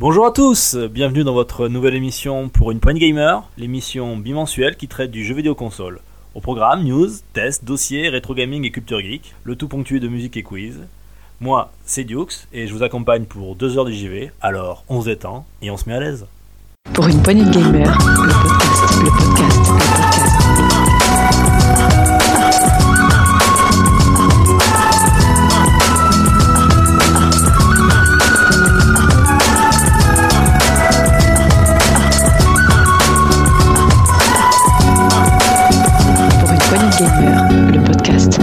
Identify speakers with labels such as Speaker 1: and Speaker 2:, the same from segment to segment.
Speaker 1: Bonjour à tous, bienvenue dans votre nouvelle émission pour une pointe gamer, l'émission bimensuelle qui traite du jeu vidéo console. Au programme, news, tests, dossiers, rétro gaming et culture geek, le tout ponctué de musique et quiz. Moi, c'est Dux et je vous accompagne pour 2 heures de JV, alors on se détend et on se met à l'aise.
Speaker 2: Pour une poignée de gamer, le podcast, le podcast, le podcast. Pour une poignée de gamer, le podcast.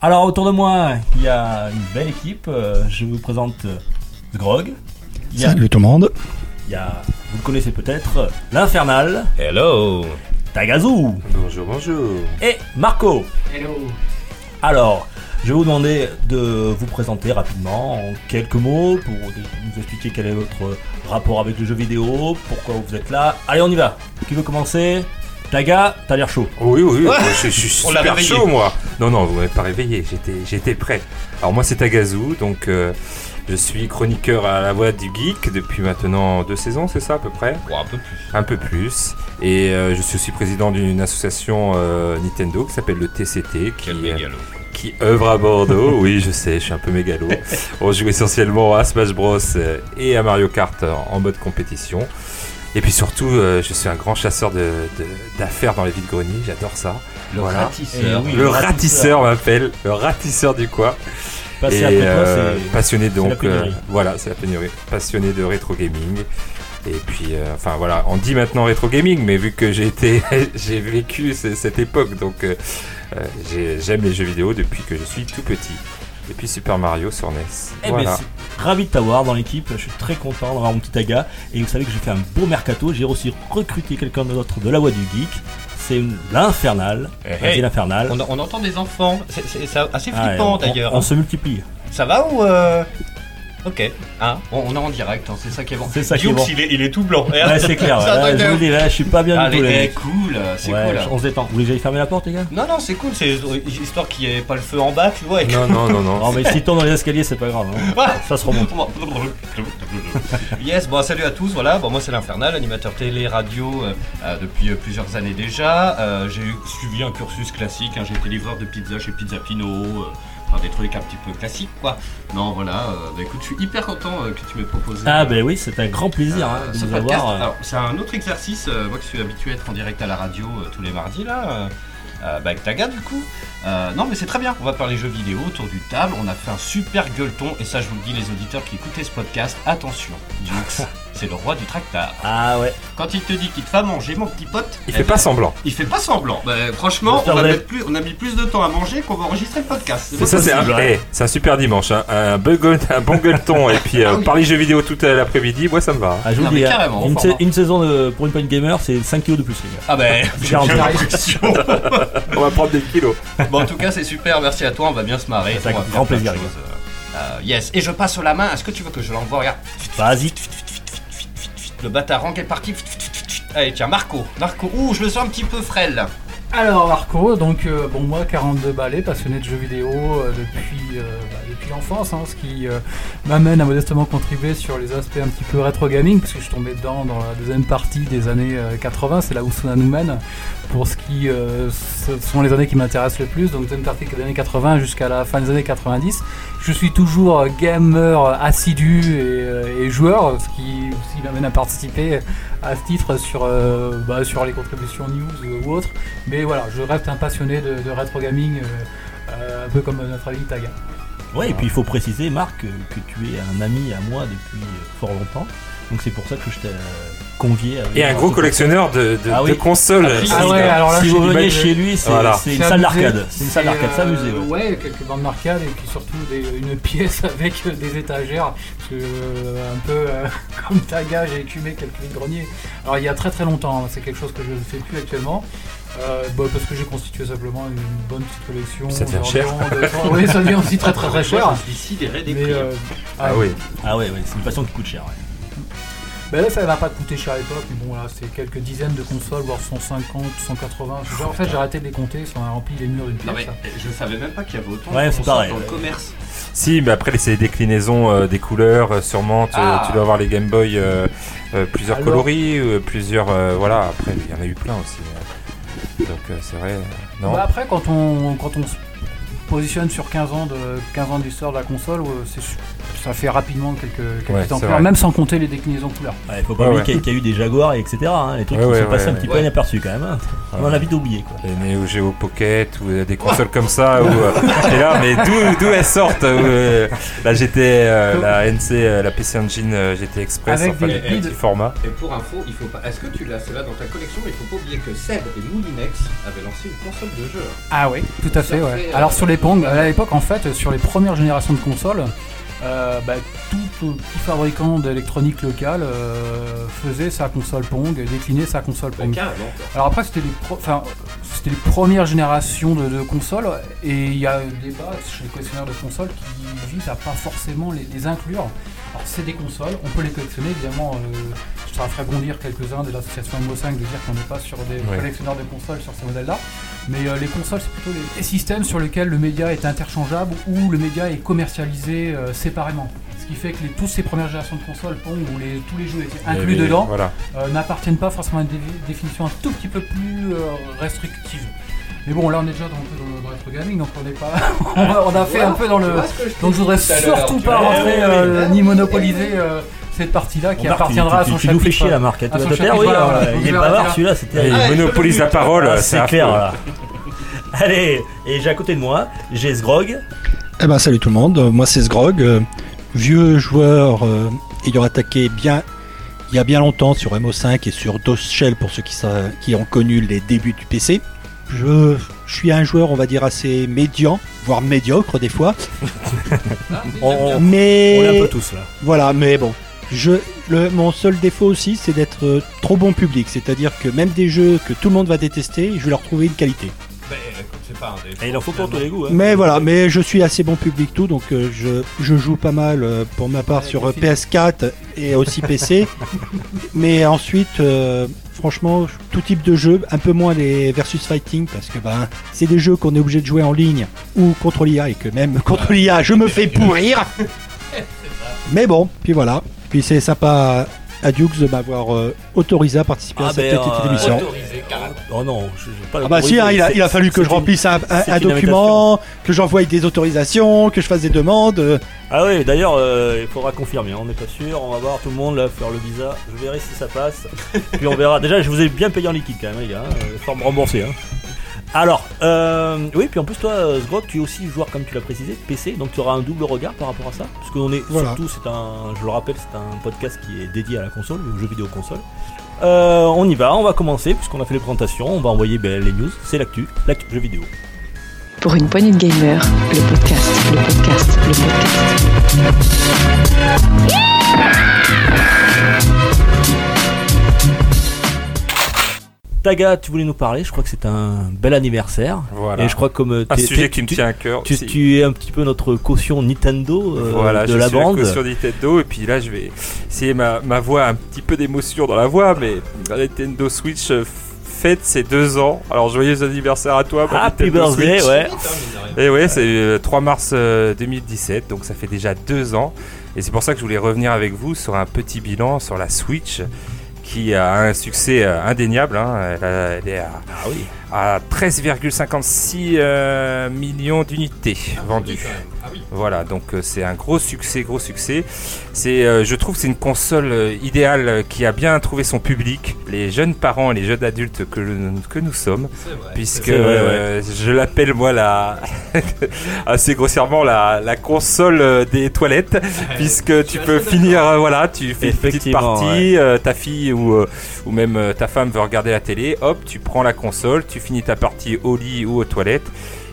Speaker 1: Alors autour de moi, il y a une belle équipe, euh, je vous présente euh, Grog, il y a,
Speaker 3: Salut tout le monde.
Speaker 1: il y a- vous le connaissez peut-être, euh, l'Infernal,
Speaker 4: Hello
Speaker 1: Tagazu
Speaker 4: Bonjour, bonjour
Speaker 1: et Marco. Alors, je vais vous demander de vous présenter rapidement en quelques mots pour nous expliquer quel est votre rapport avec le jeu vidéo, pourquoi vous êtes là. Allez, on y va. Qui veut commencer Taga, t'as l'air chaud.
Speaker 4: Oh Oui, oui, oui, moi, je, je suis
Speaker 5: On l'a
Speaker 4: super
Speaker 5: réveillé.
Speaker 4: chaud, moi Non, non, vous m'avez pas réveillé, j'étais, j'étais prêt. Alors moi, c'est Tagazu, donc euh, je suis chroniqueur à la voix du geek depuis maintenant deux saisons, c'est ça à peu près
Speaker 5: un peu plus.
Speaker 4: Un peu plus. Et euh, je suis aussi président d'une association euh, Nintendo qui s'appelle le TCT, qui,
Speaker 5: Quel
Speaker 4: euh,
Speaker 5: mégalo.
Speaker 4: qui œuvre à Bordeaux. oui, je sais, je suis un peu mégalo. On joue essentiellement à Smash Bros euh, et à Mario Kart euh, en mode compétition. Et puis surtout, euh, je suis un grand chasseur de- de- d'affaires dans les vides greniers, j'adore ça.
Speaker 5: Le
Speaker 4: Voilà.
Speaker 5: ratisseur.
Speaker 1: Eh oui.
Speaker 4: Ah Le ratisseur m'appelle, le ratisseur du coin.
Speaker 1: Passer
Speaker 4: et
Speaker 1: après
Speaker 4: euh,
Speaker 1: toi,
Speaker 4: passionné
Speaker 1: la
Speaker 4: donc, euh,
Speaker 1: pénurie.
Speaker 4: voilà, c'est la pénurie. Passionné de rétro gaming. Et puis, euh, enfin voilà, on dit maintenant rétro gaming, mais vu que j'ai été, j'ai vécu ce- cette époque, donc euh, euh, j'ai- j'aime les jeux vidéo depuis que je suis tout petit. Et puis Super Mario sur NES.
Speaker 1: c'est... Eh ben,
Speaker 4: voilà.
Speaker 1: c'est- ravi de t'avoir dans l'équipe, je suis très content d'avoir mon petit Taga. Et vous savez que j'ai fait un beau mercato, j'ai aussi recruté quelqu'un d'autre de la voix du geek. C'est une- l'Infernal.
Speaker 5: Eh,
Speaker 1: Vas-y,
Speaker 5: hey.
Speaker 1: l'Infernal.
Speaker 5: On, on entend des enfants. C'est- C'est c'est assez
Speaker 1: Ah,
Speaker 5: flippant hein.
Speaker 1: on- on-
Speaker 5: d'ailleurs.
Speaker 1: on se multiplie.
Speaker 5: Ça va ou. euh, Ok. Hein on, on est en direct, hein, c'est ça qui est bon.
Speaker 1: C'est ça qui est
Speaker 5: Dukes,
Speaker 1: bon.
Speaker 5: Il, est, il est tout blanc.
Speaker 1: Ouais, c'est clair. ouais.
Speaker 5: Ça,
Speaker 1: Là, je
Speaker 5: d'accord.
Speaker 1: vous dis, là, je suis pas bien du
Speaker 5: Allez,
Speaker 1: tout. les
Speaker 5: eh,
Speaker 1: mecs.
Speaker 5: cool, euh, c'est
Speaker 1: Ouais,
Speaker 5: cool.
Speaker 1: On se détend. Vous voulez que j'aille fermer la porte, les gars
Speaker 5: Non, non, c'est cool, c'est histoire qu'il n'y ait pas le feu en bas, tu vois. et que-
Speaker 4: Non, non, non, non.
Speaker 1: Non, mais si tombe dans les escaliers, c'est pas grave. hein. Ça se remonte.
Speaker 5: Yes, bon salut à tous, voilà, bon, moi c'est l'Infernal, animateur télé, radio euh, euh, depuis euh, plusieurs années déjà. Euh, j'ai eu- suivi un cursus classique, hein, j'ai été livreur de pizza chez Pizza Pino, euh, enfin des trucs un petit peu classiques quoi. Non voilà, euh, bah, écoute, je suis hyper content euh, que tu m'aies proposé.
Speaker 1: Ah,
Speaker 5: euh,
Speaker 1: ben oui, c'est un grand plaisir hein,
Speaker 5: euh,
Speaker 1: de
Speaker 5: ce
Speaker 1: vous
Speaker 5: podcast.
Speaker 1: avoir. euh.
Speaker 5: Alors, c'est un autre exercice, euh, moi qui suis habitué à être en direct à la radio euh, tous les mardis là, euh, euh, bah, avec Taga du coup. Euh, non mais c'est très bien, on va parler jeux vidéo autour du table, on a fait un super gueuleton et ça je vous le dis les auditeurs qui écoutaient ce podcast, attention, Dux, c'est le roi du tractard.
Speaker 1: Ah, ouais.
Speaker 5: Quand il te dit qu'il te va manger mon petit pote,
Speaker 4: Il fait
Speaker 5: eh ben,
Speaker 4: pas semblant.
Speaker 5: il fait pas semblant. Bah, franchement,
Speaker 1: Le
Speaker 5: on, va
Speaker 1: bordel.
Speaker 5: mettre plus- on a mis plus de temps à manger qu'on va enregistrer le podcast.
Speaker 4: Ça,
Speaker 5: pas
Speaker 4: c'est un,
Speaker 5: possible.
Speaker 4: eh, c'est un super dimanche. hein. Un, beau gueule- un bon gueuleton et puis euh,
Speaker 5: Ah oui.
Speaker 4: parler jeux vidéo tout à l'après-midi, moi ça me va.
Speaker 1: Ah, je vous
Speaker 5: Non,
Speaker 1: dis,
Speaker 5: mais
Speaker 1: hein,
Speaker 5: carrément,
Speaker 1: une,
Speaker 5: enfin, bah.
Speaker 1: sa-
Speaker 5: moi.
Speaker 1: une saison de- pour une pointe gamer, c'est 5 kilos de plus, les gars.
Speaker 5: Ah ben, j'ai bien
Speaker 1: Clairement.
Speaker 5: l'impression.
Speaker 4: On va prendre des kilos.
Speaker 5: Bon, en tout cas, c'est super, merci à toi, on va bien se marrer.
Speaker 1: Ça,
Speaker 5: on va
Speaker 1: grand
Speaker 5: faire plein de
Speaker 1: plaisir,
Speaker 5: choses, euh, euh, yes, et je passe la main, est-ce que tu veux que je l'envoie Regarde,
Speaker 1: Bah, Vas-y.
Speaker 5: le bâtarang est parti. Allez, tiens, Marco, Marco, ouh, je le sens un petit peu frêle.
Speaker 6: Alors Marco, donc euh, bon moi 42 balais, passionné de jeux vidéo euh, depuis, euh, bah, depuis l'enfance, hein, ce qui euh, m'amène à modestement contribuer sur les aspects un petit peu rétro gaming, parce que je suis tombé dedans dans la deuxième partie des années euh, 80, c'est là où ça nous mène, pour ce qui euh, ce sont les années qui m'intéressent le plus, donc deuxième partie des années 80 jusqu'à la fin des années 90. Je suis toujours euh, gamer assidu et, euh, et joueur, ce qui aussi m'amène à participer à ce titre sur, euh, bah, sur les contributions news ou autres. Mais voilà, je reste un passionné de, de rétro gaming, euh, euh, un peu comme notre ami Taga.
Speaker 1: Ouais, et
Speaker 5: Ah.
Speaker 1: puis il faut préciser, Marc, euh, que tu es un ami à moi depuis euh, fort longtemps. Donc c'est pour ça que je t'ai euh, convié. à
Speaker 4: Et
Speaker 1: venir
Speaker 4: un
Speaker 1: dans
Speaker 4: gros
Speaker 1: ce
Speaker 4: collectionneur de, de-
Speaker 1: Ah oui.
Speaker 4: de consoles.
Speaker 5: Ah oui.
Speaker 4: Ça,
Speaker 5: Ah
Speaker 4: il
Speaker 5: ouais,
Speaker 4: a-
Speaker 6: alors là,
Speaker 1: si
Speaker 6: je
Speaker 1: vous
Speaker 4: suis
Speaker 1: venez
Speaker 4: déballé.
Speaker 1: chez lui, c'est
Speaker 4: Voilà.
Speaker 1: c'est Ah, une salle d'arcade. C'est une salle d'arcade,
Speaker 6: ça
Speaker 1: s'amuser. ouais.
Speaker 6: euh, ouais. quelques bandes d'arcade et puis surtout des- une pièce avec euh, des étagères. Parce que, euh, un peu euh, comme Taga, j'ai écumé quelques vides greniers. Alors il y a très très longtemps, hein, c'est quelque chose que je ne fais plus actuellement. Euh, bah, parce que j'ai constitué simplement une bonne petite collection.
Speaker 4: Ça devient cher.
Speaker 6: Oui, ça devient aussi très très très
Speaker 5: Moi,
Speaker 6: cher.
Speaker 5: Je me suis sidéré des
Speaker 6: Mais,
Speaker 5: prix.
Speaker 6: euh,
Speaker 4: Ah oui.
Speaker 1: Ah, ouais, ouais, c'est une passion qui coûte cher. ouais.
Speaker 6: Ben là, ça va pas coûter cher à l'époque, mais bon, là, c'est quelques dizaines de consoles, voire 150, 180. Genre, en fait, j'ai arrêté de les compter, ça a rempli les murs d'une
Speaker 5: Ah
Speaker 6: pièce.
Speaker 7: Non mais
Speaker 6: ça.
Speaker 7: je savais même pas qu'il y avait autant
Speaker 8: Ouais,
Speaker 7: de
Speaker 8: c'est
Speaker 7: consoles
Speaker 8: pareil.
Speaker 7: dans le commerce.
Speaker 4: Si, mais après, c'est les déclinaisons euh, des couleurs, euh, sûrement. Tu,
Speaker 7: Ah.
Speaker 4: tu dois avoir les Game Boy, euh, euh, plusieurs
Speaker 6: Alors.
Speaker 4: coloris, euh, plusieurs. euh, voilà, après, il y en a eu plein aussi. euh. Donc, euh, c'est vrai. euh, Non
Speaker 6: Bah, après, quand on, quand on se positionne sur 15 ans de 15 ans d'histoire de la console, euh, c'est su- ça fait rapidement quelques, quelques
Speaker 4: Ouais,
Speaker 6: temps
Speaker 4: c'est vrai.
Speaker 6: même sans compter les déclinaisons couleurs.
Speaker 1: Ouais, faut pas
Speaker 4: Ouais,
Speaker 1: oublier
Speaker 4: ouais.
Speaker 1: qu'il y a- qu'il y a eu des Jaguars, et etc. hein, les trucs
Speaker 4: Ouais,
Speaker 1: qui
Speaker 4: ouais,
Speaker 1: sont passés
Speaker 4: ouais,
Speaker 1: un petit peu
Speaker 7: ouais.
Speaker 1: inaperçus quand même. hein. On en a vite oublié quoi.
Speaker 4: Les Neo Geo Pocket ou euh, des consoles comme ça où euh, t'es là mais d'où d'où elles sortent euh, la GT euh, la NC euh, la PC Engine euh, GT Express
Speaker 6: Avec
Speaker 4: enfin
Speaker 6: des
Speaker 4: les
Speaker 7: lipides.
Speaker 4: petits formats
Speaker 7: Et pour info, il faut pas. Est-ce que tu l'as cela dans ta collection Mais il faut pas oublier que Seb et Moulinex avaient lancé une console de jeu. hein.
Speaker 6: Ah oui, tout à fait.
Speaker 7: Ça
Speaker 6: Ouais.
Speaker 7: fait, euh,
Speaker 6: Alors sur les Pong, à l'époque en fait, sur les premières générations de consoles, euh, bah, tout euh, petit fabricant d'électronique locale euh, faisait sa console Pong, déclinait sa console
Speaker 7: Bah,
Speaker 6: Pong.
Speaker 7: carrément. quoi.
Speaker 6: Alors après c'était les, pro- enfin, c'était les premières générations de, de consoles et il y a un débat chez les collectionneurs de consoles qui vise à pas forcément les, les inclure. Alors c'est des consoles, on peut les collectionner évidemment. euh, je te la ferai bondir quelques-uns de l'association MO5 de dire qu'on n'est pas sur des
Speaker 4: Ouais.
Speaker 6: collectionneurs de consoles sur ces modèles-là. Mais euh, les consoles, c'est plutôt les systèmes sur lesquels le média est interchangeable ou le média est commercialisé euh, séparément. Ce qui fait que les, tous ces premières générations de consoles, Pong, où les, tous les jeux étaient inclus
Speaker 4: Et les-
Speaker 6: dedans,
Speaker 4: voilà
Speaker 1: Ah,
Speaker 6: euh, n'appartiennent pas forcément à une dé- définition un tout petit peu plus euh, restrictive. Mais bon, là on est déjà dans, un peu dans, dans le retro gaming, donc on n'est pas. on, a- on a fait
Speaker 7: Voilà,
Speaker 6: un peu dans
Speaker 7: tu
Speaker 6: le.
Speaker 7: vois ce que t'ai
Speaker 6: euh, Donc je
Speaker 7: dit
Speaker 6: voudrais
Speaker 7: tout à l'heure,
Speaker 6: surtout
Speaker 7: tu
Speaker 6: pas
Speaker 7: vois.
Speaker 6: rentrer
Speaker 7: Eh
Speaker 6: euh,
Speaker 7: oui, eh
Speaker 6: ni
Speaker 7: oui,
Speaker 6: monopoliser
Speaker 7: eh oui.
Speaker 6: euh, cette partie-là qui
Speaker 1: Marc, tu-
Speaker 6: appartiendra à
Speaker 1: tu-
Speaker 6: son
Speaker 1: tu
Speaker 6: chapitre.
Speaker 1: nous fais chier la marque.
Speaker 6: à
Speaker 1: Tu vas
Speaker 6: son
Speaker 1: te
Speaker 6: chapitre,
Speaker 1: faire, oui,
Speaker 6: voilà,
Speaker 1: alors,
Speaker 6: voilà.
Speaker 1: euh,
Speaker 6: Donc,
Speaker 1: il est
Speaker 6: je vais
Speaker 1: bavard
Speaker 6: arrêter
Speaker 1: celui-là, c'était.
Speaker 4: Et
Speaker 7: Ah,
Speaker 4: il
Speaker 7: je
Speaker 4: monopolise
Speaker 7: le
Speaker 4: la
Speaker 7: mute.
Speaker 4: parole
Speaker 1: Ah,
Speaker 4: c'est
Speaker 1: c'est clair
Speaker 4: affreux.
Speaker 1: là. Allez, et j'ai à côté de moi, j'ai Sgrog.
Speaker 3: Eh ben salut tout le monde, moi c'est Sgrog, euh, vieux joueur euh, ayant attaqué bien il y a bien longtemps sur MO5 et sur DOS Shell pour ceux qui, sa- qui ont connu les débuts du PC. Je, je suis un joueur on va dire assez médian, voire médiocre des fois,
Speaker 1: hein.
Speaker 6: Ah,
Speaker 1: On, on-
Speaker 3: mais
Speaker 1: Oh, on est un peu tous là.
Speaker 3: voilà, mais bon. Je, le, mon seul défaut aussi, c'est d'être euh, trop bon public. C'est-à-dire que même des jeux que tout le monde va détester, je vais leur trouver une qualité.
Speaker 7: Bah, écoute, c'est pas un défaut,
Speaker 1: Et il en faut pour tous
Speaker 7: finalement.
Speaker 1: les goûts. hein.
Speaker 3: Mais voilà, mais je suis assez bon public tout, donc euh, je, je joue pas mal euh, pour ma part
Speaker 6: Ouais,
Speaker 3: sur
Speaker 6: des
Speaker 3: euh,
Speaker 6: films.
Speaker 3: PS4 et aussi PC. mais ensuite, euh, franchement, tout type de jeu, un peu moins les versus fighting, parce que ben, c'est des jeux qu'on est obligé de jouer en ligne ou contre l'IA, et que même contre l'IA, je me fais pourrir. mais bon, puis voilà. Puis c'est sympa à Dukes de m'avoir euh, autorisé à participer
Speaker 1: Ah,
Speaker 3: à cette
Speaker 1: ben,
Speaker 3: petite
Speaker 1: euh,
Speaker 3: émission.
Speaker 7: Autorisé, carrément.
Speaker 1: Oh non, je, j'ai pas
Speaker 3: Ah bah si, hein, il, a, il a fallu que je
Speaker 1: C'était-
Speaker 3: remplisse un, un-
Speaker 1: c'est
Speaker 3: un
Speaker 1: une
Speaker 3: document, que j'envoie des autorisations, que je fasse des demandes. euh,
Speaker 1: Ah oui, d'ailleurs, euh, il faudra confirmer, on n'est pas sûr, on va voir tout le monde là faire le visa, je verrai si ça passe, puis on verra. Déjà, je vous ai bien payé en liquide quand même, les gars, hein, euh, fort me rembourser. Hein. Alors, euh, oui, puis en plus, toi, euh, Sgrog, tu es aussi joueur, comme tu l'as précisé, PC, donc tu auras un double regard par rapport à ça, parce qu'on est
Speaker 3: Voilà.
Speaker 1: surtout, c'est un, je le rappelle, c'est un podcast qui est dédié à la console, aux jeux vidéo console. Euh, on y va, on va commencer, puisqu'on a fait les présentations, on va envoyer ben, les news, c'est l'actu, l'actu jeux vidéo.
Speaker 2: Pour une poignée de gamers, le podcast, le podcast, le podcast.
Speaker 1: Taga, tu voulais nous parler, je crois que c'est un bel anniversaire.
Speaker 4: voilà
Speaker 1: Et je crois que comme euh,
Speaker 4: un
Speaker 1: t'es-
Speaker 4: sujet
Speaker 1: t'es-
Speaker 4: qui me
Speaker 1: tu-
Speaker 4: tient à cœur
Speaker 1: Tu,
Speaker 4: aussi.
Speaker 1: tu es un petit peu notre caution Nintendo euh,
Speaker 4: voilà,
Speaker 1: de
Speaker 4: je
Speaker 1: la
Speaker 4: suis la
Speaker 1: bande.
Speaker 4: caution Nintendo et puis là je vais essayer ma, ma voix un petit peu d'émotion dans la voix mais la Nintendo Switch euh, f- fête ses deux ans alors joyeux anniversaire à toi ma
Speaker 1: Happy
Speaker 4: Nintendo
Speaker 1: birthday,
Speaker 4: Switch.
Speaker 1: ouais.
Speaker 7: Putain, hein, mine de rien.
Speaker 4: Et ouais, c'est le 3 mars euh, 2017, donc ça fait déjà deux ans. Et c'est pour ça que je voulais revenir avec vous sur un petit bilan sur la Switch, qui a un succès euh, indéniable. hein. Elle, a- elle est à,
Speaker 1: Ah
Speaker 4: à 13,56 euh, millions d'unités vendues.
Speaker 7: Ah oui.
Speaker 4: Voilà, donc euh, c'est un gros succès, gros succès. C'est, euh, je trouve, que c'est une console euh, idéale euh, qui a bien trouvé son public, les jeunes parents et les jeunes adultes que, nous- que nous sommes
Speaker 7: C'est vrai.
Speaker 4: puisque
Speaker 1: C'est vrai,
Speaker 4: euh, je l'appelle moi la assez grossièrement la, la console euh, des toilettes puisque tu
Speaker 7: suis
Speaker 4: peux
Speaker 7: assez
Speaker 4: finir euh, voilà tu fais une petite
Speaker 1: Effectivement,
Speaker 4: partie euh, ta fille ou euh, ou même euh, ta femme veut regarder la télé hop tu prends la console tu finis ta partie au lit ou aux toilettes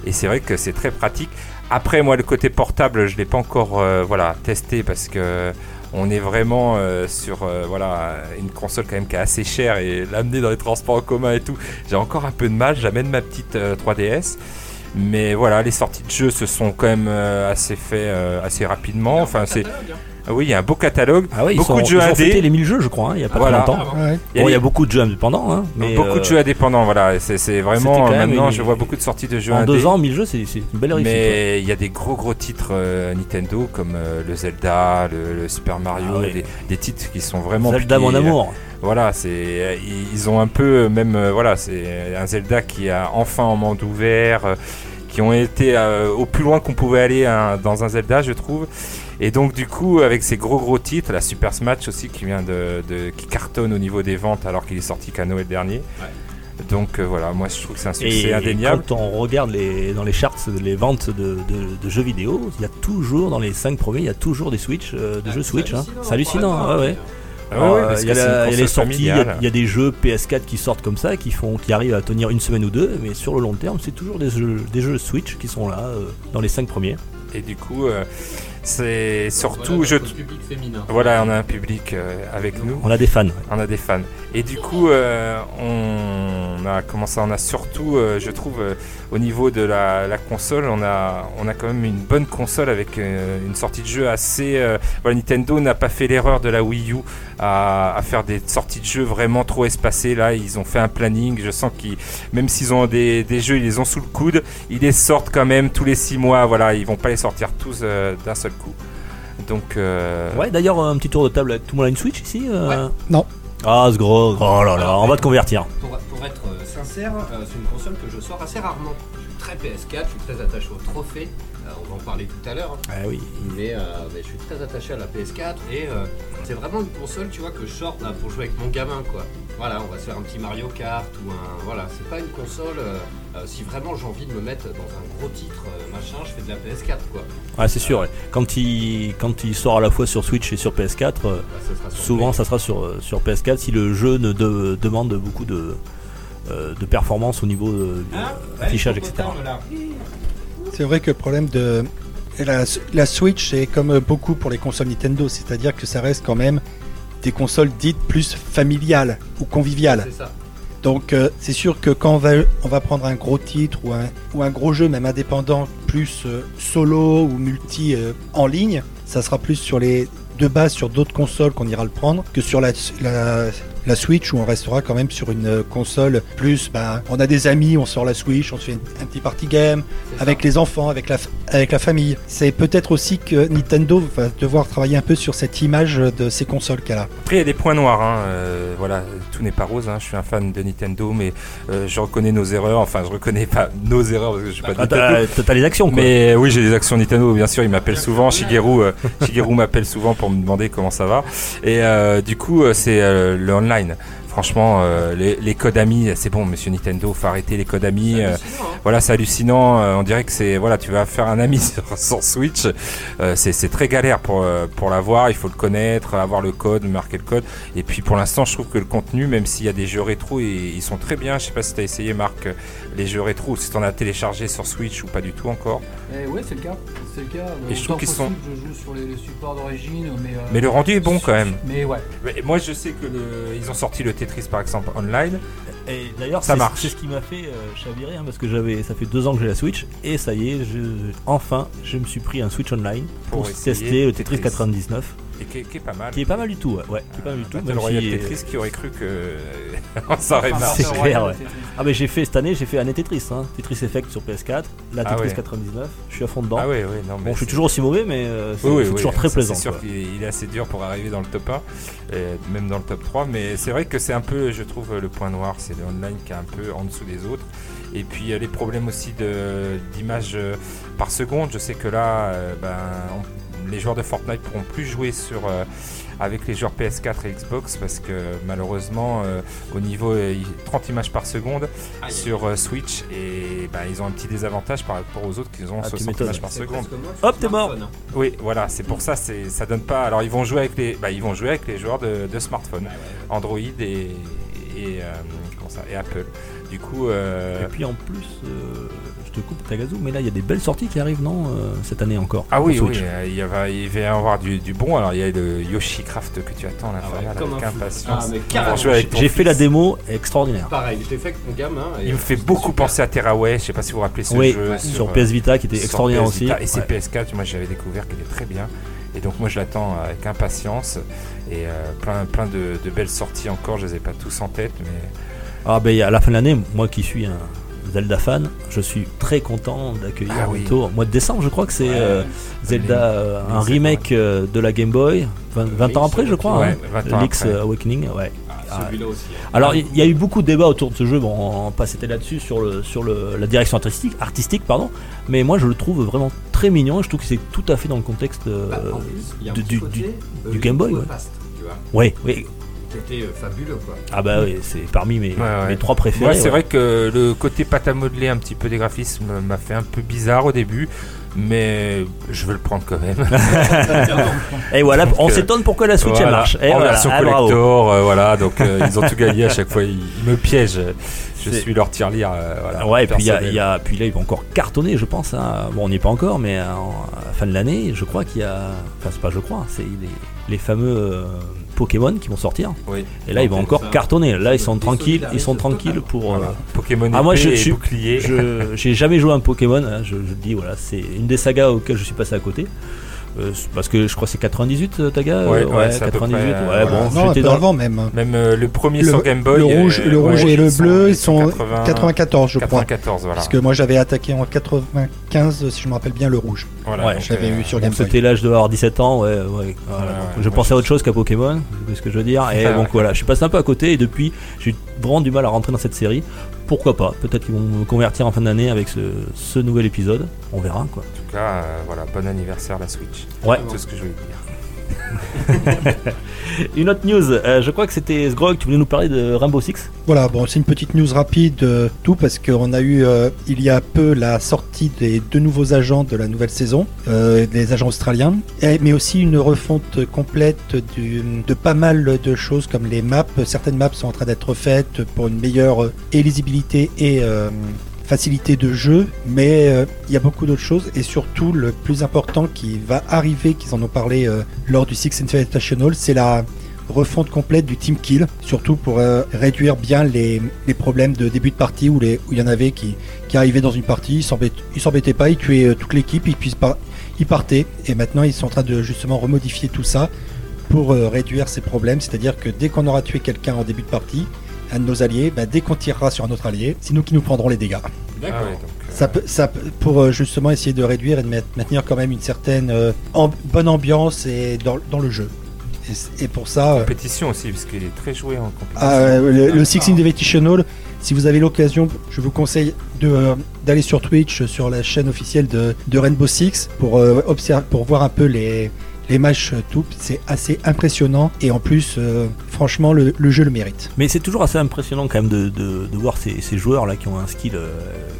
Speaker 4: et c'est vrai que c'est très pratique après moi le côté portable je l'ai pas encore euh, voilà testé parce que on est vraiment euh, sur euh, voilà une console quand même qui est assez chère et l'amener dans les transports en commun et tout j'ai encore un peu de mal, j'amène ma petite euh, 3DS. Mais voilà, les sorties de jeux se sont quand même euh, assez fait euh, assez rapidement. Enfin, c'est
Speaker 7: Catalogue, hein.
Speaker 4: Ah oui, il y a un beau catalogue.
Speaker 1: Ah oui, ils
Speaker 4: beaucoup
Speaker 1: sont-
Speaker 4: de jeux
Speaker 1: ils ont
Speaker 4: indés.
Speaker 1: fêté les 1000 jeux, je crois, hein, il y a pas
Speaker 4: Voilà.
Speaker 1: très longtemps.
Speaker 3: Ouais.
Speaker 4: Il y a
Speaker 1: Bon, il
Speaker 4: des-
Speaker 1: y a beaucoup de jeux indépendants, hein, mais
Speaker 4: beaucoup de
Speaker 1: euh,
Speaker 4: jeux indépendants, voilà. C'est- C'est
Speaker 1: C'était
Speaker 4: vraiment
Speaker 1: quand même
Speaker 4: maintenant,
Speaker 1: une-
Speaker 4: je vois beaucoup de sorties de jeux
Speaker 1: En
Speaker 4: indés.
Speaker 1: deux ans, 1000 jeux, c'est c'est une belle réussite. ouais.
Speaker 4: Mais il y a des gros gros titres euh, Nintendo comme euh, le Zelda, le, le Super Mario,
Speaker 1: Ah oui.
Speaker 4: des, des titres qui sont vraiment.
Speaker 1: Zelda,
Speaker 4: piqués.
Speaker 1: mon amour.
Speaker 4: Voilà, c'est euh, ils ils ont un peu euh, même euh, voilà, c'est euh, un Zelda qui a enfin en monde ouvert, euh, qui ont été euh, au plus loin qu'on pouvait aller hein, dans un Zelda, je trouve. Et donc du coup, avec ces gros gros titres, la Super Smash aussi qui vient de, de- qui cartonne au niveau des ventes alors qu'il est sorti qu'à Noël dernier. Donc euh, voilà, moi je trouve que c'est un succès
Speaker 1: Et
Speaker 4: indéniable.
Speaker 1: quand on regarde les, dans les charts, les ventes de, de- de jeux vidéo, il y a toujours, dans les 5 premiers, il y a toujours des Switch, euh, des jeux Switch. hein. C'est hallucinant, ouais, ouais.
Speaker 4: Ah
Speaker 1: Alors,
Speaker 4: ouais,
Speaker 1: euh,
Speaker 4: parce
Speaker 1: Il y a
Speaker 4: que c'est une
Speaker 1: la- il y a les
Speaker 4: console
Speaker 1: sorties, il y,
Speaker 4: familiale.
Speaker 1: a- il y a des jeux PS4 qui sortent comme ça, qui, font, qui arrivent à tenir une semaine ou deux, mais sur le long terme, c'est toujours des jeux, des jeux Switch qui sont là, euh, dans les 5 premiers.
Speaker 4: Et du coup, euh, c'est surtout,
Speaker 9: Voilà,
Speaker 4: je...
Speaker 9: notre public féminin.
Speaker 4: voilà, on a un public euh, avec nous,
Speaker 1: On a des fans. ouais.
Speaker 4: on a des fans. Et du coup, euh, on a commencé, on a surtout, euh, je trouve, euh, au niveau de la, la console, on a, on a quand même une bonne console avec euh, une sortie de jeu assez. euh, voilà, Nintendo n'a pas fait l'erreur de la Wii U à, à faire des sorties de jeux vraiment trop espacées. Là, ils ont fait un planning. Je sens qu'ils, même s'ils ont des, des jeux, ils les ont sous le coude. Ils les sortent quand même tous les six mois. Voilà, ils vont pas les sortir tous euh, d'un seul coup. Donc, euh,
Speaker 1: Ouais, d'ailleurs, un petit tour de table, tout le monde a une Switch ici euh
Speaker 7: Ouais.
Speaker 3: Non.
Speaker 1: Ah, ce gros. Oh là là, on va te convertir.
Speaker 9: Pour, pour être euh, sincère, euh, c'est une console que je sors assez rarement. Je suis très PS4, je suis très attaché au trophée. euh, on va en parler tout à l'heure. hein.
Speaker 1: Ah oui.
Speaker 9: Mais, euh, mais je suis très attaché à la PS4 et euh, c'est vraiment une console tu vois que je sors là, pour jouer avec mon gamin quoi. Voilà, on va se faire un petit Mario Kart ou un. Voilà, c'est pas une console. euh, euh, si vraiment j'ai envie de me mettre dans un gros titre, euh, machin, je fais de la PS4 quoi.
Speaker 1: Ouais, c'est sûr. ouais. Quand il, quand il sort à la fois sur Switch et sur PS4, euh,
Speaker 9: Bah, ça sera sur
Speaker 1: souvent
Speaker 9: Play.
Speaker 1: ça sera sur, euh, sur PS4 si le jeu ne de- demande beaucoup de, euh, de performance au niveau de, de
Speaker 9: Hein
Speaker 5: Ah,
Speaker 1: affichage, etc.
Speaker 3: C'est vrai que le problème de la, la Switch, c'est comme beaucoup pour les consoles Nintendo, c'est-à-dire que ça reste quand même des consoles dites plus familiales ou conviviales.
Speaker 9: C'est ça.
Speaker 3: Donc euh, c'est sûr que quand on va, on va prendre un gros titre ou un, ou un gros jeu, même indépendant, plus euh, solo ou multi euh, en ligne, ça sera plus sur les de base sur d'autres consoles qu'on ira le prendre que sur la, la, la Switch où on restera quand même sur une euh, console plus ben, on a des amis, on sort la Switch, on se fait une- un petit party game,
Speaker 9: c'est ça.
Speaker 3: avec les enfants, avec la, f- avec la famille. C'est peut-être aussi que Nintendo va devoir travailler un peu sur cette image de ces consoles qu'elle a.
Speaker 4: Après, il y a des points noirs. hein, euh, voilà, tout n'est pas rose. hein, Je suis un fan de Nintendo, mais euh, je reconnais nos erreurs. Enfin, je reconnais pas nos erreurs parce que je suis pas
Speaker 1: Ah,
Speaker 4: Nintendo.
Speaker 1: T'as t'as- t'as les actions, quoi.
Speaker 4: Mais euh, oui, j'ai des actions Nintendo, bien sûr. Il m'appelle souvent. Shigeru, euh, Shigeru m'appelle souvent pour me demander comment ça va. Et euh, du coup, euh, c'est euh, le online. Franchement, euh, les, les codes amis, c'est bon, monsieur Nintendo, faut arrêter les codes amis. euh,
Speaker 9: hein.
Speaker 4: voilà, c'est hallucinant. euh, on dirait que c'est voilà, tu vas faire un ami sur, sur Switch. Euh, c'est c'est très galère pour euh, pour l'avoir. Il faut le connaître, avoir le code, marquer le code. Et puis pour l'instant, je trouve que le contenu, même s'il y a des jeux rétro, ils, ils sont très bien. Je sais pas si t'as essayé, Marc, euh, les jeux rétro, ou si t'en as téléchargé sur Switch ou pas du tout encore.
Speaker 6: Eh ouais, c'est le cas. C'est le cas.
Speaker 4: Et je trouve
Speaker 6: Autant
Speaker 4: qu'ils sont-
Speaker 6: possible, Je joue sur les, les supports d'origine, mais. euh,
Speaker 4: Mais le rendu est bon quand même.
Speaker 6: Mais ouais.
Speaker 4: Mais moi, je sais que le- ils ont sorti le Tetris par exemple online.
Speaker 1: Et d'ailleurs,
Speaker 4: Ça
Speaker 1: c'est-
Speaker 4: marche.
Speaker 1: C'est ce qui m'a fait euh, chavirer, hein, parce que j'avais, ça fait deux ans que j'ai la Switch, et ça y est, je- enfin, je me suis pris un Switch Online
Speaker 4: Pour
Speaker 1: pour,
Speaker 4: essayer
Speaker 1: tester le Tetris
Speaker 4: Tetris. Ah,
Speaker 1: 99,
Speaker 4: Et qui est, qui est pas mal.
Speaker 1: qui est pas mal du tout, ouais, ouais, qui est pas mal du tout.
Speaker 4: Battle
Speaker 1: même
Speaker 4: Royale
Speaker 1: si, euh,
Speaker 4: Tetris qui aurait cru que on s'aurait
Speaker 6: Enfin,
Speaker 4: marre.
Speaker 1: c'est
Speaker 6: Battle
Speaker 1: clair,
Speaker 6: Royale,
Speaker 1: ouais.
Speaker 6: c'est-
Speaker 1: Ah mais j'ai fait cette année, j'ai fait année Tetris, hein. Tetris Effect sur PS4, la
Speaker 4: Ah
Speaker 1: Tetris
Speaker 4: ouais.
Speaker 1: 99, je suis à fond dedans.
Speaker 4: Ah ouais, ouais, non, mais
Speaker 1: Bon, je suis
Speaker 4: c'est-
Speaker 1: toujours aussi mauvais, mais euh, c'est
Speaker 4: Oui, oui,
Speaker 1: c'est
Speaker 4: oui,
Speaker 1: toujours très
Speaker 4: ça,
Speaker 1: plaisant.
Speaker 4: C'est sûr
Speaker 1: quoi.
Speaker 4: qu'il il est assez dur pour arriver dans le top 1, euh, même dans le top 3, mais c'est vrai que c'est un peu, je trouve, le point noir, c'est le online qui est un peu en dessous des autres. Et puis euh, les problèmes aussi de- d'image euh, par seconde, je sais que là, euh, ben, on- les joueurs de Fortnite pourront plus jouer sur... euh, avec les joueurs PS4 et Xbox parce que malheureusement euh, au niveau euh, il- 30 images par seconde
Speaker 9: Aïe.
Speaker 4: sur euh, Switch et ben, ils ont un petit désavantage par rapport aux autres qui ont
Speaker 1: Ah, tu
Speaker 4: 60
Speaker 1: m'étonnes.
Speaker 4: images par seconde.
Speaker 1: Hop, t'es mort.
Speaker 5: hein.
Speaker 4: Oui, voilà, c'est pour ça, c'est, ça donne pas. Alors ils vont jouer avec les, bah, ils vont jouer avec les joueurs de, de
Speaker 1: Ah
Speaker 4: smartphone, Android et, et, euh, comment ça, et Apple. Du coup, euh,
Speaker 1: Et puis en plus, euh, je te coupe Tagazu, mais là il y a des belles sorties qui arrivent, non euh, Cette année encore.
Speaker 4: ah
Speaker 1: pour
Speaker 4: oui, oui,
Speaker 1: Switch.
Speaker 4: euh, il, y va, il va y avoir du, du bon. Alors il y a le Yoshi Craft que tu attends,
Speaker 1: Ah
Speaker 4: l'infernal,
Speaker 9: comme
Speaker 4: avec
Speaker 9: un fou.
Speaker 4: impatience.
Speaker 9: Ah, mais
Speaker 4: Ils vont
Speaker 9: carrément,
Speaker 4: jouer avec ton
Speaker 1: J'ai fait la
Speaker 4: fils.
Speaker 1: démo extraordinaire.
Speaker 9: Pareil, je l'ai fait avec mon gamin.
Speaker 5: hein,
Speaker 9: et
Speaker 4: Il
Speaker 5: euh,
Speaker 4: me fait
Speaker 9: c'était
Speaker 4: beaucoup
Speaker 9: super.
Speaker 4: penser à Terraway. Je sais pas si vous vous rappelez ce
Speaker 1: oui,
Speaker 4: jeu
Speaker 1: sur
Speaker 4: euh,
Speaker 1: PS Vita qui était
Speaker 4: sur
Speaker 1: extraordinaire
Speaker 4: PS
Speaker 1: aussi.
Speaker 4: Vita. Et c'est
Speaker 1: Ouais.
Speaker 4: PS4, moi j'avais découvert qu'il était très bien. Et donc moi je l'attends avec impatience et euh, plein, plein de, de belles sorties encore, je les ai pas tous en tête, mais
Speaker 1: Ah ben à la fin de l'année, moi qui suis un Zelda fan, je suis très content d'accueillir
Speaker 4: Ah
Speaker 1: au
Speaker 4: oui.
Speaker 1: tour- au mois de décembre, je crois que c'est
Speaker 4: Ouais.
Speaker 1: euh, Zelda, euh, un
Speaker 4: Link's
Speaker 1: remake euh, de la Game Boy, 20, 20 ans après je crois,
Speaker 4: ouais,
Speaker 1: hein,
Speaker 4: 20 ans
Speaker 1: Link's
Speaker 4: après.
Speaker 1: Awakening, ouais. Ah.
Speaker 9: Celui-là aussi. hein.
Speaker 1: Alors il y a eu beaucoup de débats autour de ce jeu, bon, on pas s'étaler là-dessus sur le sur le, la direction artistique, artistique pardon, mais moi je le trouve vraiment très mignon, et je trouve que c'est tout à fait dans le contexte. euh,
Speaker 9: Bah, en plus, il y a un
Speaker 1: du-
Speaker 9: petit
Speaker 1: du-
Speaker 9: côté, euh,
Speaker 1: du Game Boy, ouais.
Speaker 9: Fast, tu vois,
Speaker 1: ouais, ouais,
Speaker 9: qui était euh, fabuleux, quoi.
Speaker 1: ah bah oui, c'est parmi mes,
Speaker 4: ouais.
Speaker 1: mes trois préférés.
Speaker 4: Moi, c'est
Speaker 1: ouais.
Speaker 4: vrai que le côté pâte à modeler un petit peu des graphismes m'a fait un peu bizarre au début, mais je veux le prendre quand même.
Speaker 1: Et voilà,
Speaker 4: Donc,
Speaker 1: on
Speaker 4: euh,
Speaker 1: s'étonne pourquoi la Switch elle
Speaker 4: Voilà.
Speaker 1: marche. Et
Speaker 4: en
Speaker 1: voilà,
Speaker 4: version
Speaker 1: ah, bravo.
Speaker 4: collector, euh, voilà, donc euh, ils ont tout gagné à chaque fois, ils, ils me piègent. Je
Speaker 1: C'est-
Speaker 4: suis leur tirelire. euh, voilà,
Speaker 1: Ah Ouais, et puis, il y a,
Speaker 4: personnel.
Speaker 1: il y a- puis là, ils vont encore cartonner, je pense. hein. Bon, on n'y est pas encore, mais euh, en- à la fin de l'année, je crois qu'il y a. Enfin, c'est pas je crois, c'est les, les fameux euh, Pokémon qui vont sortir.
Speaker 4: Oui.
Speaker 1: Et là, ils vont
Speaker 9: Donc,
Speaker 1: encore
Speaker 9: ça-
Speaker 1: cartonner. Là, ils sont
Speaker 9: Ils
Speaker 1: tranquilles, ils sont
Speaker 9: solidarisent
Speaker 1: tranquilles
Speaker 9: totalement.
Speaker 1: pour. euh,
Speaker 4: Voilà. Pokémon
Speaker 1: Ah, moi,
Speaker 4: épée
Speaker 1: je-
Speaker 4: et
Speaker 1: je-
Speaker 4: bouclier.
Speaker 1: je j'ai jamais joué à un Pokémon, hein, je, je le dis, voilà, c'est une des sagas auxquelles je suis passé à côté. Euh, c'est- parce que je crois que c'est 98, euh, Taga euh,
Speaker 4: Ouais, ouais, c'est à peu
Speaker 1: 98.
Speaker 4: près,
Speaker 1: ouais,
Speaker 4: euh,
Speaker 1: Ah bon,
Speaker 3: non, un
Speaker 1: j'étais
Speaker 3: peu
Speaker 1: dans.
Speaker 3: avant même. hein.
Speaker 4: Même euh, le premier sur Game Boy.
Speaker 3: le rouge,
Speaker 4: euh,
Speaker 3: le
Speaker 4: ouais,
Speaker 3: rouge et
Speaker 4: ils
Speaker 3: le
Speaker 4: sont-
Speaker 3: bleu,
Speaker 4: ils
Speaker 3: ils sont
Speaker 4: 80
Speaker 3: 94, je crois.
Speaker 4: 94, voilà.
Speaker 3: Parce que moi j'avais attaqué en 95, si je me rappelle bien, le rouge.
Speaker 4: Voilà,
Speaker 1: Ouais,
Speaker 4: donc,
Speaker 3: J'avais
Speaker 4: euh,
Speaker 3: eu sur
Speaker 1: Donc
Speaker 3: Game Boy.
Speaker 1: c'était l'âge de avoir 17 ans, ouais, ouais, voilà.
Speaker 4: ouais,
Speaker 1: je
Speaker 4: ouais,
Speaker 1: pensais à autre chose qu'à Pokémon, c'est ce que je veux dire. Et
Speaker 4: Ah,
Speaker 1: donc
Speaker 4: ouais.
Speaker 1: voilà, je suis passé un peu à côté et depuis, j'ai eu vraiment du mal à rentrer dans cette série. Pourquoi pas Peut-être qu'ils vont me convertir en fin d'année avec ce, ce nouvel épisode. On verra quoi.
Speaker 4: En tout cas, euh, voilà, bon anniversaire la Switch.
Speaker 1: Ouais.
Speaker 4: C'est Tout ce que je voulais dire.
Speaker 1: Une autre news, euh, je crois que c'était Sgrog, tu voulais nous parler de Rainbow Six
Speaker 3: Voilà, bon, c'est une petite news rapide, euh, tout, parce qu'on a eu euh, il y a peu la sortie des deux nouveaux agents de la nouvelle saison, euh, des agents australiens, et- mais aussi une refonte complète du- de pas mal de choses comme les maps. Certaines maps sont en train d'être faites pour une meilleure euh, éligibilité et euh, facilité de jeu, mais euh, il y a beaucoup d'autres choses, et surtout le plus important qui va arriver, qu'ils en ont parlé euh, lors du Six International, c'est la refonte complète du team kill, surtout pour euh, réduire bien les, les problèmes de début de partie où, les, où il y en avait qui, qui arrivaient dans une partie, ils s'embêt- ils s'embêtaient pas, ils tuaient euh, toute l'équipe, ils, puissent pas- ils partaient. Et maintenant, ils sont en train de justement remodifier tout ça pour euh, réduire ces problèmes. C'est-à-dire que dès qu'on aura tué quelqu'un en début de partie, un de nos alliés, bah, dès qu'on tirera sur un autre allié, c'est nous qui nous prendrons les dégâts.
Speaker 4: Ah ouais, donc, euh,
Speaker 3: Ça peut, ça peut- pour euh, justement essayer de réduire et de mettre- maintenir quand même une certaine euh, amb- bonne ambiance et dans, dans le jeu. Et, c- et pour ça, euh,
Speaker 4: Compétition aussi, parce qu'il est très joué en compétition.
Speaker 3: ah, euh, le, le Six Invitational, si vous avez l'occasion, je vous conseille de, euh, d'aller sur Twitch, euh, sur la chaîne officielle de, de Rainbow Six, pour, euh, observer, pour voir un peu les, les matchs euh, tout. C'est assez impressionnant et en plus, euh, franchement, le, le jeu le mérite.
Speaker 1: Mais c'est toujours assez impressionnant quand même de, de- de voir ces, ces joueurs là qui ont un skill euh,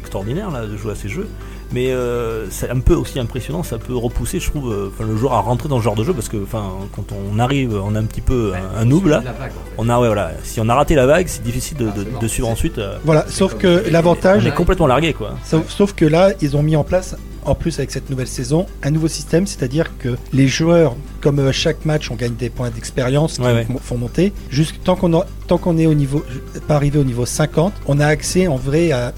Speaker 1: extraordinaire là, de jouer à ces jeux. Mais euh, c'est un peu aussi impressionnant, ça peut repousser, je trouve, euh, enfin, le joueur à rentrer dans ce genre de jeu parce que enfin, quand on arrive, on a un petit peu un- un noob là.
Speaker 9: La vague, en fait.
Speaker 1: On a, ouais, voilà. Si on a raté la vague, c'est difficile de,
Speaker 9: Ah,
Speaker 1: de-
Speaker 9: c'est mort.
Speaker 1: de suivre ensuite. euh,
Speaker 3: Voilà,
Speaker 9: C'est
Speaker 3: sauf
Speaker 9: comme-
Speaker 3: que
Speaker 9: et-
Speaker 3: l'avantage,
Speaker 1: on est complètement largué quoi.
Speaker 3: Sauf, sauf que là, ils ont mis en place, en plus avec cette nouvelle saison, un nouveau système, c'est-à-dire que les joueurs, comme euh, chaque match, on gagne des points d'expérience qui
Speaker 1: Ouais, ouais.
Speaker 3: nous font monter. Jusque tant qu'on a- tant qu'on est au niveau, pas arrivé au niveau 50, on a accès en vrai à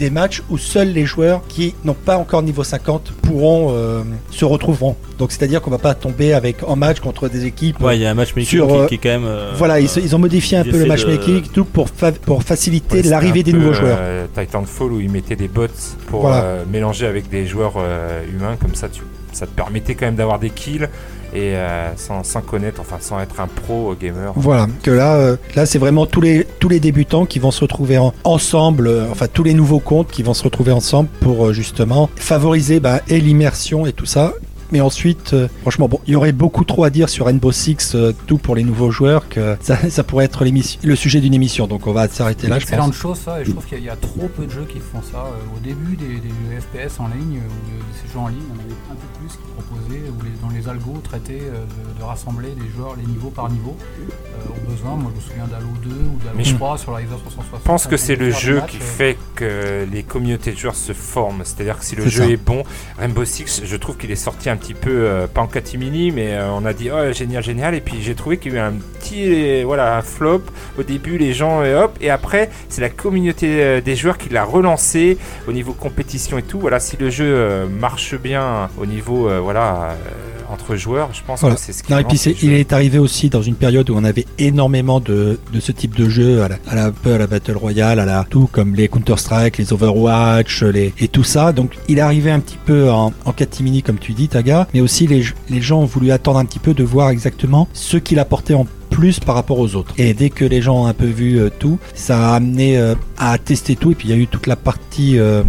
Speaker 3: des matchs où seuls les joueurs qui n'ont pas encore niveau 50 pourront euh, se retrouveront. Donc c'est-à-dire qu'on va pas tomber avec en match contre des équipes.
Speaker 1: Ouais, il y a un matchmaking
Speaker 3: Sur,
Speaker 1: qui-
Speaker 3: euh,
Speaker 1: qui, est quand même. euh,
Speaker 3: voilà, ils, se- ils ont modifié un
Speaker 1: ils
Speaker 3: peu le
Speaker 1: essaient
Speaker 3: matchmaking
Speaker 1: de-
Speaker 3: tout pour, fa- pour faciliter
Speaker 4: Ouais, c'était
Speaker 3: l'arrivée
Speaker 4: un
Speaker 3: des
Speaker 4: peu,
Speaker 3: nouveaux joueurs.
Speaker 4: euh, Titanfall où ils mettaient des bots pour
Speaker 3: Voilà.
Speaker 4: euh, mélanger avec des joueurs euh, humains, comme ça tu, ça te permettait quand même d'avoir des kills et euh, sans, sans connaître, enfin sans être un pro euh, gamer.
Speaker 3: Voilà, que là, euh, là c'est vraiment tous les, tous les débutants qui vont se retrouver en- ensemble, euh, enfin tous les nouveaux comptes qui vont se retrouver ensemble pour euh, justement favoriser bah, et l'immersion et tout ça. Mais ensuite, euh, franchement, bon, il y aurait beaucoup trop à dire sur Rainbow Six, euh, tout pour les nouveaux joueurs, que ça, ça pourrait être l'émission- le sujet d'une émission. Donc on va s'arrêter là, je pense.
Speaker 6: excellente chose ça et je trouve qu'il y, a- il y a trop peu de jeux qui font ça Euh, au début des, des FPS en ligne euh, ou de ces jeux en ligne il y en avait un peu plus qui proposaient ou les, dans les algos traitaient euh, de, de rassembler les joueurs les niveaux par niveau euh, au besoin moi je me souviens d'Halo 2 ou
Speaker 4: Mais
Speaker 6: d'Halo
Speaker 4: je
Speaker 6: 3 sur la Xbox 360
Speaker 4: Je pense que c'est le
Speaker 6: Faire des
Speaker 4: jeu
Speaker 6: matchs,
Speaker 4: qui
Speaker 6: euh,
Speaker 4: fait que les communautés de joueurs se forment. C'est-à-dire que si le
Speaker 3: C'est
Speaker 4: jeu
Speaker 3: ça.
Speaker 4: est bon, Rainbow Six, je trouve qu'il est sorti un petit peu, euh, pas en catimini, mais euh, on a dit oh génial, génial. Et puis j'ai trouvé qu'il y a eu un petit, euh, voilà, un flop. Au début, les gens, euh, hop, et après, c'est la communauté euh, des joueurs qui l'a relancé au niveau compétition et tout. Voilà, si le jeu euh, marche bien au niveau, euh, voilà. euh, entre joueurs, je pense
Speaker 3: Voilà.
Speaker 4: que c'est ce qui
Speaker 3: Non, et
Speaker 4: rend
Speaker 3: puis
Speaker 4: ces
Speaker 3: c'est-
Speaker 4: jeux-
Speaker 3: il est arrivé aussi dans une période où on avait énormément de, de ce type de jeu, à la, à la, un peu à la Battle Royale, à la tout comme les Counter-Strike, les Overwatch, les, et tout ça. Donc il est arrivé un petit peu en, en catimini, comme tu dis, Taga, mais aussi les, les gens ont voulu attendre un petit peu de voir exactement ce qu'il apportait en plus par rapport aux autres. Et dès que les gens ont un peu vu euh, tout, ça a amené euh, à tester tout. Et puis il y a eu toute la partie, euh,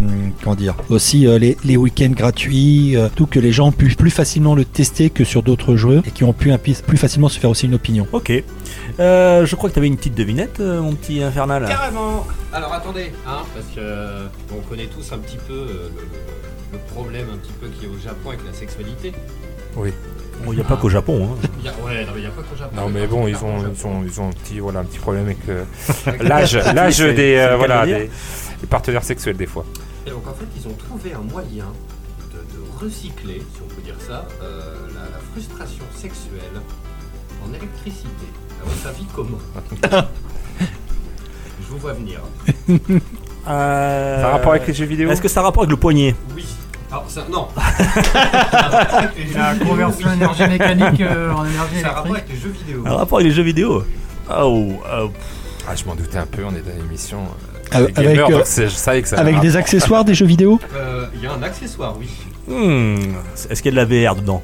Speaker 3: comment dire, aussi euh, les, les week-ends gratuits, euh, tout que les gens ont pu plus facilement le tester que sur d'autres jeux et qui ont pu un pi- plus facilement se faire aussi une opinion.
Speaker 1: Ok. Euh, je crois que t'avais une petite devinette, euh, mon petit infernal.
Speaker 5: Carrément Alors attendez, hein, parce que euh, on connaît tous un petit peu euh, le, le- le problème un petit peu qu'il y a au Japon avec la sexualité.
Speaker 1: Il n'y a pas qu'au Japon. hein.
Speaker 5: Il y a- ouais, non mais il n'y a pas qu'au Japon.
Speaker 4: Non mais bon, ils ont, ils ont, ils ont un petit, voilà, un petit problème avec euh,
Speaker 5: Avec-
Speaker 4: l'âge, l'âge
Speaker 1: c'est-
Speaker 4: des,
Speaker 1: c'est le
Speaker 4: euh,
Speaker 1: cas de
Speaker 4: voilà,
Speaker 1: le dire.
Speaker 4: des, des partenaires sexuels des fois.
Speaker 5: Et donc en fait, ils ont trouvé un moyen de, de recycler, si on peut dire ça, euh, la, la frustration sexuelle en électricité. À votre avis, comment Je vous vois venir.
Speaker 1: Euh,
Speaker 4: Ça a rapport avec les jeux vidéo
Speaker 1: Est-ce que ça a rapport avec le poignet
Speaker 5: Oui. Alors Ah, ça, non.
Speaker 6: La euh, conversion énergie mécanique euh, en énergie
Speaker 5: Ça a rapport avec
Speaker 6: électrique.
Speaker 5: les jeux vidéo.
Speaker 1: Un rapport avec les jeux vidéo Ah, ou, ah, ou.
Speaker 4: Ah, je m'en doutais un peu. On est dans l'émission euh,
Speaker 1: Ah,
Speaker 3: Avec,
Speaker 4: des gamers,
Speaker 3: euh,
Speaker 4: donc c'est- je savais que ça.
Speaker 3: avec des accessoires des jeux vidéo
Speaker 5: Euh, Il y a un accessoire, oui.
Speaker 1: Hmm. Est-ce qu'il y a de la VR dedans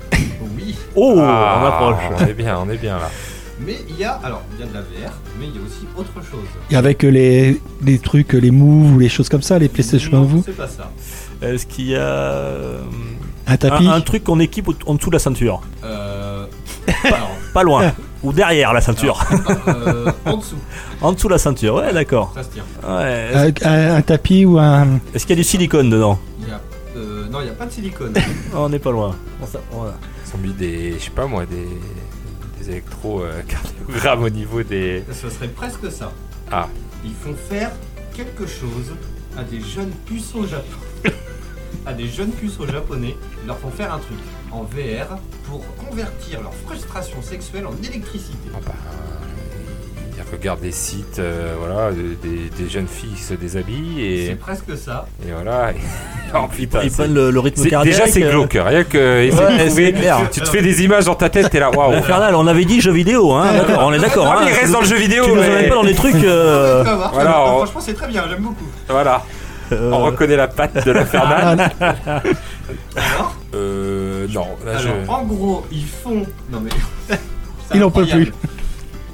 Speaker 5: Oui.
Speaker 1: Oh,
Speaker 4: Ah,
Speaker 1: on approche.
Speaker 4: On est bien, on est bien là.
Speaker 5: Mais il y a, alors, il y a de la VR, mais il y a aussi autre chose.
Speaker 3: et avec euh, les, les trucs, euh, les moves ou les choses comme ça, les PlayStation
Speaker 5: Non,
Speaker 3: vous
Speaker 5: C'est pas ça.
Speaker 1: Est-ce qu'il y a euh,
Speaker 3: un tapis
Speaker 1: un, un truc qu'on équipe au- en dessous de la ceinture
Speaker 5: Euh. alors,
Speaker 1: Pas loin. ou derrière la ceinture.
Speaker 5: euh, en dessous,
Speaker 1: en dessous de la ceinture, ouais, d'accord.
Speaker 5: ça se tient.
Speaker 1: Ouais. Est-ce
Speaker 3: Euh, un, un tapis ou un
Speaker 1: est-ce qu'il y a du silicone dedans
Speaker 5: Il y a. euh, non, il n'y a pas de silicone.
Speaker 1: Ah, On n'est pas loin. On s'a- on a-
Speaker 4: Ils ont mis des, je sais pas moi, des, des électrocardiogrammes au niveau des.
Speaker 5: Ce serait presque ça.
Speaker 4: Ah.
Speaker 5: Ils font faire quelque chose à des jeunes puces au Japon. à des jeunes puceaux japonais, ils leur font faire un truc en VR pour convertir leur frustration sexuelle en électricité.
Speaker 4: Ah bah, ils regardent des sites, euh, voilà, de- des, des jeunes filles qui se déshabillent
Speaker 5: C'est
Speaker 4: et,
Speaker 5: presque ça.
Speaker 4: et voilà. et- oh putain.
Speaker 1: Ils
Speaker 4: c'est-
Speaker 1: prennent le, le rythme
Speaker 4: c'est-
Speaker 1: cardiaque.
Speaker 4: déjà c'est
Speaker 1: euh,
Speaker 4: glauque, hein. rien que essayer de
Speaker 1: Ouais,
Speaker 4: trouver-
Speaker 1: c'est clair.
Speaker 4: tu te fais des images dans ta tête, t'es là, waouh.
Speaker 1: Infernal, on avait dit jeux vidéo, hein. D'accord, on est d'accord.
Speaker 4: Ah,
Speaker 1: hein.
Speaker 4: mais il reste dans le jeu vidéo.
Speaker 1: Tu nous
Speaker 4: mais-
Speaker 1: emmènes pas dans les trucs. euh,
Speaker 5: Tu vas voir, tu
Speaker 4: voilà,
Speaker 5: vas voir.
Speaker 4: on-
Speaker 5: Franchement, c'est très bien, j'aime beaucoup.
Speaker 4: Voilà,
Speaker 1: euh,
Speaker 4: on reconnaît la patte de l'infernal.
Speaker 5: Alors,
Speaker 4: euh, non, là je.
Speaker 5: alors, en gros, ils font. Non mais. c'est
Speaker 3: Il en peut
Speaker 5: incroyable.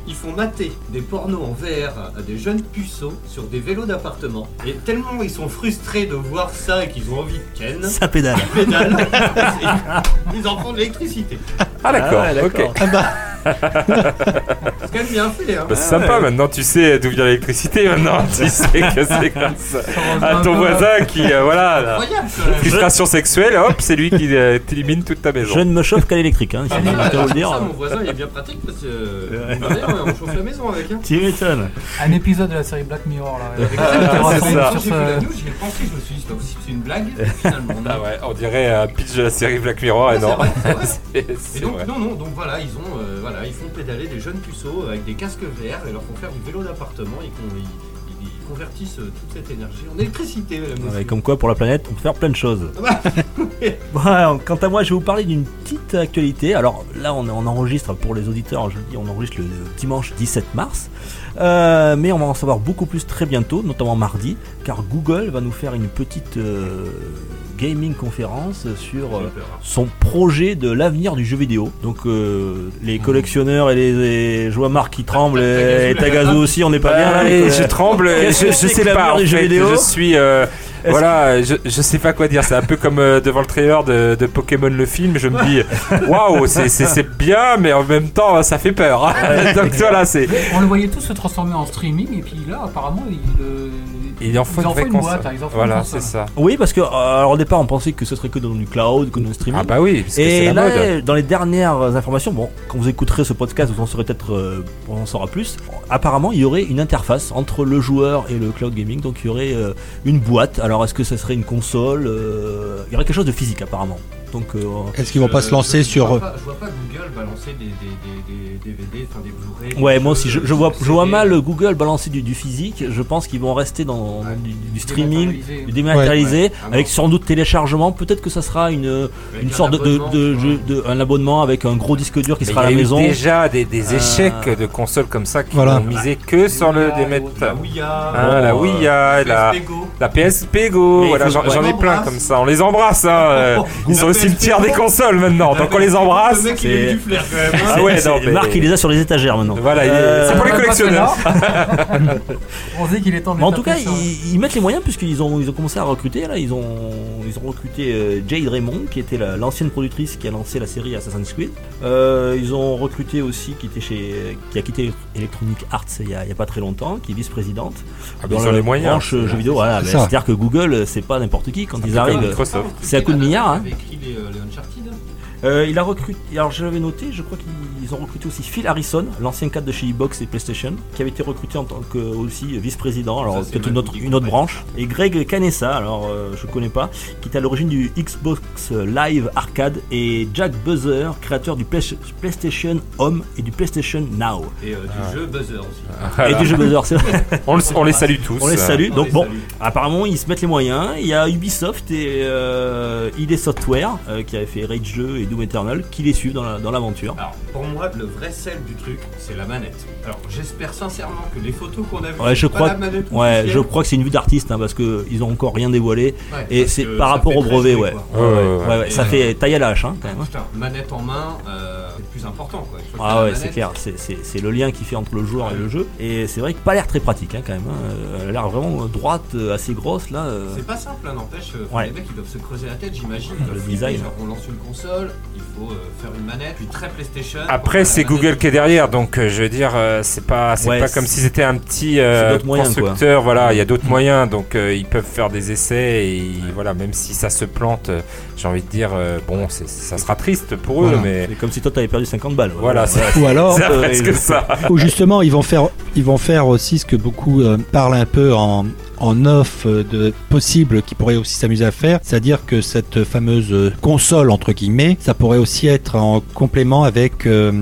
Speaker 5: Ils font mater des pornos en VR à des jeunes puceaux sur des vélos d'appartement. Et tellement ils sont frustrés de voir ça et qu'ils ont envie de ken,
Speaker 1: ça pédale.
Speaker 5: pédale, ils en font de l'électricité.
Speaker 4: Ah d'accord,
Speaker 1: Ah ouais,
Speaker 4: ok.
Speaker 1: d'accord.
Speaker 5: C'est quand même bien fait, hein.
Speaker 4: Bah, c'est sympa maintenant, tu sais d'où vient l'électricité maintenant, tu sais que c'est grâce
Speaker 5: Ah,
Speaker 4: à ton voisin qui, euh, voilà, la
Speaker 5: Incroyable, quand même.
Speaker 4: frustration sexuelle, hop, c'est lui qui euh, t'élimine toute ta
Speaker 1: Je
Speaker 4: maison.
Speaker 1: ne me chauffe qu'à l'électrique, hein. ici,
Speaker 5: Ah,
Speaker 1: je
Speaker 5: bah,
Speaker 1: peux vous le
Speaker 5: ça,
Speaker 1: dire.
Speaker 5: mon voisin il est bien pratique parce que euh, ma mère, ouais, on chauffe la maison avec. Hein.
Speaker 1: Tu m'étonnes.
Speaker 6: Un épisode de la série Black Mirror là. avec-
Speaker 4: Ah,
Speaker 5: Quand j'ai vu
Speaker 6: ça.
Speaker 5: la news, j'y ai pensé, je me suis dit, c'est pas possible, c'est une blague. Finalement, non.
Speaker 4: Ah ouais, on dirait un pitch de la série Black Mirror, et
Speaker 5: Ouais, Ah, c'est
Speaker 4: non,
Speaker 5: vrai, c'est vrai.
Speaker 4: c'est
Speaker 5: Et
Speaker 4: c'est
Speaker 5: donc
Speaker 4: vrai.
Speaker 5: non non donc voilà ils ont euh, voilà ils font pédaler des jeunes puceaux avec des casques verts et leur font faire du vélo d'appartement et qu'on ils, ils convertissent euh, toute cette énergie en électricité euh, mesdames,
Speaker 1: Ouais,
Speaker 5: messieurs.
Speaker 1: comme quoi, pour la planète, on peut faire plein de choses.
Speaker 5: bah,
Speaker 1: Bon, quant à moi, je vais vous parler d'une petite actualité. Alors là, on, on enregistre pour les auditeurs, je le dis, on enregistre le, le dimanche 17 mars. Euh, mais on va en savoir beaucoup plus très bientôt, notamment mardi, car Google va nous faire une petite euh, gaming conférence sur. euh, son projet de l'avenir du jeu vidéo. Donc euh, les collectionneurs et les, les joueurs marques qui tremblent et, et Tagazu aussi, on n'est pas bien là. les
Speaker 4: Allez,
Speaker 1: coll-
Speaker 4: Ah, je tremble, je,
Speaker 1: Qu'est-ce que
Speaker 4: je
Speaker 1: c'est que
Speaker 4: sais
Speaker 1: l'avenir
Speaker 4: pas en
Speaker 1: des jeux
Speaker 4: fait,
Speaker 1: vidéo
Speaker 4: je suis... euh,
Speaker 1: Est-ce
Speaker 4: voilà, je, je sais pas quoi dire. C'est un peu comme euh, devant le trailer de, de Pokémon le film. Je me dis, waouh, c'est- c'est c'est bien, mais en même temps, ça fait peur. Donc voilà, c'est
Speaker 6: On le voyait tous se transformer en streaming et puis là apparemment il, euh,
Speaker 4: Il en faut
Speaker 6: ils
Speaker 4: une
Speaker 6: en
Speaker 4: vraie
Speaker 6: font une
Speaker 4: console.
Speaker 6: boîte, hein, ils en font une
Speaker 4: Voilà, c'est
Speaker 6: console.
Speaker 4: ça.
Speaker 1: Oui, parce que euh, alors, au départ, on pensait que ce serait que dans du cloud, que dans le streaming.
Speaker 4: Ah bah oui, parce que c'est
Speaker 1: Et
Speaker 4: la
Speaker 1: là,
Speaker 4: mode.
Speaker 1: euh, dans les dernières informations, bon, quand vous écouterez ce podcast, vous en saurez peut-être, euh, on en saura plus. Apparemment, il y aurait une interface entre le joueur et le cloud gaming, donc il y aurait euh, une boîte. Alors, est-ce que ça serait une console euh, Il y aurait quelque chose de physique, apparemment. Donc, euh,
Speaker 3: Est-ce qu'ils vont
Speaker 5: Je-
Speaker 3: pas se lancer
Speaker 5: Euh, je- je vois
Speaker 3: sur. euh,
Speaker 5: pas- Je vois pas Google balancer des, des- des- des- des DVD, enfin des Blu-ray.
Speaker 1: ouais,
Speaker 5: des
Speaker 1: moi
Speaker 5: jeux,
Speaker 1: aussi, je,
Speaker 5: des
Speaker 1: je vois, je vois
Speaker 5: CD,
Speaker 1: mal
Speaker 5: euh,
Speaker 1: Google balancer du, du physique. Je pense qu'ils vont rester dans
Speaker 5: Ouais.
Speaker 1: du, du streaming,
Speaker 6: Dématérialisé.
Speaker 1: du dématérialisé,
Speaker 5: Ah non.
Speaker 1: avec sans doute téléchargement. Peut-être que ça sera une,
Speaker 5: avec
Speaker 1: une
Speaker 5: un
Speaker 1: sorte de, de,
Speaker 5: abonnement,
Speaker 1: de
Speaker 5: tu
Speaker 1: jeu-
Speaker 5: vois.
Speaker 1: de- un abonnement avec un gros disque dur qui
Speaker 4: Mais
Speaker 1: sera à
Speaker 4: il y
Speaker 1: la
Speaker 4: a eu
Speaker 1: maison. Ah.
Speaker 4: déjà des, des échecs de consoles comme ça qui
Speaker 3: Voilà.
Speaker 4: ont misé que sur
Speaker 6: Ah,
Speaker 4: le
Speaker 5: La
Speaker 4: démat.
Speaker 5: Ouya,
Speaker 4: Hein, la
Speaker 1: Bon, euh,
Speaker 4: Wii, euh, la,
Speaker 5: Lego.
Speaker 4: la PSP Go,
Speaker 1: Mais il
Speaker 4: voilà,
Speaker 1: faut-
Speaker 4: j'en
Speaker 1: ouais.
Speaker 4: j'en ai plein
Speaker 5: Embrasse.
Speaker 4: comme ça. On les embrasse, hein, euh, ils
Speaker 5: La
Speaker 4: sont au
Speaker 5: PSP
Speaker 4: cimetière des
Speaker 5: Go.
Speaker 4: consoles maintenant, donc on les embrasse.
Speaker 5: Le mec, il a eu
Speaker 1: c'est-
Speaker 5: du flair quand même. hein.
Speaker 4: Ah ouais,
Speaker 1: C'est-
Speaker 4: non,
Speaker 1: c'est-
Speaker 4: mais-
Speaker 1: Marc, il les a sur les étagères maintenant.
Speaker 4: Voilà, il est-
Speaker 1: Euh,
Speaker 4: c'est pour les
Speaker 6: on hein. va pas hein.
Speaker 4: collectionneurs.
Speaker 6: On se dit qu'il est temps de
Speaker 1: Mais en
Speaker 6: les
Speaker 1: tout cas,
Speaker 6: taper sur-
Speaker 4: hein.
Speaker 1: ils, ils mettent les moyens puisqu'ils ont, ils ont commencé à recruter. Là, ils ont, ils ont recruté euh, Jade Raymond, qui était la- l'ancienne productrice qui a lancé la série Assassin's Creed. Euh, ils ont recruté aussi, qui était chez, qui a quitté Electronic Arts il y a, il y a pas très longtemps, qui est vice-présidente
Speaker 4: Ah, mais
Speaker 1: dans
Speaker 4: ils ont
Speaker 1: la
Speaker 4: les moyens.
Speaker 1: branche euh, jeux vidéo. Voilà,
Speaker 3: C'est
Speaker 1: mais
Speaker 3: ça.
Speaker 1: c'est-à-dire que Google, euh, c'est pas n'importe qui quand ils
Speaker 4: Comme
Speaker 1: arrivent.
Speaker 4: Microsoft.
Speaker 1: C'est à coup de milliard, hein.
Speaker 5: Il avait écrit les, euh, les Uncharted.
Speaker 1: Euh, il a recruté. Alors j'avais noté, je crois qu'ils ont recruté aussi Phil Harrison, l'ancien cadre de chez Xbox et PlayStation, qui avait été recruté en tant que euh, aussi vice-président. Alors
Speaker 5: Ça, c'est
Speaker 1: peut-être
Speaker 5: ma
Speaker 1: une autre,
Speaker 5: boutique,
Speaker 1: une autre
Speaker 5: ouais.
Speaker 1: branche. Et Greg Canessa, alors euh, je connais pas, qui est à l'origine du Xbox Live Arcade et Jack Buzzer, créateur du Play- PlayStation Home et du PlayStation Now.
Speaker 5: Et euh, du
Speaker 1: Ah.
Speaker 5: jeu Buzzer aussi.
Speaker 4: Voilà.
Speaker 1: Et du jeu Buzzer, c'est vrai.
Speaker 4: On, le- on les salue tous. euh.
Speaker 1: On les salue.
Speaker 5: On
Speaker 1: Donc
Speaker 5: les
Speaker 1: bon,
Speaker 5: salue.
Speaker 1: apparemment ils se mettent les moyens. Il y a Ubisoft et euh, ID Software euh, qui avait fait Rage 2 et Doom Eternal qui les suivent dans la- dans l'aventure.
Speaker 5: Alors, pour moi, le vrai sel du truc, c'est la manette. Alors, j'espère sincèrement que les photos qu'on a vues,
Speaker 1: Ouais, je
Speaker 5: c'est pas
Speaker 1: crois
Speaker 5: la manette
Speaker 1: Ouais, je
Speaker 5: officielle.
Speaker 1: crois que c'est une vue d'artiste hein, parce que ils ont encore rien dévoilé.
Speaker 5: Ouais,
Speaker 1: Et
Speaker 5: parce
Speaker 1: c'est
Speaker 5: que
Speaker 1: par
Speaker 5: ça
Speaker 1: rapport
Speaker 5: fait
Speaker 1: au
Speaker 5: très
Speaker 1: brevet,
Speaker 5: joué,
Speaker 1: ouais.
Speaker 5: quoi.
Speaker 4: Ouais, ouais, ouais.
Speaker 1: Ouais, ouais, ça fait taille à la hache hein, quand même. hein.
Speaker 5: Putain, manette en main, euh, c'est le plus important quoi. Une fois que t'as
Speaker 1: Ah
Speaker 5: la
Speaker 1: ouais, c'est
Speaker 5: manette,
Speaker 1: clair, c'est- c'est c'est le lien qui fait entre le joueur et le jeu. Et c'est vrai que pas l'air très pratique hein, quand même. hein. Euh, Elle a l'air vraiment droite, euh, assez grosse là. euh.
Speaker 5: C'est pas simple, hein, n'empêche. euh,
Speaker 1: Ouais.
Speaker 5: Les mecs, ils doivent se creuser la tête, j'imagine.
Speaker 1: Le
Speaker 5: Le
Speaker 1: design.
Speaker 5: design. Genre, on lance une console, il faut euh, faire une manette, puis très PlayStation.
Speaker 4: Après, c'est Google qui est derrière, donc euh, je veux dire, euh, c'est pas, c'est
Speaker 1: Ouais,
Speaker 4: pas
Speaker 1: c'est-
Speaker 4: comme si c'était un petit euh,
Speaker 1: c'est d'autres moyens, quoi. Mm.
Speaker 4: constructeur. Voilà, il y a d'autres moyens, donc euh, ils peuvent faire des essais et voilà, même si ça se plante, euh, j'ai envie de dire, euh, bon, c'est- ça sera triste pour eux,
Speaker 3: Voilà.
Speaker 4: mais
Speaker 1: C'est comme si toi t'avais perdu 50 balles.
Speaker 4: voilà, c'est
Speaker 3: Ou alors,
Speaker 4: c'est
Speaker 1: euh,
Speaker 4: presque
Speaker 1: ils-
Speaker 4: ça.
Speaker 3: ou justement, ils vont faire, ils vont faire aussi ce que beaucoup euh, parlent un peu en, en off euh, de possible, qui pourrait aussi s'amuser à faire, c'est-à-dire que cette fameuse euh, console entre guillemets, ça pourrait aussi être en complément avec euh,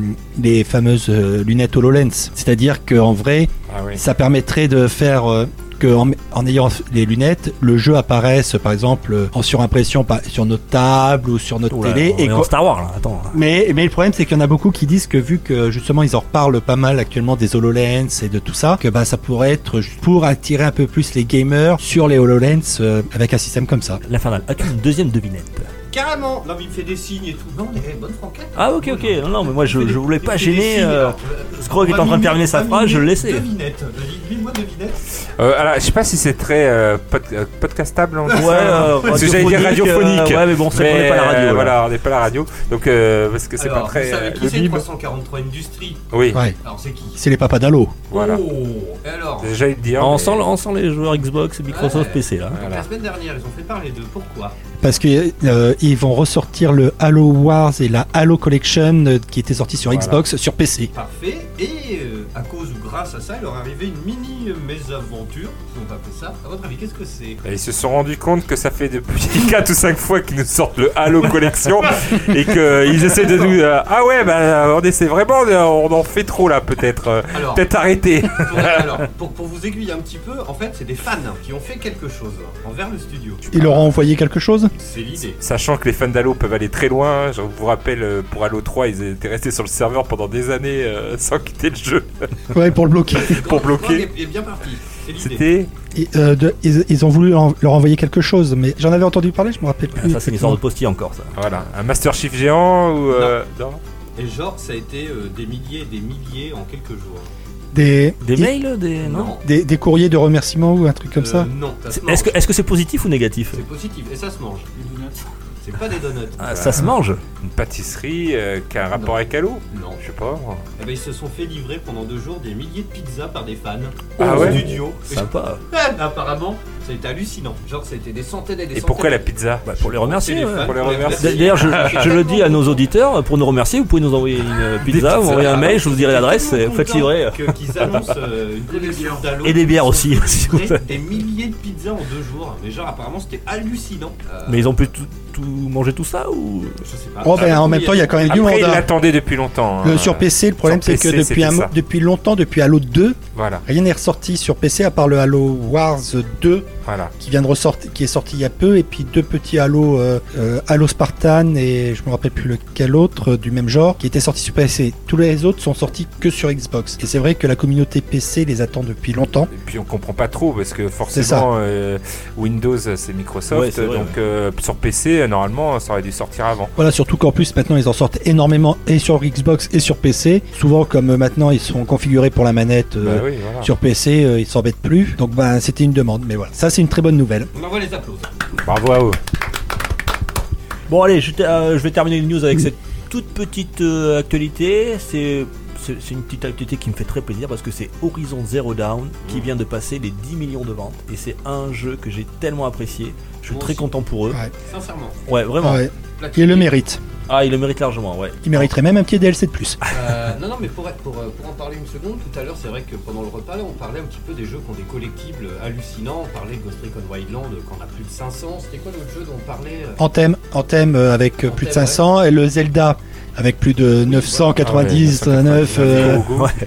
Speaker 3: les fameuses euh, lunettes Hololens. C'est-à-dire qu'en vrai,
Speaker 4: Ah oui.
Speaker 3: ça permettrait de faire euh, que en, en ayant les lunettes, le jeu apparaisse par exemple euh, en surimpression par- sur notre table ou sur notre
Speaker 1: Oula,
Speaker 3: télé.
Speaker 1: on
Speaker 3: Et
Speaker 1: est en
Speaker 3: qu'au-
Speaker 1: Star Wars là, attends.
Speaker 3: mais, mais le problème, c'est qu'il y en a beaucoup qui disent que vu que justement ils en reparlent pas mal actuellement des HoloLens et de tout ça, que bah ça pourrait être juste pour attirer un peu plus les gamers sur les HoloLens euh, avec un système comme ça.
Speaker 1: L'infernal, as-tu une deuxième devinette
Speaker 5: Carrément Non, mais il me fait des signes et tout. Non, on est bonne franquette.
Speaker 1: Ah ok ok, non, non mais moi je,
Speaker 5: Il me fait
Speaker 1: je
Speaker 5: des-
Speaker 1: voulais
Speaker 5: il me
Speaker 1: pas
Speaker 5: fait des
Speaker 1: gêner.
Speaker 5: signes,
Speaker 1: euh,
Speaker 5: alors, euh,
Speaker 1: Scrog est en
Speaker 5: on va
Speaker 1: train de terminer sa
Speaker 5: on va
Speaker 1: phrase, je le
Speaker 5: mimer
Speaker 1: laissais.
Speaker 5: Devinette, vas-y, mime-moi devinette.
Speaker 4: Euh, alors, je sais pas si c'est très euh, pod- euh, podcastable. On dit
Speaker 1: Ouais,
Speaker 4: ça,
Speaker 1: euh,
Speaker 4: Parce que j'allais dire radiophonique.
Speaker 1: euh, ouais, mais bon, c'est qu'on
Speaker 4: mais,
Speaker 1: est pas la radio.
Speaker 4: euh,
Speaker 1: là.
Speaker 4: voilà, on n'est pas la radio, donc euh, parce que c'est
Speaker 5: Alors,
Speaker 4: pas très
Speaker 5: Vous savez
Speaker 4: euh,
Speaker 5: qui
Speaker 4: le
Speaker 5: c'est
Speaker 4: bib.
Speaker 5: 343 Industries
Speaker 4: Oui,
Speaker 3: Ouais,
Speaker 5: Alors, c'est qui
Speaker 3: c'est les papas d'Halo.
Speaker 4: voilà.
Speaker 5: Oh Et alors
Speaker 4: J'allais le dire.
Speaker 1: on,
Speaker 4: mais-
Speaker 1: sent, on sent les joueurs Xbox, Microsoft,
Speaker 5: Ouais.
Speaker 1: PC là.
Speaker 5: La semaine dernière, ils ont fait parler d'eux. Pourquoi
Speaker 3: Parce que euh, ils vont ressortir le Halo Wars et la Halo Collection euh, qui était sortie sur
Speaker 4: Voilà.
Speaker 3: Xbox sur PC.
Speaker 5: Parfait. Et euh, à cause ou grâce à ça, il leur est arrivé une mini euh, mésaventure, si on peut appeler ça. À votre avis, qu'est-ce que c'est
Speaker 4: Et ils se sont rendus compte que ça fait depuis 4 ou 5 fois qu'ils nous sortent le Halo Collection et qu'ils essaient de nous. euh, ah ouais, bah, on essaie vraiment, euh, on en fait trop là, peut-être. euh,
Speaker 5: Alors,
Speaker 4: peut-être arrêter.
Speaker 5: pour, alors, pour, pour vous aiguiller un petit peu, en fait, c'est des fans qui ont fait quelque chose envers le studio.
Speaker 3: Ils leur ont envoyé quelque chose
Speaker 5: C'est l'idée.
Speaker 4: Sachant que les fans d'Halo peuvent aller très loin. Je vous rappelle, euh, pour Halo 3, ils étaient restés sur le serveur pendant des années euh, sans quitter le jeu.
Speaker 3: Ouais, pour le bloquer.
Speaker 4: Pour bloquer.
Speaker 5: Il est bien parti. C'est l'idée.
Speaker 4: C'était.
Speaker 3: Et, euh, de- ils, ils ont voulu en- leur envoyer quelque chose, mais j'en avais entendu parler, je me rappelle plus.
Speaker 1: Ah, Ça, c'est une histoire de postier encore ça.
Speaker 4: Voilà, un Master Chief géant ou. euh, non
Speaker 5: Et genre, ça a été euh, des milliers et des milliers en quelques jours.
Speaker 3: Des,
Speaker 1: Des
Speaker 3: des,
Speaker 1: mails des... Ah Non
Speaker 3: des, des courriers de remerciement ou un truc comme
Speaker 5: Euh,
Speaker 3: ça
Speaker 5: Non, ça se mange.
Speaker 1: Est-ce que est-ce que c'est positif ou négatif
Speaker 5: C'est positif et ça se mange. C'est pas des donuts.
Speaker 1: Ah, Ça se mange
Speaker 4: Une pâtisserie euh, qui a un rapport
Speaker 5: Non.
Speaker 4: avec Halo
Speaker 5: Non.
Speaker 4: Je sais pas. moi.
Speaker 5: Eh ben, ils se sont fait livrer pendant deux jours des milliers de pizzas par des fans
Speaker 4: Ah
Speaker 5: au
Speaker 4: ouais
Speaker 5: studio.
Speaker 1: Sympa
Speaker 5: Et- Apparemment, C'était hallucinant. Genre, c'était des centaines et des
Speaker 4: Et
Speaker 5: centaines.
Speaker 4: pourquoi la pizza
Speaker 1: Bah, pour les remercier. ouais.
Speaker 4: Pour les remercier.
Speaker 1: D'ailleurs, je, je le dis à nos auditeurs, pour nous remercier, vous pouvez nous envoyer une euh, pizza, vous envoyez un mail, je vous dirai l'adresse, et vous faites livrer.
Speaker 5: Que- Qu'ils annoncent euh, une collection d'Halo.
Speaker 1: Et des bières aussi. si vous-
Speaker 5: Des, des milliers de pizzas en deux jours. Mais genre, apparemment, c'était hallucinant. Euh,
Speaker 1: Mais ils ont pu tout, tout manger tout ça ou
Speaker 5: je sais pas. Ah,
Speaker 3: Oh, ben, en même temps, il y a quand même du monde.
Speaker 4: Ah, Après, il
Speaker 3: hein.
Speaker 4: l'attendait depuis longtemps.
Speaker 3: Le-
Speaker 4: hein.
Speaker 3: sur PC, le problème c'est que
Speaker 4: PC,
Speaker 3: depuis,
Speaker 4: c'était
Speaker 3: un,
Speaker 4: ça.
Speaker 3: depuis longtemps, depuis Halo 2,
Speaker 4: Voilà,
Speaker 3: rien n'est ressorti sur PC à part le Halo Wars 2
Speaker 4: voilà.
Speaker 3: qui vient de ressortir, qui est sorti il y a peu, et puis deux petits Halo, euh, euh, Halo Spartan et je me rappelle plus lequel autre euh, du même genre qui étaient sortis sur PC. Tous les autres sont sortis que sur Xbox. Et c'est vrai que la communauté PC les attend depuis longtemps.
Speaker 4: Et puis on comprend pas trop parce que
Speaker 3: ça.
Speaker 4: forcément euh, Windows c'est Microsoft
Speaker 1: Ouais, c'est vrai,
Speaker 4: donc euh, sur PC normalement ça aurait dû sortir avant.
Speaker 3: Voilà, surtout qu'en plus maintenant ils en sortent énormément et sur Xbox et sur PC. Souvent comme euh, maintenant ils sont configurés pour la manette. euh,
Speaker 4: Bah oui, voilà.
Speaker 3: Sur PC, euh, ils s'embêtent plus. Donc, ben, c'était une demande. Mais voilà, ça, c'est une très bonne nouvelle.
Speaker 5: On envoie les applaudissements.
Speaker 4: Bravo à eux.
Speaker 1: Bon allez, je, t- euh, je vais terminer les news avec cette toute petite euh, actualité. C'est c'est c'est une petite actualité qui me fait très plaisir parce que c'est Horizon Zero Down qui vient de passer les 10 millions de ventes et c'est un jeu que j'ai tellement apprécié. Je suis
Speaker 5: Moi
Speaker 1: très
Speaker 5: aussi.
Speaker 1: content pour eux.
Speaker 3: Ouais.
Speaker 5: Sincèrement.
Speaker 1: Ouais, vraiment.
Speaker 3: Ah Ouais.
Speaker 5: Platine.
Speaker 3: Il le mérite.
Speaker 1: Ah, il le mérite largement, ouais.
Speaker 3: Il mériterait même un petit DLC de plus.
Speaker 5: Euh, non, non, mais pour, pour, euh, pour en parler une seconde, tout à l'heure, c'est vrai que pendant le repas, là, on parlait un petit peu des jeux qui ont des collectibles euh, hallucinants. On parlait de Ghost Recon Wildland, euh, qu'on a plus de 500. C'était quoi l'autre jeu dont on parlait euh,
Speaker 3: En thème, en thème Ah euh, avec euh, plus de
Speaker 5: Anthem,
Speaker 3: 500 et le Zelda avec plus de 999. euh,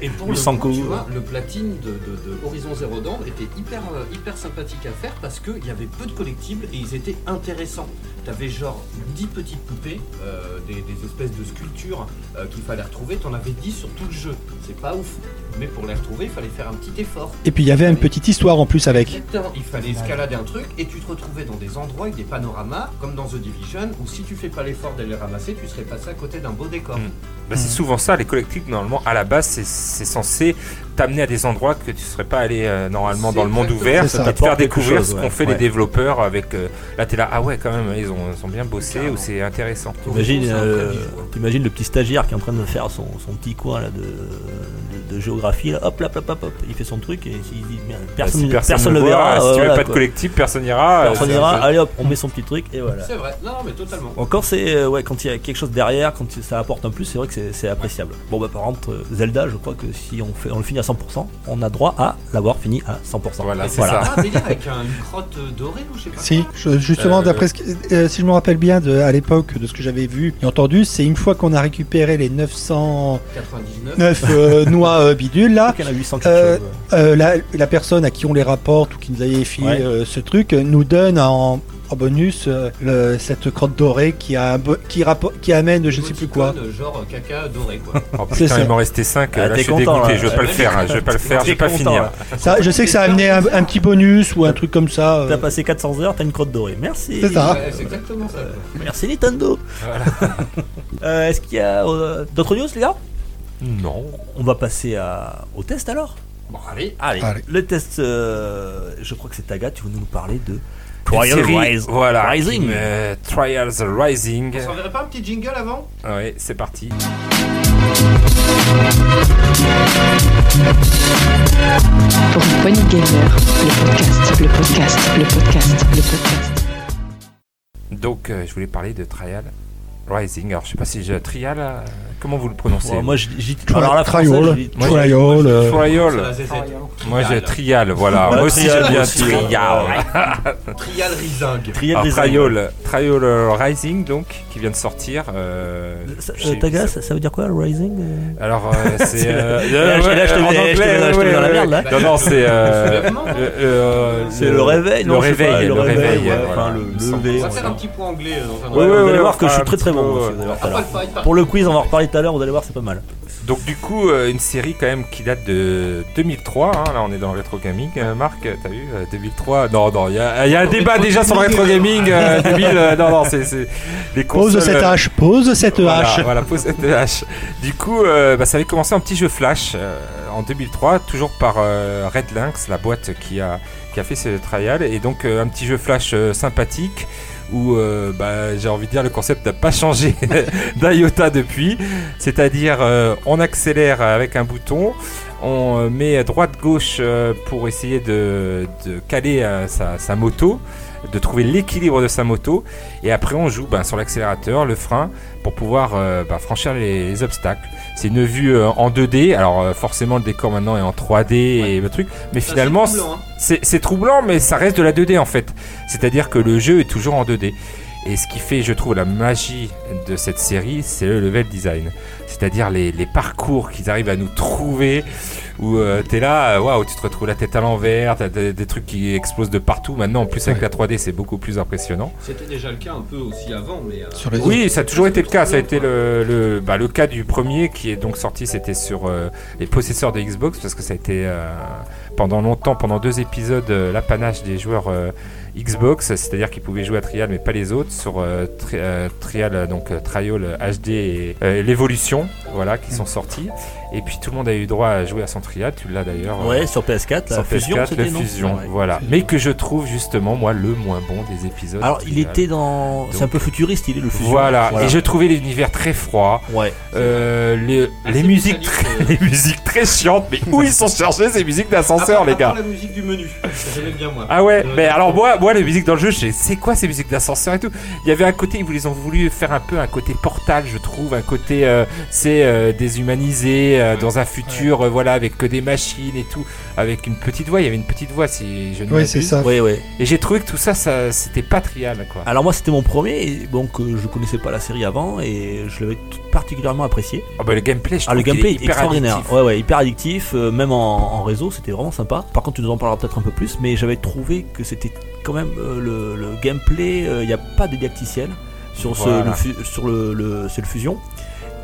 Speaker 5: Et pour
Speaker 1: Le
Speaker 5: le,
Speaker 1: Sanko.
Speaker 5: coup, tu vois, le platine de, de- de Horizon Zero Dawn était hyper, euh, hyper sympathique à faire parce qu'il y avait peu de collectibles et ils étaient intéressants. T'avais genre 10 petites poupées, euh, des, des espèces de sculptures euh, qu'il fallait retrouver. T'en avais 10 sur tout le jeu. C'est pas ouf. Mais pour les retrouver, il fallait faire un petit effort.
Speaker 3: et puis il y avait une petite histoire en plus avec.
Speaker 5: Exactement, il fallait escalader un truc et tu te retrouvais dans des endroits avec des panoramas, comme dans The Division, où si tu fais pas l'effort d'aller les ramasser, tu serais passé à côté d'un beau décor.
Speaker 3: Hmm.
Speaker 4: Mm. Bah, c'est souvent ça, les collectifs, normalement, à la base, c'est, c'est censé t'amener à des endroits que tu serais pas allé euh, normalement
Speaker 5: C'est
Speaker 4: dans le monde
Speaker 5: exactement
Speaker 4: ouvert,
Speaker 3: ça. Ça
Speaker 4: et te faire
Speaker 1: t'apporte quelque
Speaker 4: découvrir
Speaker 1: chose,
Speaker 4: ce
Speaker 1: ouais.
Speaker 4: qu'ont fait
Speaker 1: Ouais.
Speaker 4: les développeurs avec. euh, là, t'es là, ah ouais, quand même, ils ont, ils ont bien bossé,
Speaker 5: Clairement.
Speaker 4: ou c'est intéressant.
Speaker 1: T'imagines,
Speaker 5: C'est un
Speaker 1: euh,
Speaker 5: vrai bijou, hein.
Speaker 1: t'imagines le petit stagiaire qui est en train de faire son, son petit coin là, de, de, de géographie, là. hop, là, hop, hop, hop, il fait son truc et il dit merde,
Speaker 4: Bah,
Speaker 1: personne,
Speaker 4: si
Speaker 1: personne ne le
Speaker 4: voit,
Speaker 1: verra.
Speaker 4: si
Speaker 1: euh,
Speaker 4: tu veux
Speaker 1: voilà,
Speaker 4: pas de
Speaker 1: quoi.
Speaker 4: collectif, personne n'ira. euh,
Speaker 1: Personne n'ira, allez hop, on met son petit truc et voilà.
Speaker 5: C'est vrai, non, non, mais totalement.
Speaker 1: Encore, c'est euh, ouais, quand il y a quelque chose derrière, quand ça apporte un plus, c'est vrai que c'est- c'est appréciable. Bon, bah par contre, euh, Zelda, je crois que si on, fait, on le finit à 100%, on a droit à l'avoir fini à 100%.
Speaker 4: Voilà, c'est ça.
Speaker 5: Ah, mais là, avec un- une crotte dorée ou je sais pas.
Speaker 3: Si, je- justement,
Speaker 4: Euh,
Speaker 3: d'après ce que- euh, si je me rappelle bien de, à l'époque de ce que j'avais vu et entendu, c'est une fois qu'on a récupéré les 909
Speaker 5: 99.
Speaker 3: euh, noix euh, bidules là,
Speaker 1: Il y en a 800 quelque
Speaker 3: Euh,
Speaker 1: chose. ouais.
Speaker 3: Euh, la, la personne à qui on les rapporte ou qui nous a filé
Speaker 1: Ouais.
Speaker 3: euh, ce truc euh, nous donne en, en bonus euh, le- cette crotte dorée qui, a un bo- qui, rappo- qui amène je ne sais plus quoi.
Speaker 5: Émoticône, Genre caca doré quoi.
Speaker 4: Oh
Speaker 3: C'est
Speaker 4: putain,
Speaker 3: ça.
Speaker 4: il m'en restait 5.
Speaker 1: Ah,
Speaker 4: là,
Speaker 1: t'es
Speaker 4: euh, je suis
Speaker 1: content,
Speaker 4: dégoûté,
Speaker 1: là.
Speaker 4: je vais pas le faire, hein, je vais pas le faire, je vais
Speaker 1: T'es
Speaker 4: pas
Speaker 1: content, hein.
Speaker 4: finir.
Speaker 1: là.
Speaker 3: Ça, je sais que ça a amené un, un petit bonus ou un truc comme ça. euh.
Speaker 1: T'as passé 400 heures, t'as une crotte dorée. Merci.
Speaker 3: C'est ça. Ah.
Speaker 5: Ouais, c'est exactement ça. quoi.
Speaker 1: Merci Nintendo. Euh, Est-ce qu'il y a euh, d'autres news, les gars
Speaker 4: Non.
Speaker 1: On va passer à- au test alors.
Speaker 5: Bon allez,
Speaker 1: Allez,
Speaker 3: Allez.
Speaker 1: le test, euh, je crois que c'est Taga, tu veux nous parler de
Speaker 4: Une série,
Speaker 1: Rise-
Speaker 4: voilà,
Speaker 1: Rising.
Speaker 4: euh, Trials Rising.
Speaker 5: on s'enverrait pas un petit jingle avant
Speaker 4: Ouais, c'est parti.
Speaker 2: Pour une poignée de gamers, le podcast, le podcast, le podcast, le podcast.
Speaker 4: Donc, euh, je voulais parler de Trial Rising. Alors, je sais pas si je. Trial, euh, comment vous le prononcez
Speaker 1: Ouais, moi, je dis
Speaker 3: Tri-
Speaker 1: alors la française,
Speaker 3: trial,
Speaker 1: je dis-
Speaker 4: Moi,
Speaker 3: trial, euh,
Speaker 5: C'est la
Speaker 4: Trial.
Speaker 5: ZZ.
Speaker 4: Moi, j'ai Trial, voilà.
Speaker 1: Voilà,
Speaker 4: Ah, moi aussi,
Speaker 1: Trial,
Speaker 4: j'aime bien
Speaker 1: moi aussi.
Speaker 4: Trial.
Speaker 5: Trial Rizingue.
Speaker 1: Trial
Speaker 4: Alors,
Speaker 1: Design.
Speaker 4: Trial, Trial euh, Rising, donc, qui vient de sortir. euh,
Speaker 1: Ça- euh,
Speaker 4: chez
Speaker 1: Taga,
Speaker 4: Ubisoft.
Speaker 1: ça, ça veut dire quoi, le Rising euh
Speaker 4: Alors, euh, c'est. euh,
Speaker 1: Et là, je- là, je te
Speaker 4: en
Speaker 1: mets- je te
Speaker 4: anglais,
Speaker 1: mets dans- je te mets dans la
Speaker 4: ouais,
Speaker 1: merde, là.
Speaker 4: ouais. Non, non, c'est. euh,
Speaker 5: Soulèvement, non
Speaker 4: le- euh,
Speaker 1: C'est le réveil,
Speaker 4: Le
Speaker 1: non, je sais
Speaker 4: réveil,
Speaker 1: pas,
Speaker 4: le
Speaker 1: le réveil,
Speaker 4: réveil.
Speaker 1: ouais,
Speaker 4: euh,
Speaker 1: enfin,
Speaker 4: voilà.
Speaker 1: le
Speaker 4: Il me semble.
Speaker 1: lever.
Speaker 5: On va faire un petit point anglais euh, dans un
Speaker 4: Ouais, ouais,
Speaker 1: vous
Speaker 4: ouais,
Speaker 1: allez voir
Speaker 4: on
Speaker 1: que je suis
Speaker 4: fera
Speaker 1: très
Speaker 4: un
Speaker 1: très bon.
Speaker 4: petit peu,
Speaker 1: moi,
Speaker 4: ouais.
Speaker 1: aussi, d'ailleurs, tout à
Speaker 5: Après
Speaker 1: l'heure.
Speaker 5: le fight, par
Speaker 1: Pour le quiz, on va en reparler tout à l'heure, vous allez voir, c'est pas mal.
Speaker 4: Donc du coup, euh, une série quand même qui date de 2003. hein. là, on est dans le rétro gaming. Euh, Marc, euh, t'as vu euh, 2003 Non, non. Il y, a il y a un débat déjà sur le rétro gaming. euh, 2000, euh, non, non. C'est c'est- les
Speaker 3: Pose
Speaker 4: consoles,
Speaker 3: cette
Speaker 4: euh,
Speaker 3: hache, pose cette
Speaker 4: voilà,
Speaker 3: hache.
Speaker 4: Voilà, pose cette hache. Du coup, euh, bah, ça avait commencé un petit jeu Flash euh, en 2003, toujours par euh, Red Lynx, la boîte qui a, qui a fait ce trial. Et donc, euh, un petit jeu Flash euh, sympathique où euh, bah, j'ai envie de dire le concept n'a pas changé d'IOTA depuis. C'est-à-dire euh, on accélère avec un bouton, on euh, met droite-gauche euh, pour essayer de, de caler euh, sa, sa moto, de trouver l'équilibre de sa moto, et après on joue bah, sur l'accélérateur, le frein, pour pouvoir euh, bah, franchir les, les obstacles. C'est une vue euh, en 2D, alors euh, forcément le décor maintenant est en 3D et le truc, mais
Speaker 9: Ça,
Speaker 4: finalement...
Speaker 9: c'est troublant, hein.
Speaker 4: C'est c'est troublant, mais ça reste de la 2D en fait. C'est-à-dire que le jeu est toujours en 2D. Et ce qui fait, je trouve, la magie de cette série, c'est le level design. C'est-à-dire les, les parcours qu'ils arrivent à nous trouver, où euh, t'es là, euh, waouh, tu te retrouves la tête à l'envers, t'as des, des trucs qui explosent de partout. Maintenant, en plus avec la 3D, c'est beaucoup plus impressionnant.
Speaker 9: C'était déjà le cas un peu aussi avant, mais. euh,
Speaker 10: Sur les
Speaker 4: Oui, ça a toujours été le cas. Ça a été le, le, bah, le cas du premier qui est donc sorti, c'était sur euh, les possesseurs de Xbox, parce que ça a été euh, pendant longtemps, pendant deux épisodes, euh, l'apanage des joueurs euh, Xbox, c'est-à-dire qu'ils pouvaient jouer à Trial mais pas les autres, sur euh, Tri- euh, Trial, euh, donc euh, Trial euh, HD et euh, l'évolution, voilà, qui sont sortis. Et puis tout le monde a eu droit à jouer à son Trial, tu l'as d'ailleurs. euh,
Speaker 1: Ouais, sur PS4, la
Speaker 4: sur
Speaker 1: fusion,
Speaker 4: PS4,
Speaker 1: c'était
Speaker 4: le
Speaker 1: non
Speaker 4: fusion,
Speaker 1: Ouais.
Speaker 4: voilà. Mais que je trouve justement, moi, le moins bon des épisodes.
Speaker 1: Alors, il
Speaker 4: Trial.
Speaker 1: était dans. C'est un peu futuriste, il est le fusion.
Speaker 4: Voilà. et je trouvais l'univers très froid,
Speaker 1: Ouais.
Speaker 4: euh, les, les
Speaker 9: Assez
Speaker 4: musiques
Speaker 9: métallique,
Speaker 4: très,
Speaker 9: euh.
Speaker 4: les musiques très chiantes, mais où ils sont chargés ces musiques
Speaker 9: à
Speaker 4: d'ascenseur,
Speaker 9: part-
Speaker 4: les
Speaker 9: à part
Speaker 4: gars
Speaker 9: la musique du menu. J'aimais bien moi.
Speaker 4: Ah ouais,
Speaker 9: Euh,
Speaker 4: mais alors moi, moi les musiques dans le jeu, je sais, c'est quoi ces musiques d'ascenseur et tout Il y avait un côté, ils vous ont voulu faire un peu un côté portal, je trouve, un côté, euh, c'est euh, déshumanisé euh, dans un futur, euh, voilà, avec que des machines et tout, avec une petite voix. Il y avait une petite voix, si je ne
Speaker 10: Oui,
Speaker 4: m'abuse.
Speaker 10: c'est ça.
Speaker 1: Ouais, ouais.
Speaker 4: Et j'ai trouvé que tout ça, ça c'était pas trial, quoi.
Speaker 1: Alors, moi, c'était mon premier, et donc euh, je connaissais pas la série avant et je l'avais tout particulièrement apprécié.
Speaker 4: Ah bah le gameplay, je
Speaker 1: Ah, le
Speaker 4: trouve qu'il
Speaker 1: gameplay
Speaker 4: est
Speaker 1: est
Speaker 4: hyper
Speaker 1: extraordinaire.
Speaker 4: addictif.
Speaker 1: Ouais, ouais, hyper addictif, euh, même en, en réseau, c'était vraiment sympa. Par contre, tu nous en parleras peut-être un peu plus, mais j'avais trouvé que c'était quand même euh, le, le gameplay, euh, il n'y a pas de didacticiel sur, ce,
Speaker 4: Voilà.
Speaker 1: le, fu- sur le, le- c'est le fusion.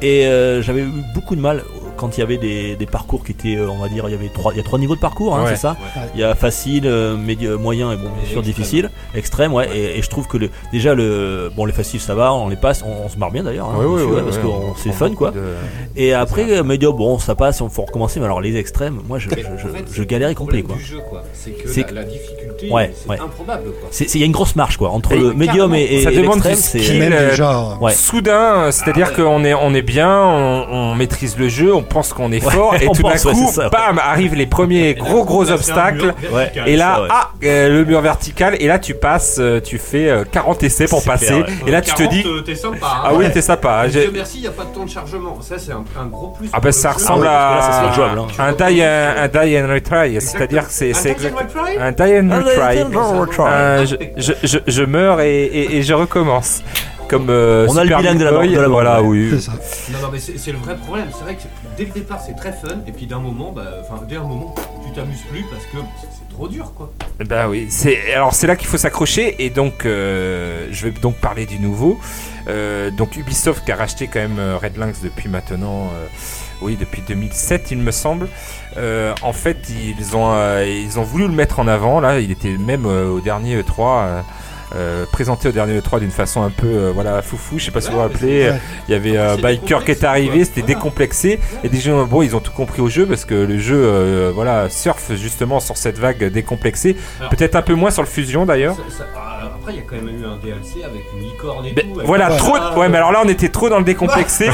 Speaker 1: Et euh, j'avais eu beaucoup de mal quand il y avait des, des parcours qui étaient, euh, on va dire, il y avait trois, il y a trois niveaux de parcours, hein,
Speaker 4: Ouais.
Speaker 1: c'est ça
Speaker 10: Ouais.
Speaker 1: Il y a facile, euh, médi- euh, moyen et bon, bien
Speaker 9: Et
Speaker 1: sûr
Speaker 9: extrême.
Speaker 1: difficile, extrême, ouais. Et, et je trouve que le, déjà le, bon, les faciles ça va, on les passe, on, on se marre bien d'ailleurs, hein,
Speaker 4: Ouais, ouais,
Speaker 1: dessus,
Speaker 4: ouais,
Speaker 1: ouais, parce
Speaker 4: ouais,
Speaker 1: que
Speaker 4: on
Speaker 1: c'est
Speaker 4: prend
Speaker 1: fun
Speaker 4: beaucoup
Speaker 1: quoi.
Speaker 4: de-
Speaker 1: Et après,
Speaker 4: ça.
Speaker 1: euh, Médio, bon, ça passe, on faut recommencer. Mais alors, les extrêmes, moi, je, je,
Speaker 9: Mais en
Speaker 1: je,
Speaker 9: fait,
Speaker 1: je
Speaker 9: c'est
Speaker 1: galérais
Speaker 9: le
Speaker 1: complet,
Speaker 9: problème
Speaker 1: quoi.
Speaker 9: du jeu, quoi. C'est que
Speaker 1: C'est
Speaker 9: la, la difficulté,
Speaker 1: Ouais,
Speaker 9: c'est
Speaker 1: ouais.
Speaker 9: improbable, quoi.
Speaker 1: C'est- c'est- Il y a une grosse marche, quoi. Entre
Speaker 4: Et
Speaker 1: le médium et, et,
Speaker 4: ça
Speaker 1: et
Speaker 4: demande du
Speaker 1: l'extrême,
Speaker 10: Qui
Speaker 4: skill.
Speaker 1: c'est.
Speaker 10: même
Speaker 4: euh,
Speaker 10: du genre.
Speaker 1: Ouais.
Speaker 4: soudain, c'est-à-dire
Speaker 9: Ah ouais.
Speaker 4: qu'on est, on est bien, on, on maîtrise le jeu, on pense qu'on est
Speaker 1: Ouais,
Speaker 4: fort, et
Speaker 1: on
Speaker 4: tout d'un
Speaker 1: pense, ouais,
Speaker 4: coup,
Speaker 1: c'est ça, ouais.
Speaker 4: bam, arrivent les premiers gros gros obstacles.
Speaker 1: Ouais.
Speaker 4: Et là,
Speaker 1: ça, ouais.
Speaker 4: ah, euh, le mur vertical, et là tu passes, euh, tu fais euh, 40 essais pour
Speaker 1: C'est clair,
Speaker 4: passer,
Speaker 1: ouais.
Speaker 4: et là tu te dis,
Speaker 9: T'es sympa. hein.
Speaker 4: ah oui, t'es sympa. hein,
Speaker 9: Mais
Speaker 4: j'ai-
Speaker 9: Dieu merci, il n'y a pas de temps de chargement. Ça, c'est un, un gros plus.
Speaker 4: Ah
Speaker 9: pour le
Speaker 4: ben ça
Speaker 9: jeu.
Speaker 4: ressemble
Speaker 1: ouais, parce que là, ça
Speaker 4: à
Speaker 1: serait jouable, hein.
Speaker 4: un die, euh, un, un die and retry, c'est-à-dire que c'est
Speaker 9: Un
Speaker 4: c'est
Speaker 9: Jack and
Speaker 4: exact.
Speaker 9: Wild Pride
Speaker 4: Un die and
Speaker 1: Un die
Speaker 4: retry.
Speaker 1: and retry.
Speaker 4: Un- Euh, je, je, je, je meurs et, et, et je recommence. Comme euh,
Speaker 1: On a le
Speaker 4: Super
Speaker 1: bilingue de la
Speaker 4: Meat Boy,
Speaker 1: bande- de la bande,
Speaker 4: Voilà,
Speaker 1: ouais.
Speaker 4: oui.
Speaker 10: C'est ça.
Speaker 9: Non, non, mais c'est c'est le vrai problème. C'est vrai que c'est- dès le départ, c'est très fun. Et puis d'un moment, bah, enfin, dès un moment, tu t'amuses plus parce que c'est trop dur, quoi.
Speaker 4: Bah oui, c'est alors c'est là qu'il faut s'accrocher et donc euh, je vais donc parler du nouveau. Euh, donc Ubisoft qui a racheté quand même euh, Red Lynx depuis maintenant, euh, oui depuis 2007 il me semble. Euh, en fait ils ont euh, ils ont voulu le mettre en avant là, il était même euh, au dernier E3. euh, euh, présenté au dernier E3 d'une façon un peu euh, voilà foufou, je sais pas si vous vous
Speaker 9: Ouais,
Speaker 4: rappelez,
Speaker 10: mais
Speaker 4: euh, il y avait euh,
Speaker 9: C'est
Speaker 4: Biker qui est
Speaker 9: décomplexé,
Speaker 4: arrivé,
Speaker 9: quoi.
Speaker 4: c'était
Speaker 9: Voilà.
Speaker 4: décomplexé et des gens, bon, ils ont tout compris au jeu parce que le jeu, euh, voilà, surfe justement sur cette vague décomplexée.
Speaker 9: Alors-
Speaker 4: Peut-être un peu moins sur le fusion d'ailleurs.
Speaker 9: Ça- ça- ah, après, il y a quand même eu un DLC avec une licorne et
Speaker 4: Ben,
Speaker 9: tout. avec- euh,
Speaker 4: voilà,
Speaker 10: Ouais.
Speaker 4: trop. de- Ouais, mais alors là, on était trop dans le décomplexé.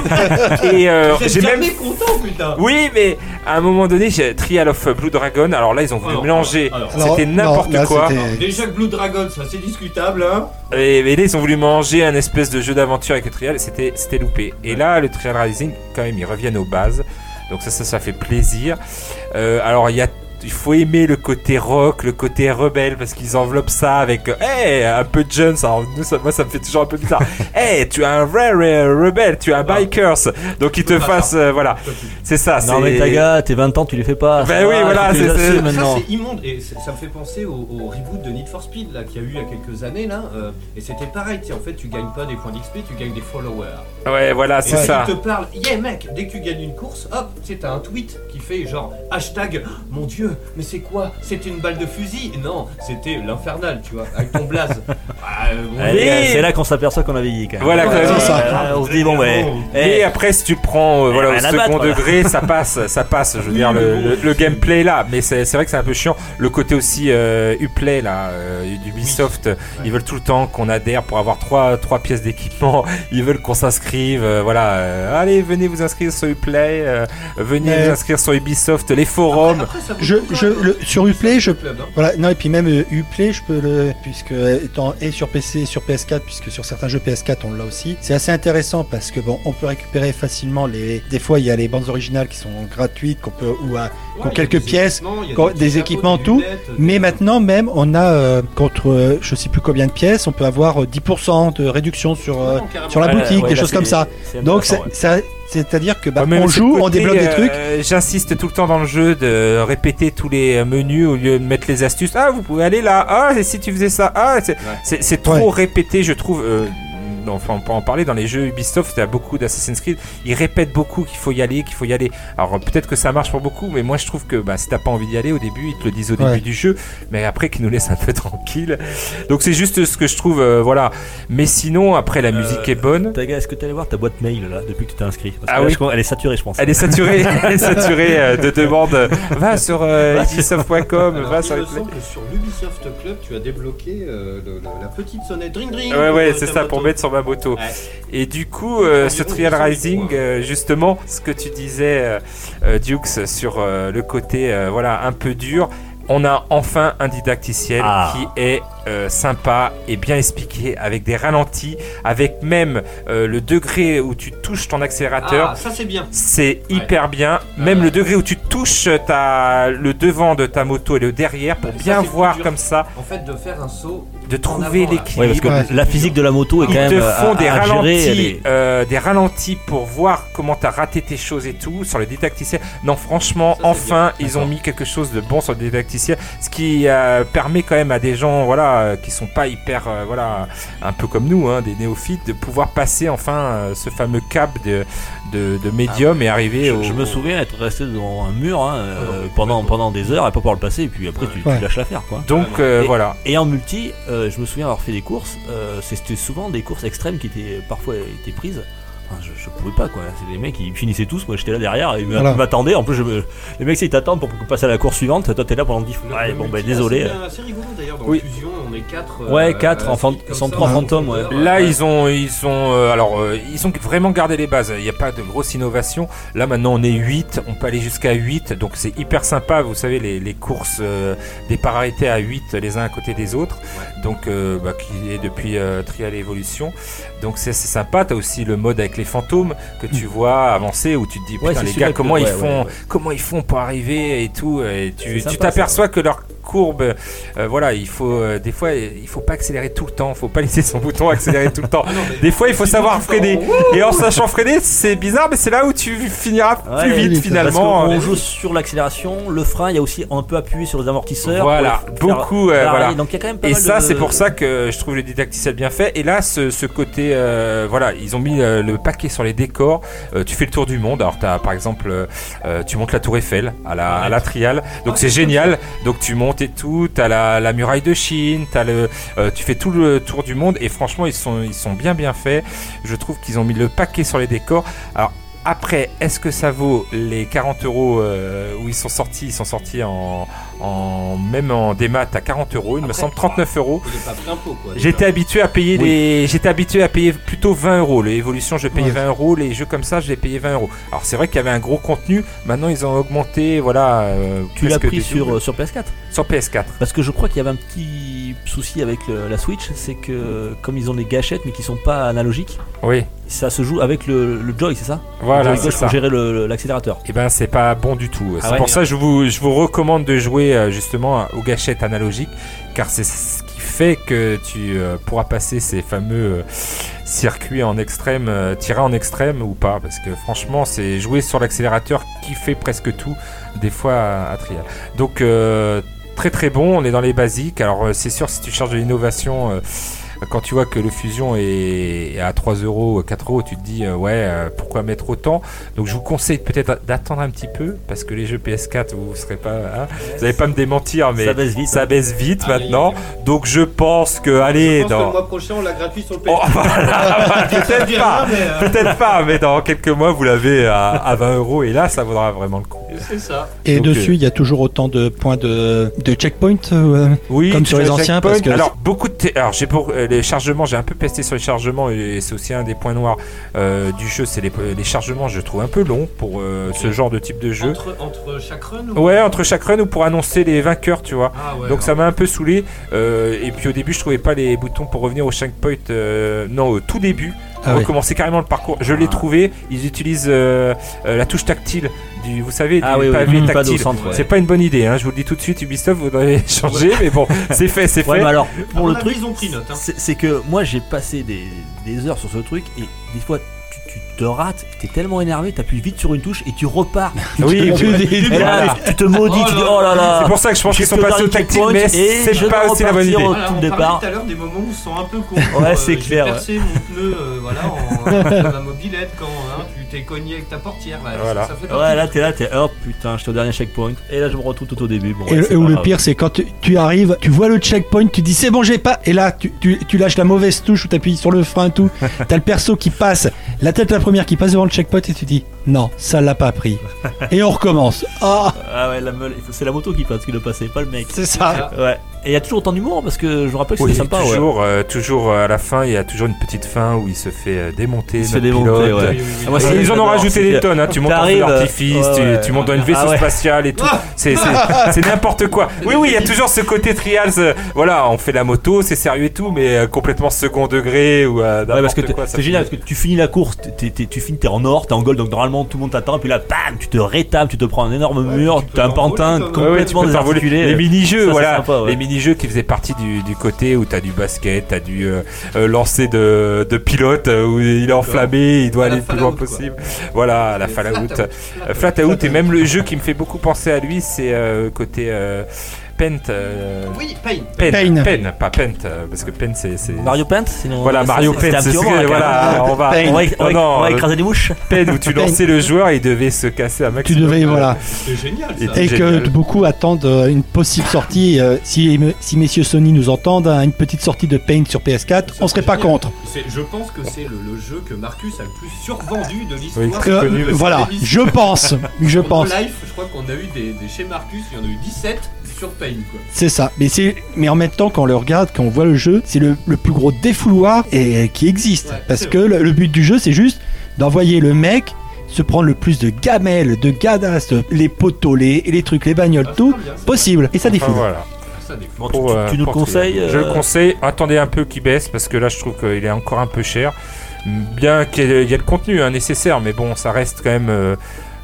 Speaker 4: et euh,
Speaker 9: Vous êtes
Speaker 4: j'ai même.
Speaker 9: jamais content, putain.
Speaker 4: Oui, mais à un moment donné, j'ai Trial of Blue Dragon. Alors là, ils ont voulu
Speaker 9: Alors,
Speaker 4: mélanger.
Speaker 9: alors, alors.
Speaker 4: C'était
Speaker 10: non,
Speaker 4: n'importe
Speaker 10: là,
Speaker 4: quoi.
Speaker 10: c'était-
Speaker 9: Déjà que Blue Dragon, ça c'est discutable, hein.
Speaker 4: Et, et là, ils ont voulu manger un espèce de jeu d'aventure avec le trial et c'était, c'était loupé. Et là, le trial rising, quand même, ils reviennent aux bases. Donc ça, ça, ça fait plaisir. Euh, alors, il y a il faut aimer le côté rock, le côté rebelle, parce qu'ils enveloppent ça avec euh, hey, un peu de jeunes. Alors, nous, ça, moi, ça me fait toujours un peu bizarre. hey, tu es un vrai re- rebelle, tu es un bikers. Donc, ils te fassent. euh, voilà. C'est ça.
Speaker 1: Non, mais
Speaker 4: c'est-
Speaker 1: ta gars, t'es 20 ans, tu les fais pas.
Speaker 4: Ben
Speaker 1: ça
Speaker 4: oui,
Speaker 1: va,
Speaker 4: voilà,
Speaker 1: tu les
Speaker 4: c'est-
Speaker 1: assumes
Speaker 4: c'est-
Speaker 1: maintenant.
Speaker 9: Ça c'est immonde et c'est- ça me fait penser au, au reboot de Need for Speed là qu'il y a eu il y a quelques années là euh, et c'était pareil, tu sais, en fait tu gagnes pas des points d'XP, tu gagnes des followers.
Speaker 4: Ouais, voilà,
Speaker 9: Et
Speaker 4: c'est
Speaker 9: si
Speaker 4: ça.
Speaker 9: tu te parles, yeah mec, dès que tu gagnes une course, hop, tu sais, t'as un tweet qui fait genre hashtag mon dieu Dieu, mais c'est quoi C'est une balle de fusil Non, c'était l'infernal, tu vois, avec ton blaze. Ah, euh, bon,
Speaker 1: Allez, euh, C'est là qu'on s'aperçoit qu'on a vieilli quand même.
Speaker 4: Voilà, quand même.
Speaker 1: Euh, on se dit, bon, ben.
Speaker 4: Et
Speaker 1: eh,
Speaker 4: après, si tu prends euh, voilà,
Speaker 1: ben,
Speaker 4: au
Speaker 1: la
Speaker 4: second
Speaker 1: battre, voilà.
Speaker 4: degré, ça passe, ça passe. Je veux dire, le, le- le gameplay est là, mais c'est c'est vrai que c'est un peu chiant. Le côté aussi euh, Uplay là, euh, d'Ubisoft, ils veulent tout le temps qu'on adhère pour avoir trois, trois pièces d'équipement. Ils veulent qu'on s'inscrive. euh, voilà, Euh, allez, venez vous inscrire sur Uplay, euh, venez
Speaker 3: Mais-
Speaker 4: vous inscrire sur Ubisoft, les forums.
Speaker 9: après, ça vaut
Speaker 3: Je-
Speaker 9: le coup,
Speaker 3: je-
Speaker 9: hein,
Speaker 3: le- sur Uplay, je-
Speaker 9: club, hein.
Speaker 3: Voilà, non, et puis même euh, Uplay, je peux le. Puisque, euh, étant et sur PC et sur PS4, puisque sur certains jeux PS4, on l'a aussi. C'est assez intéressant parce que, bon, on peut récupérer facilement les. Des fois, il y a les bandes originales qui sont gratuites, qu'on peut. Ou à-
Speaker 9: Ouais,
Speaker 3: qu'on
Speaker 9: il y a
Speaker 3: quelques
Speaker 9: des
Speaker 3: pièces,
Speaker 9: équipements, il y a
Speaker 3: qu'on- des
Speaker 9: chapeaux,
Speaker 3: équipements,
Speaker 9: des
Speaker 3: tout,
Speaker 9: lunettes,
Speaker 3: Mais
Speaker 9: des-
Speaker 3: maintenant même, on a euh, contre euh, je sais plus combien de pièces, on peut avoir euh, 10% de réduction sur, euh,
Speaker 9: Non, carrément.
Speaker 3: sur la
Speaker 1: voilà,
Speaker 3: boutique,
Speaker 1: ouais,
Speaker 3: des
Speaker 1: là,
Speaker 3: choses
Speaker 1: c'est-
Speaker 3: comme ça.
Speaker 1: c'est
Speaker 3: Donc
Speaker 1: intéressant,
Speaker 3: c'est- ça, c'est-à-dire que bah,
Speaker 4: Moi, même
Speaker 3: on
Speaker 4: ce
Speaker 3: joue, on
Speaker 4: côté,
Speaker 3: débloque des trucs.
Speaker 4: euh, J'insiste tout le temps dans le jeu de répéter tous les euh, menus au lieu de mettre les astuces. Ah, vous pouvez aller là. Ah, et si tu faisais ça. Ah, c'est c'est- c'est trop répété, je trouve. euh, non, Enfin, on peut en parler dans les jeux Ubisoft, il y a beaucoup d'Assassin's Creed, ils répètent beaucoup qu'il faut y aller, qu'il faut y aller. Alors peut-être que ça marche pour beaucoup, mais moi je trouve que bah, si t'as pas envie d'y aller au début, ils te le disent au
Speaker 3: Ouais.
Speaker 4: début du jeu, mais après qu'ils nous laissent un peu tranquille. Donc c'est juste ce que je trouve, euh, voilà. Mais sinon, après la musique est bonne.
Speaker 1: Taga, est-ce que t'es allé voir ta boîte mail là depuis que tu t'es inscrit Parce que
Speaker 4: Ah
Speaker 1: là,
Speaker 4: oui.
Speaker 1: je crois- Elle est saturée, je pense.
Speaker 4: Elle est saturée, elle est saturée euh, de demandes. euh, Va sur euh, ubisoft.com,
Speaker 9: Alors,
Speaker 4: va
Speaker 9: il
Speaker 4: sur
Speaker 9: me
Speaker 4: les
Speaker 9: semble Ah, que sur l'Ubisoft Club, tu as débloqué euh, le- le- la petite sonnette dring dring.
Speaker 4: Ouais, ouais,
Speaker 9: euh,
Speaker 4: c'est
Speaker 9: ta
Speaker 4: ça pour
Speaker 9: moto.
Speaker 4: mettre sur ma moto.
Speaker 9: Ouais.
Speaker 4: Et du coup, euh, ce Trial Rising, euh, justement, ce que tu disais, euh, euh, Dukes, sur euh, le côté euh, voilà, un peu dur, on a enfin un didacticiel
Speaker 1: Ah.
Speaker 4: qui est euh, sympa et bien expliqué, avec des ralentis, avec même euh, le degré où tu touches ton accélérateur.
Speaker 9: Ah, ça c'est bien.
Speaker 4: C'est
Speaker 9: Ouais.
Speaker 4: hyper bien. Même
Speaker 9: Ouais.
Speaker 4: le degré où tu touches ta, le devant de ta moto et le derrière pour
Speaker 9: Ouais, ça,
Speaker 4: bien
Speaker 9: c'est
Speaker 4: voir
Speaker 9: plus dur.
Speaker 4: comme ça,
Speaker 9: En fait, de faire un saut.
Speaker 4: de
Speaker 9: En
Speaker 4: trouver
Speaker 9: avant, là.
Speaker 1: Ouais, parce que
Speaker 4: l'équilibre.
Speaker 3: Ouais.
Speaker 1: la physique de la moto est quand
Speaker 4: Ils
Speaker 1: même.
Speaker 4: te
Speaker 1: euh,
Speaker 4: font
Speaker 1: à-
Speaker 4: des,
Speaker 1: à gérer,
Speaker 4: ralentis,
Speaker 1: elle est-
Speaker 4: euh, des ralentis pour voir comment t'as raté tes choses et tout sur le détacticiel. Non, franchement,
Speaker 9: Ça, c'est
Speaker 4: enfin,
Speaker 9: bien.
Speaker 4: ils ont mis quelque chose de bon sur le détacticiel, ce qui euh, permet quand même à des gens, voilà, euh, qui sont pas hyper, euh, voilà, un peu comme nous, hein, des néophytes, de pouvoir passer enfin euh, ce fameux cap de, de, de
Speaker 9: Ah,
Speaker 4: médium et arriver au.
Speaker 1: Je, je me souviens être resté devant un mur hein, euh, pendant, pendant des heures et pas pouvoir le passer, et puis après tu, tu
Speaker 3: Ouais.
Speaker 1: lâches l'affaire quoi.
Speaker 4: Donc euh,
Speaker 1: Ah Et-
Speaker 4: voilà.
Speaker 1: Et en multi, euh, je me souviens avoir fait des courses, euh, c'était souvent des courses extrêmes qui étaient parfois étaient prises. Enfin, je, je pouvais pas quoi, c'est des mecs qui finissaient tous, moi j'étais là derrière, ils me-
Speaker 3: Voilà.
Speaker 1: ils m'attendaient, en plus je me- les mecs ils t'attendent pour passer à la course suivante, toi t'es là pendant 10 fois. Ouais, bon
Speaker 4: bah,
Speaker 1: ben désolé.
Speaker 4: euh.
Speaker 9: C'est bien- euh, c'est rigolo d'ailleurs. Dans
Speaker 1: Oui.
Speaker 9: Fusion, on est euh, 4.
Speaker 1: Ouais, quatre, enfin, ils sont trois fantômes, ouais.
Speaker 9: euh,
Speaker 4: Là, ils ont, ils ont, euh, alors, euh, ils ont vraiment gardé les bases. Il n'y a pas de grosse innovation. Là, maintenant, on est 8. On peut aller jusqu'à 8. Donc, c'est hyper sympa. Vous savez, les, les courses euh, des par arrêtés à 8, les uns à côté des autres. Donc, euh, bah, qui est depuis euh, Trial Evolution. Donc, c'est assez sympa. Tu as aussi le mode avec les fantômes que tu vois avancer où tu te
Speaker 1: Hmm. Ouais,
Speaker 4: dis, putain,
Speaker 1: c'est
Speaker 4: les
Speaker 1: celui-là
Speaker 4: gars,
Speaker 1: que-
Speaker 4: comment ils
Speaker 1: ouais,
Speaker 4: font,
Speaker 1: ouais, ouais.
Speaker 4: comment ils font pour arriver et tout. Et tu
Speaker 1: C'est sympa,
Speaker 4: tu t'aperçois que leur courbe euh, voilà, il faut euh, des fois euh, il faut pas accélérer tout le temps, faut pas laisser son bouton accélérer tout le temps. Des fois, il faut savoir freiner. Et en sachant freiner, c'est bizarre, mais c'est là où tu finiras plus
Speaker 1: Ouais,
Speaker 4: vite
Speaker 3: limite,
Speaker 4: finalement.
Speaker 1: Parce qu'on
Speaker 4: Euh,
Speaker 1: joue sur l'accélération, le frein, il y a aussi on peut appuyer sur les amortisseurs.
Speaker 4: Voilà,
Speaker 1: pour les faire-
Speaker 4: beaucoup. euh,
Speaker 1: faire
Speaker 4: voilà.
Speaker 1: arrêter. Donc il y a quand même pas
Speaker 4: Et
Speaker 1: mal
Speaker 4: ça,
Speaker 1: de-
Speaker 4: c'est pour ça que je trouve le didacticiel bien fait. Et là, ce, ce côté, euh, voilà, ils ont mis euh, le paquet sur les décors. Euh, tu fais le tour du monde. Alors, t'as, par exemple, euh, euh, tu montes la Tour Eiffel à la, à la Trial. Donc,
Speaker 1: Ah,
Speaker 4: c'est génial. Donc, tu montes et tout. T'as la, la muraille de Chine. T'as le, euh, tu fais tout le tour du monde. Et franchement, ils sont, ils sont bien, bien faits. Je trouve qu'ils ont mis le paquet sur les décors. Alors, après, est-ce que ça vaut les 40 euros euh, où ils sont sortis Ils sont sortis en, en même en démat à 40 euros, il me
Speaker 9: Après,
Speaker 4: semble 39 euros.
Speaker 9: Il est pas plein pot quoi. déjà.
Speaker 4: J'étais habitué à payer
Speaker 1: Oui.
Speaker 4: les, j'étais habitué à payer plutôt 20 euros. Les évolutions, je payais
Speaker 3: Ouais.
Speaker 4: 20 euros. Les jeux comme ça, je les payais 20 euros. Alors c'est vrai qu'il y avait un gros contenu. Maintenant, ils ont augmenté, voilà. euh,
Speaker 1: Tu l'as
Speaker 4: presque
Speaker 1: pris
Speaker 4: des
Speaker 1: sur,
Speaker 4: doubles.
Speaker 1: euh, sur PS4
Speaker 4: sur PS4.
Speaker 1: Parce que je crois qu'il y avait un petit souci avec le- la Switch, c'est que comme ils ont des gâchettes mais qui sont pas analogiques,
Speaker 4: Oui,
Speaker 1: ça se joue avec le, le joy, c'est ça Le
Speaker 4: voilà,
Speaker 1: joy
Speaker 4: c'est
Speaker 1: gauche pour
Speaker 4: ça.
Speaker 1: gérer le- le- l'accélérateur.
Speaker 4: Et ben c'est pas bon du tout. C'est
Speaker 1: ouais
Speaker 4: pour ça que je vous, je vous recommande de jouer euh, justement aux gâchettes analogiques, car c'est ce qui fait que tu euh, pourras passer ces fameux euh, circuits en extrême, euh, tirer en extrême ou pas, parce que franchement c'est jouer sur l'accélérateur qui fait presque tout, des fois à, à trial. Donc euh, très très bon, on est dans les basiques. Alors euh, c'est sûr si tu cherches de l'innovation. euh, quand tu vois que le Fusion est à 3 euros, 4 euros, tu te dis euh, ouais, euh, pourquoi mettre autant Donc je vous conseille peut-être d'attendre un petit peu parce que les jeux PS4, vous serez pas, hein, vous n'allez pas me démentir, mais
Speaker 1: Ça baisse vite.
Speaker 4: ça baisse vite
Speaker 7: Allez,
Speaker 4: maintenant. Donc je pense que allez,
Speaker 9: Ah, Je pense que
Speaker 4: dans-
Speaker 9: le mois prochain, on l'a gratuit sur le PS.
Speaker 4: Oh, voilà, peut-être pas, peut-être pas, mais dans quelques mois vous l'avez à, à 20 euros et là ça vaudra vraiment le coup.
Speaker 9: euh, C'est ça.
Speaker 3: Et
Speaker 4: Donc, euh,
Speaker 3: dessus, il y a toujours autant de points de, de checkpoint. euh,
Speaker 4: Oui,
Speaker 3: Comme sur les anciens, parce
Speaker 4: checkpoints.
Speaker 3: que-
Speaker 4: alors beaucoup de t- alors j'ai pour euh, les chargements, j'ai un peu pesté sur les chargements et c'est aussi un des points noirs euh, du jeu, c'est les, les chargements, je trouve un peu longs pour euh, ce genre de type de jeu.
Speaker 9: Entre, entre chaque run ou...
Speaker 4: Ouais, entre chaque run ou pour annoncer les vainqueurs, tu vois.
Speaker 9: Ah ouais,
Speaker 4: Donc
Speaker 9: non.
Speaker 4: ça m'a un peu saoulé euh, et puis au début je trouvais pas les boutons pour revenir au checkpoint euh, non au tout début
Speaker 3: Ah oui.
Speaker 4: recommencer carrément le parcours je
Speaker 1: Ah.
Speaker 4: l'ai trouvé ils utilisent euh, euh, la touche tactile du vous savez
Speaker 1: Ah
Speaker 4: du
Speaker 1: oui, oui,
Speaker 4: pavé
Speaker 1: mmh, pas
Speaker 4: tactile
Speaker 1: au centre.
Speaker 4: c'est
Speaker 1: Ouais.
Speaker 4: pas une bonne idée hein, je vous le dis tout de suite Ubisoft vous devez changer mais bon c'est fait c'est
Speaker 1: Ouais, bah,
Speaker 4: fait
Speaker 1: mais alors,
Speaker 9: À
Speaker 1: pour
Speaker 9: mon
Speaker 1: le
Speaker 9: avis,
Speaker 1: truc,
Speaker 9: ils ont pris note, hein.
Speaker 1: c'est c'est que moi j'ai passé des, des heures sur ce truc et des fois tu, tu te rates, t'es tellement énervé, t'appuies vite sur une touche et tu repars. Tu te-
Speaker 4: oui
Speaker 1: tu, et là, tu te maudis, tu dis oh là là.
Speaker 4: c'est pour ça que je pense
Speaker 1: J'ai
Speaker 4: qu'ils sont
Speaker 1: fait
Speaker 4: passés au
Speaker 1: Dark
Speaker 4: tactile
Speaker 1: Point
Speaker 4: mais
Speaker 1: et je
Speaker 4: c'est pas
Speaker 1: dois
Speaker 4: aussi la
Speaker 1: repartir
Speaker 4: bonne idée
Speaker 1: au-
Speaker 9: Voilà,
Speaker 1: tout
Speaker 9: on
Speaker 1: le départ.
Speaker 9: parlait tout à l'heure des moments où on se sent un peu euh, con.
Speaker 1: Ouais, c'est clair, ouais.
Speaker 9: J'ai percé mon pneu euh, voilà, en, dans ma mobilette quand hein, tu t'es cogné avec ta portière. ouais, ça-
Speaker 4: Voilà.
Speaker 9: ça, fait partie.
Speaker 1: Ouais, là t'es là, t'es oh putain, j'étais au dernier checkpoint et là je me retrouve tout au début. Bon,
Speaker 3: et
Speaker 1: ouais,
Speaker 3: le-
Speaker 1: c'est
Speaker 3: et où
Speaker 1: pas
Speaker 3: le
Speaker 1: grave.
Speaker 3: pire, c'est quand tu, tu arrives, tu vois le checkpoint, tu dis c'est bon, j'ai pas. Et là, tu, tu- tu lâches la mauvaise touche ou t'appuies sur le frein, tout. T'as le perso qui passe, la tête la première qui passe devant le checkpoint et tu dis non, ça l'a pas pris. Et on recommence. Ah,
Speaker 1: Ah ouais, la meule, il faut- c'est la moto qui passe, qui le passait, pas le mec.
Speaker 3: c'est ça.
Speaker 1: Ouais. Et il y a toujours autant d'humour parce que je vous rappelle que
Speaker 4: Oui,
Speaker 1: c'était sympa, ouais.
Speaker 4: toujours, euh, toujours euh, à la fin, il y a toujours une petite fin où il se fait euh, démonter.
Speaker 1: Il se
Speaker 4: notre
Speaker 1: fait démonter,
Speaker 4: pilote.
Speaker 1: ouais.
Speaker 9: Oui, oui, oui.
Speaker 1: Ah, moi,
Speaker 4: Et
Speaker 1: c'est-
Speaker 4: ils en ont
Speaker 1: j'adore,
Speaker 4: rajouté
Speaker 1: c'est
Speaker 4: des
Speaker 1: que-
Speaker 4: tonnes, hein. tu montes en feu
Speaker 1: T'arrives, euh,
Speaker 4: d'artifice, tu-
Speaker 1: ouais,
Speaker 4: tu,
Speaker 1: ouais.
Speaker 4: montes dans une vaisseau
Speaker 1: Ah ouais.
Speaker 4: spatiale et tout. C'est- C'est c'est n'importe quoi. Oui, oui, il y a toujours ce côté trials. euh, Voilà, on fait la moto, c'est sérieux et tout, mais euh, complètement second degré ou euh,
Speaker 1: Ouais, parce que
Speaker 4: n'importe
Speaker 1: t'es-
Speaker 4: quoi, ça
Speaker 1: c'est génial
Speaker 4: fait-
Speaker 1: parce que tu finis la course, t'es- t'es- t'es- tu finis, t'es en or, t'es en gold, donc normalement tout le monde t'attend, puis là, bam, tu te rétables, tu te prends un énorme mur,
Speaker 9: tu peux
Speaker 1: t'as un
Speaker 9: t'envoler,
Speaker 1: pantin
Speaker 9: toi, ouais.
Speaker 4: Ouais, ouais, tu
Speaker 1: complètement
Speaker 4: peux t'envoler.
Speaker 1: désarticulé.
Speaker 4: Les mini-jeux,
Speaker 1: Ça, c'est
Speaker 4: voilà.
Speaker 1: sympa, ouais.
Speaker 4: Les mini-jeux qui faisaient partie du, du côté où t'as du basket, t'as du euh, euh, lancer de, de pilote euh, où il est enflammé, il doit
Speaker 9: À la
Speaker 4: aller le plus loin
Speaker 9: Fallout, quoi.
Speaker 4: possible. Voilà, à la Fallout. Euh, Flat Out, et même le jeu qui me fait beaucoup penser à lui, c'est euh, côté euh, Paint. euh,
Speaker 9: Oui, paye.
Speaker 4: Paint,
Speaker 3: Pain.
Speaker 4: Pain, pas Paint, euh, parce que Paint c'est. c'est-
Speaker 1: Mario Paint, sinon.
Speaker 4: Voilà,
Speaker 1: ça,
Speaker 4: Mario
Speaker 1: c'est- c'était
Speaker 4: Paint,
Speaker 1: un
Speaker 4: c'est
Speaker 1: petit
Speaker 4: ce
Speaker 1: moment,
Speaker 4: que.
Speaker 1: là,
Speaker 4: Voilà, on va.
Speaker 1: quand même. On va, éc- on va
Speaker 4: Oh
Speaker 1: éc-
Speaker 4: non,
Speaker 1: on va écraser des mouches.
Speaker 4: Pain où tu lançais le joueur et il devait se casser à
Speaker 3: Tu
Speaker 4: maximum.
Speaker 3: devais, voilà.
Speaker 9: C'est génial ça.
Speaker 3: Et
Speaker 4: Génial.
Speaker 3: que beaucoup attendent euh, une possible sortie. euh, si, si messieurs Sony nous entendent, hein, une petite sortie de Paint sur PS4, on serait pas
Speaker 9: Génial.
Speaker 3: contre.
Speaker 9: C'est- Je pense que c'est le, le jeu que Marcus a le plus survendu de l'histoire.
Speaker 4: Oui, très
Speaker 3: Euh,
Speaker 4: connu,
Speaker 9: de cette
Speaker 3: voilà,
Speaker 9: émission.
Speaker 3: je pense. Je
Speaker 9: En
Speaker 3: pense.
Speaker 9: live, je crois qu'on a eu des, des chez Marcus, il y en a eu 17 sur Pain quoi.
Speaker 3: C'est ça. Mais, c'est- mais en même temps, quand on le regarde, quand on voit le jeu, c'est le, le plus gros défouloir et, euh, qui existe.
Speaker 9: Ouais,
Speaker 3: Parce
Speaker 9: c'est
Speaker 3: que le, le but du jeu, c'est juste d'envoyer le mec se prendre le plus de gamelles, de gadasses, de- les poteaux, les, les trucs, les bagnoles,
Speaker 9: Ah, c'est
Speaker 3: tout
Speaker 9: pas bien, ça.
Speaker 3: possible. Et ça
Speaker 4: Enfin,
Speaker 3: défoule.
Speaker 4: voilà.
Speaker 9: Ah, ça, des fois.
Speaker 1: Bon, tu,
Speaker 4: Pour,
Speaker 1: tu-
Speaker 4: euh,
Speaker 1: tu nous
Speaker 4: pour
Speaker 1: conseilles.
Speaker 4: celui-là. Je
Speaker 1: euh,
Speaker 4: le conseille. Attendez un peu qu'il baisse parce que là, je trouve qu'il est encore un peu cher. Bien qu'il y ait- il y ait le contenu hein, nécessaire, mais bon, ça reste quand même. euh,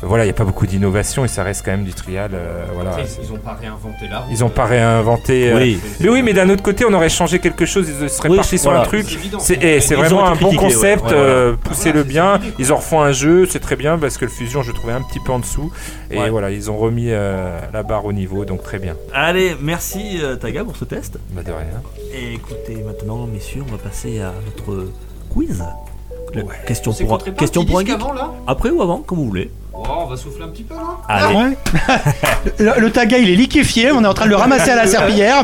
Speaker 4: voilà, il n'y a pas beaucoup d'innovation et ça reste quand même du trial. euh, voilà.
Speaker 9: Après, ils- Ils ont pas réinventé là.
Speaker 4: Ils ont pas réinventé. euh,
Speaker 1: Oui.
Speaker 4: Mais oui, mais d'un autre côté, on aurait changé quelque chose. Ils seraient
Speaker 1: Oui,
Speaker 4: partis sur
Speaker 1: voilà.
Speaker 4: un truc.
Speaker 9: C'est évident.
Speaker 4: C'est eh, c'est
Speaker 1: Ils ont
Speaker 4: vraiment
Speaker 1: été
Speaker 4: un bon
Speaker 1: critiqués, ouais.
Speaker 4: concept,
Speaker 1: Ouais, voilà.
Speaker 4: euh, poussez-le
Speaker 9: Voilà, c'est
Speaker 4: bien.
Speaker 9: une idée, quoi.
Speaker 4: Ils en refont un jeu, c'est très bien parce que le fusion, je le trouvais un petit peu en dessous. Et
Speaker 1: Ouais.
Speaker 4: voilà, ils ont remis euh, la barre au niveau, donc très bien.
Speaker 1: Allez, merci euh, Taga pour ce test.
Speaker 4: Bah, de rien.
Speaker 1: Et écoutez, maintenant, messieurs, on va passer à notre quiz. La Question
Speaker 9: C'est
Speaker 1: pour un,
Speaker 9: contré pas
Speaker 1: question
Speaker 9: un
Speaker 1: pour un
Speaker 9: petit
Speaker 1: geek.
Speaker 9: disque avant là
Speaker 1: Après ou avant, comme vous voulez.
Speaker 9: Oh, on va souffler un petit peu là.
Speaker 1: Allez.
Speaker 3: Ouais. le, le taga, il est liquéfié. On est en train de le ramasser à la serpillière.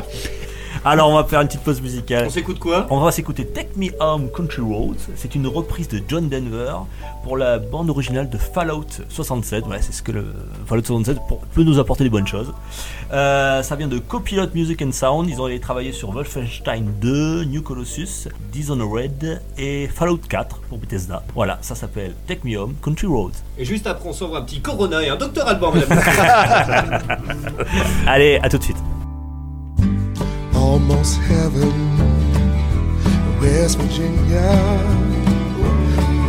Speaker 1: Alors, on va faire une petite pause musicale.
Speaker 9: On s'écoute quoi
Speaker 1: On va s'écouter Take Me Home Country Roads. C'est une reprise de John Denver pour la bande originale de Fallout 67. Voilà, c'est ce que le Fallout 67 pour- peut nous apporter des bonnes choses. Euh, ça vient de Copilot Music and Sound. Ils ont travaillé sur Wolfenstein 2, New Colossus, Dishonored et Fallout 4 pour Bethesda. Voilà, ça s'appelle Take Me Home Country Roads.
Speaker 9: Et juste après, on s'ouvre un petit Corona et un Docteur Alban, mesdames et messieurs.
Speaker 1: Allez, à tout de suite.
Speaker 10: almost heaven. West Virginia,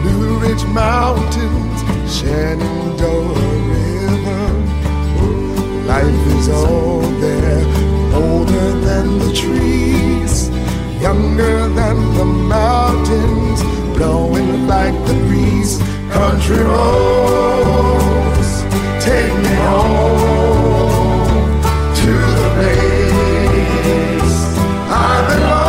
Speaker 10: Blue Ridge Mountains, Shenandoah River. Life is old there, older than the trees, younger than the mountains, blowing like the breeze. Country roads, take me home to the place I belong.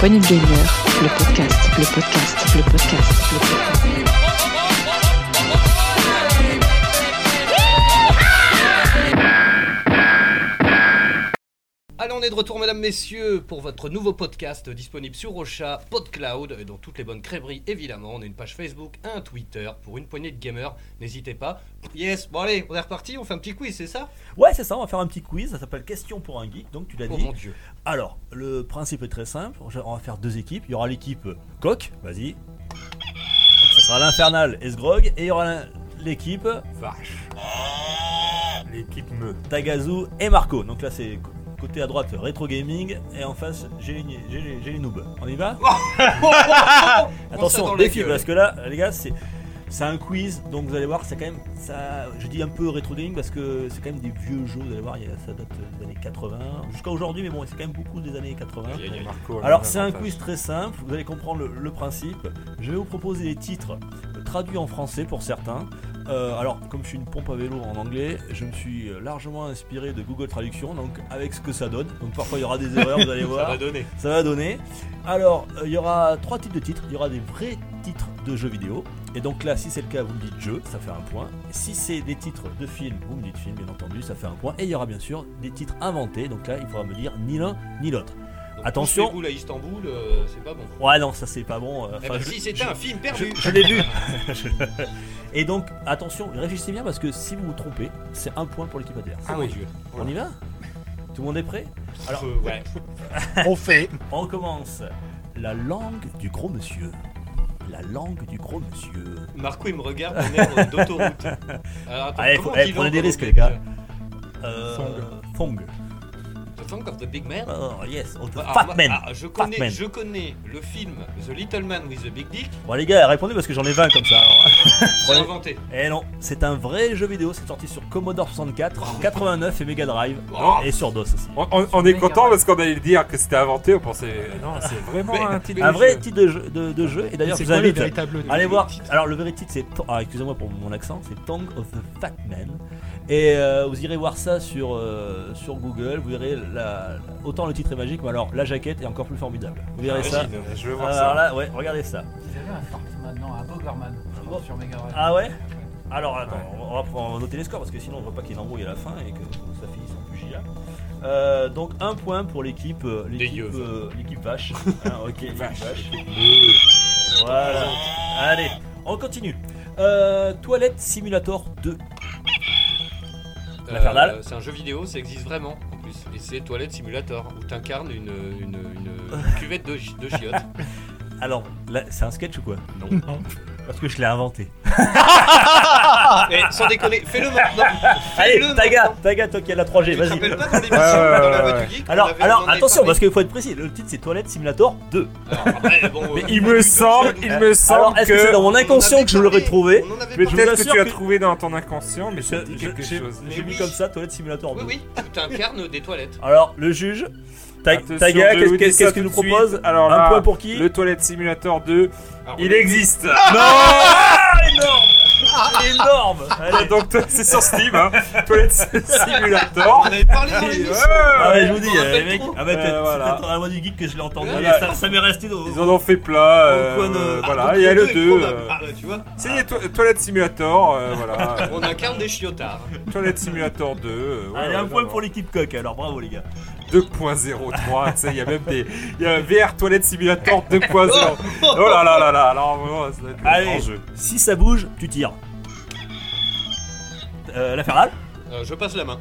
Speaker 2: poignée de gamer, le podcast, le podcast, le podcast, le podcast.
Speaker 5: Allez, on est de retour, mesdames, messieurs, pour votre nouveau podcast euh, disponible sur Rocha, PodCloud, et dans toutes les bonnes crèveries, évidemment. On a une page Facebook, un Twitter, pour une poignée de gamers. N'hésitez pas. Yes, bon, allez, on est reparti, on fait un petit quiz, c'est ça
Speaker 1: Ouais, c'est ça, on va faire un petit quiz, ça s'appelle Question pour un geek, donc tu l'as
Speaker 5: Oh
Speaker 1: dit.
Speaker 5: mon dieu.
Speaker 1: Alors, le principe est très simple, on va faire deux équipes, il y aura l'équipe Coq, vas-y. Donc ça sera l'Infernal et Sgrog, et il y aura l'in- l'équipe
Speaker 4: Vache. L'équipe me.
Speaker 1: Tagazu et Marco. Donc là c'est cô- côté à droite rétro gaming et en face j'ai les, ni- j'ai les- j'ai les noobs. On y va
Speaker 5: On se
Speaker 1: Attention,
Speaker 5: tend les
Speaker 1: défi
Speaker 5: gueules.
Speaker 1: parce que là les gars c'est c'est un quiz donc vous allez voir c'est quand même ça je dis un peu rétro gaming parce que c'est quand même des vieux jeux vous allez voir il y a- ça date des années 80 jusqu'à aujourd'hui mais bon c'est quand même beaucoup des années 80.
Speaker 4: Marco,
Speaker 1: Alors c'est un
Speaker 4: avantage.
Speaker 1: quiz très simple, vous allez comprendre le, le principe. Je vais vous proposer des titres traduits en français pour certains. Euh, alors comme je suis une pompe à vélo en anglais, je me suis euh, largement inspiré de Google Traduction, donc avec ce que ça donne. Donc parfois il y aura des erreurs, vous allez voir.
Speaker 5: donner.
Speaker 1: Ça va donner. Alors, euh, il y aura trois types de titres. Il y aura des vrais titres de jeux vidéo. Et donc là, si c'est le cas, vous me dites jeu, ça fait un point. Si c'est des titres de films, vous me dites film, bien entendu, ça fait un point. Et il y aura bien sûr des titres inventés. Donc là, il faudra me dire ni l'un ni l'autre. Attention.
Speaker 5: Vous à Istanbul, euh, c'est pas bon.
Speaker 1: Ouais, non, ça c'est pas bon. euh,
Speaker 5: Eh
Speaker 1: enfin,
Speaker 5: ben,
Speaker 1: je-
Speaker 5: si c'était un film perdu.
Speaker 1: je l'ai vu. Et donc, attention, réfléchissez bien parce que si vous vous trompez, c'est un point pour l'équipe adverse.
Speaker 5: Ah mon dieu.
Speaker 1: On y va Tout le monde est prêt Alors,
Speaker 5: Euh, ouais.
Speaker 3: On fait.
Speaker 1: on commence. La langue du gros monsieur. La langue du gros monsieur.
Speaker 5: Marco, il me regarde en air d'autoroute. Alors, attends,
Speaker 1: Allez, faut-
Speaker 5: comment on dit
Speaker 1: eh, prenez des
Speaker 5: l'ordre
Speaker 1: risques,
Speaker 5: au
Speaker 1: les gars.
Speaker 5: début
Speaker 1: Euh,
Speaker 6: Fong.
Speaker 1: Fong.
Speaker 5: The Funk of the Big Man
Speaker 1: Oh, yes, on the
Speaker 5: Ah,
Speaker 1: fat
Speaker 5: moi-
Speaker 1: man.
Speaker 5: ah, je, connais,
Speaker 1: man.
Speaker 5: je connais le film The Little Man with the Big Dick.
Speaker 1: Bon, les gars, répondez parce que j'en ai 20 comme ça. alors.
Speaker 5: C'est
Speaker 1: Prenez-
Speaker 5: inventé.
Speaker 1: Eh non, c'est un vrai jeu vidéo. C'est sorti sur Commodore 64, 89 et Mega Drive.
Speaker 5: Oh.
Speaker 1: Et sur DOS aussi.
Speaker 4: On, on- on est content parce qu'on allait dire que c'était inventé, on pensait. euh, Non, c'est vraiment
Speaker 5: Mais-
Speaker 4: un titre.
Speaker 1: Un
Speaker 4: de
Speaker 1: vrai
Speaker 4: jeu.
Speaker 1: titre de jeu. De, de jeu. Et d'ailleurs, je
Speaker 3: C'est
Speaker 1: vous
Speaker 3: quoi le
Speaker 1: invite.
Speaker 3: véritable nom
Speaker 1: Allez voir. Alors le vrai titre c'est ah, excusez-moi pour mon accent, c'est Tongue of the Fat Man. Et euh, vous irez voir ça sur euh, sur Google, vous verrez la- autant le titre est magique, mais alors la jaquette est encore plus formidable. Vous verrez ça. Euh,
Speaker 4: Vas-y, Ah, Je veux voir
Speaker 1: Alors
Speaker 4: ça.
Speaker 1: là, ouais, regardez ça.
Speaker 6: Ils avaient un fort maintenant, un Bogerman, je crois,
Speaker 1: Bon.
Speaker 6: sur Mega Drive.
Speaker 1: Ah ouais Alors attends, on va- on va, prendre- on va noter les scores parce que sinon on voit pas qu'il y ait une embrouille à la fin et que ça finisse en pugilat. Euh, donc un point pour l'équipe euh, l'équipe
Speaker 5: yeux.
Speaker 1: euh, l'équipe vache. Hein, ok, l'équipe
Speaker 4: Vache.
Speaker 1: vache. Voilà. Allez, on continue. Euh, Toilette Simulator 2. L'Infernal.
Speaker 5: Euh, c'est un jeu vidéo, ça existe vraiment en plus. Et c'est Toilette Simulator où t'incarnes une, une, une cuvette de, chi- de chiottes.
Speaker 1: Alors, là, c'est un sketch ou quoi
Speaker 5: Non.
Speaker 1: Parce que je l'ai inventé.
Speaker 5: Eh, sans déconner, fais-le maintenant.
Speaker 1: Allez,
Speaker 5: Fais-le
Speaker 1: Taga,
Speaker 5: maintenant.
Speaker 1: Taga, toi qui as la 3G,
Speaker 5: Tu te
Speaker 1: vas-y.
Speaker 5: rappelles pas dans l'émission,
Speaker 4: Ouais, ouais,
Speaker 5: dans la
Speaker 4: ouais,
Speaker 5: boîte
Speaker 4: ouais.
Speaker 5: du geek, on
Speaker 1: Alors,
Speaker 5: avait- on en
Speaker 1: alors
Speaker 5: avait
Speaker 1: attention, parce
Speaker 5: parlé
Speaker 1: qu'il faut être précis. Le titre, c'est Toilette Simulator 2.
Speaker 5: Alors, après, bon,
Speaker 1: Mais
Speaker 5: euh,
Speaker 4: Il me semble, il me semble
Speaker 1: Alors, est-ce que c'est
Speaker 4: que.
Speaker 1: dans mon
Speaker 5: on en
Speaker 1: inconscient
Speaker 5: avait
Speaker 1: que je l'aurais
Speaker 5: parlé,
Speaker 1: trouvé
Speaker 5: on en avait parlé.
Speaker 1: vous
Speaker 4: Peut-être que
Speaker 1: assure
Speaker 4: tu as
Speaker 1: que-
Speaker 4: trouvé dans ton inconscient, mais ça
Speaker 1: Je-
Speaker 4: me dit
Speaker 1: je-
Speaker 4: quelque
Speaker 1: J'ai
Speaker 4: chose.
Speaker 1: j'ai
Speaker 5: Mais
Speaker 1: mis
Speaker 5: oui.
Speaker 1: comme ça Toilette Simulator 2.
Speaker 5: Oui, oui, où t'incarnes des toilettes.
Speaker 1: Alors, le juge, Ta-
Speaker 4: Attention,
Speaker 1: Taga,
Speaker 4: je
Speaker 1: qu'est-ce
Speaker 4: vous dis
Speaker 1: qu'est-ce
Speaker 4: ça
Speaker 1: qu'il nous
Speaker 4: tout de
Speaker 1: propose
Speaker 4: suite. Alors
Speaker 1: Un
Speaker 4: là,
Speaker 1: point pour qui Ah,
Speaker 4: Le Toilette Simulator 2,
Speaker 5: Alors,
Speaker 4: il
Speaker 5: on-
Speaker 4: existe
Speaker 1: Énorme Ah, Énorme Allez.
Speaker 4: Donc toi, c'est sur Steam, hein. Toilette Simulator.
Speaker 5: On avait parlé dans
Speaker 4: Et,
Speaker 5: l'émission.
Speaker 1: Ah
Speaker 4: ouais,
Speaker 1: ouais, je vous dis,
Speaker 5: on en
Speaker 1: euh, les
Speaker 5: fait
Speaker 1: mecs,
Speaker 5: trop.
Speaker 1: ah ouais,
Speaker 4: Euh,
Speaker 1: peut-être- c'est
Speaker 4: voilà.
Speaker 1: peut-être dans la voix du geek que je l'ai entendu.
Speaker 5: Ouais.
Speaker 1: et ça- Ça m'est resté dans.
Speaker 4: Ils en ont fait plein. euh,
Speaker 1: Au coin de-
Speaker 4: voilà, il y a le 2. euh,
Speaker 5: Ah, bah, tu vois,
Speaker 4: C'est les to- Toilette Simulator, euh, voilà.
Speaker 5: on incarne des chiotards.
Speaker 4: Toilette Simulator 2. euh, ouais,
Speaker 1: Allez,
Speaker 4: ouais,
Speaker 1: un
Speaker 4: non,
Speaker 1: point
Speaker 4: non.
Speaker 1: pour l'équipe coq, alors bravo les gars.
Speaker 4: 2.03, tu sais, il y a même des. Il y a un VR Toilette Simulator 2.0. Oh là là là là, alors vraiment, ça doit être un grand
Speaker 1: Allez,
Speaker 4: jeu.
Speaker 1: si ça bouge, tu tires. Euh, la ferrale
Speaker 5: Euh, je passe la main.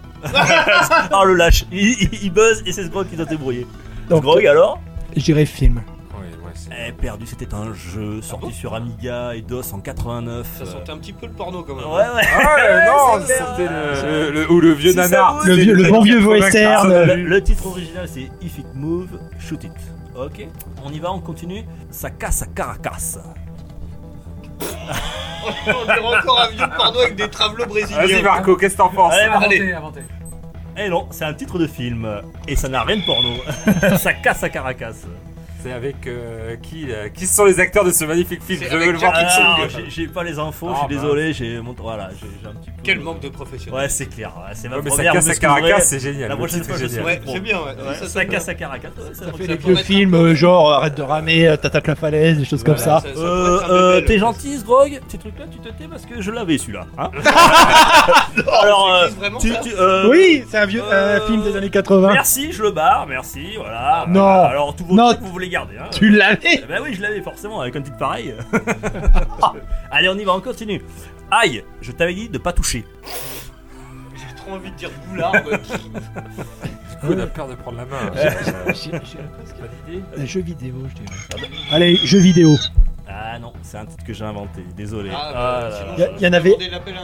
Speaker 1: Oh le lâche il, il- il buzz et c'est Sgrog qui doit se débrouiller.
Speaker 3: Donc,
Speaker 1: Sgrog alors
Speaker 3: J'irai film.
Speaker 1: Eh perdu, c'était un jeu sorti
Speaker 5: Ah bon
Speaker 1: sur Amiga et DOS en 89.
Speaker 5: Ça
Speaker 1: euh,
Speaker 5: sentait un petit peu le porno quand même.
Speaker 1: Ouais ouais
Speaker 4: Ah ouais, non,
Speaker 1: c'est
Speaker 4: c'était
Speaker 1: clair.
Speaker 4: le, le- le- Ou le vieux
Speaker 1: Si ça
Speaker 4: nanar.
Speaker 1: bouge.
Speaker 3: Le vieux, le bon vieux
Speaker 4: Personne
Speaker 3: western.
Speaker 4: l'a
Speaker 1: le,
Speaker 4: vu.
Speaker 1: le titre original c'est If It Move, Shoot It. Ok, on y va, on continue. Ça casse à Caracas.
Speaker 5: on dirait encore un vieux porno avec des travelots brésiliens.
Speaker 3: hein.
Speaker 4: Vas-y Marco, qu'est-ce que t'en penses
Speaker 1: Allez,
Speaker 6: Inventé,
Speaker 5: allez.
Speaker 6: inventé.
Speaker 1: Eh non, c'est un titre de film et ça n'a rien de porno. ça casse à Caracas.
Speaker 4: C'est avec euh, qui euh, Qui sont les acteurs de ce magnifique film
Speaker 9: C'est
Speaker 4: Je veux
Speaker 9: avec
Speaker 4: le voir tout de
Speaker 1: Ah,
Speaker 4: suite.
Speaker 1: j'ai- J'ai pas les infos,
Speaker 4: Ah,
Speaker 1: je suis
Speaker 4: bah.
Speaker 1: désolé, j'ai mon- voilà, j'ai j'ai un petit peu.
Speaker 9: Quel manque de professionnalisme.
Speaker 1: Ouais, c'est clair, ouais, c'est ma
Speaker 4: Ouais, mais ça
Speaker 1: première.
Speaker 4: casse
Speaker 1: vous
Speaker 4: à Caracas,
Speaker 1: m'excuserez.
Speaker 4: c'est génial.
Speaker 1: La
Speaker 4: le
Speaker 1: prochaine
Speaker 4: titre
Speaker 1: fois,
Speaker 4: est
Speaker 1: je
Speaker 4: génial.
Speaker 1: serai
Speaker 9: Ouais, c'est bien, ouais. Ouais,
Speaker 1: Ça,
Speaker 9: ça,
Speaker 1: ça
Speaker 9: c'est
Speaker 1: casse à Caracas. ouais,
Speaker 9: fait
Speaker 1: ça ressemble
Speaker 9: les
Speaker 1: à-
Speaker 9: vieux
Speaker 1: Euh,
Speaker 9: Faut film, mettre un- euh,
Speaker 3: genre arrête de ramer, euh, t'attaques la falaise, des choses
Speaker 9: Voilà, ça- ça pourrait être un
Speaker 1: euh,
Speaker 9: bel-
Speaker 1: t'es gentil, Grog Ces trucs-là, tu te tais parce que je l'avais celui-là. hein
Speaker 9: c'est
Speaker 1: Alors, euh,
Speaker 9: vraiment
Speaker 1: tu,
Speaker 9: ça
Speaker 1: tu- euh,
Speaker 3: Oui, c'est un vieux
Speaker 1: Euh,
Speaker 3: un film des années 80.
Speaker 1: Merci, je le barre, merci, voilà.
Speaker 3: Non.
Speaker 1: Euh, Alors, tous vos
Speaker 3: Non.
Speaker 1: trucs, vous voulez garder. Hein.
Speaker 3: Tu l'avais
Speaker 1: Eh ben oui, je l'avais forcément, avec un titre pareil. Allez, on y va, on continue. Aïe, je t'avais dit de pas toucher.
Speaker 9: J'ai trop envie de dire boulard. ah, moi.
Speaker 4: Du coup, on a peur de prendre la main. Euh,
Speaker 3: Jeux vidéo, je dirais. Allez, jeux vidéo.
Speaker 1: Ah non, c'est un titre que j'ai inventé, désolé.
Speaker 9: Ah,
Speaker 1: Ah
Speaker 9: bah,
Speaker 1: là
Speaker 9: sinon,
Speaker 1: là.
Speaker 3: Y
Speaker 9: je-
Speaker 3: a- y en
Speaker 9: je
Speaker 3: avait-
Speaker 9: demandais l'appel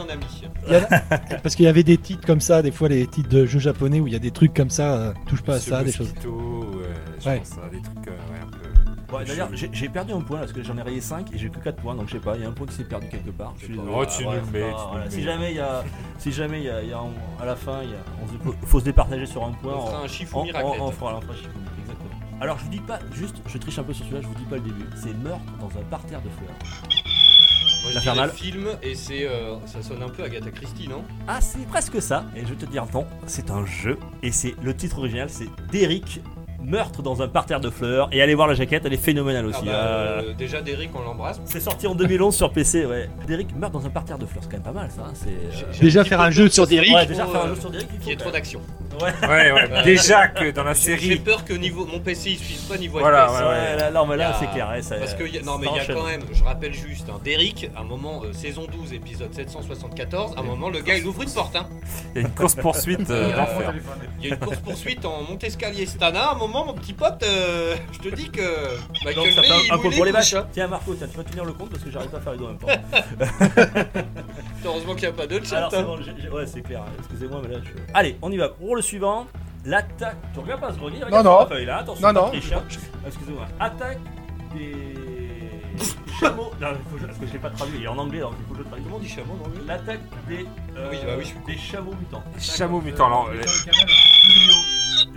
Speaker 9: à un ami.
Speaker 3: Parce qu'il y avait des titres comme ça, des fois les titres de jeux japonais où il y a des trucs comme ça, euh, touche pas à
Speaker 4: Monsieur
Speaker 3: ça, des choses.
Speaker 4: Mosquito, euh, je
Speaker 3: Ouais.
Speaker 4: pense à des trucs euh, ouais, un peu.
Speaker 1: Ouais, D'ailleurs, j'ai j'ai perdu un point là, parce que j'en ai rayé 5 et j'ai que 4 points, donc je sais pas, il y a un point qui s'est perdu quelque part. Je suis désolé.
Speaker 4: Oh,
Speaker 1: Ah,
Speaker 4: tu nous
Speaker 1: ouais,
Speaker 4: le mets,
Speaker 1: ah,
Speaker 4: tu nous
Speaker 1: voilà.
Speaker 4: le
Speaker 1: Si
Speaker 4: mets.
Speaker 1: jamais il y a, si jamais il y a, il y a un- à la fin, il y a, on se, faut- faut se départager sur un point.
Speaker 9: On fera
Speaker 1: en-
Speaker 9: un chiffon
Speaker 1: en- en-
Speaker 9: miracle.
Speaker 1: en fera- en fera un chiffon, exactement. Alors je vous dis pas, juste, je triche un peu sur celui-là, je vous dis pas le début. C'est meurtre dans un parterre de fleurs.
Speaker 9: Moi,
Speaker 1: L'Infernal.
Speaker 9: je film et c'est euh, ça sonne un peu Agatha Christie, non
Speaker 1: Ah, c'est presque ça. Et je vais te dire non, c'est un jeu. Et c'est le titre original, c'est Derrick, meurtre dans un parterre de fleurs. Et allez voir la jaquette, elle est phénoménale aussi.
Speaker 9: Ah bah,
Speaker 1: Euh,
Speaker 9: euh, Déjà Derrick, on l'embrasse.
Speaker 1: C'est sorti en 2011 sur PC, ouais. Derrick meurt dans un parterre de fleurs, c'est quand même pas mal ça. hein, C'est.
Speaker 9: J'ai-
Speaker 1: euh,
Speaker 9: j'ai
Speaker 3: Déjà
Speaker 9: petit
Speaker 3: faire
Speaker 9: peu
Speaker 3: un
Speaker 9: peur
Speaker 3: jeu
Speaker 9: que
Speaker 3: sur
Speaker 9: ça
Speaker 3: Derrick.
Speaker 9: soit,
Speaker 1: Ouais, déjà faire un
Speaker 9: euh,
Speaker 1: jeu sur Derrick, il faut
Speaker 9: Qu'il y ait
Speaker 1: quand
Speaker 9: trop
Speaker 1: même.
Speaker 9: d'action.
Speaker 1: Ouais.
Speaker 4: Ouais, ouais. Déjà que dans la
Speaker 9: J'ai j'ai
Speaker 4: série.
Speaker 9: peur que niveau mon PC il suive pas niveau
Speaker 4: Voilà,
Speaker 9: FPS.
Speaker 4: ouais,
Speaker 1: Ouais, ouais, là, non, mais
Speaker 9: Y
Speaker 1: là,
Speaker 9: a-
Speaker 1: c'est clair. ouais, ça-
Speaker 9: Parce que y a- non mais
Speaker 1: Euh, ça
Speaker 9: il y a
Speaker 1: enchaîne.
Speaker 9: quand même, je rappelle juste, hein, Derrick, à un moment, euh, saison 12, épisode 774, à un moment le gars il ouvre une porte. Hein.
Speaker 4: Il y a une course poursuite
Speaker 9: Euh,
Speaker 4: d'enfer.
Speaker 9: Il y a une course poursuite en Montescalier Stana, à un moment mon petit pote, euh, je te dis que
Speaker 1: Donc,
Speaker 9: Michael
Speaker 1: ça
Speaker 9: Bay
Speaker 1: fait
Speaker 9: il
Speaker 1: un, un peu
Speaker 9: voulait
Speaker 1: pour les
Speaker 9: couche,
Speaker 1: vaches.
Speaker 9: hein.
Speaker 1: Tiens, Marco, tiens, tu vas tenir le compte parce que j'arrive pas à faire les deux en même temps.
Speaker 9: Heureusement qu'il n'y a pas d'autre chat.
Speaker 1: Alors, c'est bon, j'ai- j'ai- ouais, c'est clair. hein, Excusez-moi, mais là, je. Allez, on y va pour le suivant. L'attaque. Tu regardes pas ce grenier regarde
Speaker 10: Non,
Speaker 1: sur
Speaker 10: non.
Speaker 1: la feuille, là. Attention,
Speaker 10: Non, non.
Speaker 1: Patrick, hein. Excusez-moi. Attaque des. chameaux. Non, mais faut que je- parce que je l'ai pas traduit, il est en anglais, donc il faut que je le traduise.
Speaker 9: Comment on dit chameau dans le
Speaker 1: L'attaque des. euh,
Speaker 9: Oui, bah oui, je suis con.
Speaker 1: Des chameaux mutants.
Speaker 4: Chameau mutant. alors, euh,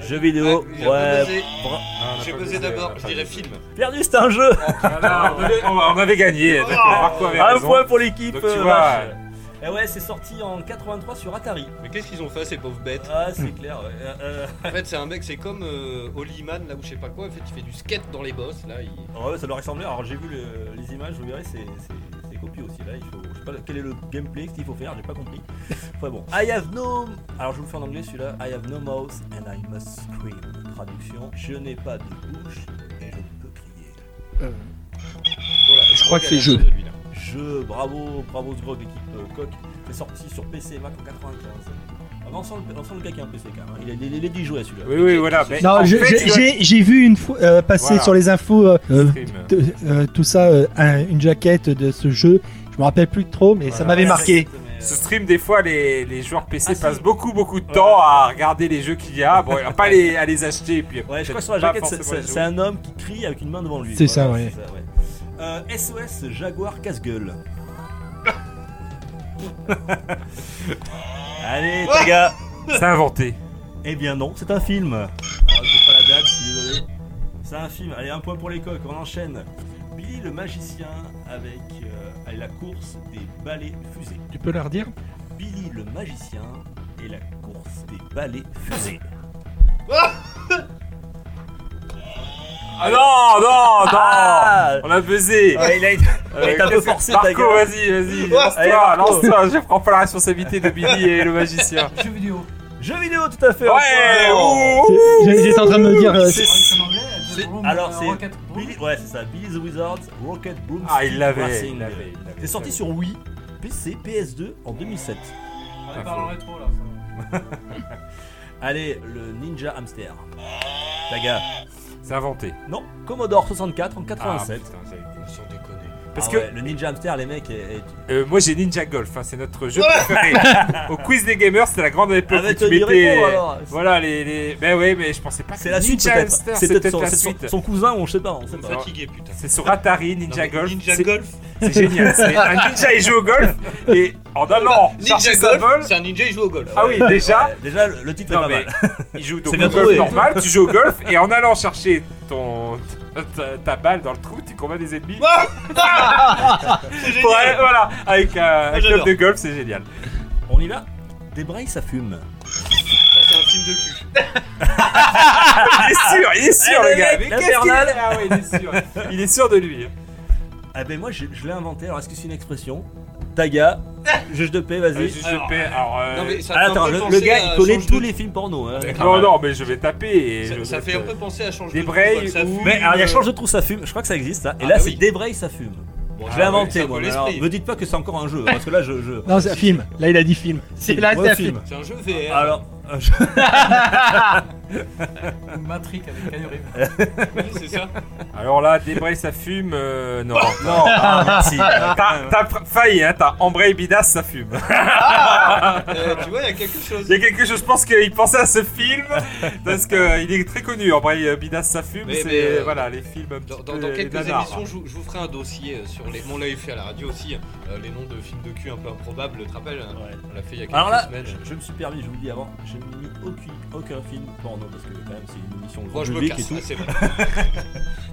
Speaker 1: Jeux vidéo,
Speaker 9: Ah, j'ai
Speaker 1: ouais.
Speaker 9: buzzé.
Speaker 1: bra-
Speaker 4: on a
Speaker 9: J'ai
Speaker 4: pas
Speaker 9: pesé
Speaker 4: on
Speaker 9: d'abord,
Speaker 4: a
Speaker 9: je
Speaker 4: pas
Speaker 9: dirais
Speaker 4: pesé.
Speaker 9: film.
Speaker 1: Perdu, c'est un jeu
Speaker 4: Ah, non, on avait- on on avait gagné. d'accord, Marco avait
Speaker 1: Un
Speaker 4: raison.
Speaker 1: Ah, point pour l'équipe
Speaker 4: Donc, tu
Speaker 1: euh,
Speaker 4: vois,
Speaker 1: vache.
Speaker 4: euh,
Speaker 1: Eh ouais, c'est sorti en 83 sur Atari.
Speaker 9: Mais qu'est-ce qu'ils ont fait ces pauvres bêtes
Speaker 1: Ah, c'est clair, ouais. Euh,
Speaker 9: En fait c'est un mec, c'est comme euh, Holyman là ou je sais pas quoi, en fait il fait du skate dans les boss là, il...
Speaker 1: euh, ouais, ça leur ressemblait. Alors, j'ai vu le- les images, vous verrez, c'est c'est- c'est copieux aussi. Là, il faut, je sais pas quel est le gameplay, ce qu'il faut faire, j'ai pas compris. Enfin bon. I have no. Alors, je vous le fais en anglais celui-là. I have no mouth and I must scream. Traduction Je n'ai pas de bouche et je ne peux crier.
Speaker 9: Oh là, je
Speaker 3: crois que c'est jeu.
Speaker 9: celui-là.
Speaker 1: Jeu, bravo, bravo Zgrog, équipe euh, Coq. C'est sorti sur PC et Mac en Ah, 95. Avant, sans le, sans le gars qui a un PC quand même. hein. Il, a, il, il est dit jouer celui-là.
Speaker 4: Oui, oui, voilà. mais
Speaker 3: Non,
Speaker 4: en
Speaker 3: je-
Speaker 4: fait,
Speaker 3: j'ai-
Speaker 4: il doit-
Speaker 3: j'ai j'ai vu une fois euh, passer
Speaker 4: Voilà.
Speaker 3: sur les infos euh, euh,
Speaker 4: Stream.
Speaker 3: de- euh, tout ça, euh, un- une jaquette de ce jeu. Je me rappelle plus trop, mais ça
Speaker 4: Voilà.
Speaker 3: m'avait marqué.
Speaker 4: Ce stream, des fois, les, les joueurs PC
Speaker 1: Ah, si.
Speaker 4: passent beaucoup, beaucoup de temps à regarder les jeux qu'il y a, bon, pas les, à les acheter, et puis
Speaker 1: Ouais, je crois
Speaker 4: peut-être
Speaker 1: que sur la
Speaker 4: pas
Speaker 1: jaquette, c'est-
Speaker 4: forcément
Speaker 1: c'est
Speaker 4: les
Speaker 1: c'est un homme qui crie avec une main devant lui.
Speaker 3: C'est ça, ouais.
Speaker 1: c'est ouais. Euh, SOS Jaguar casse-gueule. Allez, les gars
Speaker 4: jouer. C'est inventé.
Speaker 1: Eh bien non, c'est un film. Alors, j'ai pas la date, je suis désolé. C'est un film. Allez, un point pour les coques, on enchaîne. Billy le magicien avec euh, allez, la course des balais fusées.
Speaker 3: Tu peux leur dire
Speaker 1: Billy le magicien et la course des balais fusées.
Speaker 4: Ah non, non, non
Speaker 1: Ah
Speaker 4: On a buzzé
Speaker 1: Ouais, il a été- ouais, t'as un peu forcé ta
Speaker 4: Marco,
Speaker 1: gueule.
Speaker 4: vas-y, vas-y,
Speaker 1: Allez,
Speaker 4: lance-toi,
Speaker 1: Marco.
Speaker 4: lance-toi, je prends pas la responsabilité de Billy et le magicien.
Speaker 6: Jeux vidéo.
Speaker 1: Jeu vidéo tout à fait.
Speaker 4: Ouais
Speaker 1: un point.
Speaker 4: ouh, ouh.
Speaker 3: J'ai- J'étais en train de me dire. euh,
Speaker 6: Alors, Ah, c'est en anglais,
Speaker 1: C'est-
Speaker 6: Room,
Speaker 1: alors
Speaker 6: euh,
Speaker 1: c'est
Speaker 6: Rocket Room.
Speaker 1: Billy, ouais c'est ça, Billy the Wizard, Rocket Broom.
Speaker 4: Ah, il l'avait, il l'avait. il l'avait.
Speaker 1: C'est sorti sur Wii, PC, PS2 en 2007.
Speaker 6: On parle en rétro là. ça.
Speaker 1: Allez, le Ninja Hamster. Taga.
Speaker 4: C'est inventé.
Speaker 1: Non, Commodore 64 en
Speaker 4: Ah,
Speaker 1: 87.
Speaker 4: putain, j'avais oublié.
Speaker 1: Bah,
Speaker 9: Sans déconner.
Speaker 4: Parce
Speaker 1: Ah
Speaker 4: que
Speaker 1: ouais, le Ninja Hamster, les mecs, est- est-
Speaker 4: euh, moi j'ai Ninja Golf, hein, c'est notre jeu préféré. Au quiz des gamers, c'était la grande époque
Speaker 1: Ah, bah,
Speaker 4: où tu
Speaker 1: Tony
Speaker 4: mettais. euh,
Speaker 1: Répond, alors.
Speaker 4: Voilà les, les. Ben ouais, mais je pensais pas.
Speaker 1: c'est
Speaker 4: que
Speaker 1: la suite
Speaker 4: Ninja
Speaker 1: peut-être.
Speaker 4: Hamster,
Speaker 1: C'est peut-être
Speaker 4: son,
Speaker 1: son,
Speaker 4: la
Speaker 1: c'est son-
Speaker 4: suite.
Speaker 1: son cousin ou on sait pas, on sait pas.
Speaker 9: Fatigué putain.
Speaker 4: C'est sur Atari
Speaker 9: Non,
Speaker 4: Ninja
Speaker 9: mais
Speaker 4: Golf.
Speaker 9: Ninja
Speaker 4: c'est-
Speaker 9: Golf.
Speaker 4: C'est génial. c'est- Un ninja il joue au golf et en un an, chercher
Speaker 9: Ninja
Speaker 4: sa
Speaker 9: Golf,
Speaker 4: balle.
Speaker 9: c'est un ninja, il joue au golf.
Speaker 4: Ah oui, déjà.
Speaker 1: Ouais, déjà le, le titre
Speaker 4: Non,
Speaker 1: est pas
Speaker 4: mais
Speaker 1: mal.
Speaker 4: il joue donc
Speaker 1: bien
Speaker 4: au golf
Speaker 1: trouvé.
Speaker 4: normal, tu joues au golf et en allant chercher ton ta, ta balle dans le trou, tu combats des ennemis.
Speaker 11: C'est génial.
Speaker 4: Ouais, voilà, avec
Speaker 1: Ah,
Speaker 4: un, un
Speaker 11: j'adore.
Speaker 4: club de golf, c'est génial.
Speaker 1: On y va Des brailles, ça fume.
Speaker 5: Ça, c'est un film de cul.
Speaker 4: Il est sûr, il est sûr,
Speaker 1: Eh,
Speaker 4: le
Speaker 1: le
Speaker 4: gars.
Speaker 1: mec,
Speaker 4: Mais qu'est-ce qu'il
Speaker 1: l'infernal.
Speaker 4: est Ah ouais, il est sûr. Il est sûr de lui.
Speaker 1: Ah ben moi, je, je l'ai inventé. Alors, est-ce que c'est une expression Taga, juge de paix,
Speaker 4: Euh,
Speaker 1: vas-y.
Speaker 4: je- je
Speaker 11: alors,
Speaker 4: paie, alors, euh,
Speaker 5: Non, mais ça fait
Speaker 1: Ah, attends,
Speaker 5: un peu
Speaker 1: le,
Speaker 5: penser
Speaker 1: le gars,
Speaker 5: à
Speaker 1: il connaît
Speaker 5: Change
Speaker 1: tous
Speaker 5: de-
Speaker 1: les films porno. Hein.
Speaker 11: D'accord.
Speaker 4: Non, non, mais je vais taper. Et
Speaker 5: Ça,
Speaker 4: je
Speaker 5: ça
Speaker 4: vais
Speaker 5: fait un peu penser à changer
Speaker 4: Des
Speaker 5: de
Speaker 4: Brailles
Speaker 5: trou, ça
Speaker 4: ou-
Speaker 5: fume.
Speaker 1: Mais alors, il y a
Speaker 5: euh,
Speaker 1: change de trou, ça fume. Je crois que ça existe, ça. Et
Speaker 5: Ah
Speaker 1: là,
Speaker 5: bah
Speaker 1: c'est
Speaker 5: oui.
Speaker 1: des brailles, ça fume.
Speaker 5: Bon,
Speaker 1: je l'ai
Speaker 5: ah oui,
Speaker 1: inventé,
Speaker 5: c'est un
Speaker 1: moi.
Speaker 5: peu
Speaker 1: mais Alors,
Speaker 5: l'esprit.
Speaker 1: me dites pas que c'est encore un jeu, hein, parce que là, je. je...
Speaker 3: Non, c'est un film. Là, il a dit film. C'est là,
Speaker 1: Ouais,
Speaker 3: c'est un
Speaker 1: film.
Speaker 3: film.
Speaker 5: C'est un jeu VR.
Speaker 1: Alors, euh, je-
Speaker 6: Ou Matrix avec Keanu Reeves.
Speaker 5: Oui, c'est ça.
Speaker 4: Alors là, débray, ça fume. euh, non.
Speaker 1: non, ah, merci.
Speaker 4: T'as t'as fa- failli, hein, t'as Ambray Bidas, ça fume.
Speaker 5: Euh, tu vois, il y a quelque chose.
Speaker 4: Il y a quelque chose, je pense qu'il pensait à ce film, parce qu'il est très connu. Ambray Bidas, ça fume,
Speaker 5: Mais-
Speaker 4: c'est
Speaker 5: mais, euh,
Speaker 4: voilà, les films un
Speaker 5: Dans,
Speaker 4: petit
Speaker 5: dans-
Speaker 4: peu
Speaker 5: dans quelques
Speaker 4: nanars.
Speaker 5: émissions, je, vous- je vous ferai un dossier euh, sur les. Bon, on l'avait fait à la radio aussi, hein, euh, les noms de films de cul un peu improbables, tu te rappelles hein
Speaker 1: Ouais.
Speaker 5: On l'a fait il y a quelques
Speaker 1: Alors là,
Speaker 5: semaines.
Speaker 1: je, je me suis permis, je vous le dis avant, je n'ai mis aucun, aucun film porno parce que quand même c'est une émission
Speaker 5: Moi,
Speaker 1: grand
Speaker 5: je me
Speaker 1: public
Speaker 5: casse,
Speaker 1: et tout.
Speaker 5: ah, c'est vrai.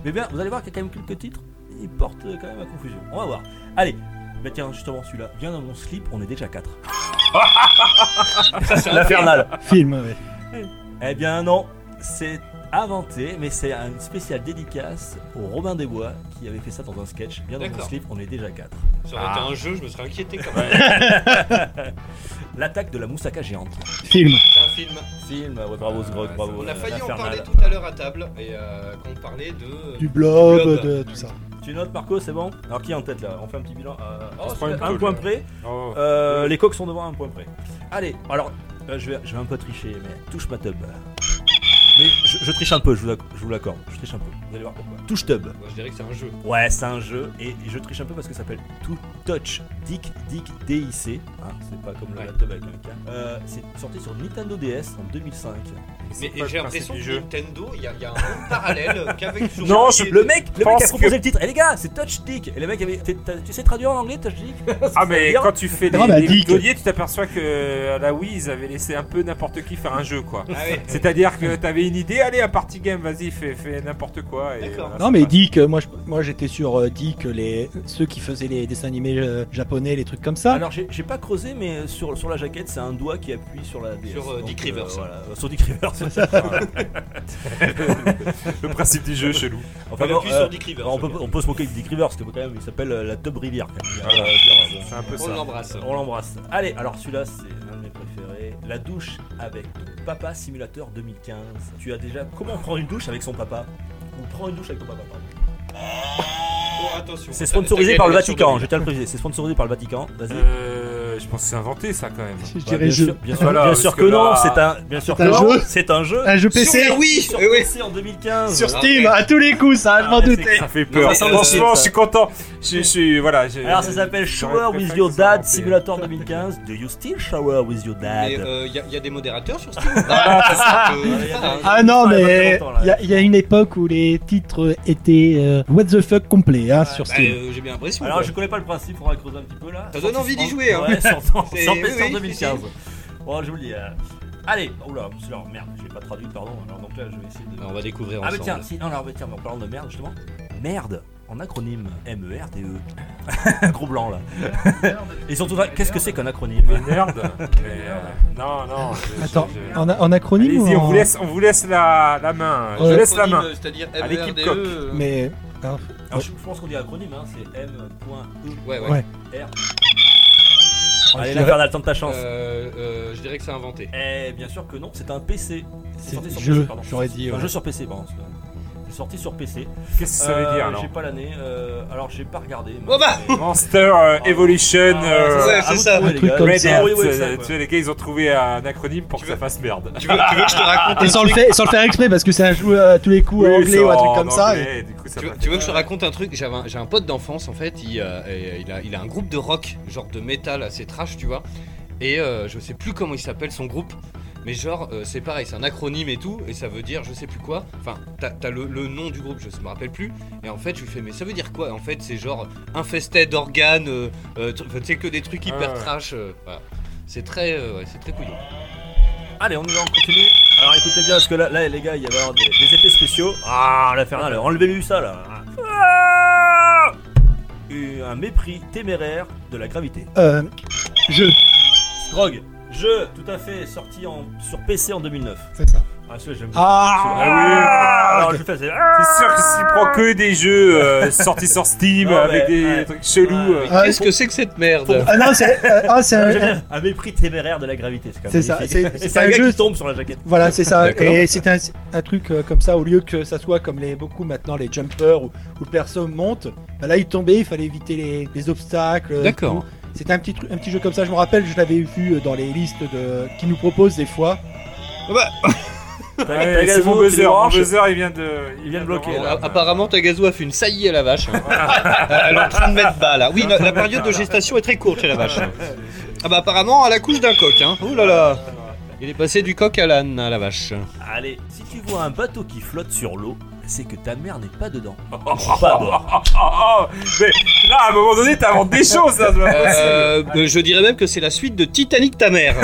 Speaker 1: Mais bien, vous allez voir qu'il y a quand même quelques titres, ils portent euh, quand même à confusion. On va voir. Allez, bah tiens, justement celui-là, viens dans mon slip, on est déjà 4.
Speaker 5: Ça, c'est un-
Speaker 1: L'infernal
Speaker 3: Film, ouais.
Speaker 1: Eh bien non, c'est inventé, mais c'est une spéciale dédicace au Robin des Bois qui avait fait ça dans un sketch. Viens dans mon
Speaker 5: D'accord.
Speaker 1: slip, on est déjà 4. Ah.
Speaker 5: Ça aurait été un jeu, je me serais inquiété quand même.
Speaker 1: L'attaque de la moussaka géante.
Speaker 3: Film.
Speaker 5: C'est un film.
Speaker 1: Film, ouais, bravo Sgrog,
Speaker 4: Ah,
Speaker 1: bravo.
Speaker 5: On a
Speaker 1: euh,
Speaker 5: failli en
Speaker 1: l'infernal.
Speaker 5: parler tout à l'heure à table, et euh, quand on parlait de.
Speaker 3: Du blob,
Speaker 5: Blob.
Speaker 3: de tout ça.
Speaker 1: Tu notes Marco, c'est bon Alors qui est en tête là On fait un petit bilan. euh,
Speaker 4: On se
Speaker 1: c'est
Speaker 4: prend une
Speaker 1: un
Speaker 4: tôle,
Speaker 1: point
Speaker 4: là.
Speaker 1: près.
Speaker 4: Oh.
Speaker 1: Euh, les coqs sont devant à un point près. Allez, alors, euh, je, vais, je vais un peu tricher, mais touche ma tub. Mais je, je triche un peu, je vous, acc- je vous l'accorde. Je triche un peu, vous allez voir pourquoi. Touche tub.
Speaker 5: Moi, je dirais que c'est un jeu.
Speaker 1: Ouais, c'est un jeu, et je triche un peu parce que ça s'appelle To Touch Dick Dick DIC. Hein, c'est pas comme le
Speaker 5: Ouais.
Speaker 1: laptop avec un K. Euh, c'est sorti sur Nintendo DS en 2005.
Speaker 4: C'est
Speaker 5: Mais
Speaker 4: quoi
Speaker 5: et
Speaker 4: le principe
Speaker 5: j'ai l'impression que
Speaker 4: du jeu
Speaker 5: Nintendo, il y, a- il y a un monde parallèle euh, qu'avec sur-
Speaker 1: Non, je- le mec, le mec
Speaker 4: pense
Speaker 1: a proposé
Speaker 4: que-
Speaker 1: le titre. Et les gars, c'est Touch Dick. Et le mec avait. t'es- t'as- Tu sais traduire en anglais Touch Dick
Speaker 4: Ah mais quand tu fais des,
Speaker 3: Non, bah,
Speaker 4: des
Speaker 3: dis
Speaker 4: bidonniers, tu t'aperçois que euh, à la Wii ils avaient laissé un peu n'importe qui faire un jeu quoi.
Speaker 5: Ah ouais.
Speaker 4: C'est-à-dire que t'avais une idée, allez un party game, vas-y fais, fais n'importe quoi. Et
Speaker 5: D'accord.
Speaker 4: voilà,
Speaker 3: Non
Speaker 4: ça
Speaker 3: mais
Speaker 4: passe.
Speaker 3: Dick, euh, moi je- moi j'étais sûr euh, Dick, les ceux qui faisaient les dessins animés euh, japonais, les trucs comme ça.
Speaker 1: Alors j'ai j'ai pas creusé mais sur, sur la jaquette c'est un doigt qui appuie sur la DS.
Speaker 5: Sur, euh,
Speaker 1: Donc,
Speaker 5: Dick Rivers.
Speaker 1: voilà, euh, sur Dick Rivers.
Speaker 4: le principe du jeu chelou.
Speaker 1: enfin,
Speaker 5: On
Speaker 1: bon,
Speaker 5: appuie
Speaker 1: euh,
Speaker 5: sur Dick Rivers.
Speaker 1: on, peut,
Speaker 5: ce gars.
Speaker 1: on peut se moquer de Dick Rivers parce que quand même il s'appelle euh, la Tub Rivière. quand même.
Speaker 5: Ah,
Speaker 4: Voilà,
Speaker 1: Euh, je veux dire,
Speaker 4: C'est un peu
Speaker 5: On
Speaker 4: ça.
Speaker 5: l'embrasse.
Speaker 1: bon, On l'embrasse. Allez alors celui-là c'est un de mes préférés. La douche avec ton papa simulateur 2015. Tu as déjà comment prendre une douche avec son papa ou prends une douche avec ton papa. pardon. Eh,
Speaker 5: Oh, attention.
Speaker 1: C'est
Speaker 5: Ça- ça
Speaker 1: sponsorisé
Speaker 5: gagne
Speaker 1: par le
Speaker 5: la version
Speaker 1: Vatican.
Speaker 5: de-
Speaker 1: Je tiens à le préciser. C'est sponsorisé par le Vatican. Vas-y.
Speaker 4: Euh, je pense que c'est inventé ça quand même.
Speaker 3: je
Speaker 1: Bah,
Speaker 3: dirais
Speaker 1: bien,
Speaker 3: jeu.
Speaker 1: sûr, bien sûr,
Speaker 4: Voilà,
Speaker 1: bien
Speaker 4: parce
Speaker 1: sûr que,
Speaker 4: que
Speaker 1: non,
Speaker 4: là-
Speaker 1: c'est un, bien sûr
Speaker 3: C'est
Speaker 1: que
Speaker 3: un
Speaker 1: non,
Speaker 3: jeu
Speaker 1: c'est un jeu.
Speaker 3: Un jeu
Speaker 5: Sur
Speaker 3: PC
Speaker 5: la Wii
Speaker 1: Sur
Speaker 5: Eh oui.
Speaker 1: PC en 2015.
Speaker 3: sur
Speaker 5: Ah,
Speaker 3: Steam
Speaker 5: ouais.
Speaker 3: à tous les coups, ça, je m'en
Speaker 1: Ah,
Speaker 3: doute.
Speaker 4: Ça fait peur.
Speaker 5: mais ça,
Speaker 1: ça-
Speaker 4: Franchement, je suis content. Je, je suis voilà. je-
Speaker 1: Alors ça s'appelle
Speaker 4: j'aurais
Speaker 1: Shower
Speaker 4: préféré
Speaker 1: with Your
Speaker 4: que ça soit
Speaker 1: Dad
Speaker 4: inventé.
Speaker 1: Simulator 2015. Do you still shower with your dad
Speaker 5: Mais euh, il y, a- y a des modérateurs sur Steam. Ah, euh,
Speaker 1: y a des-
Speaker 3: Ah non
Speaker 1: Ouais,
Speaker 3: mais
Speaker 1: longtemps, là.
Speaker 3: il y, a- il y a une époque où les titres étaient euh, what the fuck complet hein, sur
Speaker 5: bah,
Speaker 3: Steam.
Speaker 5: euh, J'ai bien l'impression.
Speaker 1: Alors
Speaker 5: quoi.
Speaker 1: je connais pas le principe, faudra creuser un petit peu là.
Speaker 5: Ça donne
Speaker 1: Sorti
Speaker 5: envie d'y
Speaker 1: en-
Speaker 5: jouer, hein.
Speaker 1: Ouais, sorti en
Speaker 5: C'est-
Speaker 1: sorti
Speaker 5: oui,
Speaker 1: en
Speaker 5: oui,
Speaker 1: 2015. Bon, je vous le dis. euh, Allez, oula, alors oh, merde, je l'ai pas traduit, pardon. Alors donc là, je vais essayer de.
Speaker 5: Alors, on va découvrir
Speaker 1: ah
Speaker 5: ensemble.
Speaker 1: mais tiens, si, non, alors mais tiens, mais en parlant de merde justement, merde en acronyme E M-E-R-D-E. E. Gros blanc là. Et surtout, là, qu'est-ce que c'est qu'un acronyme
Speaker 4: Mais merde. Mais, euh, non non. je-
Speaker 3: Attends,
Speaker 4: euh, je- je-
Speaker 3: en, a- en acronyme ou
Speaker 4: Allez-y, on
Speaker 3: en-
Speaker 4: vous laisse, on vous laisse la, la main. Je
Speaker 3: Ouais.
Speaker 4: laisse la main.
Speaker 5: C'est-à-dire
Speaker 4: À l'équipe
Speaker 5: MERDE,
Speaker 4: Coq.
Speaker 5: euh,
Speaker 3: Mais hein,
Speaker 1: Alors, je, je pense qu'on dit acronyme, hein, c'est M.E.R.
Speaker 5: Ouais, ouais.
Speaker 3: Ouais.
Speaker 1: Allez,
Speaker 3: Ah, je dirais-
Speaker 1: l'infernal, tente ta chance.
Speaker 5: Euh, euh, je dirais que c'est inventé.
Speaker 1: Eh bien sûr que non, c'est un PC.
Speaker 3: C'est
Speaker 1: sorti sur
Speaker 3: jeu,
Speaker 1: PC, pardon.
Speaker 3: j'aurais dit,
Speaker 1: Un
Speaker 3: ouais.
Speaker 1: jeu sur PC, pardon. C'est sorti sur PC.
Speaker 4: Qu'est-ce que ça veut
Speaker 1: Euh,
Speaker 4: dire alors
Speaker 1: J'ai pas l'année. euh, alors j'ai pas regardé.
Speaker 5: Oh bah
Speaker 1: mais-
Speaker 4: Monster euh,
Speaker 1: Ah,
Speaker 4: Evolution.
Speaker 1: ah,
Speaker 4: euh,
Speaker 5: ouais,
Speaker 1: à
Speaker 5: c'est
Speaker 1: vous de
Speaker 5: ça.
Speaker 1: trouver,
Speaker 3: Un
Speaker 1: les
Speaker 3: truc
Speaker 1: gars.
Speaker 3: comme
Speaker 4: Red
Speaker 3: ça.
Speaker 4: Hat,
Speaker 1: Oui, oui,
Speaker 4: euh,
Speaker 1: ça,
Speaker 4: tu
Speaker 1: quoi.
Speaker 4: vois, les gars, ils ont trouvé un acronyme pour
Speaker 5: Tu
Speaker 4: que ça fasse merde.
Speaker 5: Tu veux, tu veux que je te raconte
Speaker 3: Et sans le faire, sans le faire exprès parce que c'est un jeu à tous les coups en
Speaker 4: Oui,
Speaker 3: anglais
Speaker 4: ça,
Speaker 3: ou un
Speaker 4: en
Speaker 3: truc comme ça. et-
Speaker 4: anglais, et du coup, ça
Speaker 5: Tu
Speaker 4: va.
Speaker 5: veux, tu veux que je te raconte un truc J'avais un- J'ai un, pote d'enfance en fait, il, euh, et il, a, il a un groupe de rock, genre de métal assez trash, tu vois. Et euh, je sais plus comment il s'appelle son groupe, mais genre euh, c'est pareil, c'est un acronyme et tout, et ça veut dire je sais plus quoi. Enfin, t'as t'as le, le nom du groupe, je me rappelle plus. Et en fait, je lui fais, mais ça veut dire quoi Et En fait, c'est genre infesté d'organes, euh, euh, tu tu sais que des trucs hyper
Speaker 4: Ah ouais.
Speaker 5: trash. euh, voilà. C'est très, euh, ouais, c'est très couillon.
Speaker 1: Allez, on y va, on continue. Alors écoutez bien, parce que là, là, les gars, il va y avoir des, des effets spéciaux. Ah, l'infernal, enlevez-lui ça là. Ah Et un mépris téméraire de la gravité.
Speaker 3: Euh, je.
Speaker 1: Scrog, jeu tout à fait sorti en, sur PC en 2009.
Speaker 3: C'est ça.
Speaker 1: Ah, celui-là, j'aime beaucoup.
Speaker 3: Ah
Speaker 1: Ah oui Alors je le fais, c'est.
Speaker 4: C'est sûr que s'il prend que des jeux euh, sortis sur
Speaker 1: Non,
Speaker 4: Steam
Speaker 1: mais,
Speaker 4: avec des
Speaker 1: ouais.
Speaker 4: trucs chelous. euh,
Speaker 1: Ouais.
Speaker 3: Ah,
Speaker 5: Qu'est-ce que c'est que cette merde
Speaker 3: Ah non, c'est euh, ah, c'est
Speaker 1: Ah, j'aime
Speaker 3: un.
Speaker 1: bien. Un mépris téméraire de la gravité, c'est quand même.
Speaker 3: C'est ça,
Speaker 1: magnifique.
Speaker 3: c'est-
Speaker 1: Et
Speaker 3: c'est
Speaker 1: C'est
Speaker 3: un
Speaker 1: un gars
Speaker 3: jeu-
Speaker 1: qui tombe sur la jaquette.
Speaker 3: Voilà, c'est ça.
Speaker 4: D'accord.
Speaker 3: Et c'est un, un truc euh, comme ça, au lieu que ça soit comme les beaucoup maintenant, les jumpers où, où le perso monte, bah là il tombait, il fallait éviter les, les obstacles. euh,
Speaker 5: D'accord.
Speaker 3: tout. C'était un petit, tru- un petit jeu comme ça, je me rappelle, je l'avais vu euh, dans les listes de, qui nous proposent des fois.
Speaker 1: T'as-
Speaker 4: ouais,
Speaker 1: t'as
Speaker 4: c'est
Speaker 1: Gazo
Speaker 4: mon
Speaker 1: qui
Speaker 4: buzzer, mon
Speaker 1: branche.
Speaker 4: buzzer il vient de,
Speaker 1: Il vient de bloquer,
Speaker 5: Bon,
Speaker 1: là.
Speaker 5: a- apparemment, Tagazu a fait une saillie à la vache. hein. Euh, elle est en train de mettre bas là. Oui, la, la période de gestation est très courte chez la vache. Ah bah apparemment, à la couche d'un coq. Hein. Ouh là là. Il est passé du coq à l'âne à la vache.
Speaker 1: Allez, si tu vois un bateau qui flotte sur l'eau, c'est que ta mère n'est pas dedans. pas à bord.
Speaker 4: Oh, oh, mais là, à un moment donné, t'inventes des choses, là, c'est pas possible.
Speaker 5: Euh, euh, je dirais même que c'est la suite de Titanic ta mère.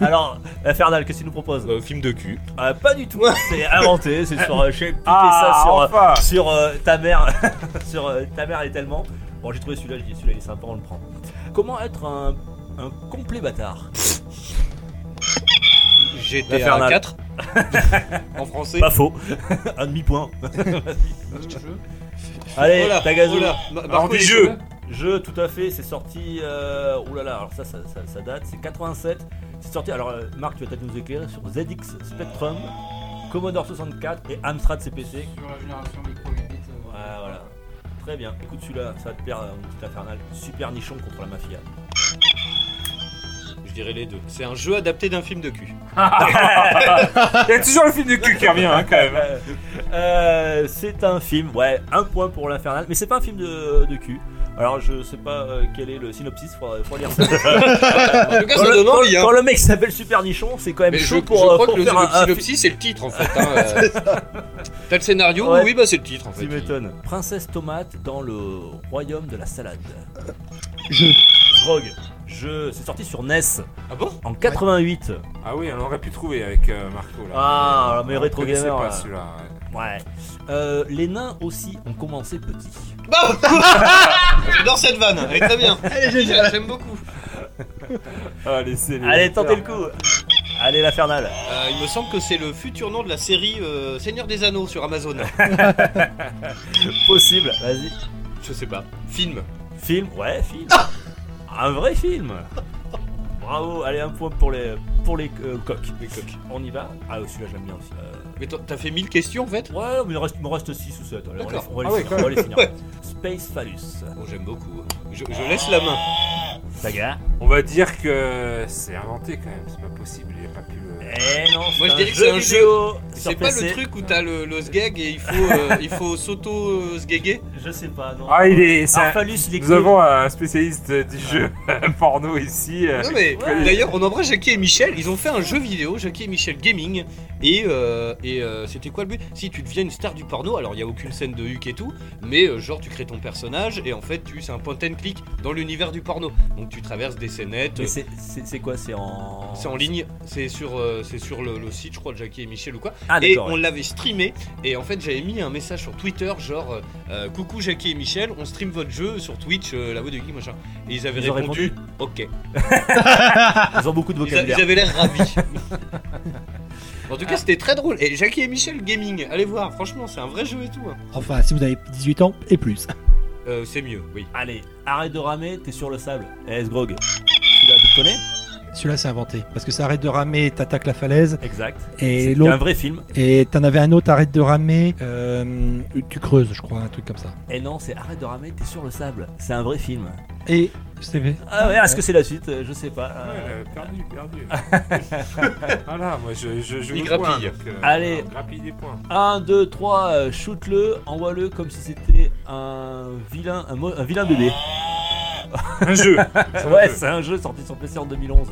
Speaker 1: Alors, Fernal, qu'est-ce qu'il nous propose
Speaker 5: Euh, film de cul.
Speaker 1: Ah, Pas du tout, c'est inventé, c'est sur. euh, J'ai piqué
Speaker 4: Ah,
Speaker 1: ça sur, euh,
Speaker 4: enfin.
Speaker 1: sur euh, ta mère. sur euh, ta mère, elle est tellement. Bon, j'ai trouvé celui-là, j'ai dit celui-là, il est sympa, on le prend. Comment être un, un complet bâtard
Speaker 5: J'étais à
Speaker 1: Infernal.
Speaker 5: 4. en français.
Speaker 1: Pas faux, un demi-point. Allez,
Speaker 5: Oh là,
Speaker 1: ta gazou.
Speaker 5: oh là. Mar- Marco,
Speaker 4: des
Speaker 5: il est
Speaker 4: jeux.
Speaker 5: là
Speaker 1: Jeu, tout à fait, c'est sorti. Euh... Oulala, alors ça, ça, ça- ça date, c'est 87. C'est sorti, alors euh, Marc, tu vas peut-être nous éclairer sur ZX Spectrum, Commodore 64 et Amstrad CPC.
Speaker 6: Sur la génération micro 8 bits. euh.
Speaker 1: Ouais, voilà. Très bien. Écoute celui-là, ça va te plaire, euh, mon petit infernal. Super nichon contre la mafia.
Speaker 5: Je dirais les deux. C'est un jeu adapté d'un film de cul.
Speaker 4: Il y a toujours le film du cul qui revient, hein, quand même.
Speaker 1: Euh, euh, c'est un film, ouais, un point pour l'infernal, mais c'est pas un film de, de cul. Alors je sais pas euh, quel est le synopsis, faudra, faudra lire ça.
Speaker 5: En tout cas,
Speaker 1: quand,
Speaker 5: ça
Speaker 1: le,
Speaker 5: donne
Speaker 1: quand-
Speaker 5: envie. hein.
Speaker 1: quand le mec s'appelle Super Nichon, c'est quand même
Speaker 5: Mais je,
Speaker 1: chaud
Speaker 5: je
Speaker 1: pour, euh,
Speaker 5: crois
Speaker 1: pour
Speaker 5: que le,
Speaker 1: faire
Speaker 5: le
Speaker 1: un, un film.
Speaker 5: synopsis, c'est le titre en fait. hein, euh. T'as le scénario
Speaker 1: Ouais.
Speaker 5: Oui, bah c'est le titre en fait.
Speaker 1: Tu m'étonnes. Princesse Tomate dans le royaume de la salade.
Speaker 3: Je.
Speaker 1: Grog, jeu, c'est sorti sur NES
Speaker 5: Ah bon
Speaker 1: en 88.
Speaker 4: Ah oui, on aurait pu trouver avec euh, Marco, là.
Speaker 1: Ah, le meilleur
Speaker 4: On
Speaker 1: rétro
Speaker 4: connaissait
Speaker 1: gamer.
Speaker 4: pas
Speaker 1: là.
Speaker 4: celui-là.
Speaker 1: Ouais. Euh, les nains aussi ont commencé petits.
Speaker 5: Bah, J'adore cette vanne, elle est très bien. J'aime beaucoup.
Speaker 4: Allez, c'est
Speaker 1: Allez, tentez le coup. Allez, l'infernal.
Speaker 5: Euh, il me semble que c'est le futur nom de la série euh, Seigneur des Anneaux sur Amazon.
Speaker 1: Possible. Vas-y.
Speaker 5: Je sais pas. Film.
Speaker 1: Film, ouais, film.
Speaker 5: Ah
Speaker 1: Un vrai film. Bravo. Allez, un point pour les pour les euh, coqs.
Speaker 5: Mais coq.
Speaker 1: On y va. Ah, celui-là, j'aime bien aussi. Euh,
Speaker 5: Mais t'as- t'as fait 1000 questions en fait
Speaker 1: Ouais, mais il reste- il me reste 6 ou 7. Allez, on,
Speaker 5: D'accord.
Speaker 1: les- on va les
Speaker 4: Ah ouais,
Speaker 1: finir.
Speaker 4: quand
Speaker 1: on va les finir.
Speaker 5: Ouais.
Speaker 1: Space Phallus.
Speaker 5: Bon, Oh, j'aime beaucoup. Je, je laisse la main.
Speaker 1: Saga.
Speaker 4: On va dire que c'est inventé, quand même. C'est pas possible, il a pas pu le...
Speaker 1: Eh non,
Speaker 5: Moi, je dirais que c'est un jeu. C'est pas le truc où t'as le, le sgeg et il faut, euh, il faut s'auto-sgéguer
Speaker 1: Je sais pas, non.
Speaker 4: Ah, il est... c'est un-
Speaker 1: Alors, Phallus, il est
Speaker 4: Nous avons un spécialiste du jeu porno ici. euh,
Speaker 5: Non mais
Speaker 1: Ouais.
Speaker 5: d'ailleurs on embrasse Jackie et Michel, ils ont fait un jeu vidéo, Jackie et Michel Gaming, et, euh, et euh, c'était quoi le but Si tu deviens une star du porno, alors il y a aucune scène de huc et tout, mais euh, genre tu crées ton personnage et en fait tu c'est un point and click dans l'univers du porno. Donc tu traverses des scénettes,
Speaker 1: Mais
Speaker 5: euh,
Speaker 1: c'est- c'est c'est quoi C'est en.
Speaker 5: c'est en ligne, c'est sur, euh, c'est sur le, le site je crois de Jackie et Michel ou quoi.
Speaker 1: Ah,
Speaker 5: et
Speaker 1: d'accord.
Speaker 5: on l'avait streamé et en fait j'avais mis un message sur Twitter genre euh, euh, coucou Jackie et Michel, on stream votre jeu sur Twitch, euh, la voix de geek machin. Et ils avaient
Speaker 1: Ils ont
Speaker 5: répondu, ok.
Speaker 1: Ils ont beaucoup de
Speaker 5: Ils, a-
Speaker 1: vocabulaire.
Speaker 5: ils avaient l'air ravis. en tout cas, c'était très drôle. Et Jackie et Michel Gaming, allez voir, franchement, c'est un vrai jeu et tout. hein.
Speaker 3: Enfin, si vous avez 18 ans et plus.
Speaker 5: Euh, c'est mieux, oui.
Speaker 1: Allez, arrête de ramer, t'es sur le sable. Eh, Sgrog. Tu l'as- tu le connais
Speaker 3: Celui-là, c'est inventé. Parce que ça arrête de ramer, t'attaques la falaise.
Speaker 1: Exact.
Speaker 3: Et
Speaker 1: C'est un
Speaker 3: l'autre.
Speaker 1: vrai film.
Speaker 3: Et t'en avais un autre, arrête de ramer. euh, tu creuses, je crois, un truc comme ça.
Speaker 1: Eh non, c'est arrête de ramer, t'es sur le sable. C'est un vrai film.
Speaker 3: Et. C'est vrai.
Speaker 1: Ah ouais, est-ce que c'est la suite Euh, Je sais pas.
Speaker 4: Ouais,
Speaker 1: Euh,
Speaker 4: euh, perdu, perdu. voilà, moi je, je joue
Speaker 5: Il
Speaker 4: au
Speaker 5: grappille.
Speaker 4: point, donc, euh,
Speaker 1: Allez.
Speaker 4: on grappille des points.
Speaker 1: 1, 2, 3, euh, shoot-le, envoie-le comme si c'était un vilain, un, mo- un vilain bébé.
Speaker 4: Un jeu.
Speaker 5: Ah,
Speaker 1: Ouais, c'est un jeu sorti sur PC en 2011.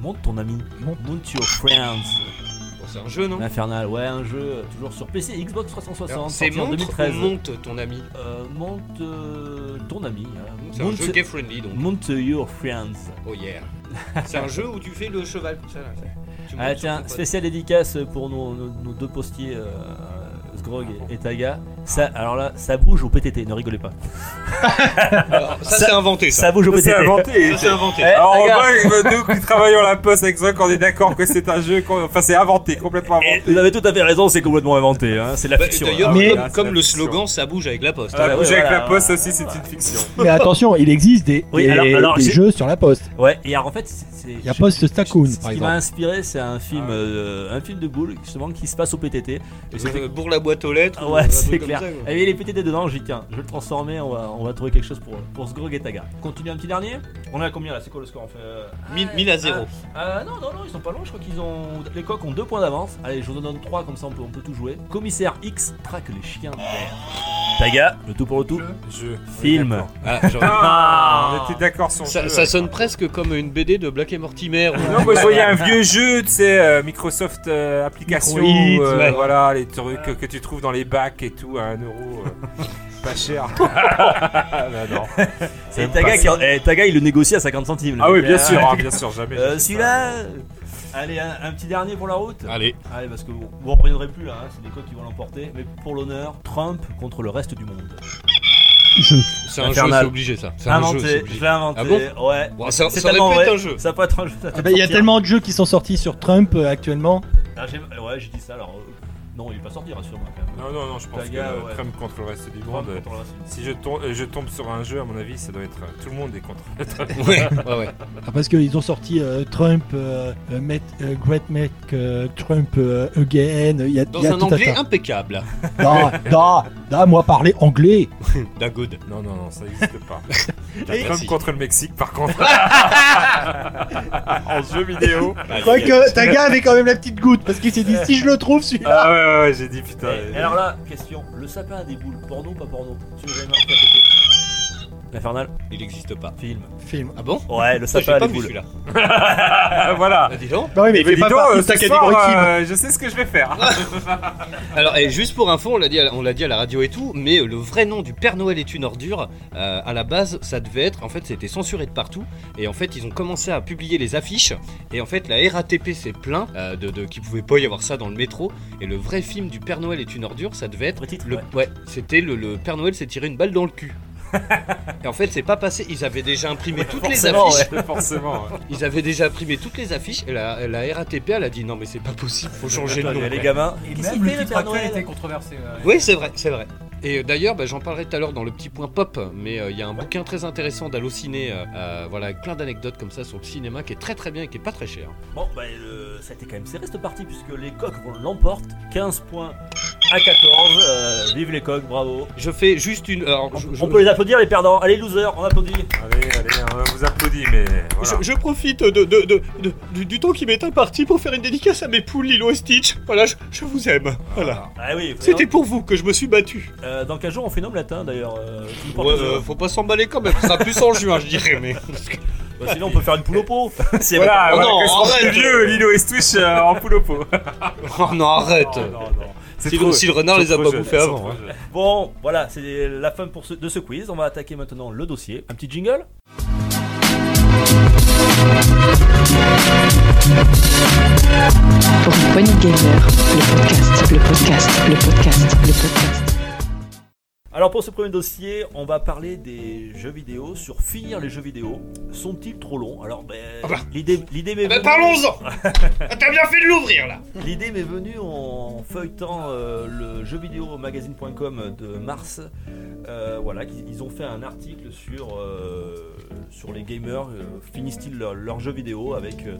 Speaker 1: Monte ton ami,
Speaker 3: Monte.
Speaker 1: monte your friends.
Speaker 5: Bon, c'est un jeu, non
Speaker 1: L'Infernal, ouais, un jeu euh, toujours sur PC, Xbox 360,
Speaker 5: Alors, C'est
Speaker 1: sorti en
Speaker 5: montre
Speaker 1: 2013.
Speaker 5: ou monte ton ami
Speaker 1: Euh, monte euh, ton ami. hein.
Speaker 5: C'est un
Speaker 1: Monte-
Speaker 5: jeu gay friendly donc.
Speaker 1: Monte your friends.
Speaker 5: Oh yeah. C'est un jeu où tu fais le cheval comme ça. là. Tu montes
Speaker 1: Ah
Speaker 5: sur
Speaker 1: tiens,
Speaker 5: ton pote.
Speaker 1: spéciale dédicace pour nos, nos- nos deux postiers, euh, Sgrog et, et Taga. Ça, alors là, ça bouge au PTT, ne rigolez pas.
Speaker 5: Alors, ça, c'est inventé ça.
Speaker 1: Ça bouge au
Speaker 4: C'est
Speaker 1: PTT.
Speaker 4: inventé.
Speaker 5: Ça, c'est inventé.
Speaker 4: Alors, on
Speaker 1: Eh, Taga.
Speaker 4: voit que nous qui travaillons à la poste avec Zoc, on est d'accord que c'est un jeu, qu'on- enfin c'est inventé, complètement
Speaker 1: Et
Speaker 4: inventé.
Speaker 1: vous avez tout à fait raison, c'est complètement inventé. hein, C'est de la
Speaker 5: Bah,
Speaker 1: fiction.
Speaker 5: D'ailleurs,
Speaker 1: hein.
Speaker 3: Mais-
Speaker 5: comme, comme
Speaker 4: c'est la
Speaker 5: le
Speaker 4: fiction.
Speaker 5: slogan, ça bouge avec la poste. hein.
Speaker 4: Ah,
Speaker 1: ouais,
Speaker 4: bouger avec
Speaker 1: voilà,
Speaker 4: la poste
Speaker 1: voilà.
Speaker 4: aussi, c'est une fiction.
Speaker 3: Mais attention, il existe des,
Speaker 1: Oui,
Speaker 3: des-
Speaker 1: alors- alors,
Speaker 3: des
Speaker 1: j'ai-
Speaker 3: jeux sur la poste.
Speaker 1: hein. Ouais, et alors, en fait, c'est- c'est.
Speaker 3: Il y a Post Staccoon,
Speaker 1: Ce
Speaker 3: par
Speaker 1: qui m'a
Speaker 3: exemple.
Speaker 1: inspiré, c'est un film,
Speaker 5: Ah.
Speaker 1: euh, un film de boule justement qui se passe au PTT. Et c'était-
Speaker 5: Euh, bourre la boîte aux lettres.
Speaker 1: Ah
Speaker 5: ou un
Speaker 1: ouais,
Speaker 5: truc
Speaker 1: c'est
Speaker 5: comme
Speaker 1: clair.
Speaker 5: ça, quoi.
Speaker 1: Et il est pété dedans, j'ai dit tiens, je vais le transformer, on va, on va trouver quelque chose pour, pour ce gros guettaga. Continue un petit dernier On est à combien là C'est quoi le score on fait, euh,
Speaker 5: Mille-
Speaker 1: ah,
Speaker 5: mille à
Speaker 1: ah,
Speaker 5: zéro.
Speaker 1: euh, non, non, non, ils sont pas loin, je crois qu'ils ont. Les coqs ont deux points d'avance. Allez, je vous en donne trois, comme ça on peut, on peut tout jouer. Commissaire X traque les chiens de mer. Taga, le tout pour le tout.
Speaker 4: Jeu.
Speaker 1: Film.
Speaker 4: D'accord.
Speaker 5: Ah, genre-
Speaker 4: Ah, on était d'accord sur le
Speaker 5: ça,
Speaker 4: jeu.
Speaker 5: ça sonne presque comme une BD de Black et Mortimer.
Speaker 4: Non, moi je voyais un vieux jeu, tu sais, euh, Microsoft euh, application,
Speaker 3: Microïd,
Speaker 4: euh,
Speaker 5: ouais.
Speaker 4: voilà, les trucs euh, que tu trouves dans les bacs et tout à 1 euro. euh, pas cher. Bah non.
Speaker 1: Et Taga, qui en- eh, Taga, il le négocie à 50 centimes. le
Speaker 4: Ah oui,
Speaker 1: mec.
Speaker 4: bien sûr, hein, bien sûr, jamais.
Speaker 1: Euh, Celui-là. Allez, un, un petit dernier pour la route.
Speaker 5: Allez,
Speaker 1: Allez, parce que vous vous en reviendrez plus là, hein, c'est des codes qui vont l'emporter. Mais pour l'honneur, Trump contre le reste du monde.
Speaker 3: Jeu.
Speaker 5: c'est un jeu,
Speaker 1: Infernal.
Speaker 5: c'est obligé ça. C'est un jeu, c'est
Speaker 1: Inventé, je
Speaker 5: obligé.
Speaker 1: l'ai inventé.
Speaker 5: Ah bon
Speaker 1: ouais.
Speaker 5: Bon, ça,
Speaker 1: C'est
Speaker 5: ça
Speaker 1: tellement
Speaker 5: aurait pu être
Speaker 1: vrai.
Speaker 5: un jeu.
Speaker 1: Ça peut être un jeu. ça
Speaker 3: Ah
Speaker 1: peut
Speaker 3: bah, Il y a
Speaker 1: sortir.
Speaker 3: tellement de jeux qui sont sortis sur Trump euh, actuellement.
Speaker 1: Ah, j'ai- ouais, j'ai dit ça alors. euh, Non, il va pas sortir, rassure-moi quand même.
Speaker 4: Non, non, non, je pense
Speaker 1: Taga,
Speaker 4: que
Speaker 1: ouais.
Speaker 4: Trump contre le reste du
Speaker 1: Trump
Speaker 5: Ah,
Speaker 4: monde.
Speaker 5: bah,
Speaker 4: euh,
Speaker 1: contre le reste du monde.
Speaker 4: Si je tombe, euh, je tombe sur un jeu, à mon avis, ça doit être euh, tout le monde est contre.
Speaker 5: Ouais, ouais, ouais.
Speaker 3: Ah, parce qu'ils ont sorti euh, Trump, euh, euh, Met- euh, Great Make euh, Trump euh, Again. Il y a, il
Speaker 5: Dans
Speaker 3: y a
Speaker 5: un
Speaker 3: tout
Speaker 5: anglais hein.
Speaker 3: un tas.
Speaker 5: impeccable.
Speaker 3: Non, non, non, moi parler anglais.
Speaker 5: Da good.
Speaker 4: Non, non, non, ça n'existe pas.
Speaker 5: Merci.
Speaker 4: Trump contre le Mexique, par contre. en jeu vidéo.
Speaker 3: Quoique Taga avait quand même la petite goutte parce qu'il s'est dit si je le trouve celui-là.
Speaker 4: Ah ouais, ouais, ouais, j'ai dit putain.
Speaker 1: Et-
Speaker 4: euh,
Speaker 1: et alors là, question le sapin a des boules, porno ou pas porno Tu veux
Speaker 5: Ah.
Speaker 1: jamais marquer à côté L'Infernal,
Speaker 5: Il n'existe pas.
Speaker 1: film.
Speaker 3: Film.
Speaker 5: Ah bon
Speaker 1: Ouais, le
Speaker 5: Ça, j'ai
Speaker 1: sapin a
Speaker 5: pas
Speaker 1: des
Speaker 5: vu
Speaker 1: boules.
Speaker 5: celui-là.
Speaker 4: Ah, voilà.
Speaker 5: Ah, dis donc.
Speaker 3: Bah oui, mais, il
Speaker 4: Mais
Speaker 3: fait
Speaker 4: dis
Speaker 3: pas
Speaker 4: donc,
Speaker 3: partie
Speaker 4: euh,
Speaker 3: de ta
Speaker 4: ce
Speaker 3: catégorie
Speaker 4: soir,
Speaker 3: Kim.
Speaker 4: euh, je sais ce que je vais faire.
Speaker 5: Alors, eh, juste pour info, on l'a dit, à la- on l'a dit à la radio et tout, mais euh, le vrai nom du Père Noël est une ordure. euh, à la base, ça devait être, en fait, c'était censuré de partout. Et en fait, ils ont commencé à publier les affiches. Et en fait, la RATP s'est plaint euh, de, de qu'il pouvait pas y avoir ça dans le métro. Et le vrai film du Père Noël est une ordure, ça devait être
Speaker 1: Vrai titre,
Speaker 5: le,
Speaker 1: ouais.
Speaker 5: c'était le, le Père Noël s'est tiré une balle dans le cul. et en fait, c'est pas passé. Ils avaient déjà imprimé toutes les
Speaker 4: Forcément,
Speaker 5: affiches.
Speaker 4: ouais, forcément. ouais.
Speaker 5: Ils avaient déjà imprimé toutes les affiches. Et la, la RATP, elle a dit non, mais c'est pas possible, faut changer le nom.
Speaker 1: Attends, Les gamins.
Speaker 6: Et
Speaker 1: Qu'est-ce
Speaker 6: même
Speaker 1: qu'il fait,
Speaker 6: le
Speaker 1: le
Speaker 6: titre
Speaker 1: Père
Speaker 6: actuel
Speaker 1: Noël
Speaker 6: était controversé. euh,
Speaker 5: Oui, c'est vrai, c'est vrai. Et euh, d'ailleurs, bah, j'en parlerai tout à l'heure dans le petit point pop, mais euh, il y a un bouquin très intéressant d'Allociné, euh, euh, voilà, avec plein d'anecdotes comme ça sur le cinéma, qui est très très bien et qui est pas très cher.
Speaker 1: Bon, bah, euh, ça a été quand même serré cette partie puisque les coqs vont l'emporte. 15 points à 14. euh, vive les coqs, bravo.
Speaker 5: Je fais juste une... euh, alors, je, je-
Speaker 1: On peut les applaudir, les perdants. Allez, losers, on applaudit.
Speaker 4: Allez, allez, on vous applaudit, mais voilà.
Speaker 5: je- je profite de, de- de- de- du, du temps qui m'est imparti pour faire une dédicace à mes poules Lilo et Stitch. Voilà, je, je vous aime. Voilà.
Speaker 1: Ah oui,
Speaker 5: C'était pour vous que je me suis battu.
Speaker 1: Euh, dans 15 jours, on fait nomme latin d'ailleurs. euh, tu nous portes
Speaker 5: Ouais,
Speaker 1: le jeu.
Speaker 5: euh, faut pas s'emballer quand même, ça sera plus en juin, hein, je dirais, mais...
Speaker 1: Bah, sinon, on peut faire une poule au pot. C'est
Speaker 4: Voilà,
Speaker 5: Oh
Speaker 4: voilà,
Speaker 5: non,
Speaker 4: que sont
Speaker 5: arrête.
Speaker 4: plus vieux, Lilo et Stitch euh, en poule au pot.
Speaker 5: Oh non, arrête
Speaker 4: Non, non. C'est
Speaker 5: si, le-
Speaker 4: trop-
Speaker 5: si le renard
Speaker 4: c'est
Speaker 5: les a
Speaker 4: trop
Speaker 5: pas
Speaker 4: jeune,
Speaker 5: bouffés
Speaker 4: c'est
Speaker 5: avant.
Speaker 4: trop
Speaker 5: hein.
Speaker 4: jeune.
Speaker 1: vrai. Bon, voilà, c'est la fin pour ce- de ce quiz. On va attaquer maintenant le dossier. Un petit jingle
Speaker 2: Pour une poignée de gamer, le podcast, le podcast, le podcast, le podcast.
Speaker 1: Alors pour ce premier dossier, on va parler des jeux vidéo sur finir les jeux vidéo. Sont-ils trop longs Alors ben,
Speaker 5: Ah bah.
Speaker 1: l'idée l'idée m'est
Speaker 5: Bah,
Speaker 1: venue-
Speaker 5: parlons-en Ah, T'as bien fait de l'ouvrir, là
Speaker 1: l'idée m'est venue en feuilletant euh, le jeuxvideomagazine.com de mars. Euh, voilà, qu'ils- ils ont fait un article sur euh, sur les gamers euh, finissent-ils leur- leurs jeux vidéo avec euh,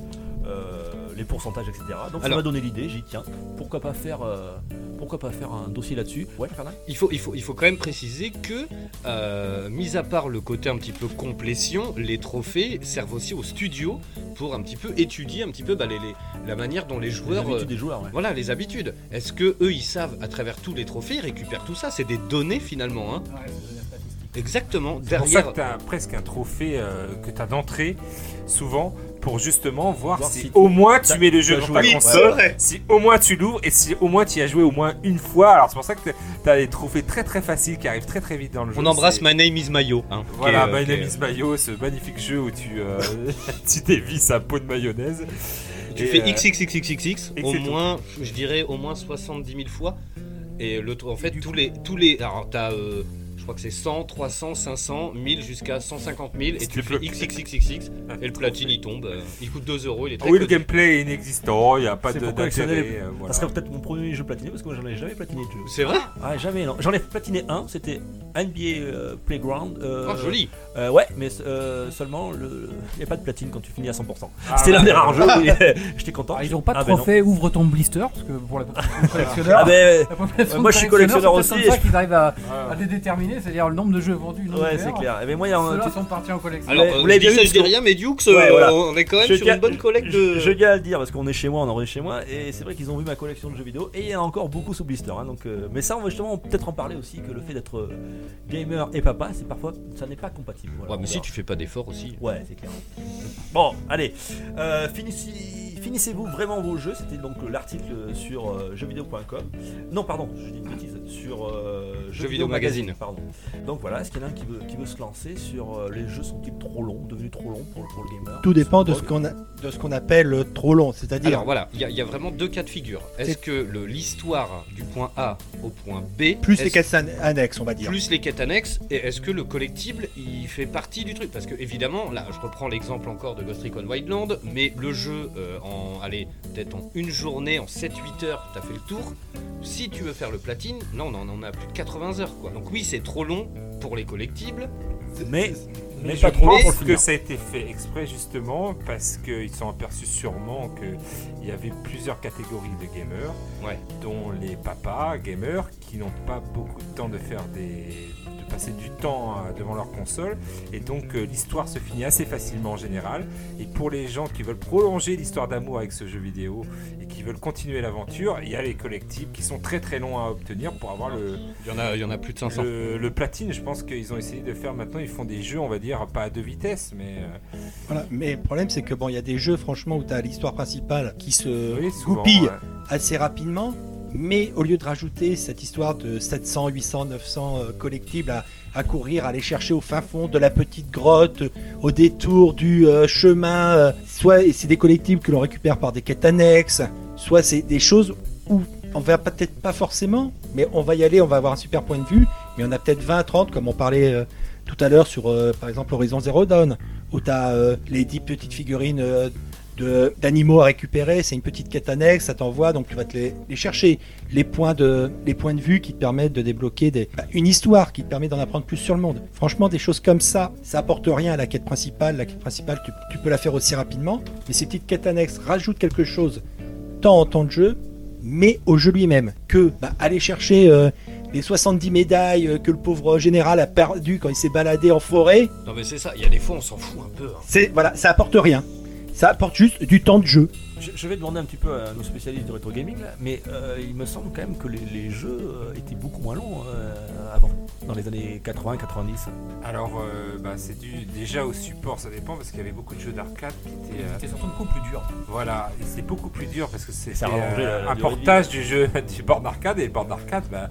Speaker 1: euh, les pourcentages etc. Donc ça
Speaker 5: Alors-
Speaker 1: m'a donné l'idée, j'ai dit tiens pourquoi pas faire euh, pourquoi pas faire un dossier là-dessus. Ouais, Fernand
Speaker 5: il faut, il, faut, il faut quand même préciser que, euh, mis à part le côté un petit peu complétion, les trophées servent aussi au studio pour un petit peu étudier un petit peu bah, les, les- la manière dont les
Speaker 1: Les
Speaker 5: joueurs...
Speaker 1: habitudes
Speaker 5: euh,
Speaker 1: des joueurs. Ouais.
Speaker 5: voilà, les habitudes. Est-ce que eux, ils savent à travers tous les trophées, ils récupèrent tout ça C'est des données finalement. Hein
Speaker 6: ouais, c'est la statistique.
Speaker 5: Exactement.
Speaker 4: C'est pour ça
Speaker 5: Derrière...
Speaker 4: euh, que t'as presque un trophée euh, que t'as d'entrée, souvent, pour justement voir,
Speaker 1: Voir
Speaker 4: si,
Speaker 1: si tu-
Speaker 4: au moins tu
Speaker 1: t'as-
Speaker 4: mets le jeu
Speaker 1: t'as
Speaker 4: dans
Speaker 1: joué.
Speaker 4: ta
Speaker 1: Oui,
Speaker 4: console.
Speaker 1: c'est
Speaker 5: vrai.
Speaker 4: Si au moins tu l'ouvres et si au moins tu y as joué au moins une fois. Alors c'est pour ça que t'as- t'as des trophées très très faciles qui arrivent très très vite dans le jeu.
Speaker 5: On embrasse
Speaker 4: C'est-
Speaker 5: My Name is Mayo. Hein, qui
Speaker 4: Voilà,
Speaker 5: est, euh,
Speaker 4: My
Speaker 5: qui
Speaker 4: Name
Speaker 5: est-
Speaker 4: is Mayo, ce magnifique jeu où tu, euh, tu dévisses un pot de mayonnaise.
Speaker 5: Tu
Speaker 4: Et,
Speaker 5: fais
Speaker 4: euh,
Speaker 5: XXXXXX
Speaker 4: et
Speaker 5: au
Speaker 4: c'est
Speaker 5: moins, je dirais au moins 70 000 fois. Et le, en fait, tous les, tous les. Alors, t'as. euh, je crois que c'est 100, 300, 500, 1000 jusqu'à 150 000. Et
Speaker 4: Si
Speaker 5: tu
Speaker 4: tu
Speaker 5: fais
Speaker 4: peux.
Speaker 5: XXXXX.
Speaker 4: Ah,
Speaker 5: Et le platine, il tombe. euh, il coûte 2 euros. Il est très
Speaker 4: Oui, le
Speaker 5: connu.
Speaker 4: gameplay est inexistant, il n'y a pas
Speaker 1: C'est
Speaker 4: de-
Speaker 1: pourquoi
Speaker 4: d'intérêt.
Speaker 1: actionner
Speaker 4: euh, voilà.
Speaker 1: Ça serait peut-être mon premier jeu platiné parce que moi j'en ai jamais platiné de jeu.
Speaker 5: C'est vrai
Speaker 1: Ah, jamais, non. J'en ai platiné un, c'était NBA euh, Playground. euh,
Speaker 5: Oh, joli.
Speaker 1: euh, ouais, mais euh, seulement, le- il n'y a pas de platine quand tu finis à 100%.
Speaker 4: Ah,
Speaker 1: c'était l'un
Speaker 4: ouais.
Speaker 1: des rares jeux où il- j'étais content.
Speaker 6: Ah, ils n'ont pas de
Speaker 1: Ah, ben non.
Speaker 6: trophée, ouvre ton blister, parce que pour la population de collectionneurs.
Speaker 1: Ah, ben,
Speaker 6: la population
Speaker 1: moi,
Speaker 6: de
Speaker 1: je suis
Speaker 6: collectionneurs,
Speaker 1: collectionneur
Speaker 6: c'est
Speaker 1: aussi,
Speaker 6: peut-être comme ça qu'ils arrivent à,
Speaker 4: Ouais.
Speaker 6: à les déterminer, c'est-à-dire le nombre de jeux vendus. le nombre
Speaker 1: ouais,
Speaker 6: de
Speaker 1: c'est
Speaker 6: verres.
Speaker 1: clair. Eh ben, moi, il y a un-
Speaker 6: Ceux-là sont partis en collection.
Speaker 5: Alors,
Speaker 1: Mais
Speaker 5: euh,
Speaker 1: vous
Speaker 5: je
Speaker 1: l'avez
Speaker 5: dis
Speaker 1: bien
Speaker 5: ça,
Speaker 1: vu,
Speaker 5: je dis
Speaker 1: parce que-
Speaker 5: rien, mais Dukes,
Speaker 1: Ouais,
Speaker 5: euh,
Speaker 1: voilà.
Speaker 5: on est quand même
Speaker 1: Je
Speaker 5: sur
Speaker 1: tiens-
Speaker 5: une bonne collecte de.
Speaker 1: Je, je tiens à le dire parce qu'on est chez moi, on enregistre chez moi, et c'est vrai qu'ils ont vu ma collection de jeux vidéo, et il y en a encore beaucoup sous blister. hein, donc, euh, mais ça, on va justement peut-être en parler aussi que le fait d'être euh, gamer et papa, c'est parfois ça n'est pas compatible. Voilà,
Speaker 5: Ouais, mais
Speaker 1: on
Speaker 5: si tu fais pas d'efforts aussi.
Speaker 1: Ouais, c'est clair. Bon, allez, euh, finissi- finissez-vous vraiment vos jeux. C'était donc l'article sur euh, jeuxvideo.com. Non, pardon, je dis une bêtise. Sur euh,
Speaker 5: Jeux Vidéo Magazine.
Speaker 1: Pardon. Donc voilà, est-ce qu'il y en a un qui veut, qui veut se lancer sur euh, les jeux sont-ils trop longs, devenus trop longs pour, pour le gamer
Speaker 3: Tout dépend de ce
Speaker 1: Sur
Speaker 3: qu'on a- de ce qu'on appelle euh, trop long, c'est-à-dire
Speaker 5: Alors voilà, il y, a- il y a vraiment deux cas de figure. Est-ce
Speaker 3: C'est-
Speaker 5: que le- l'histoire du point A au point B.
Speaker 3: plus les
Speaker 5: est-ce-
Speaker 3: caisses anne- annexes, on va dire.
Speaker 5: plus les quêtes annexes, et est-ce que le collectible il fait partie du truc Parce que évidemment, là je reprends l'exemple encore de Ghost Recon Wildland, mais le jeu euh, en allez, peut-être en une journée, en 7-8 heures, t'as fait le tour. Si tu veux faire le platine, là on en on en a plus de 80 heures quoi. Donc oui c'est trop long pour les collectibles.
Speaker 1: Mais, mais
Speaker 4: je
Speaker 1: pas trop long pour le
Speaker 4: pense que
Speaker 1: finir.
Speaker 4: ça a été fait exprès justement parce qu'ils sont aperçus sûrement qu'il y avait plusieurs catégories de gamers,
Speaker 5: Ouais.
Speaker 4: dont les papas gamers qui n'ont pas beaucoup de temps de faire des de passer du temps euh, devant leur console et donc euh, l'histoire se finit assez facilement en général et pour les gens qui veulent prolonger l'histoire d'amour avec ce jeu vidéo et qui veulent continuer l'aventure il y a les collectibles qui sont très très longs à obtenir pour avoir le,
Speaker 5: Il y en a, il y en a plus de 500.
Speaker 4: le, le platine, je pense qu'ils ont essayé de faire maintenant, ils font des jeux, on va dire, pas à deux vitesses, mais euh,
Speaker 3: Voilà. Mais le problème, c'est que bon, il y a des jeux, franchement, où tu as l'histoire principale qui se
Speaker 4: oui, souvent, euh,
Speaker 3: goupille
Speaker 4: ouais.
Speaker 3: assez rapidement. Mais au lieu de rajouter cette histoire de 700, 800, 900 euh, collectibles à, à courir, à aller chercher au fin fond de la petite grotte, euh, au détour du euh, chemin, euh, soit c'est des collectibles que l'on récupère par des quêtes annexes, soit c'est des choses où on va peut-être pas forcément, mais on va y aller, on va avoir un super point de vue, mais on a peut-être 20, 30, comme on parlait euh, tout à l'heure sur, euh, par exemple, Horizon Zero Dawn, où tu as les 10 petites figurines euh, de- d'animaux à récupérer, c'est une petite quête annexe, ça t'envoie, donc tu vas te les, les chercher. Les points, de, les points de vue qui te permettent de débloquer des, bah, une histoire qui te permet d'en apprendre plus sur le monde. Franchement, des choses comme ça, ça apporte rien à la quête principale. La quête principale, tu, tu peux la faire aussi rapidement, mais ces petites quêtes annexes rajoutent quelque chose tant en temps de jeu, mais au jeu lui-même, que bah, aller chercher... euh, les 70 médailles euh, que le pauvre général a perdu quand il s'est baladé en forêt,
Speaker 5: Euh, Non mais c'est ça, il y a des fois on s'en fout un peu. hein.
Speaker 3: c'est voilà, ça apporte rien. Ça apporte juste du temps de jeu.
Speaker 1: Je, je vais demander un petit peu à nos spécialistes du rétro gaming là, mais euh, il me semble quand même que les, les jeux euh, étaient beaucoup moins longs euh, avant, dans les années 80-90.
Speaker 4: Alors, euh, bah, c'est dû déjà au support, ça dépend, parce qu'il y avait beaucoup de jeux d'arcade qui étaient. euh,
Speaker 6: C'était surtout le coup plus dur.
Speaker 4: voilà, et c'est beaucoup plus dur parce que c'est
Speaker 1: Ça rallongeait la- la durée
Speaker 4: un
Speaker 1: de vie.
Speaker 4: portage du jeu du borne d'arcade, et les bornes d'arcade, bah,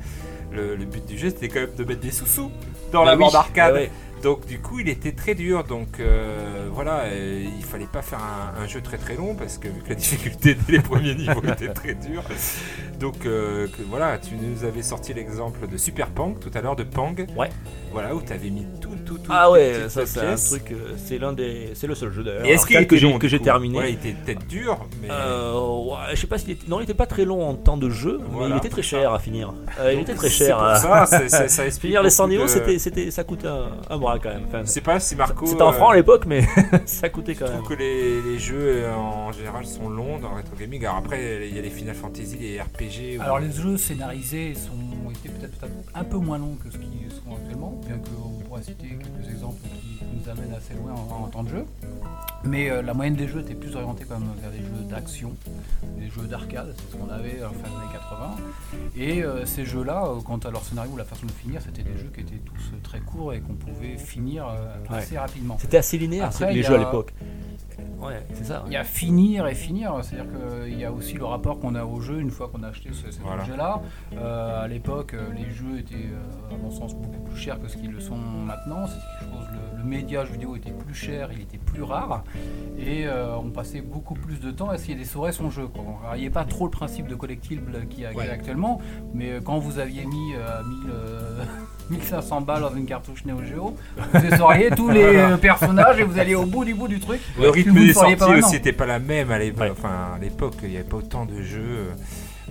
Speaker 4: le, le but du jeu c'était quand même de mettre des sous-sous dans
Speaker 5: Bah
Speaker 4: la
Speaker 5: oui.
Speaker 4: borne d'arcade.
Speaker 1: Ah ouais.
Speaker 4: Donc du coup, il était très dur. Donc euh, voilà, euh, il fallait pas faire un, un jeu très très long parce que vu que la difficulté des premiers niveaux était très dure. Donc euh, que- voilà, tu nous avais sorti l'exemple de Super Pang tout à l'heure de Pang.
Speaker 1: Ouais.
Speaker 4: Voilà où tu avais mis tout tout tout.
Speaker 1: Ah
Speaker 4: toutes les
Speaker 1: ouais,
Speaker 4: petites
Speaker 1: ça c'est un
Speaker 4: pièces.
Speaker 1: truc, euh, c'est l'un des, c'est le seul jeu d'ailleurs.
Speaker 4: Et est-ce qu'il
Speaker 1: arcade
Speaker 4: était
Speaker 1: que j'ai
Speaker 4: long,
Speaker 1: que
Speaker 4: du
Speaker 1: j'ai
Speaker 4: coup
Speaker 1: terminé
Speaker 4: Ouais, il était peut-être dur, mais
Speaker 1: Euh, ouais, je sais pas s'il était, non, il était pas très long en temps de jeu,
Speaker 4: Voilà,
Speaker 1: mais il était très
Speaker 4: c'est
Speaker 1: cher à finir. Euh, il était très
Speaker 4: c'est
Speaker 1: cher.
Speaker 4: pour
Speaker 1: à-
Speaker 4: Ça, c'est- c'est- ça explique
Speaker 1: finir les 100
Speaker 4: beaucoup
Speaker 1: niveaux,
Speaker 4: de-
Speaker 1: c'était, c'était, ça coûte un, un bras quand même. Enfin,
Speaker 4: Je sais pas si Marco.
Speaker 1: c'était en
Speaker 4: euh,
Speaker 1: franc à l'époque, mais ça coûtait quand
Speaker 4: Je
Speaker 1: même.
Speaker 4: trouve que les, les jeux euh, en général sont longs dans le rétro gaming. Alors après, il y a les Final Fantasy, les RPG. où-
Speaker 6: Alors les jeux scénarisés sont, ont été peut-être peut-être un peu moins longs que ce qu'ils sont actuellement, bien qu'on pourra citer quelques exemples qui nous amènent assez loin en, en temps de jeu. Mais euh, la moyenne des jeux était plus orientée quand même vers des jeux d'action, des jeux d'arcade, c'est ce qu'on avait à la fin des années 80. Et euh, ces jeux-là, euh, quant à leur scénario ou la façon de finir, c'était des jeux qui étaient tous euh, très courts et qu'on pouvait finir euh, assez rapidement.
Speaker 1: C'était assez linéaire
Speaker 6: Après,
Speaker 1: c'est- les
Speaker 6: il y
Speaker 1: jeux à
Speaker 6: a-
Speaker 1: l'époque. Ouais, c'est ça.
Speaker 6: Il y a finir et finir, c'est-à-dire qu'il y a aussi le rapport qu'on a au jeu une fois qu'on a acheté ce- cet
Speaker 4: Voilà.
Speaker 6: objet-là. Euh, à l'époque, euh, les jeux étaient, euh, à mon sens, beaucoup plus chers que ce qu'ils le sont maintenant. C'est quelque chose, le, le média jeu vidéo était plus cher, il était plus rare, et euh, on passait beaucoup plus de temps à essayer d'essorer son jeu. quoi. Alors, il n'y a pas trop le principe de collectible qu'il y a qu'il y a actuellement, mais euh, quand vous aviez mis euh, 1000, euh, 1500 balles dans une cartouche Neo Geo, vous essoriez tous les euh, personnages et vous alliez au bout du bout du truc.
Speaker 4: Le rythme
Speaker 6: vous ne
Speaker 4: des
Speaker 6: sauriez
Speaker 4: sorties
Speaker 6: pas maintenant.
Speaker 4: aussi n'était pas la même à l'époque.
Speaker 1: Ouais.
Speaker 4: Enfin, à l'époque, il n'y avait pas autant de jeux.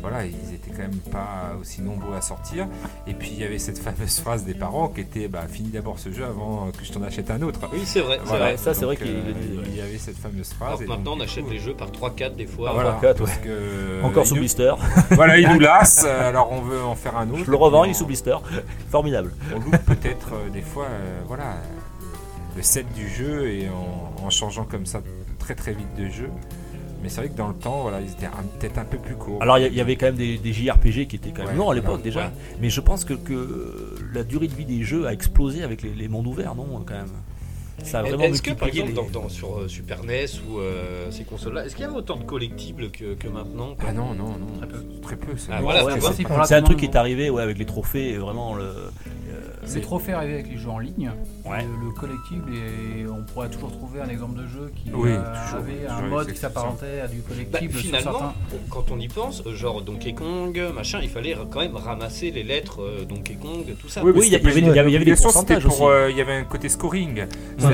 Speaker 4: Voilà, ils étaient quand même pas aussi nombreux à sortir. Et puis il y avait cette fameuse phrase des parents qui était bah, finis d'abord ce jeu avant que je t'en achète un autre.
Speaker 5: Oui, c'est vrai. c'est
Speaker 4: Voilà,
Speaker 5: vrai.
Speaker 1: vrai, ça, c'est
Speaker 4: donc,
Speaker 1: vrai
Speaker 4: euh,
Speaker 1: qu'il le disait, ouais.
Speaker 4: Il y avait cette fameuse phrase.
Speaker 5: Alors que
Speaker 4: et donc,
Speaker 5: maintenant, on
Speaker 4: du
Speaker 5: achète
Speaker 4: coup,
Speaker 5: les jeux par 3-4 des fois.
Speaker 4: ah, voilà,
Speaker 1: par quatre,
Speaker 4: parce
Speaker 1: ouais.
Speaker 4: que,
Speaker 1: Encore
Speaker 4: il
Speaker 1: sous
Speaker 4: nous-
Speaker 1: blister.
Speaker 4: Voilà, il nous lasse, euh, alors on veut en faire un autre.
Speaker 1: Je le revends, il est
Speaker 4: On-
Speaker 1: sous blister. Formidable.
Speaker 4: On loupe peut-être euh, des fois euh, voilà, le set du jeu et en, en changeant comme ça très très vite de jeu. Mais c'est vrai que dans le temps, voilà, ils étaient un- peut-être un peu plus courts.
Speaker 1: Alors il y a- il y, avait quand même des, des JRPG qui étaient quand même
Speaker 4: Ouais,
Speaker 1: longs à l'époque
Speaker 4: voilà,
Speaker 1: déjà.
Speaker 4: ouais.
Speaker 1: Mais je pense que, que la durée de vie des jeux a explosé avec les, les mondes ouverts, non quand même. Ça a vraiment
Speaker 5: Est-ce que par
Speaker 1: multiplié
Speaker 5: exemple
Speaker 1: les-
Speaker 5: dans, dans- sur euh, Super NES ou euh, ces consoles-là, est-ce qu'il y avait autant de collectibles que, que maintenant quoi
Speaker 4: Ah non, non, non. Très peu. ça.
Speaker 5: Ah, voilà,
Speaker 1: Ouais,
Speaker 5: tu vois.
Speaker 6: c'est pour la
Speaker 1: C'est un
Speaker 6: commande,
Speaker 1: truc qui est arrivé ouais, avec les trophées, et vraiment le.
Speaker 6: C'est trop fait arriver avec les jeux en ligne. Euh,
Speaker 1: Ouais.
Speaker 6: Le, le collectible, et on pourrait toujours trouver un exemple de jeu qui
Speaker 4: Oui,
Speaker 6: euh,
Speaker 4: toujours,
Speaker 6: avait
Speaker 4: toujours
Speaker 6: un
Speaker 4: les
Speaker 6: mode qui
Speaker 4: exceptions.
Speaker 6: s'apparentait à du
Speaker 5: Bah,
Speaker 6: collectible sur
Speaker 5: finalement,
Speaker 6: certains.
Speaker 5: quand on y pense, euh, genre Donkey Kong, machin, il fallait quand même ramasser les lettres euh, Donkey Kong, tout ça.
Speaker 1: Oui, il y a- il y avait- il y avait- il y avait des pourcentages
Speaker 4: pour,
Speaker 1: aussi.
Speaker 4: euh, il y avait un côté scoring.
Speaker 5: Voilà.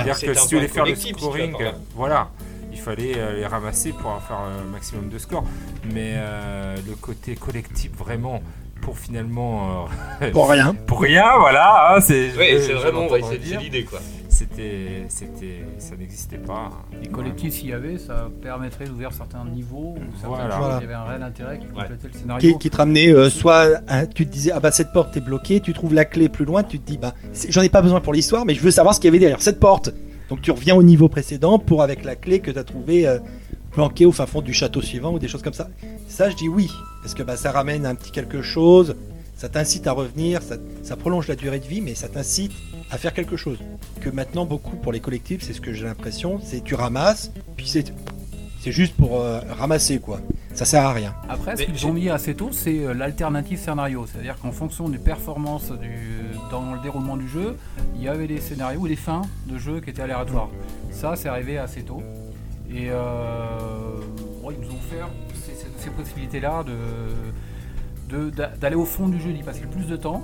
Speaker 4: C'est-à-dire que
Speaker 5: C'était
Speaker 4: si
Speaker 5: un
Speaker 4: tu voulais
Speaker 5: point
Speaker 4: faire le
Speaker 5: collectif, si tu vas
Speaker 4: scoring,
Speaker 5: par là.
Speaker 4: voilà, il fallait euh, les ramasser pour en faire euh, un maximum de scores. Mais euh, le côté collectif, vraiment, pour finalement. euh,
Speaker 3: Pour rien.
Speaker 4: pour rien, voilà. hein, c'est
Speaker 5: Ouais,
Speaker 4: je- je
Speaker 5: c'est vraiment,
Speaker 4: l'entends
Speaker 5: ouais,
Speaker 4: dans
Speaker 5: c'est
Speaker 4: le
Speaker 5: c'est
Speaker 4: dire.
Speaker 5: l'idée quoi.
Speaker 4: C'était, c'était, ça n'existait pas. hein,
Speaker 6: Les collectifs, s'il y avait, ça permettrait d'ouvrir certains niveaux ou certaines
Speaker 4: Voilà.
Speaker 6: choses.
Speaker 3: Voilà.
Speaker 6: Il y avait un réel intérêt qui complétait le scénario.
Speaker 3: Qui, qui te ramenait euh, soit hein, tu te disais ah bah cette porte est bloquée, tu trouves la clé plus loin, tu te dis bah c'est- j'en ai pas besoin pour l'histoire mais je veux savoir ce qu'il y avait derrière cette porte. Donc tu reviens au niveau précédent pour avec la clé que tu as trouvée euh, planquée au fin fond du château suivant ou des choses comme ça. Ça je dis oui parce que bah ça ramène un petit quelque chose, ça t'incite à revenir, ça, ça prolonge la durée de vie mais ça t'incite à faire quelque chose. Que maintenant beaucoup pour les collectifs, c'est ce que j'ai l'impression, c'est tu ramasses puis c'est c'est juste pour euh, ramasser quoi. Ça sert à rien.
Speaker 6: Après, ce
Speaker 5: Mais
Speaker 6: qu'ils
Speaker 5: j'ai-
Speaker 6: ont mis assez tôt, c'est euh, l'alternative scénario. C'est-à-dire qu'en fonction des performances du, dans le déroulement du jeu, il y avait des scénarios ou des fins de jeu qui étaient aléatoires. Ça, c'est arrivé assez tôt. Et euh, bon, ils nous ont offert ces, ces- ces possibilités-là de- de- d'a- d'aller au fond du jeu, d'y passer le plus de temps.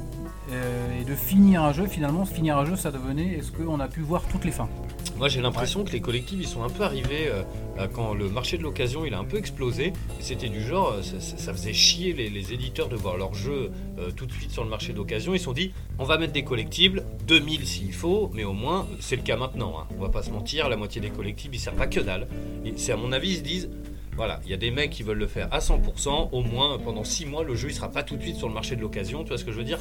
Speaker 6: euh, et de finir un jeu, finalement, finir un jeu, ça devenait est-ce qu'on a pu voir toutes les fins
Speaker 5: Moi j'ai l'impression que les collectifs ils sont un peu arrivés euh, euh, quand le marché de l'occasion il a un peu explosé. Et C'était du genre, euh, ça, ça- ça faisait chier les, les éditeurs de voir leurs jeux euh, tout de suite sur le marché de l'occasion. Ils se sont dit, on va mettre des collectibles, 2000 s'il faut, mais au moins c'est le cas maintenant. hein. On va pas se mentir, la moitié des collectibles ils servent à que dalle. Et C'est à mon avis, ils se disent. Voilà, il y a des mecs qui veulent le faire à 100%, au moins pendant 6 mois le jeu il sera pas tout de suite sur le marché de l'occasion, tu vois ce que je veux dire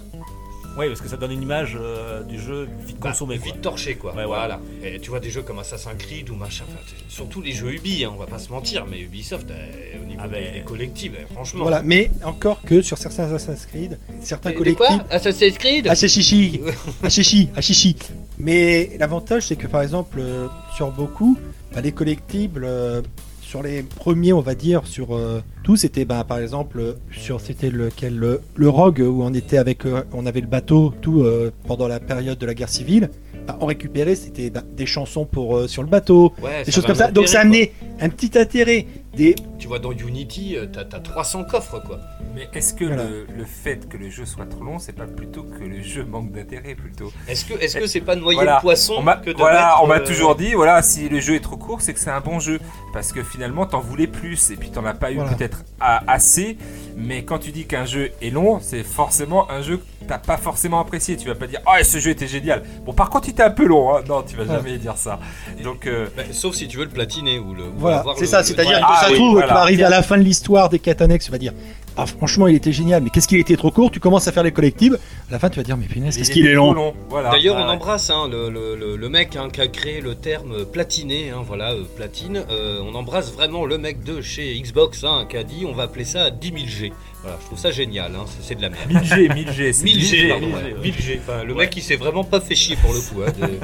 Speaker 1: Oui, parce que ça donne une image euh, du jeu vite
Speaker 5: bah,
Speaker 1: consommé. quoi.
Speaker 5: vite torché quoi.
Speaker 1: Ouais, ouais.
Speaker 5: voilà. Et tu vois des jeux comme Assassin's Creed ou machin, enfin, t- surtout les jeux Ubi, hein, on va pas se mentir, mais Ubisoft euh, au niveau
Speaker 4: bah,
Speaker 1: Ah
Speaker 5: des,
Speaker 1: ben.
Speaker 5: des collectifs, euh, franchement.
Speaker 3: Voilà, mais encore que sur certains Assassin's Creed, certains collectifs.
Speaker 5: Assassin's Creed
Speaker 3: Ah, c'est chichi Ah, c'est chichi Ah, chichi Mais l'avantage, c'est que par exemple, euh, sur beaucoup, bah, les collectibles, euh, sur les premiers, on va dire, sur euh, tous, c'était bah, par exemple, euh, sur c'était lequel le, le Rogue, où on était avec, euh, on avait le bateau, tout euh, pendant la période de la guerre civile. bah, on récupérait, c'était bah, des chansons pour euh, sur le bateau,
Speaker 5: Ouais,
Speaker 3: des choses
Speaker 5: va
Speaker 3: comme ça.
Speaker 5: m'intéresser,
Speaker 3: Donc ça
Speaker 5: quoi.
Speaker 3: amenait un petit intérêt, des
Speaker 5: Tu vois, dans Unity, euh, t'as t'as 300 coffres quoi.
Speaker 4: Mais est-ce que
Speaker 3: Voilà.
Speaker 4: le, le fait que le jeu soit trop long, c'est pas plutôt que le jeu manque d'intérêt plutôt
Speaker 5: Est-ce que est-ce que c'est pas noyer
Speaker 4: Voilà.
Speaker 5: le poisson
Speaker 4: On m'a
Speaker 5: que de
Speaker 4: voilà,
Speaker 5: mettre,
Speaker 4: on m'a
Speaker 5: euh,
Speaker 4: toujours dit, voilà, si le jeu est trop court, c'est que c'est un bon jeu. Parce que finalement, t'en voulais plus, et puis t'en as pas eu
Speaker 3: Voilà.
Speaker 4: peut-être a- assez. Mais quand tu dis qu'un jeu est long, c'est forcément un jeu que t'as pas forcément apprécié. Tu vas pas dire, oh, ce jeu était génial. Bon, par contre, il était un peu long. hein. Non, tu vas
Speaker 3: Voilà.
Speaker 4: jamais dire ça. Donc, euh,
Speaker 5: bah, sauf si tu veux le platiner ou le. ou
Speaker 3: Voilà,
Speaker 5: avoir
Speaker 3: c'est
Speaker 5: le-
Speaker 3: ça,
Speaker 5: le-
Speaker 3: c'est-à-dire
Speaker 5: voilà.
Speaker 3: que
Speaker 4: Ah
Speaker 3: ça se
Speaker 4: oui,
Speaker 3: trouve, tu
Speaker 4: voilà.
Speaker 3: vas arriver à la fin de l'histoire des quêtes annexes, tu vas dire Ah, franchement, il était génial, mais qu'est-ce qu'il était trop court Tu commences à faire les collectibles, à la fin, tu vas dire Mais punaise, qu'est-ce qu'il
Speaker 4: était
Speaker 3: est
Speaker 4: trop
Speaker 3: long
Speaker 4: Voilà.
Speaker 5: D'ailleurs,
Speaker 4: Ah,
Speaker 5: on
Speaker 4: ouais.
Speaker 5: embrasse hein, le, le- le- le mec hein, qui a créé le terme euh, platiné, hein, voilà, euh, platine. Euh, on embrasse vraiment le mec de chez Xbox hein, qui a dit on va appeler ça 10 000 G. Voilà, je trouve ça génial, hein, c'est- c'est de la merde.
Speaker 4: 1000G, 1000G, c'est
Speaker 5: 1000 G,
Speaker 4: 1000G.
Speaker 5: pardon, ouais, 1000 G. Enfin, le mec il s'est vraiment pas fait chier pour le coup. hein, de-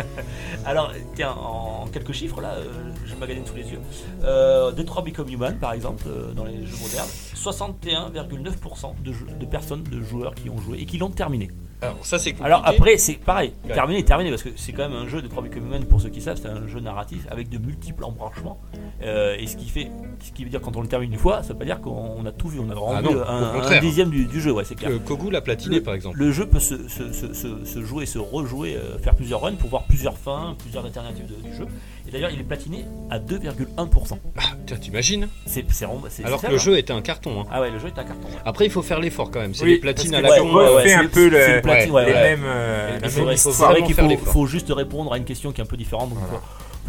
Speaker 1: Alors, tiens, en quelques chiffres, là, euh, je magasine sous les yeux. Euh, Detroit Become Human, par exemple, euh, dans les jeux modernes, 61,9% de, jeux- de personnes, de joueurs qui ont joué et qui l'ont terminé.
Speaker 5: Alors, ça, c'est compliqué.
Speaker 1: Alors après, c'est pareil,
Speaker 5: Ouais.
Speaker 1: terminé, terminé, parce que c'est quand même un jeu de 3 Become Human, pour ceux qui savent, c'est un jeu narratif avec de multiples embranchements. Euh, et ce qui fait, ce qui veut dire quand on le termine une fois, ça veut pas dire qu'on a tout vu, on a vraiment
Speaker 5: Ah
Speaker 1: vu
Speaker 5: non, au
Speaker 1: un, un
Speaker 5: contraire.
Speaker 1: dixième du, du jeu, ouais, c'est clair.
Speaker 5: Euh, Kogu l'a platiné, par exemple.
Speaker 1: Le jeu peut se, se- se- se- se jouer, se rejouer, euh, faire plusieurs runs pour voir plusieurs fins, plusieurs alternatives de- du jeu. Et d'ailleurs, il est platiné à 2,1%.
Speaker 5: Ah, putain, t'imagines
Speaker 1: C'est c'est vraiment- c'est-
Speaker 5: Alors
Speaker 1: c'est
Speaker 5: que le
Speaker 1: ça,
Speaker 5: jeu était un carton. hein.
Speaker 1: Ah ouais, le jeu est un carton. ouais.
Speaker 5: Après, il faut faire l'effort quand même. C'est
Speaker 4: Oui,
Speaker 5: des platines à
Speaker 4: parce
Speaker 5: la
Speaker 4: que
Speaker 5: con.
Speaker 4: ouais, ouais,
Speaker 5: euh,
Speaker 4: fait un peu le-
Speaker 1: c'est une platine, ouais,
Speaker 4: les
Speaker 1: ouais.
Speaker 4: mêmes. euh, la
Speaker 1: Il
Speaker 4: même
Speaker 1: faudrait-
Speaker 5: faut
Speaker 1: c'est vrai
Speaker 5: vraiment
Speaker 1: qu'il
Speaker 5: faire
Speaker 1: faut,
Speaker 5: l'effort.
Speaker 1: faut juste répondre à une question qui est un peu différente. donc,
Speaker 4: Voilà.
Speaker 1: euh,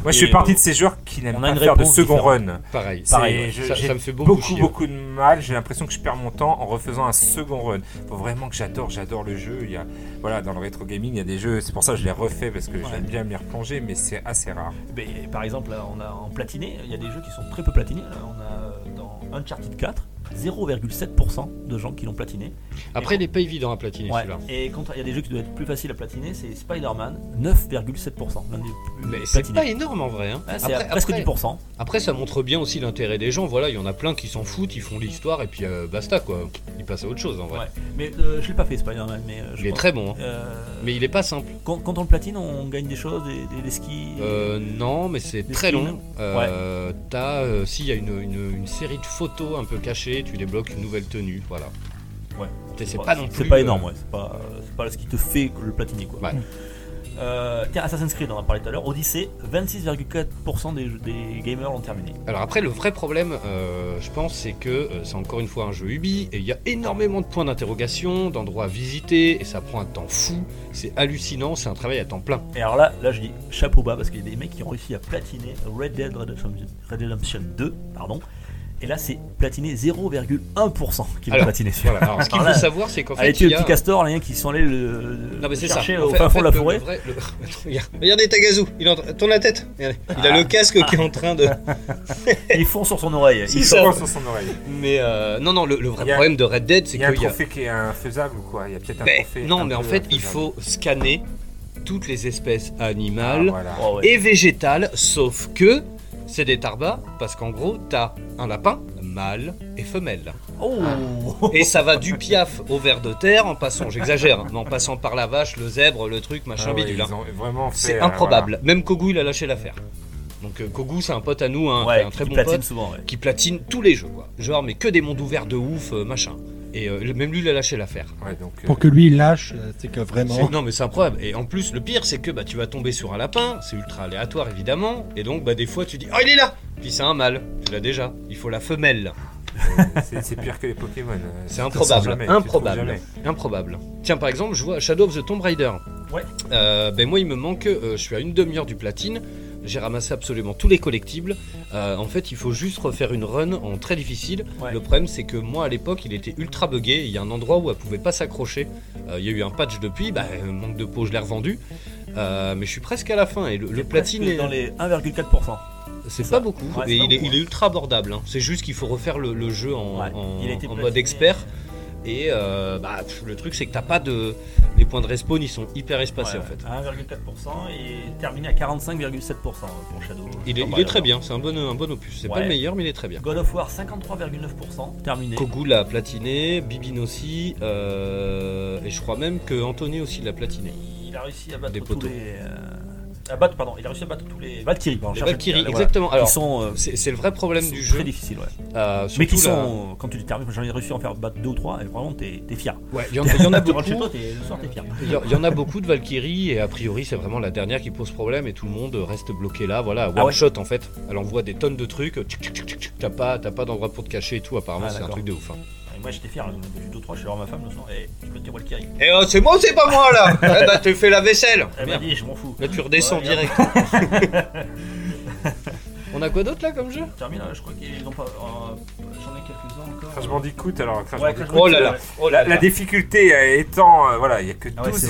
Speaker 4: Moi, je fais
Speaker 1: Et,
Speaker 4: partie
Speaker 1: euh,
Speaker 4: de ces joueurs qui n'aiment
Speaker 1: on a
Speaker 4: pas
Speaker 1: une
Speaker 4: faire de
Speaker 1: réponse
Speaker 4: second
Speaker 1: différente.
Speaker 4: run. Pareil,
Speaker 5: Pareil. C'est-
Speaker 4: ouais.
Speaker 5: ça-
Speaker 4: Je-
Speaker 5: ça,
Speaker 4: j'ai
Speaker 5: me fait beaucoup,
Speaker 4: Beaucoup,
Speaker 5: chier.
Speaker 4: beaucoup de mal. J'ai l'impression que je perds mon temps en refaisant un second run. Faut vraiment que j'adore, j'adore le jeu. Il y a, voilà, dans le rétro gaming, il y a des jeux. C'est pour ça que je les refais parce que j'aime bien m'y replonger, mais c'est assez rare.
Speaker 1: ben, par exemple, là, on a en platiné, il y a des jeux qui sont très peu platinés. Là, On a euh, dans Uncharted 4, 0,7% de gens qui l'ont platiné.
Speaker 5: Après, il est pas évident à platiner
Speaker 1: Ouais.
Speaker 5: celui-là.
Speaker 1: Et contre, il y a des jeux qui doivent être plus faciles à platiner, c'est Spider-Man, 9,7%. l'un des plus
Speaker 5: Mais c'est
Speaker 1: platinés.
Speaker 5: pas énorme en vrai. hein.
Speaker 1: Ouais, Ah, c'est
Speaker 5: Après-
Speaker 1: à presque
Speaker 5: après-
Speaker 1: 10%.
Speaker 5: Après, ça montre bien aussi l'intérêt des gens. Voilà, il y en a plein qui s'en foutent, ils font l'histoire et puis euh, basta quoi. Ils passent à autre chose en vrai.
Speaker 1: Ouais. Mais euh, je l'ai pas fait Spider-Man, mais euh, je
Speaker 5: Il est
Speaker 1: pense-
Speaker 5: très bon, hein.
Speaker 1: Euh,
Speaker 5: mais il est pas simple.
Speaker 1: quand, quand on le platine, on gagne des choses, des, des- des skis.
Speaker 5: Euh, non, mais c'est
Speaker 1: Des
Speaker 5: très
Speaker 1: skins.
Speaker 5: long. Euh, T'as, euh, si, il y a une, une- une série de photos un peu cachées, tu débloques une nouvelle tenue, voilà.
Speaker 1: Ouais.
Speaker 5: T'es- C'est
Speaker 1: Ouais,
Speaker 5: pas non plus.
Speaker 1: Oh, C'est pas énorme,
Speaker 5: euh,
Speaker 1: ouais. C'est pas, euh, c'est pas ce qui te fait le platiner, quoi.
Speaker 5: Ouais.
Speaker 1: Euh, tiens, Assassin's Creed, on en a parlé tout à l'heure. Odyssey, 26,4% des, jeux- des gamers l'ont terminé.
Speaker 5: Alors après, le vrai problème, euh, je pense, c'est que euh, c'est encore une fois un jeu Ubi, et il y a énormément de points d'interrogation, d'endroits à visiter, et ça prend un temps fou. C'est hallucinant, c'est un travail à temps plein.
Speaker 1: Et alors là, là je dis chapeau bas parce qu'il y a des mecs qui ont réussi à platiner Red Dead Redemption, Redemption 2, pardon. Et là, c'est platiné 0,1% qui l'ont
Speaker 5: Alors,
Speaker 1: platiné sur.
Speaker 5: Voilà. Alors ce qu'il
Speaker 1: Alors là,
Speaker 5: faut savoir, c'est qu'en fait,
Speaker 1: Allez, tu
Speaker 5: il
Speaker 1: le
Speaker 5: y a...
Speaker 1: petit castor, là, il y en a qui sont allés le,
Speaker 5: Non mais
Speaker 1: le
Speaker 5: c'est ça.
Speaker 1: chercher
Speaker 5: En
Speaker 1: au
Speaker 5: fait-
Speaker 1: fin
Speaker 5: en
Speaker 1: fond
Speaker 5: fait,
Speaker 1: de la
Speaker 5: le-
Speaker 1: forêt.
Speaker 5: le vrai- le- Regarde- Regardez Tagazu, il est en train- tourne la tête. Regardez. Il a le casque qui est en train
Speaker 4: Ah.
Speaker 5: de.
Speaker 1: Ils font sur son oreille.
Speaker 5: C'est
Speaker 1: Ils
Speaker 5: ça.
Speaker 1: font-
Speaker 4: Pense sur son oreille.
Speaker 5: Mais euh, non non, le, le vrai
Speaker 4: Il y a-
Speaker 5: problème de Red Dead, c'est
Speaker 4: Il y a un
Speaker 5: qu'il y a.
Speaker 4: trophée qui est infaisable ou quoi Il y a peut-être un
Speaker 5: Ben,
Speaker 4: trophée.
Speaker 5: non
Speaker 4: un
Speaker 5: mais en
Speaker 4: peu
Speaker 5: fait, il
Speaker 4: infaisable.
Speaker 5: faut scanner toutes les espèces
Speaker 4: Ah,
Speaker 5: animales
Speaker 4: voilà.
Speaker 1: Oh, ouais.
Speaker 5: et végétales, sauf que c'est des tarbas parce qu'en gros, t'as un lapin mâle et femelle.
Speaker 1: Oh.
Speaker 5: Et ça va du piaf au ver de terre en passant, j'exagère, hein, mais en passant par la vache, le zèbre, le truc,
Speaker 4: Ah
Speaker 5: machin
Speaker 4: ouais,
Speaker 5: bidule. hein.
Speaker 4: ils ont vraiment fait,
Speaker 5: C'est
Speaker 4: euh,
Speaker 5: improbable. Même Kogu, il a lâché l'affaire. Donc euh, Kogu, c'est un pote à nous, hein,
Speaker 1: Ouais,
Speaker 5: un très
Speaker 1: qui
Speaker 5: bon
Speaker 1: platine
Speaker 5: pote,
Speaker 1: souvent, ouais.
Speaker 5: qui platine tous les jeux, quoi. Genre, mais que des mondes ouverts de ouf, euh, machin. Et euh, même lui, il a lâché l'affaire.
Speaker 4: voilà. Ouais, donc, euh,
Speaker 3: Pour que lui il lâche, euh, c'est que
Speaker 5: C'est-
Speaker 3: vraiment.
Speaker 5: Non, mais c'est improbable. Et en plus, le pire, c'est que bah, tu vas tomber sur un lapin, c'est ultra aléatoire, évidemment. Et donc, bah, des fois, tu dis, oh, il est là Puis c'est un mâle, tu l'as déjà. Il faut la femelle.
Speaker 4: c'est c'est pire que les Pokémon. euh,
Speaker 5: C'est
Speaker 4: tu le
Speaker 5: improbable,
Speaker 4: trouves jamais, tu le trouves
Speaker 5: improbable.
Speaker 4: jamais.
Speaker 5: Improbable. Tiens, par exemple, je vois Shadow of the Tomb Raider.
Speaker 1: Ouais.
Speaker 5: Euh, ben moi, il me manque, euh, je suis à une demi-heure du platine. J'ai ramassé absolument tous les collectibles. Euh, en fait, il faut juste refaire une run en très difficile.
Speaker 1: Ouais.
Speaker 5: Le problème, c'est que moi, à l'époque, il était ultra buggé. Il y a un endroit où elle pouvait pas s'accrocher. Euh, il y a eu un patch depuis. Bah, euh, manque de peau, je l'ai revendu. Euh, mais je suis presque à la fin et le, le platine
Speaker 1: Presque
Speaker 5: est-
Speaker 1: dans les 1,4%.
Speaker 5: c'est
Speaker 1: c'est
Speaker 5: pas
Speaker 1: ça.
Speaker 5: beaucoup
Speaker 1: Ouais, c'est
Speaker 5: et
Speaker 1: pas
Speaker 5: il, est,
Speaker 1: beaucoup,
Speaker 5: il est ultra abordable hein. c'est juste qu'il faut refaire le, le jeu en,
Speaker 1: Ouais.
Speaker 5: en-
Speaker 1: Il a été
Speaker 5: en
Speaker 1: platiné.
Speaker 5: mode expert et euh, bah, pff, le truc c'est que t'as pas de les points de respawn ils sont hyper espacés
Speaker 1: Ouais,
Speaker 5: en fait
Speaker 1: 1,4% et terminé à 45,7% pour Shadow.
Speaker 5: il est, il est très bien c'est un bon, un bon opus c'est pas
Speaker 1: bah, Ouais.
Speaker 5: le meilleur mais il est très bien
Speaker 1: God of War 53,9% terminé.
Speaker 5: Kogu l'a platiné Bibin aussi euh, et je crois même que Anthony aussi l'a platiné
Speaker 1: Il a réussi à battre
Speaker 5: Des
Speaker 1: tous
Speaker 5: poteaux.
Speaker 1: les. euh, à battre, pardon, il a réussi à battre tous les Valkyrie. Pardon,
Speaker 5: les
Speaker 1: cherche-
Speaker 5: Valkyrie
Speaker 1: voilà,
Speaker 5: bah, exactement
Speaker 1: Qui
Speaker 5: alors
Speaker 1: sont, euh,
Speaker 5: c'est c'est le vrai
Speaker 1: qui
Speaker 5: problème
Speaker 1: sont
Speaker 5: du
Speaker 1: très
Speaker 5: jeu
Speaker 1: difficiles, ouais.
Speaker 5: euh,
Speaker 1: Mais qui
Speaker 5: surtout la-
Speaker 1: sont, euh, quand tu les termines, j'en ai réussi à en faire battre deux ou trois, et vraiment t'es t'es fier.
Speaker 5: ouais, il y en- il y en a
Speaker 1: Tu
Speaker 5: beaucoup
Speaker 1: rentres chez toi, t'es- le soir t'es fier.
Speaker 5: Il y, a- il y en a beaucoup de Valkyrie et a priori c'est vraiment la dernière qui pose problème et tout le monde reste bloqué là, voilà, one
Speaker 1: Ah ouais.
Speaker 5: shot en fait. Elle envoie des tonnes de trucs, tchic, tchic, tchic, tchic, t'as pas, t'as pas d'endroit pour te cacher et tout, apparemment
Speaker 1: Ah,
Speaker 5: c'est un
Speaker 1: d'accord.
Speaker 5: truc de ouf. hein.
Speaker 1: Et moi j'étais fier, j'en ai vu deux ou trois, je suis allé voir ma femme le soir, et je peux te dire Valkyrie.
Speaker 5: Eh oh, c'est moi ou c'est pas moi là Eh bah tu fais la vaisselle
Speaker 1: Elle m'a
Speaker 5: Merde.
Speaker 1: dit, je m'en fous.
Speaker 5: Là tu redescends
Speaker 1: Ouais,
Speaker 5: direct. On a quoi d'autre là comme jeu
Speaker 1: Termine, hein, je crois qu'ils n'ont pas. euh, J'en ai quelques-uns encore.
Speaker 4: Crash Bandicoot, alors Crash
Speaker 1: Ouais,
Speaker 4: Bandicoot.
Speaker 1: Crash
Speaker 5: Oh là là, oh là
Speaker 4: La
Speaker 5: là.
Speaker 4: difficulté euh, étant, euh, voilà, il n'y a que
Speaker 1: Ah ouais, c'est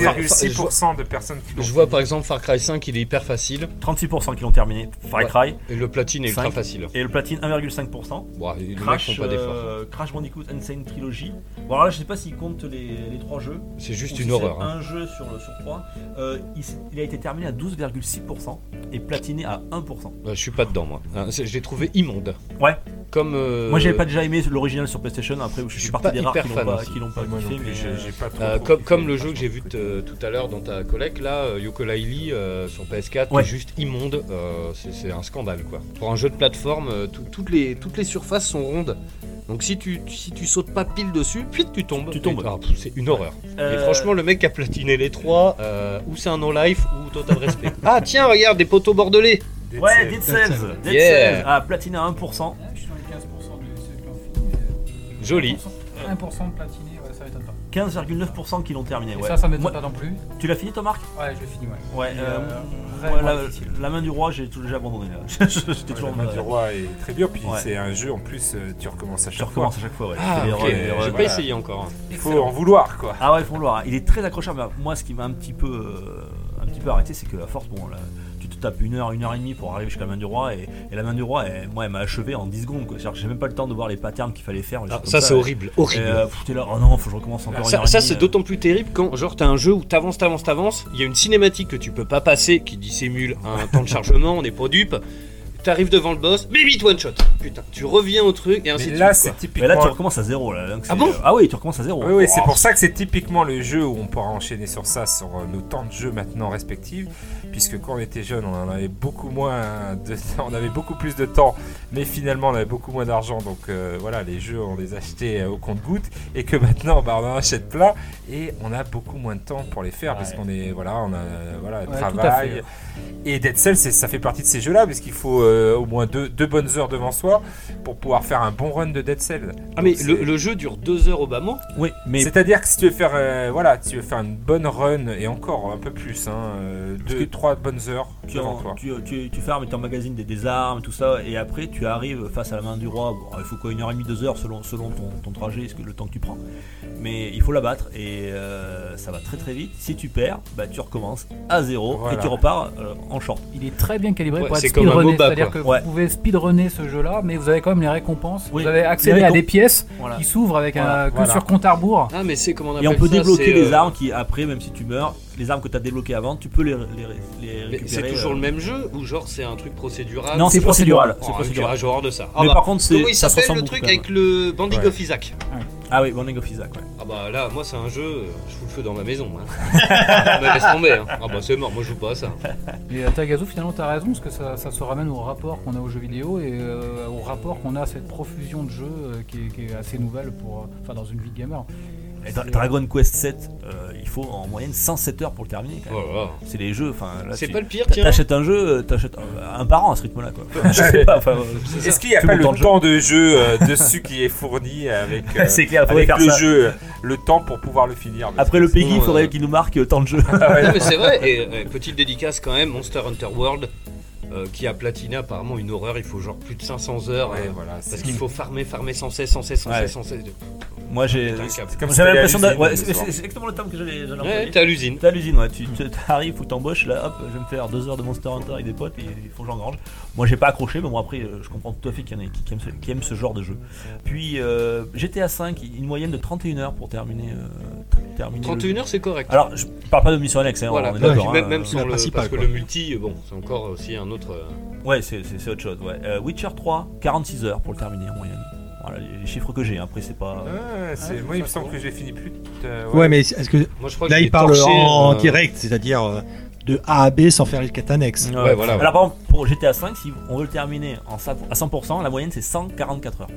Speaker 4: 12,6% de personnes qui l'ont
Speaker 5: Je vois par exemple Far Cry 5, il est hyper facile
Speaker 1: 36% qui l'ont terminé. Far Cry.
Speaker 5: et le platine est ultra
Speaker 1: Cinq.
Speaker 5: facile.
Speaker 1: Et le platine 1,5%.
Speaker 5: Bon, les mecs
Speaker 1: Crash,
Speaker 5: font pas d'efforts.
Speaker 1: euh, Crash Bandicoot Insane Trilogy. Bon, alors là, je sais pas s'ils comptent les, les trois jeux.
Speaker 5: C'est
Speaker 1: ou
Speaker 5: juste
Speaker 1: si
Speaker 5: une
Speaker 1: c'est
Speaker 5: horreur. hein.
Speaker 1: Un jeu sur le sur trois. Euh, il, s- il a été terminé à 12,6% et platiné à 1%.
Speaker 5: Euh, Je suis pas dedans moi. Hein, c'est- Je l'ai trouvé immonde.
Speaker 1: Ouais.
Speaker 5: Comme. euh,
Speaker 1: Moi, j'avais pas déjà aimé l'original sur PlayStation. Après, je
Speaker 5: je suis
Speaker 1: suis parti
Speaker 5: pas
Speaker 1: des rares
Speaker 5: hyper
Speaker 1: qui l'ont
Speaker 5: fan hein,
Speaker 1: pas,
Speaker 5: aussi.
Speaker 1: qui l'ont pas
Speaker 4: Moi non
Speaker 1: kiffé,
Speaker 4: plus,
Speaker 1: mais,
Speaker 4: j'ai- j'ai pas trop.
Speaker 5: Euh,
Speaker 4: trop
Speaker 5: comme,
Speaker 4: kiffé
Speaker 5: comme le jeu que
Speaker 4: Crash
Speaker 5: j'ai vu t- euh, tout à l'heure dans ta collègue là, euh, Yoko Laili euh, sur PS4,
Speaker 1: Ouais.
Speaker 5: est juste immonde, euh, c'est c'est un scandale quoi. Pour un jeu de plateforme, euh, tout- toutes, les, toutes les surfaces sont rondes. Donc si tu, si tu sautes pas pile dessus, puis tu tombes.
Speaker 1: Tu tombes.
Speaker 5: Et- ah, pff, c'est une horreur. Et
Speaker 1: Euh,
Speaker 5: franchement, le mec qui a platiné les trois, euh, ou c'est un no-life, ou total respect. ah tiens, regarde, des poteaux bordelais
Speaker 4: Dead
Speaker 1: Ouais,
Speaker 4: Cells.
Speaker 1: Dead Cells. Dead
Speaker 5: Yeah.
Speaker 1: Cells à platiné à 1%.
Speaker 6: je suis dans les 15% de ceux qui ont fini. euh,
Speaker 5: Joli.
Speaker 6: 1% de platiné, ouais, ça m'étonne pas.
Speaker 1: 15,9% qui l'ont terminé.
Speaker 6: Et
Speaker 1: Ouais.
Speaker 6: ça, ça m'étonne
Speaker 1: Moi-
Speaker 6: pas non plus.
Speaker 1: Tu l'as fini, toi, Marc
Speaker 6: Ouais, je l'ai fini, ouais.
Speaker 1: Ouais.
Speaker 6: Et,
Speaker 1: euh,
Speaker 6: euh,
Speaker 1: moi,
Speaker 6: vraiment
Speaker 1: la,
Speaker 6: difficile.
Speaker 1: la main du roi, j'ai tout- j'ai abandonné. là. J'étais toujours
Speaker 4: La
Speaker 1: en
Speaker 4: main
Speaker 1: mode,
Speaker 4: du roi est très dur, puis
Speaker 1: Ouais.
Speaker 4: c'est un jeu en plus, euh, tu recommences à
Speaker 1: Je
Speaker 4: chaque fois.
Speaker 1: recommence à chaque fois. Ouais.
Speaker 5: Ah,
Speaker 1: Les
Speaker 5: ok,
Speaker 1: erreurs, les erreurs,
Speaker 5: j'ai pas
Speaker 4: voilà.
Speaker 5: essayé encore. hein.
Speaker 4: Il faut en vouloir, quoi.
Speaker 1: Ah ouais, ils font le loir. hein. Il est très accrochable. mais Moi, ce qui m'a un petit peu, euh, un petit peu arrêté, c'est que à force, bon, là, tu te tapes une heure, une heure et demie pour arriver jusqu'à la main du roi, et, et la main du roi, elle- moi, elle m'a achevé en 10 secondes. quoi. C'est-à-dire que j'ai même pas le temps de voir les patterns qu'il fallait faire. les
Speaker 5: Ah,
Speaker 1: choses comme
Speaker 5: ça c'est horrible,
Speaker 1: Et,
Speaker 5: horrible.
Speaker 1: euh, pff, t'es là, oh non, faut que je recommence encore une
Speaker 5: Ça,
Speaker 1: heure et
Speaker 5: ça,
Speaker 1: demie,
Speaker 5: c'est
Speaker 1: euh.
Speaker 5: d'autant plus terrible quand genre t'as un jeu où t'avances, t'avances, t'avances, il y a une cinématique que tu peux pas passer qui dissimule un temps de chargement, on n'est pas dupe. T'arrives devant le boss, mais vite one shot. Putain, tu reviens au truc et ainsi
Speaker 4: Mais
Speaker 5: de
Speaker 4: là,
Speaker 5: suite.
Speaker 4: c'est
Speaker 5: quoi.
Speaker 4: typiquement.
Speaker 1: Mais là, tu recommences à zéro. Là, donc c'est-
Speaker 5: Ah bon
Speaker 1: Ah oui, tu recommences à zéro.
Speaker 4: Oui, oui, c'est pour ça que c'est typiquement le jeu où on pourra enchaîner sur ça, sur euh, nos temps de jeu maintenant respectifs, puisque quand on était jeune, on en avait beaucoup moins, de... on avait beaucoup plus de temps, mais finalement on avait beaucoup moins d'argent, donc euh, voilà, les jeux on les achetait euh, au compte-goutte, et que maintenant bah, on en achète plein, et on a beaucoup moins de temps pour les faire, parce qu'on est, voilà, on a, euh, voilà,
Speaker 6: Ouais,
Speaker 4: travail,
Speaker 6: tout à
Speaker 4: et Dead Cells, c'est- ça fait partie de ces jeux-là, parce qu'il faut euh, au moins deux, deux bonnes heures devant soi pour pouvoir faire un bon run de Dead Cells.
Speaker 5: Ah mais
Speaker 4: Donc,
Speaker 5: le,
Speaker 4: c'est-
Speaker 5: le jeu dure deux heures au bas mot.
Speaker 1: Oui, mais
Speaker 4: C'est-à-dire que si tu veux faire, euh, voilà, tu veux faire une bonne run et encore un peu plus, hein, euh, deux,
Speaker 1: que-
Speaker 4: trois bonnes heures
Speaker 1: tu,
Speaker 4: devant toi.
Speaker 1: tu, tu, tu farmes et t'emmagasines des, des armes, tout ça, et après tu arrives face à la main du roi. Bon, il faut quoi, une heure et demie, deux heures selon, selon ton, ton trajet, ce que- le temps que tu prends. Mais il faut la battre et euh, ça va très très vite. Si tu perds, bah, tu recommences à zéro
Speaker 4: Voilà.
Speaker 1: et tu repars euh, en short.
Speaker 6: Il est très bien calibré
Speaker 5: Ouais,
Speaker 6: pour être
Speaker 5: c'est comme un
Speaker 6: speedrunné,
Speaker 5: MOBA,
Speaker 6: c'est-à-dire que
Speaker 1: quoi. Ouais.
Speaker 6: vous pouvez speedrunner ce jeu-là, mais vous avez quand même les récompenses.
Speaker 1: Oui.
Speaker 6: Vous avez accès
Speaker 1: Les
Speaker 6: à
Speaker 1: récom-
Speaker 6: des pièces
Speaker 1: Voilà.
Speaker 6: qui s'ouvrent avec un,
Speaker 4: Voilà,
Speaker 6: que
Speaker 4: voilà.
Speaker 6: sur compte à rebours.
Speaker 5: Ah mais c'est comment on
Speaker 1: Et
Speaker 5: appelle
Speaker 1: on peut
Speaker 5: ça,
Speaker 1: débloquer
Speaker 5: c'est,
Speaker 1: les
Speaker 5: euh,
Speaker 1: armes qui, après, même si tu meurs, les armes que tu as débloquées avant, tu peux les, les, les
Speaker 5: mais
Speaker 1: récupérer.
Speaker 5: c'est toujours
Speaker 1: euh.
Speaker 5: le même jeu ou genre c'est un truc procédural
Speaker 1: Non, c'est procédural.
Speaker 5: Oh,
Speaker 1: C'est
Speaker 5: ok,
Speaker 1: procédural.
Speaker 5: ah, j'ai horreur de ça. Ah
Speaker 1: Mais
Speaker 5: bah,
Speaker 1: par contre,
Speaker 5: comment
Speaker 1: c'est
Speaker 5: il
Speaker 1: ça se
Speaker 5: s'appelle
Speaker 1: ressemble
Speaker 5: le
Speaker 1: beaucoup
Speaker 5: truc
Speaker 1: quand même.
Speaker 5: avec le Bandit
Speaker 4: Ouais.
Speaker 5: of Isaac
Speaker 1: Ah oui, Burning of Isaac. ouais.
Speaker 5: Ah bah là, moi c'est un jeu, euh, je fous le feu dans ma maison. hein. Ah, mais laisse tomber. hein. Ah bah c'est mort, moi je joue pas à ça.
Speaker 6: Et euh, Tagazu, finalement, tu as raison, parce que ça, ça se ramène au rapport qu'on a aux jeux vidéo et euh, au rapport qu'on a à cette profusion de jeux euh, qui, est, qui est assez nouvelle pour, euh, enfin, dans une vie de gamer.
Speaker 1: Et Dra- Dragon Quest 7, il faut en moyenne 107 heures pour le terminer. quand même.
Speaker 5: Voilà.
Speaker 1: C'est les jeux, enfin là.
Speaker 5: Oh, C'est
Speaker 1: tu-
Speaker 5: pas le pire,
Speaker 1: T'a-
Speaker 5: tiens.
Speaker 1: T'achètes un jeu, euh, t'achètes un, un par an à ce rythme-là, quoi. Enfin, je sais pas, enfin, euh,
Speaker 4: Est-ce qu'il n'y a
Speaker 1: Tout
Speaker 4: pas
Speaker 1: le
Speaker 4: le
Speaker 1: temps
Speaker 4: temps
Speaker 1: de
Speaker 4: de
Speaker 1: jeu.
Speaker 4: jeu, euh, dessus qui est fourni avec, euh,
Speaker 1: c'est clair, faudrait
Speaker 4: avec
Speaker 1: faire
Speaker 4: le
Speaker 1: ça.
Speaker 4: jeu, le temps pour pouvoir le finir parce
Speaker 1: Après le
Speaker 4: que
Speaker 1: Peggy, il
Speaker 5: sinon, euh,
Speaker 1: faudrait qu'il nous marque euh, tant de jeux.
Speaker 5: Non mais c'est vrai, et, et petite dédicace quand même, Monster Hunter World, euh, qui a platiné apparemment une horreur, il faut genre plus de 500 heures.
Speaker 4: Ouais,
Speaker 5: euh,
Speaker 4: voilà,
Speaker 5: parce
Speaker 4: c'est
Speaker 5: qu'il faut farmer, farmer sans cesse, sans cesse, sans
Speaker 1: Ouais.
Speaker 5: cesse, sans cesse.
Speaker 1: Moi, j'ai.
Speaker 5: Putain, câble.
Speaker 4: c'est comme si
Speaker 1: J'avais
Speaker 4: t'allais à
Speaker 1: l'impression de.
Speaker 4: l'usine
Speaker 1: Ouais,
Speaker 4: le
Speaker 1: c'est
Speaker 4: soir.
Speaker 1: c'est exactement le terme que j'allais j'allais
Speaker 5: Ouais,
Speaker 1: employer.
Speaker 5: t'es à l'usine.
Speaker 1: T'es à l'usine, ouais. Tu tu- t'arrives, faut que t'embauches là, hop, je vais me faire deux heures de Monster Hunter avec des potes et il faut que j'engrange. Moi, j'ai pas accroché, mais bon, après, euh, je comprends tout à fait qu'il y en ait qui, qui aiment ce, qui aiment ce genre de jeu. Puis, euh, GTA V, une moyenne de 31 heures pour terminer. euh, t- terminer le jeu.
Speaker 5: 31 heures c'est correct.
Speaker 1: Alors, je parle pas de mission annexe, hein,
Speaker 5: voilà,
Speaker 1: on est
Speaker 5: Puis
Speaker 1: d'accord.
Speaker 5: même,
Speaker 1: hein,
Speaker 5: même
Speaker 1: euh,
Speaker 5: sur
Speaker 3: la
Speaker 5: le,
Speaker 3: principale,
Speaker 5: parce que
Speaker 3: quoi.
Speaker 5: le multi, bon, c'est encore aussi un autre. euh,
Speaker 1: Ouais, c'est- c'est c'est autre chose. Ouais. Euh, Witcher 3, 46 heures pour le terminer en moyenne. Voilà les, les chiffres que j'ai. hein. Après, c'est pas.
Speaker 4: Ah, c'est-
Speaker 6: Ah,
Speaker 4: moi,
Speaker 6: je
Speaker 4: il me
Speaker 6: sais
Speaker 4: semble
Speaker 6: pas.
Speaker 4: que j'ai fini plus. de- euh,
Speaker 3: Ouais, mais est-ce que
Speaker 5: Moi je crois que
Speaker 3: là
Speaker 5: je l'ai
Speaker 3: il parle
Speaker 5: torché,
Speaker 3: en
Speaker 5: euh,
Speaker 3: direct, c'est-à-dire euh, de A à B sans faire les catanex.
Speaker 5: Ouais, voilà. ouais.
Speaker 1: Alors, par exemple, pour GTA 5, si on veut le terminer en sa- à 100%, la moyenne c'est 144 heures.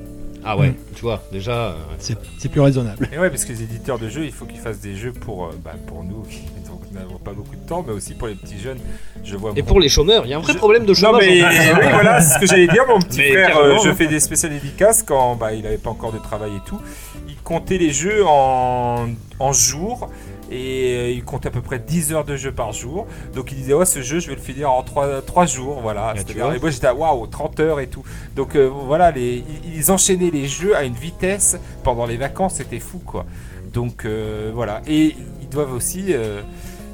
Speaker 5: Ah ouais, tu vois, déjà. euh,
Speaker 3: C'est c'est plus raisonnable.
Speaker 4: Et ouais, parce que les éditeurs de jeux, il faut qu'ils fassent des jeux pour, euh, bah, pour nous qui donc, n'avons pas beaucoup de temps, mais aussi pour les petits jeunes. Je vois
Speaker 5: Et
Speaker 4: mon-
Speaker 5: pour les chômeurs, il y a un vrai
Speaker 4: Je-
Speaker 5: problème de
Speaker 4: Non
Speaker 5: chômage. hein.
Speaker 4: mais
Speaker 5: en fait.
Speaker 4: oui, voilà c'est ce que j'allais dire mon petit
Speaker 5: Mais
Speaker 4: frère
Speaker 5: carrément,
Speaker 4: euh, je
Speaker 5: hein.
Speaker 4: fais des spéciales dédicaces quand bah, il avait pas encore de travail et tout il comptait les jeux en, en jours et euh, il compte à peu près 10 heures de jeu par jour. Donc il disait ouais ce jeu je vais le finir en 3, jours voilà.
Speaker 1: Ah,
Speaker 4: C'était
Speaker 1: tu
Speaker 4: grave.
Speaker 1: vois.
Speaker 4: Et moi j'étais à waouh 30 heures et tout. Donc euh, voilà les, ils- ils enchaînaient les jeux à une vitesse pendant les vacances c'était fou quoi. Donc euh, voilà et ils doivent aussi euh,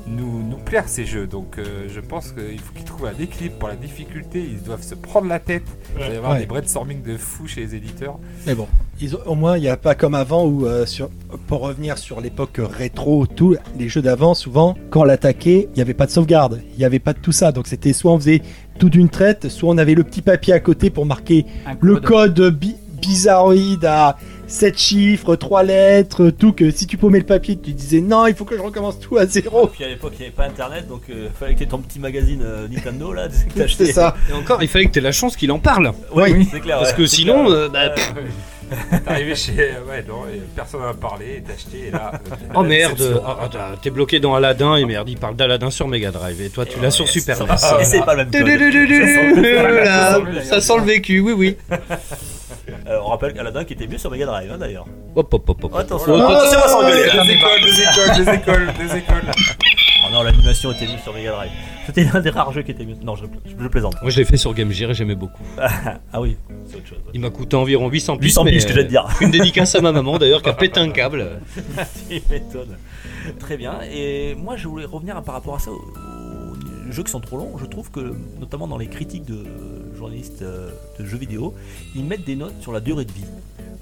Speaker 4: nous, nous plaire ces jeux donc euh, je pense qu'il faut qu'ils trouvent un équilibre pour la difficulté ils doivent se prendre la tête il va y avoir
Speaker 3: Ouais.
Speaker 4: des brainstorming de fou chez les éditeurs
Speaker 3: Mais bon, ils ont- au moins, il n'y a pas comme avant où, euh, sur, pour revenir sur l'époque rétro, tout, les jeux d'avant, souvent, quand on l'attaquait, il n'y avait pas de sauvegarde, il n'y avait pas de tout ça. Donc c'était soit on faisait tout d'une traite, soit on avait le petit papier à côté pour marquer
Speaker 6: Un
Speaker 3: le code bi- bizarroïde à 7 chiffres, 3 lettres, tout, que si tu paumais le papier, tu disais non, il faut que je recommence tout à
Speaker 5: Oh.
Speaker 3: zéro.
Speaker 1: Puis à l'époque, il n'y avait pas internet, donc il fallait que tu ton petit magazine euh, Nintendo là, que t'achetais.
Speaker 3: C'est ça.
Speaker 5: Et encore, il fallait que t'aies la chance qu'il en parle.
Speaker 3: Oui.
Speaker 1: C'est clair.
Speaker 5: Parce
Speaker 1: Ah ouais,
Speaker 5: que
Speaker 1: c'est
Speaker 5: sinon,
Speaker 1: clair.
Speaker 5: euh, bah, pff,
Speaker 4: t'es arrivé chez ouais non et personne n'a parlé et t'as acheté et là
Speaker 5: oh merde, ah, ah, t'as- t'es bloqué dans Aladdin et merde, il parle d'Aladdin sur Mega Drive et toi tu l'as sur Super NES.
Speaker 1: Et c'est pas le même code.
Speaker 5: Voilà, Ça sent le vécu, oui, oui.
Speaker 1: Euh, on rappelle qu'Aladin qui était mieux sur Mega Drive hein, d'ailleurs.
Speaker 5: Hop, hop, hop, hop.
Speaker 1: Attention,
Speaker 5: Oh,
Speaker 1: attention, on Ah, va s'engueuler.
Speaker 3: hein.
Speaker 4: des écoles des écoles des écoles des écoles
Speaker 1: Oh non, l'animation était mieux sur Mega Drive. C'était l'un des rares jeux qui était mieux. Non, je, je plaisante.
Speaker 5: Moi, je l'ai fait sur Game Gear et j'aimais beaucoup.
Speaker 1: Ah oui, c'est autre chose.
Speaker 5: Il m'a coûté environ 800 piges.
Speaker 1: 800
Speaker 5: mais,
Speaker 1: piges, ce que j'allais te dire.
Speaker 5: Une dédicace à ma maman d'ailleurs qui a pété un câble.
Speaker 1: Il m'étonne. Très bien. Et moi, je voulais revenir à- par rapport à ça aux, aux jeux qui sont trop longs. Je trouve que, notamment dans les critiques de euh, journalistes euh, de jeux vidéo, ils mettent des notes sur la durée de vie.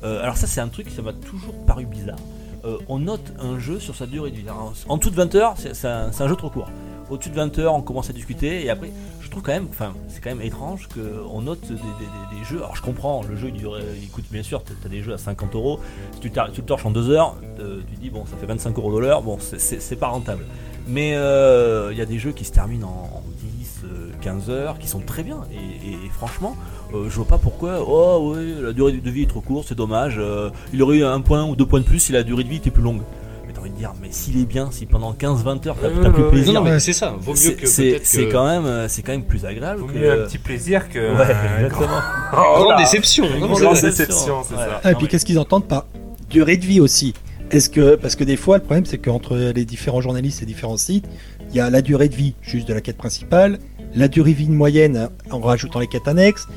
Speaker 1: Euh, alors ça, c'est un truc qui ça m'a toujours paru bizarre. Euh, on note un jeu sur sa durée de vie. Alors, en- En dessous de 20 heures, c'est c'est un, c'est un jeu trop court. Au-dessus de 20 heures, on commence à discuter et après, je trouve quand même, enfin, c'est quand même étrange qu'on note des, des- des- des jeux. Alors je comprends, le jeu il, dure- euh, il coûte bien sûr, t'as t'as des jeux à 50 euros, si tu, t'ar- tu le torches en 2 heures, euh, tu dis bon ça fait 25 euros de l'heure, bon c'est- c'est c'est pas rentable. Mais euh, il y a des jeux qui se terminent en, en 10, euh, 15 heures, qui sont très bien. Et, et- et franchement, euh, je vois pas pourquoi, oh oui, la durée de vie est trop courte, c'est dommage, euh, il aurait eu un point ou deux points de plus si la durée de vie était plus longue. Mais t'as envie de dire, mais s'il est bien, si pendant 15-20 heures t'as t'as plus
Speaker 5: Non,
Speaker 1: plaisir,
Speaker 5: non, mais
Speaker 3: Ouais.
Speaker 5: c'est ça. Vaut mieux
Speaker 1: c'est
Speaker 5: que
Speaker 1: c'est-
Speaker 5: peut-être
Speaker 1: c'est
Speaker 5: que-
Speaker 1: quand même euh, c'est quand même plus agréable
Speaker 4: vaut
Speaker 1: que
Speaker 4: mieux un petit plaisir que
Speaker 1: euh, ouais
Speaker 4: un grand-
Speaker 1: exactement
Speaker 4: Oh
Speaker 5: Grande
Speaker 4: là.
Speaker 5: déception.
Speaker 4: Une
Speaker 5: non,
Speaker 4: grande
Speaker 5: c'est vrai.
Speaker 4: déception, c'est
Speaker 1: Ouais.
Speaker 4: ça.
Speaker 3: Ah, et
Speaker 1: Non,
Speaker 3: puis
Speaker 1: mais-
Speaker 3: qu'est-ce qu'ils entendent par durée de vie aussi Est-ce que parce que des fois le problème c'est qu'entre les différents journalistes et différents sites, il y a la durée de vie juste de la quête principale, la durée de vie moyenne en rajoutant les quêtes annexes,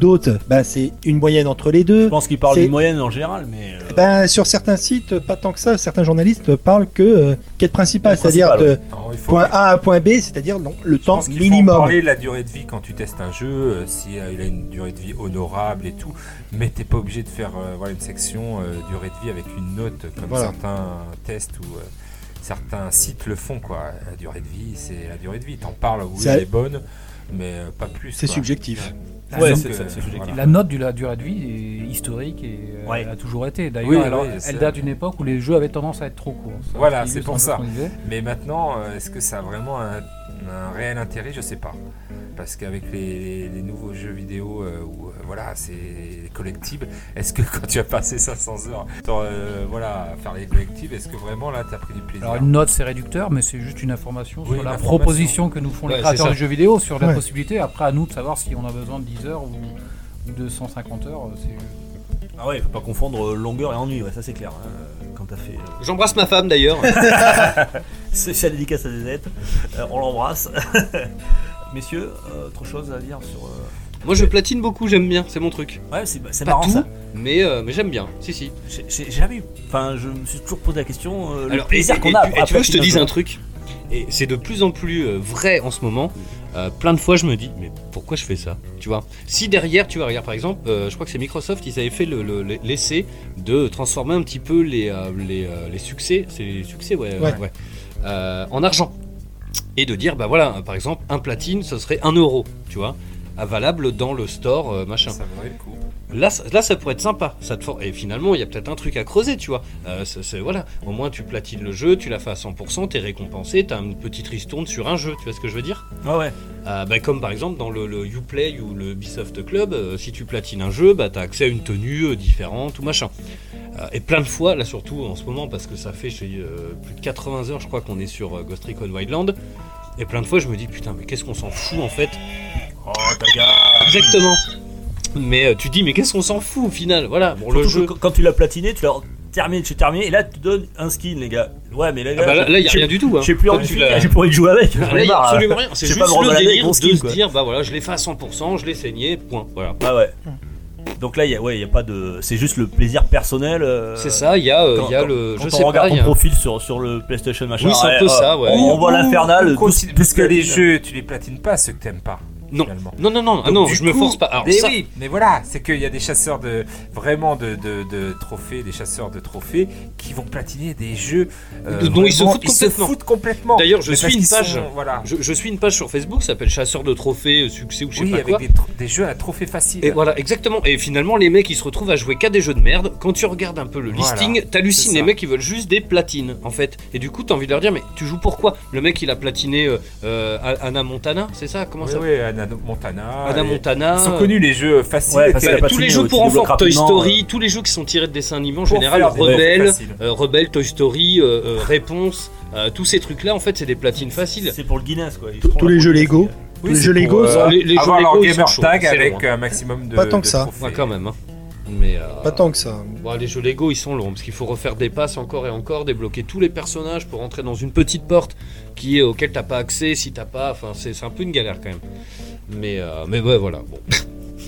Speaker 3: d'autres bah c'est une moyenne entre les deux.
Speaker 1: je pense qu'il parle
Speaker 3: C'est-
Speaker 1: d'une moyenne en général mais euh,
Speaker 3: Ben, sur certains sites, pas tant que ça, certains journalistes parlent que euh, quête principale,
Speaker 1: Quête
Speaker 3: c'est-à-dire
Speaker 1: principale,
Speaker 3: de
Speaker 4: Non, il faut
Speaker 3: point A à point B, c'est-à-dire non, le
Speaker 4: Je
Speaker 3: temps
Speaker 4: pense qu'il faut en
Speaker 3: minimum.
Speaker 4: parler de la durée de vie quand tu testes un jeu, euh, si euh, il a une durée de vie honorable et tout, mais t'es pas obligé de faire euh, voilà, une section euh, durée de vie avec une note comme
Speaker 3: Voilà.
Speaker 4: certains tests ou euh, certains sites le font quoi. La durée de vie, c'est la durée de vie. T'en parles, oui,
Speaker 3: C'est-
Speaker 4: elle est bonne, mais euh, pas plus.
Speaker 3: C'est
Speaker 4: quoi.
Speaker 3: subjectif.
Speaker 1: Ouais,
Speaker 4: Donc,
Speaker 1: c'est
Speaker 4: euh,
Speaker 1: ça, c'est subjectif.
Speaker 4: voilà.
Speaker 6: La note de la durée de vie est historique et euh,
Speaker 1: Ouais.
Speaker 6: a toujours été. D'ailleurs,
Speaker 4: Oui,
Speaker 6: alors,
Speaker 4: oui, c'est-
Speaker 6: elle date d'une époque où les jeux avaient tendance à être trop courts. Ça,
Speaker 4: Voilà,
Speaker 6: illustre
Speaker 4: c'est pour
Speaker 6: un peu
Speaker 4: ça.
Speaker 6: ce qu'on disait.
Speaker 4: Mais maintenant, euh, est-ce que ça a vraiment un, un réel intérêt Je sais pas. Parce qu'avec les, les- les nouveaux jeux vidéo euh, où euh, voilà, c'est collectibles, est-ce que quand tu as passé 500 heures dans, euh, voilà, à faire les collectibles, est-ce que vraiment là tu as pris du plaisir
Speaker 6: Alors, une note, c'est réducteur, mais c'est juste une information
Speaker 4: Oui,
Speaker 6: sur
Speaker 4: une
Speaker 6: la
Speaker 4: information.
Speaker 6: proposition que nous font
Speaker 5: Ouais,
Speaker 6: les créateurs
Speaker 5: c'est ça.
Speaker 6: de jeux vidéo sur la
Speaker 3: Ouais.
Speaker 6: possibilité. Après, à nous de savoir si on a besoin de 10 heures ou, ou de 150 heures. euh, c'est-
Speaker 1: ah ouais faut pas confondre euh, longueur et ennui ouais ça c'est clair hein, euh, quand t'as fait euh,
Speaker 5: J'embrasse ma femme d'ailleurs.
Speaker 1: spécial dédicace à Zezette Euh, on l'embrasse messieurs euh, autre chose à dire sur euh,
Speaker 5: Moi, je platine beaucoup, j'aime bien, c'est mon truc.
Speaker 1: ouais c'est bah, c'est
Speaker 5: Pas
Speaker 1: marrant
Speaker 5: tout,
Speaker 1: ça
Speaker 5: mais, euh, mais j'aime bien. Si, si.
Speaker 1: j'ai j'ai jamais eu enfin je me suis toujours posé la question euh, le
Speaker 5: Alors, et-
Speaker 1: plaisir
Speaker 5: et-
Speaker 1: qu'on a
Speaker 5: et tu- Et tu veux que je te dise un
Speaker 1: truc
Speaker 5: truc Et c'est de plus en plus euh, vrai en ce moment. Euh, plein de fois, je me dis, mais pourquoi je fais ça Tu vois Si derrière, tu vas regarder, par exemple, euh, je crois que c'est Microsoft, ils avaient fait le- le- le- l'essai de transformer un petit peu les, euh, les, euh, les succès, c'est les succès, ouais, euh,
Speaker 3: Ouais.
Speaker 5: ouais, euh, en argent. Et de dire, bah voilà, par exemple, un platine, ce serait 1 euro, tu vois Ah, valable dans le store, euh,
Speaker 6: hein.
Speaker 5: machin.
Speaker 4: Ça vaudrait le coup.
Speaker 5: Là, ça- là, ça pourrait être sympa. Ça te for- Et finalement, il y a peut-être un truc à creuser, tu vois. Euh, c'est- c'est- voilà. Au moins, tu platines le jeu, tu l'as fait à 100%, t'es récompensé, t'as une petite ristourne sur un jeu. Tu vois ce que je veux dire
Speaker 1: ouais ouais
Speaker 5: Euh, bah, Comme par exemple dans le, le Uplay ou le Ubisoft Club, euh, si tu platines un jeu, bah, t'as accès à une tenue euh, différente ou machin. Euh, et plein de fois, là surtout en ce moment, parce que ça fait je sais, euh, plus de 80 heures, je crois qu'on est sur euh, Ghost Recon Wildland. Et plein de fois, je me dis, putain, mais qu'est-ce qu'on s'en fout en fait
Speaker 4: Oh ta gars
Speaker 5: Exactement. Mais euh, tu dis, mais qu'est-ce qu'on s'en fout au final Voilà, bon, le
Speaker 1: Surtout
Speaker 5: jeu.
Speaker 1: que quand tu l'as platiné tu l'as terminé, j'ai terminé, et là tu donnes un skin, les gars. Ouais, mais les gars,
Speaker 5: bah là, là, y a
Speaker 1: j'ai-
Speaker 5: rien du tout, hein.
Speaker 1: J'ai plus envie
Speaker 5: Tu
Speaker 1: de-
Speaker 5: l'as-
Speaker 1: j'ai plus envie de jouer avec. j'en ai
Speaker 5: Là, il y a
Speaker 1: marre,
Speaker 5: absolument rien. C'est
Speaker 1: Je vais
Speaker 5: juste
Speaker 1: pas me
Speaker 5: le
Speaker 1: rebalader avec
Speaker 5: délire
Speaker 1: mon
Speaker 5: de
Speaker 1: skin,
Speaker 5: se
Speaker 1: quoi.
Speaker 5: dire, bah voilà, je l'ai fait à 100%, je l'ai saigné, point. Voilà.
Speaker 1: Ah ouais.
Speaker 5: Mm.
Speaker 1: Donc là, il y a, ouais, il y a pas de. C'est juste le plaisir personnel. euh,
Speaker 5: C'est ça, il y a, euh,
Speaker 1: Quand,
Speaker 5: il y a
Speaker 1: quand-
Speaker 5: le.
Speaker 1: quand
Speaker 5: Je
Speaker 1: on
Speaker 5: sais pas,
Speaker 1: regarde
Speaker 5: il y
Speaker 1: ton
Speaker 5: a-
Speaker 1: profil sur, sur le PlayStation machin.
Speaker 5: Oui, c'est un peu ça, ouais.
Speaker 1: On, on voit l'infernal. tout-
Speaker 4: Parce
Speaker 1: tout ce
Speaker 4: que
Speaker 1: que-
Speaker 4: les jeux, tu les platines pas ceux que t'aimes pas.
Speaker 5: Non.
Speaker 4: Finalement.
Speaker 5: Non, non, non, ah
Speaker 4: Donc,
Speaker 5: non,
Speaker 4: du
Speaker 5: je me
Speaker 4: coup-
Speaker 5: force pas. Alors,
Speaker 4: mais
Speaker 5: ça,
Speaker 4: oui, mais voilà, c'est qu'il y a des chasseurs de vraiment de, de- de trophées, des chasseurs de trophées qui vont platiner des jeux euh,
Speaker 5: De- dont ils se
Speaker 4: vraiment-
Speaker 5: foutent complètement.
Speaker 4: foutent complètement.
Speaker 5: D'ailleurs, je
Speaker 4: Mais parce
Speaker 5: suis une
Speaker 4: qu'ils
Speaker 5: page.
Speaker 4: voilà,
Speaker 5: Je, je suis une page sur Facebook, ça s'appelle Chasseur de trophées, euh, succès ou je sais
Speaker 4: oui,
Speaker 5: pas
Speaker 4: avec
Speaker 5: quoi.
Speaker 4: des, tro- des jeux à trophées faciles.
Speaker 5: Et voilà, exactement. Et finalement, les mecs, ils se retrouvent à jouer qu'à des jeux de merde. Quand tu regardes un peu le
Speaker 4: Voilà,
Speaker 5: listing,
Speaker 4: c'est
Speaker 5: t'hallucines.
Speaker 4: ça.
Speaker 5: Les mecs, ils veulent juste des platines, en fait. Et du coup, t'as envie de leur dire, mais tu joues pourquoi Le mec, il a platiné euh, euh, Anna Montana, c'est ça Comment
Speaker 4: Oui,
Speaker 5: ça
Speaker 4: oui, Anna Montana.
Speaker 5: Anna
Speaker 4: et-
Speaker 5: Montana.
Speaker 4: Ils sont connus les jeux faciles.
Speaker 1: Ouais,
Speaker 4: et
Speaker 1: facile
Speaker 5: Bah,
Speaker 1: à
Speaker 4: télé-
Speaker 5: tous les
Speaker 1: platiner,
Speaker 5: jeux
Speaker 1: ouais,
Speaker 5: pour
Speaker 1: tu
Speaker 5: enfants,
Speaker 1: débloques
Speaker 5: Toy
Speaker 1: rapidement,
Speaker 5: Story, tous les jeux qui sont tirés de dessins animés en
Speaker 4: Pour
Speaker 5: général,
Speaker 4: faire des
Speaker 5: Rebelle,
Speaker 4: facile.
Speaker 5: euh, Rebelle, Toy Story, euh, euh, Réponse, euh, tous ces trucs-là, en fait, c'est des platines faciles.
Speaker 1: C'est pour le Guinness quoi. Ils
Speaker 3: Tous-
Speaker 1: font
Speaker 3: tous
Speaker 1: la
Speaker 3: les jeux
Speaker 1: politique.
Speaker 3: Lego.
Speaker 4: Oui,
Speaker 3: les
Speaker 4: c'est
Speaker 3: jeux
Speaker 4: pour,
Speaker 3: Lego,
Speaker 4: euh,
Speaker 5: les- les jeux
Speaker 4: avoir
Speaker 5: Lego,
Speaker 4: leur
Speaker 5: ils sont
Speaker 4: gamer
Speaker 5: chauds,
Speaker 4: tag
Speaker 5: c'est
Speaker 4: avec
Speaker 5: loin.
Speaker 4: un maximum de.
Speaker 3: Pas tant
Speaker 4: de
Speaker 3: que ça.
Speaker 4: trophées.
Speaker 5: Ouais, quand même. hein. Mais euh,
Speaker 3: Pas tant que ça.
Speaker 5: bon, les jeux Lego, ils sont longs parce qu'il faut refaire des passes encore et encore, débloquer tous les personnages pour entrer dans une petite porte qui est auquel t'as pas accès si t'as pas. Enfin, c'est c'est un peu une galère quand même. Mais euh, mais ouais, voilà. Bon.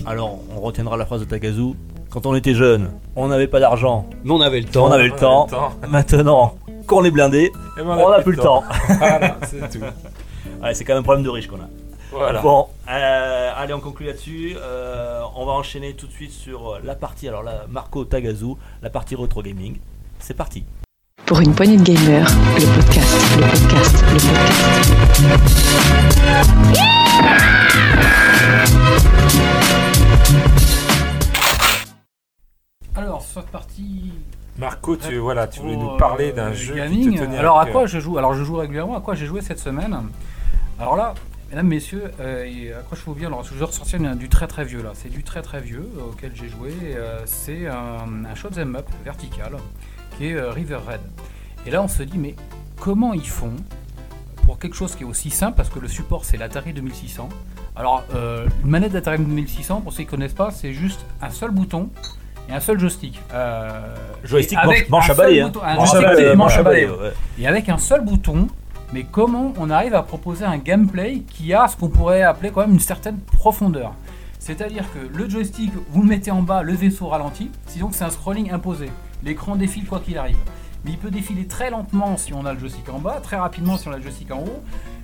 Speaker 1: Alors, on retiendra la phrase de Takazu. Quand on était jeune, on n'avait pas d'argent,
Speaker 5: Mais on avait le temps.
Speaker 1: on avait le temps. Maintenant, qu'on est blindé,
Speaker 4: Et ben,
Speaker 1: on n'a plus le temps.
Speaker 4: Voilà, c'est tout.
Speaker 1: Ouais, c'est quand même un problème de riche qu'on a.
Speaker 4: Voilà.
Speaker 1: Bon, euh, allez, on conclut là-dessus. Euh, on va enchaîner tout de suite sur euh, la partie, alors là, Marco Tagazu, la partie retro gaming. C'est parti.
Speaker 2: Pour une poignée de gamers, le podcast, le podcast, le podcast.
Speaker 6: Alors, sur cette partie
Speaker 4: Marco, tu,
Speaker 6: Ouais.
Speaker 4: voilà, Bah, tu voulais
Speaker 6: Pour,
Speaker 4: nous parler d'un
Speaker 6: euh,
Speaker 4: jeu
Speaker 6: gaming.
Speaker 4: qui te tenait
Speaker 6: Alors
Speaker 4: à
Speaker 6: à quoi
Speaker 4: cœur.
Speaker 6: je joue Alors je joue régulièrement. À quoi j'ai joué cette semaine Alors là, mesdames, messieurs, euh, et accrochez-vous bien. Alors je vous ai ressorti un- du très très vieux là. C'est du très très vieux euh, auquel j'ai joué. euh, c'est un, un shoot'em up vertical qui est euh, River Red. Et là, on se dit mais comment ils font pour quelque chose qui est aussi simple parce que le support c'est l'Atari 2600. Alors euh, une manette d'Atari 2600 pour ceux qui ne connaissent pas, c'est juste un seul bouton. Et un seul joystick. Euh,
Speaker 1: Joystick
Speaker 6: et
Speaker 1: manche-
Speaker 6: avec
Speaker 1: manche
Speaker 6: un
Speaker 1: à
Speaker 6: seul
Speaker 1: balai, hein.
Speaker 6: bouton- un
Speaker 1: Manche à
Speaker 6: joystick
Speaker 1: balai,
Speaker 6: manche à balai,
Speaker 1: ouais.
Speaker 6: et avec un seul bouton, mais comment on arrive à proposer un gameplay qui a ce qu'on pourrait appeler quand même une certaine profondeur C'est-à-dire que le joystick, vous le mettez en bas, le vaisseau ralentit, sinon que c'est un scrolling imposé. L'écran défile quoi qu'il arrive. Mais il peut défiler très lentement si on a le joystick en bas, très rapidement si on a le joystick en haut.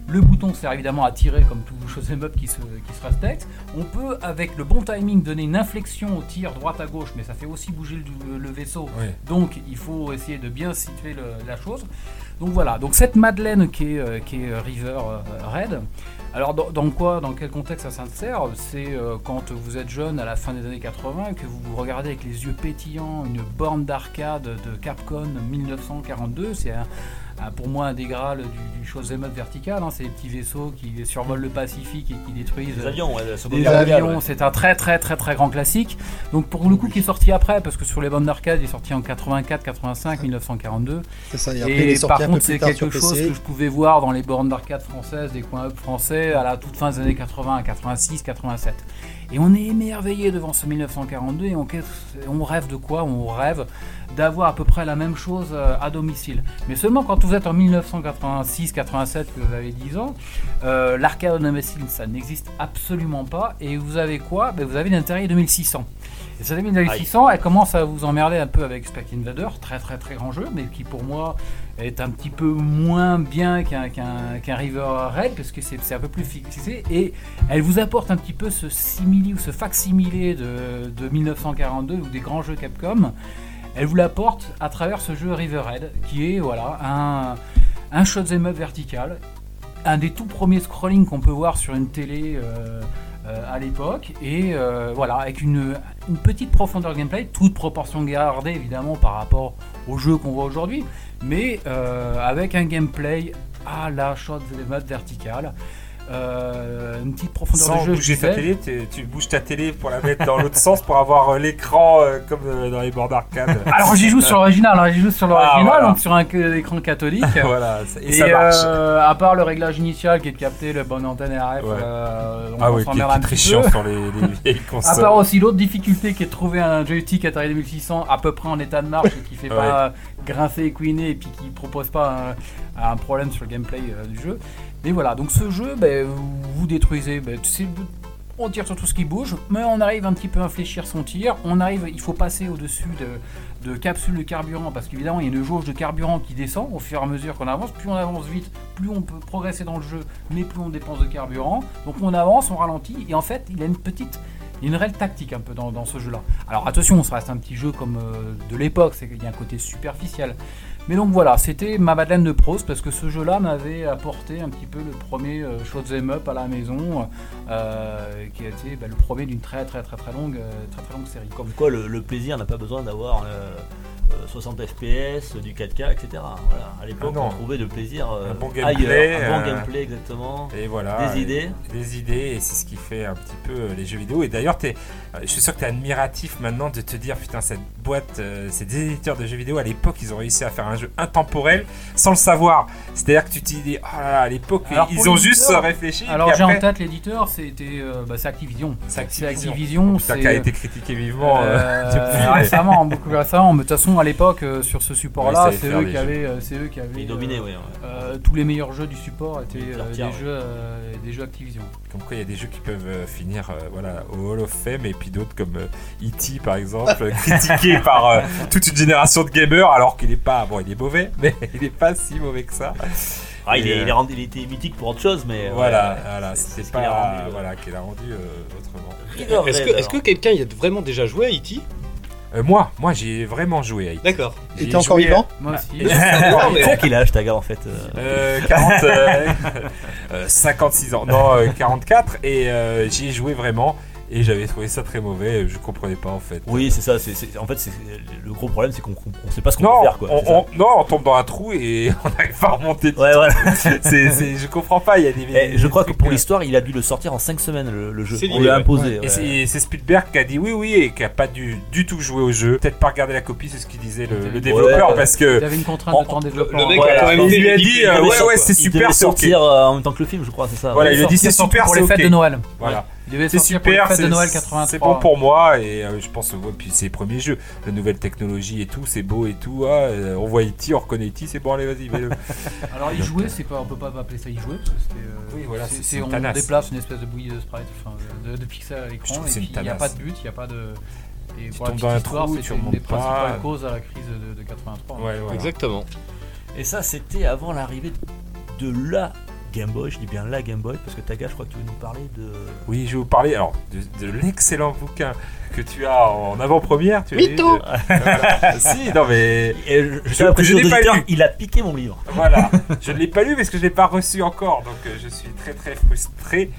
Speaker 6: Le bouton sert évidemment à tirer comme tout shoot'em up qui se, qui se respecte. On peut, avec le bon timing, donner une inflexion au tir droite à gauche, mais ça fait aussi bouger le, le vaisseau.
Speaker 4: Oui.
Speaker 6: Donc il faut essayer de bien situer le- la chose. Donc voilà, donc cette Madeleine qui est, euh, qui est euh, River euh, Red. Alors dans, dans quoi, dans quel contexte ça s'insère C'est euh, quand vous êtes jeune à la fin des années 80 que vous regardez avec les yeux pétillants une borne d'arcade de Capcom 1942. C'est un- un- pour moi un des graals du, du shoot'em up vertical. hein. C'est les petits vaisseaux qui survolent le Pacifique et qui détruisent euh,
Speaker 1: Des avions, ouais, de la Seconde
Speaker 6: des
Speaker 1: Guerre mondiale,
Speaker 6: avions,
Speaker 1: ouais.
Speaker 6: c'est un très très très très grand classique. Donc pour le coup qui est sorti après, parce que sur les bandes d'arcade, il est sorti en 84, 85, 1942.
Speaker 3: C'est ça. Et après, il
Speaker 6: Et
Speaker 3: est sorti
Speaker 6: par
Speaker 3: un peu
Speaker 6: contre
Speaker 3: plus
Speaker 6: c'est
Speaker 3: tard sur
Speaker 6: quelque chose
Speaker 3: PC.
Speaker 6: que je pouvais voir dans les bornes d'arcade françaises, des coins up français, à la toute fin des années 80, 86, 87. Et on est émerveillé devant ce 1942 et on, qu'est-ce- on rêve de quoi On rêve d'avoir à peu près la même chose euh, à domicile. Mais seulement quand vous êtes en 1986-87, que vous avez 10 ans, euh, l'arcade à domicile, ça n'existe absolument pas. Et vous avez quoi Ben, Vous avez l'intérêt 2600. Et cette 2600, elle commence à vous emmerder un peu avec Space Invader, très très très grand jeu, mais qui pour moi est un petit peu moins bien qu'un qu'un- qu'un River Raid, parce que c'est c'est un peu plus fixé. Et elle vous apporte un petit peu ce simili ou ce facsimilé de, de 1942 ou des grands jeux Capcom. Elle vous l'apporte à travers ce jeu River Raid, qui est voilà un, un shoot'em up vertical, un des tout premiers scrolling qu'on peut voir sur une télé euh, euh, à l'époque, et euh, voilà avec une, une petite profondeur de gameplay, toute proportion gardée évidemment par rapport au jeu qu'on voit aujourd'hui, mais euh, avec un gameplay à la shoot'em up vertical. euh, une petite profondeur
Speaker 4: Sans
Speaker 6: de jeu. je
Speaker 4: bouger ta
Speaker 6: disais.
Speaker 4: télé, tu, tu bouges ta télé pour la mettre dans l'autre sens pour avoir euh, l'écran euh, comme euh, dans les bords d'arcade.
Speaker 6: Alors j'y joue sur l'original, alors j'y joue sur l'original,
Speaker 4: Ah, voilà.
Speaker 6: donc sur un que- écran catholique.
Speaker 4: voilà, et,
Speaker 6: Et,
Speaker 4: ça marche.
Speaker 6: euh, à part le réglage initial qui est de capter la bonne antenne RF,
Speaker 4: Ouais.
Speaker 6: euh, on
Speaker 4: ah
Speaker 6: s'en
Speaker 4: oui, qui, est-
Speaker 6: emmerde
Speaker 4: qui
Speaker 6: un
Speaker 4: est très
Speaker 6: petit
Speaker 4: chiant
Speaker 6: peu. Ah,
Speaker 4: sur les, les vieilles
Speaker 6: À
Speaker 4: consoles.
Speaker 6: part aussi l'autre difficulté qui est de trouver un joystick Atari 2600 à peu près en état de marche et qui fait pas euh, grincer et couiner et puis qui propose pas un, un problème sur le gameplay euh, du jeu. Mais voilà, donc ce jeu, ben, vous vous détruisez, ben, c'est le bout- on tire sur tout ce qui bouge, mais on arrive un petit peu à infléchir son tir, on arrive, il faut passer au-dessus de, de capsules de carburant, parce qu'évidemment il y a une jauge de carburant qui descend au fur et à mesure qu'on avance, plus on avance vite, plus on peut progresser dans le jeu, mais plus on dépense de carburant, donc on avance, on ralentit, et en fait il y a une petite il y a une réelle tactique un peu dans, dans ce jeu-là. Alors attention, ça reste un petit jeu comme euh, de l'époque, c'est qu'il y a un côté superficiel. Mais donc voilà, c'était ma Madeleine de Proust parce que ce jeu-là m'avait apporté un petit peu le premier euh, shoot'em up à la maison, euh, qui a été bah, le premier d'une très très très très longue, euh, très très longue série.
Speaker 1: Comme quoi, le, le plaisir n'a pas besoin d'avoir euh, euh, 60 FPS, du 4K, etc. Voilà. À l'époque,
Speaker 4: Ah non.
Speaker 1: on trouvait de plaisir euh,
Speaker 4: Un bon gameplay,
Speaker 1: ailleurs. Un bon
Speaker 4: euh,
Speaker 1: gameplay, exactement.
Speaker 4: Et voilà.
Speaker 1: Des
Speaker 4: et-
Speaker 1: idées.
Speaker 4: Des idées, et c'est ce qui fait un petit peu euh, les jeux vidéo. Et d'ailleurs, t'es- euh, je suis sûr que tu es admiratif maintenant de te dire putain, cette boîte, euh, c'est des éditeurs de jeux vidéo. À l'époque, ils ont réussi à faire un jeu intemporel sans le savoir. C'est-à-dire que tu te dis, oh là là, à l'époque,
Speaker 6: Alors,
Speaker 4: ils
Speaker 6: pour
Speaker 4: ont
Speaker 6: les
Speaker 4: juste
Speaker 6: éditeurs,
Speaker 4: réfléchi.
Speaker 6: Alors
Speaker 4: puis
Speaker 6: j'ai en
Speaker 4: après,
Speaker 6: tête l'éditeur, c'était euh, bah, c'est Activision.
Speaker 4: c'est
Speaker 6: C'est
Speaker 4: Activision.
Speaker 6: Activision,
Speaker 4: Putain,
Speaker 6: c'est
Speaker 4: qui a été critiqué vivement. euh,
Speaker 6: Euh,
Speaker 4: depuis, mais-
Speaker 6: récemment, beaucoup récemment. Mais de toute façon, à l'époque, euh, sur ce support-là,
Speaker 4: Ouais, ils savaient
Speaker 6: c'est
Speaker 4: faire
Speaker 6: eux,
Speaker 4: les
Speaker 6: qui
Speaker 4: jeux.
Speaker 6: avaient, euh, c'est eux qui avaient
Speaker 1: Ils
Speaker 6: euh,
Speaker 1: dominaient, oui. ouais.
Speaker 6: Euh, tous les meilleurs jeux du support étaient
Speaker 1: Des
Speaker 6: euh,
Speaker 1: arcades,
Speaker 6: des,
Speaker 1: ouais.
Speaker 6: jeux, euh, des jeux Activision.
Speaker 4: Comme quoi, il y a des jeux qui peuvent euh, finir euh, voilà, au Hall of Fame, et puis d'autres comme euh, E.T. par exemple, euh, critiqué par euh, toute une génération de gamers, alors qu'il est pas. Bon, il est mauvais, mais il est pas si mauvais que ça.
Speaker 1: Ah, il,
Speaker 4: Et,
Speaker 1: est-
Speaker 4: euh,
Speaker 1: il est rendu- il était mythique pour autre chose, mais. euh,
Speaker 4: voilà,
Speaker 1: ouais,
Speaker 4: voilà,
Speaker 1: c'est- hein.
Speaker 4: c'était
Speaker 1: c'est ce qu'il a
Speaker 4: pas.
Speaker 1: rendu, ouais.
Speaker 4: voilà, qu'il a rendu euh, autrement.
Speaker 1: River
Speaker 5: Est-ce
Speaker 1: Raid,
Speaker 5: que, est-ce que
Speaker 1: alors.
Speaker 5: quelqu'un y a vraiment déjà joué à E.T.
Speaker 4: Euh, moi, moi, j'ai vraiment joué à E.T.
Speaker 5: D'accord.
Speaker 4: J'y
Speaker 3: Et
Speaker 4: ai
Speaker 3: t'es encore
Speaker 4: joué
Speaker 3: vivant
Speaker 6: Moi aussi.
Speaker 5: Non, mais-
Speaker 1: C'est quel âge, ta gars, en fait euh,
Speaker 4: Euh, 40, euh, euh, 56 ans, non, euh, 44, et euh, j'y ai joué vraiment, et j'avais trouvé ça très mauvais, euh, je comprenais pas en fait.
Speaker 1: Oui, c'est ça. c'est- c'est- en fait, c'est- le gros problème, c'est qu'on ne sait pas ce qu'on
Speaker 4: Non,
Speaker 1: peut faire. Quoi,
Speaker 4: on,
Speaker 1: c'est ça.
Speaker 4: on- non, on tombe dans un trou et on n'arrive pas à remonter.
Speaker 1: Ouais, voilà.
Speaker 4: C'est- c'est- je comprends pas, il y a des.
Speaker 1: Eh,
Speaker 4: des
Speaker 1: je crois que
Speaker 4: trucs,
Speaker 1: pour
Speaker 4: euh,
Speaker 1: l'histoire, il a dû le sortir en 5 semaines, le, le jeu.
Speaker 5: C'est
Speaker 1: On
Speaker 5: lui,
Speaker 1: lui a
Speaker 5: ouais.
Speaker 1: imposé. ouais.
Speaker 4: Et c'est- et c'est Spielberg qui a dit oui, oui, et qui a pas dû du tout jouer au jeu. Peut-être pas regarder la copie, c'est ce qu'il disait le, le développeur,
Speaker 1: Ouais.
Speaker 4: parce
Speaker 6: Il
Speaker 4: que.
Speaker 6: avait une contrainte
Speaker 1: on-
Speaker 6: de temps de développement.
Speaker 5: le mec
Speaker 1: Voilà.
Speaker 5: a quand même
Speaker 4: Il
Speaker 5: fait
Speaker 4: lui a
Speaker 5: le-
Speaker 4: dit
Speaker 5: il
Speaker 4: euh,
Speaker 5: devait
Speaker 4: ouais, ouais, c'est
Speaker 1: Il devait
Speaker 4: super, c'est ok.
Speaker 1: sortir euh, en même temps que le film, je crois, c'est ça.
Speaker 4: Voilà,
Speaker 1: ouais.
Speaker 4: il lui a dit
Speaker 6: sortir
Speaker 4: c'est
Speaker 6: surtout
Speaker 4: super,
Speaker 6: pour
Speaker 4: c'est
Speaker 6: les fêtes
Speaker 4: ok.
Speaker 6: de Noël.
Speaker 4: Voilà.
Speaker 6: Il devait
Speaker 4: C'est
Speaker 6: sortir pour les
Speaker 4: super,
Speaker 6: fêtes
Speaker 4: c'est
Speaker 6: de Noël
Speaker 4: c'est
Speaker 6: 83.
Speaker 4: bon pour moi et euh, je pense ouais, puis c'est les premiers jeux, la nouvelle technologie et tout, c'est beau et tout. ah, euh, on voit IT, on reconnaît IT, c'est bon allez vas-y. mets-le.
Speaker 6: Alors y jouer, c'est pas, on peut pas appeler ça y jouer parce que c'était. euh,
Speaker 4: Oui, voilà, c'est-
Speaker 6: c'est-
Speaker 4: c'est
Speaker 6: c'est-
Speaker 4: une
Speaker 6: on
Speaker 4: tanasse.
Speaker 6: déplace une espèce de bouillie de sprite, enfin de, de pixels à
Speaker 4: Je
Speaker 6: l'écran
Speaker 4: trouve
Speaker 6: et
Speaker 4: que c'est
Speaker 6: puis
Speaker 4: une
Speaker 6: il n'y a
Speaker 4: tanasse.
Speaker 6: pas de but, il n'y a pas de. Et
Speaker 4: Tu
Speaker 6: pour la
Speaker 4: tombes
Speaker 6: petite
Speaker 4: dans un
Speaker 6: histoire,
Speaker 4: trou, tu
Speaker 6: c'était une
Speaker 4: remontes
Speaker 6: des
Speaker 4: pas.
Speaker 6: principales causes à la crise de, de 83.
Speaker 4: Ouais, voilà.
Speaker 5: Exactement.
Speaker 1: Et ça, c'était avant l'arrivée de la Game Boy. Je dis bien la Game Boy, parce que Taga, je crois que tu veux nous parler de.
Speaker 4: Oui, je vais vous parler alors de, de l'excellent bouquin que tu as en avant-première. Tu as lu de-
Speaker 2: Mytho
Speaker 4: Voilà. Si, non mais
Speaker 1: Et je, je
Speaker 4: Que-
Speaker 1: tiens à
Speaker 4: que
Speaker 1: préciser
Speaker 4: je
Speaker 1: aux
Speaker 4: n'ai pas
Speaker 1: auditeurs,
Speaker 4: lu.
Speaker 1: il a piqué mon livre.
Speaker 4: Voilà, je ne l'ai pas lu parce que je ne l'ai pas reçu encore, donc euh, je suis très très frustré.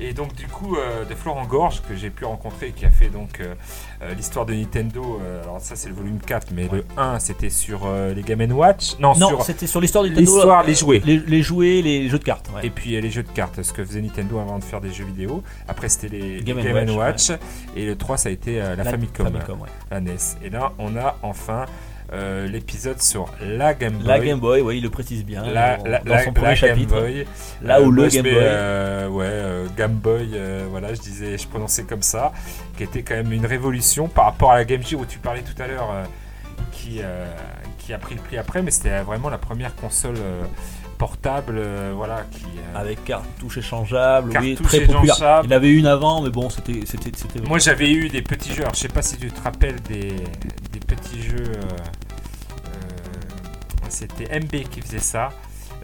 Speaker 4: Et donc du coup, euh, de Florent Gorge, que j'ai pu rencontrer, et qui a fait donc euh, euh, l'histoire de Nintendo, euh, alors ça c'est le volume 4, mais le 1 c'était sur euh, les Game Watch, non,
Speaker 1: Non,
Speaker 4: sur
Speaker 1: c'était sur l'histoire du Nintendo.
Speaker 4: l'histoire,
Speaker 1: euh,
Speaker 4: les jouets.
Speaker 1: Les, les jouets, les jeux de cartes. ouais.
Speaker 4: Et puis euh, les jeux de cartes, ce que faisait Nintendo avant de faire des jeux vidéo. Après c'était les
Speaker 1: Game
Speaker 4: Game,
Speaker 1: Watch,
Speaker 4: Watch. Et le 3 ça a été euh, la, Famicom,
Speaker 1: ouais.
Speaker 4: la NES. Et là on a enfin euh, l'épisode sur la Game Boy.
Speaker 1: La Game Boy, oui, il le précise bien.
Speaker 4: La-
Speaker 1: dans-
Speaker 4: la-
Speaker 1: dans
Speaker 4: la-
Speaker 1: son premier
Speaker 4: la
Speaker 1: chapitre.
Speaker 4: Game Boy.
Speaker 1: Là où
Speaker 4: Euh,
Speaker 1: le
Speaker 4: moi, je
Speaker 1: Game
Speaker 4: mets,
Speaker 1: Boy.
Speaker 4: euh, ouais, euh, Game Boy, euh, voilà, je disais, je prononçais comme ça, qui était quand même une révolution par rapport à la Game Gear où tu parlais tout à l'heure, euh, qui, euh, qui a pris le pli après, mais c'était vraiment la première console euh, portable, euh, voilà, qui. euh,
Speaker 1: Avec cartouche échangeable, oui,
Speaker 4: Cartouche
Speaker 1: très populaire.
Speaker 4: échangeable.
Speaker 1: Il avait une avant, mais bon, c'était. c'était, c'était...
Speaker 4: Moi, j'avais eu des petits jeux. Alors, je sais pas si tu te rappelles des, des petits jeux. euh, euh, c'était MB qui faisait ça.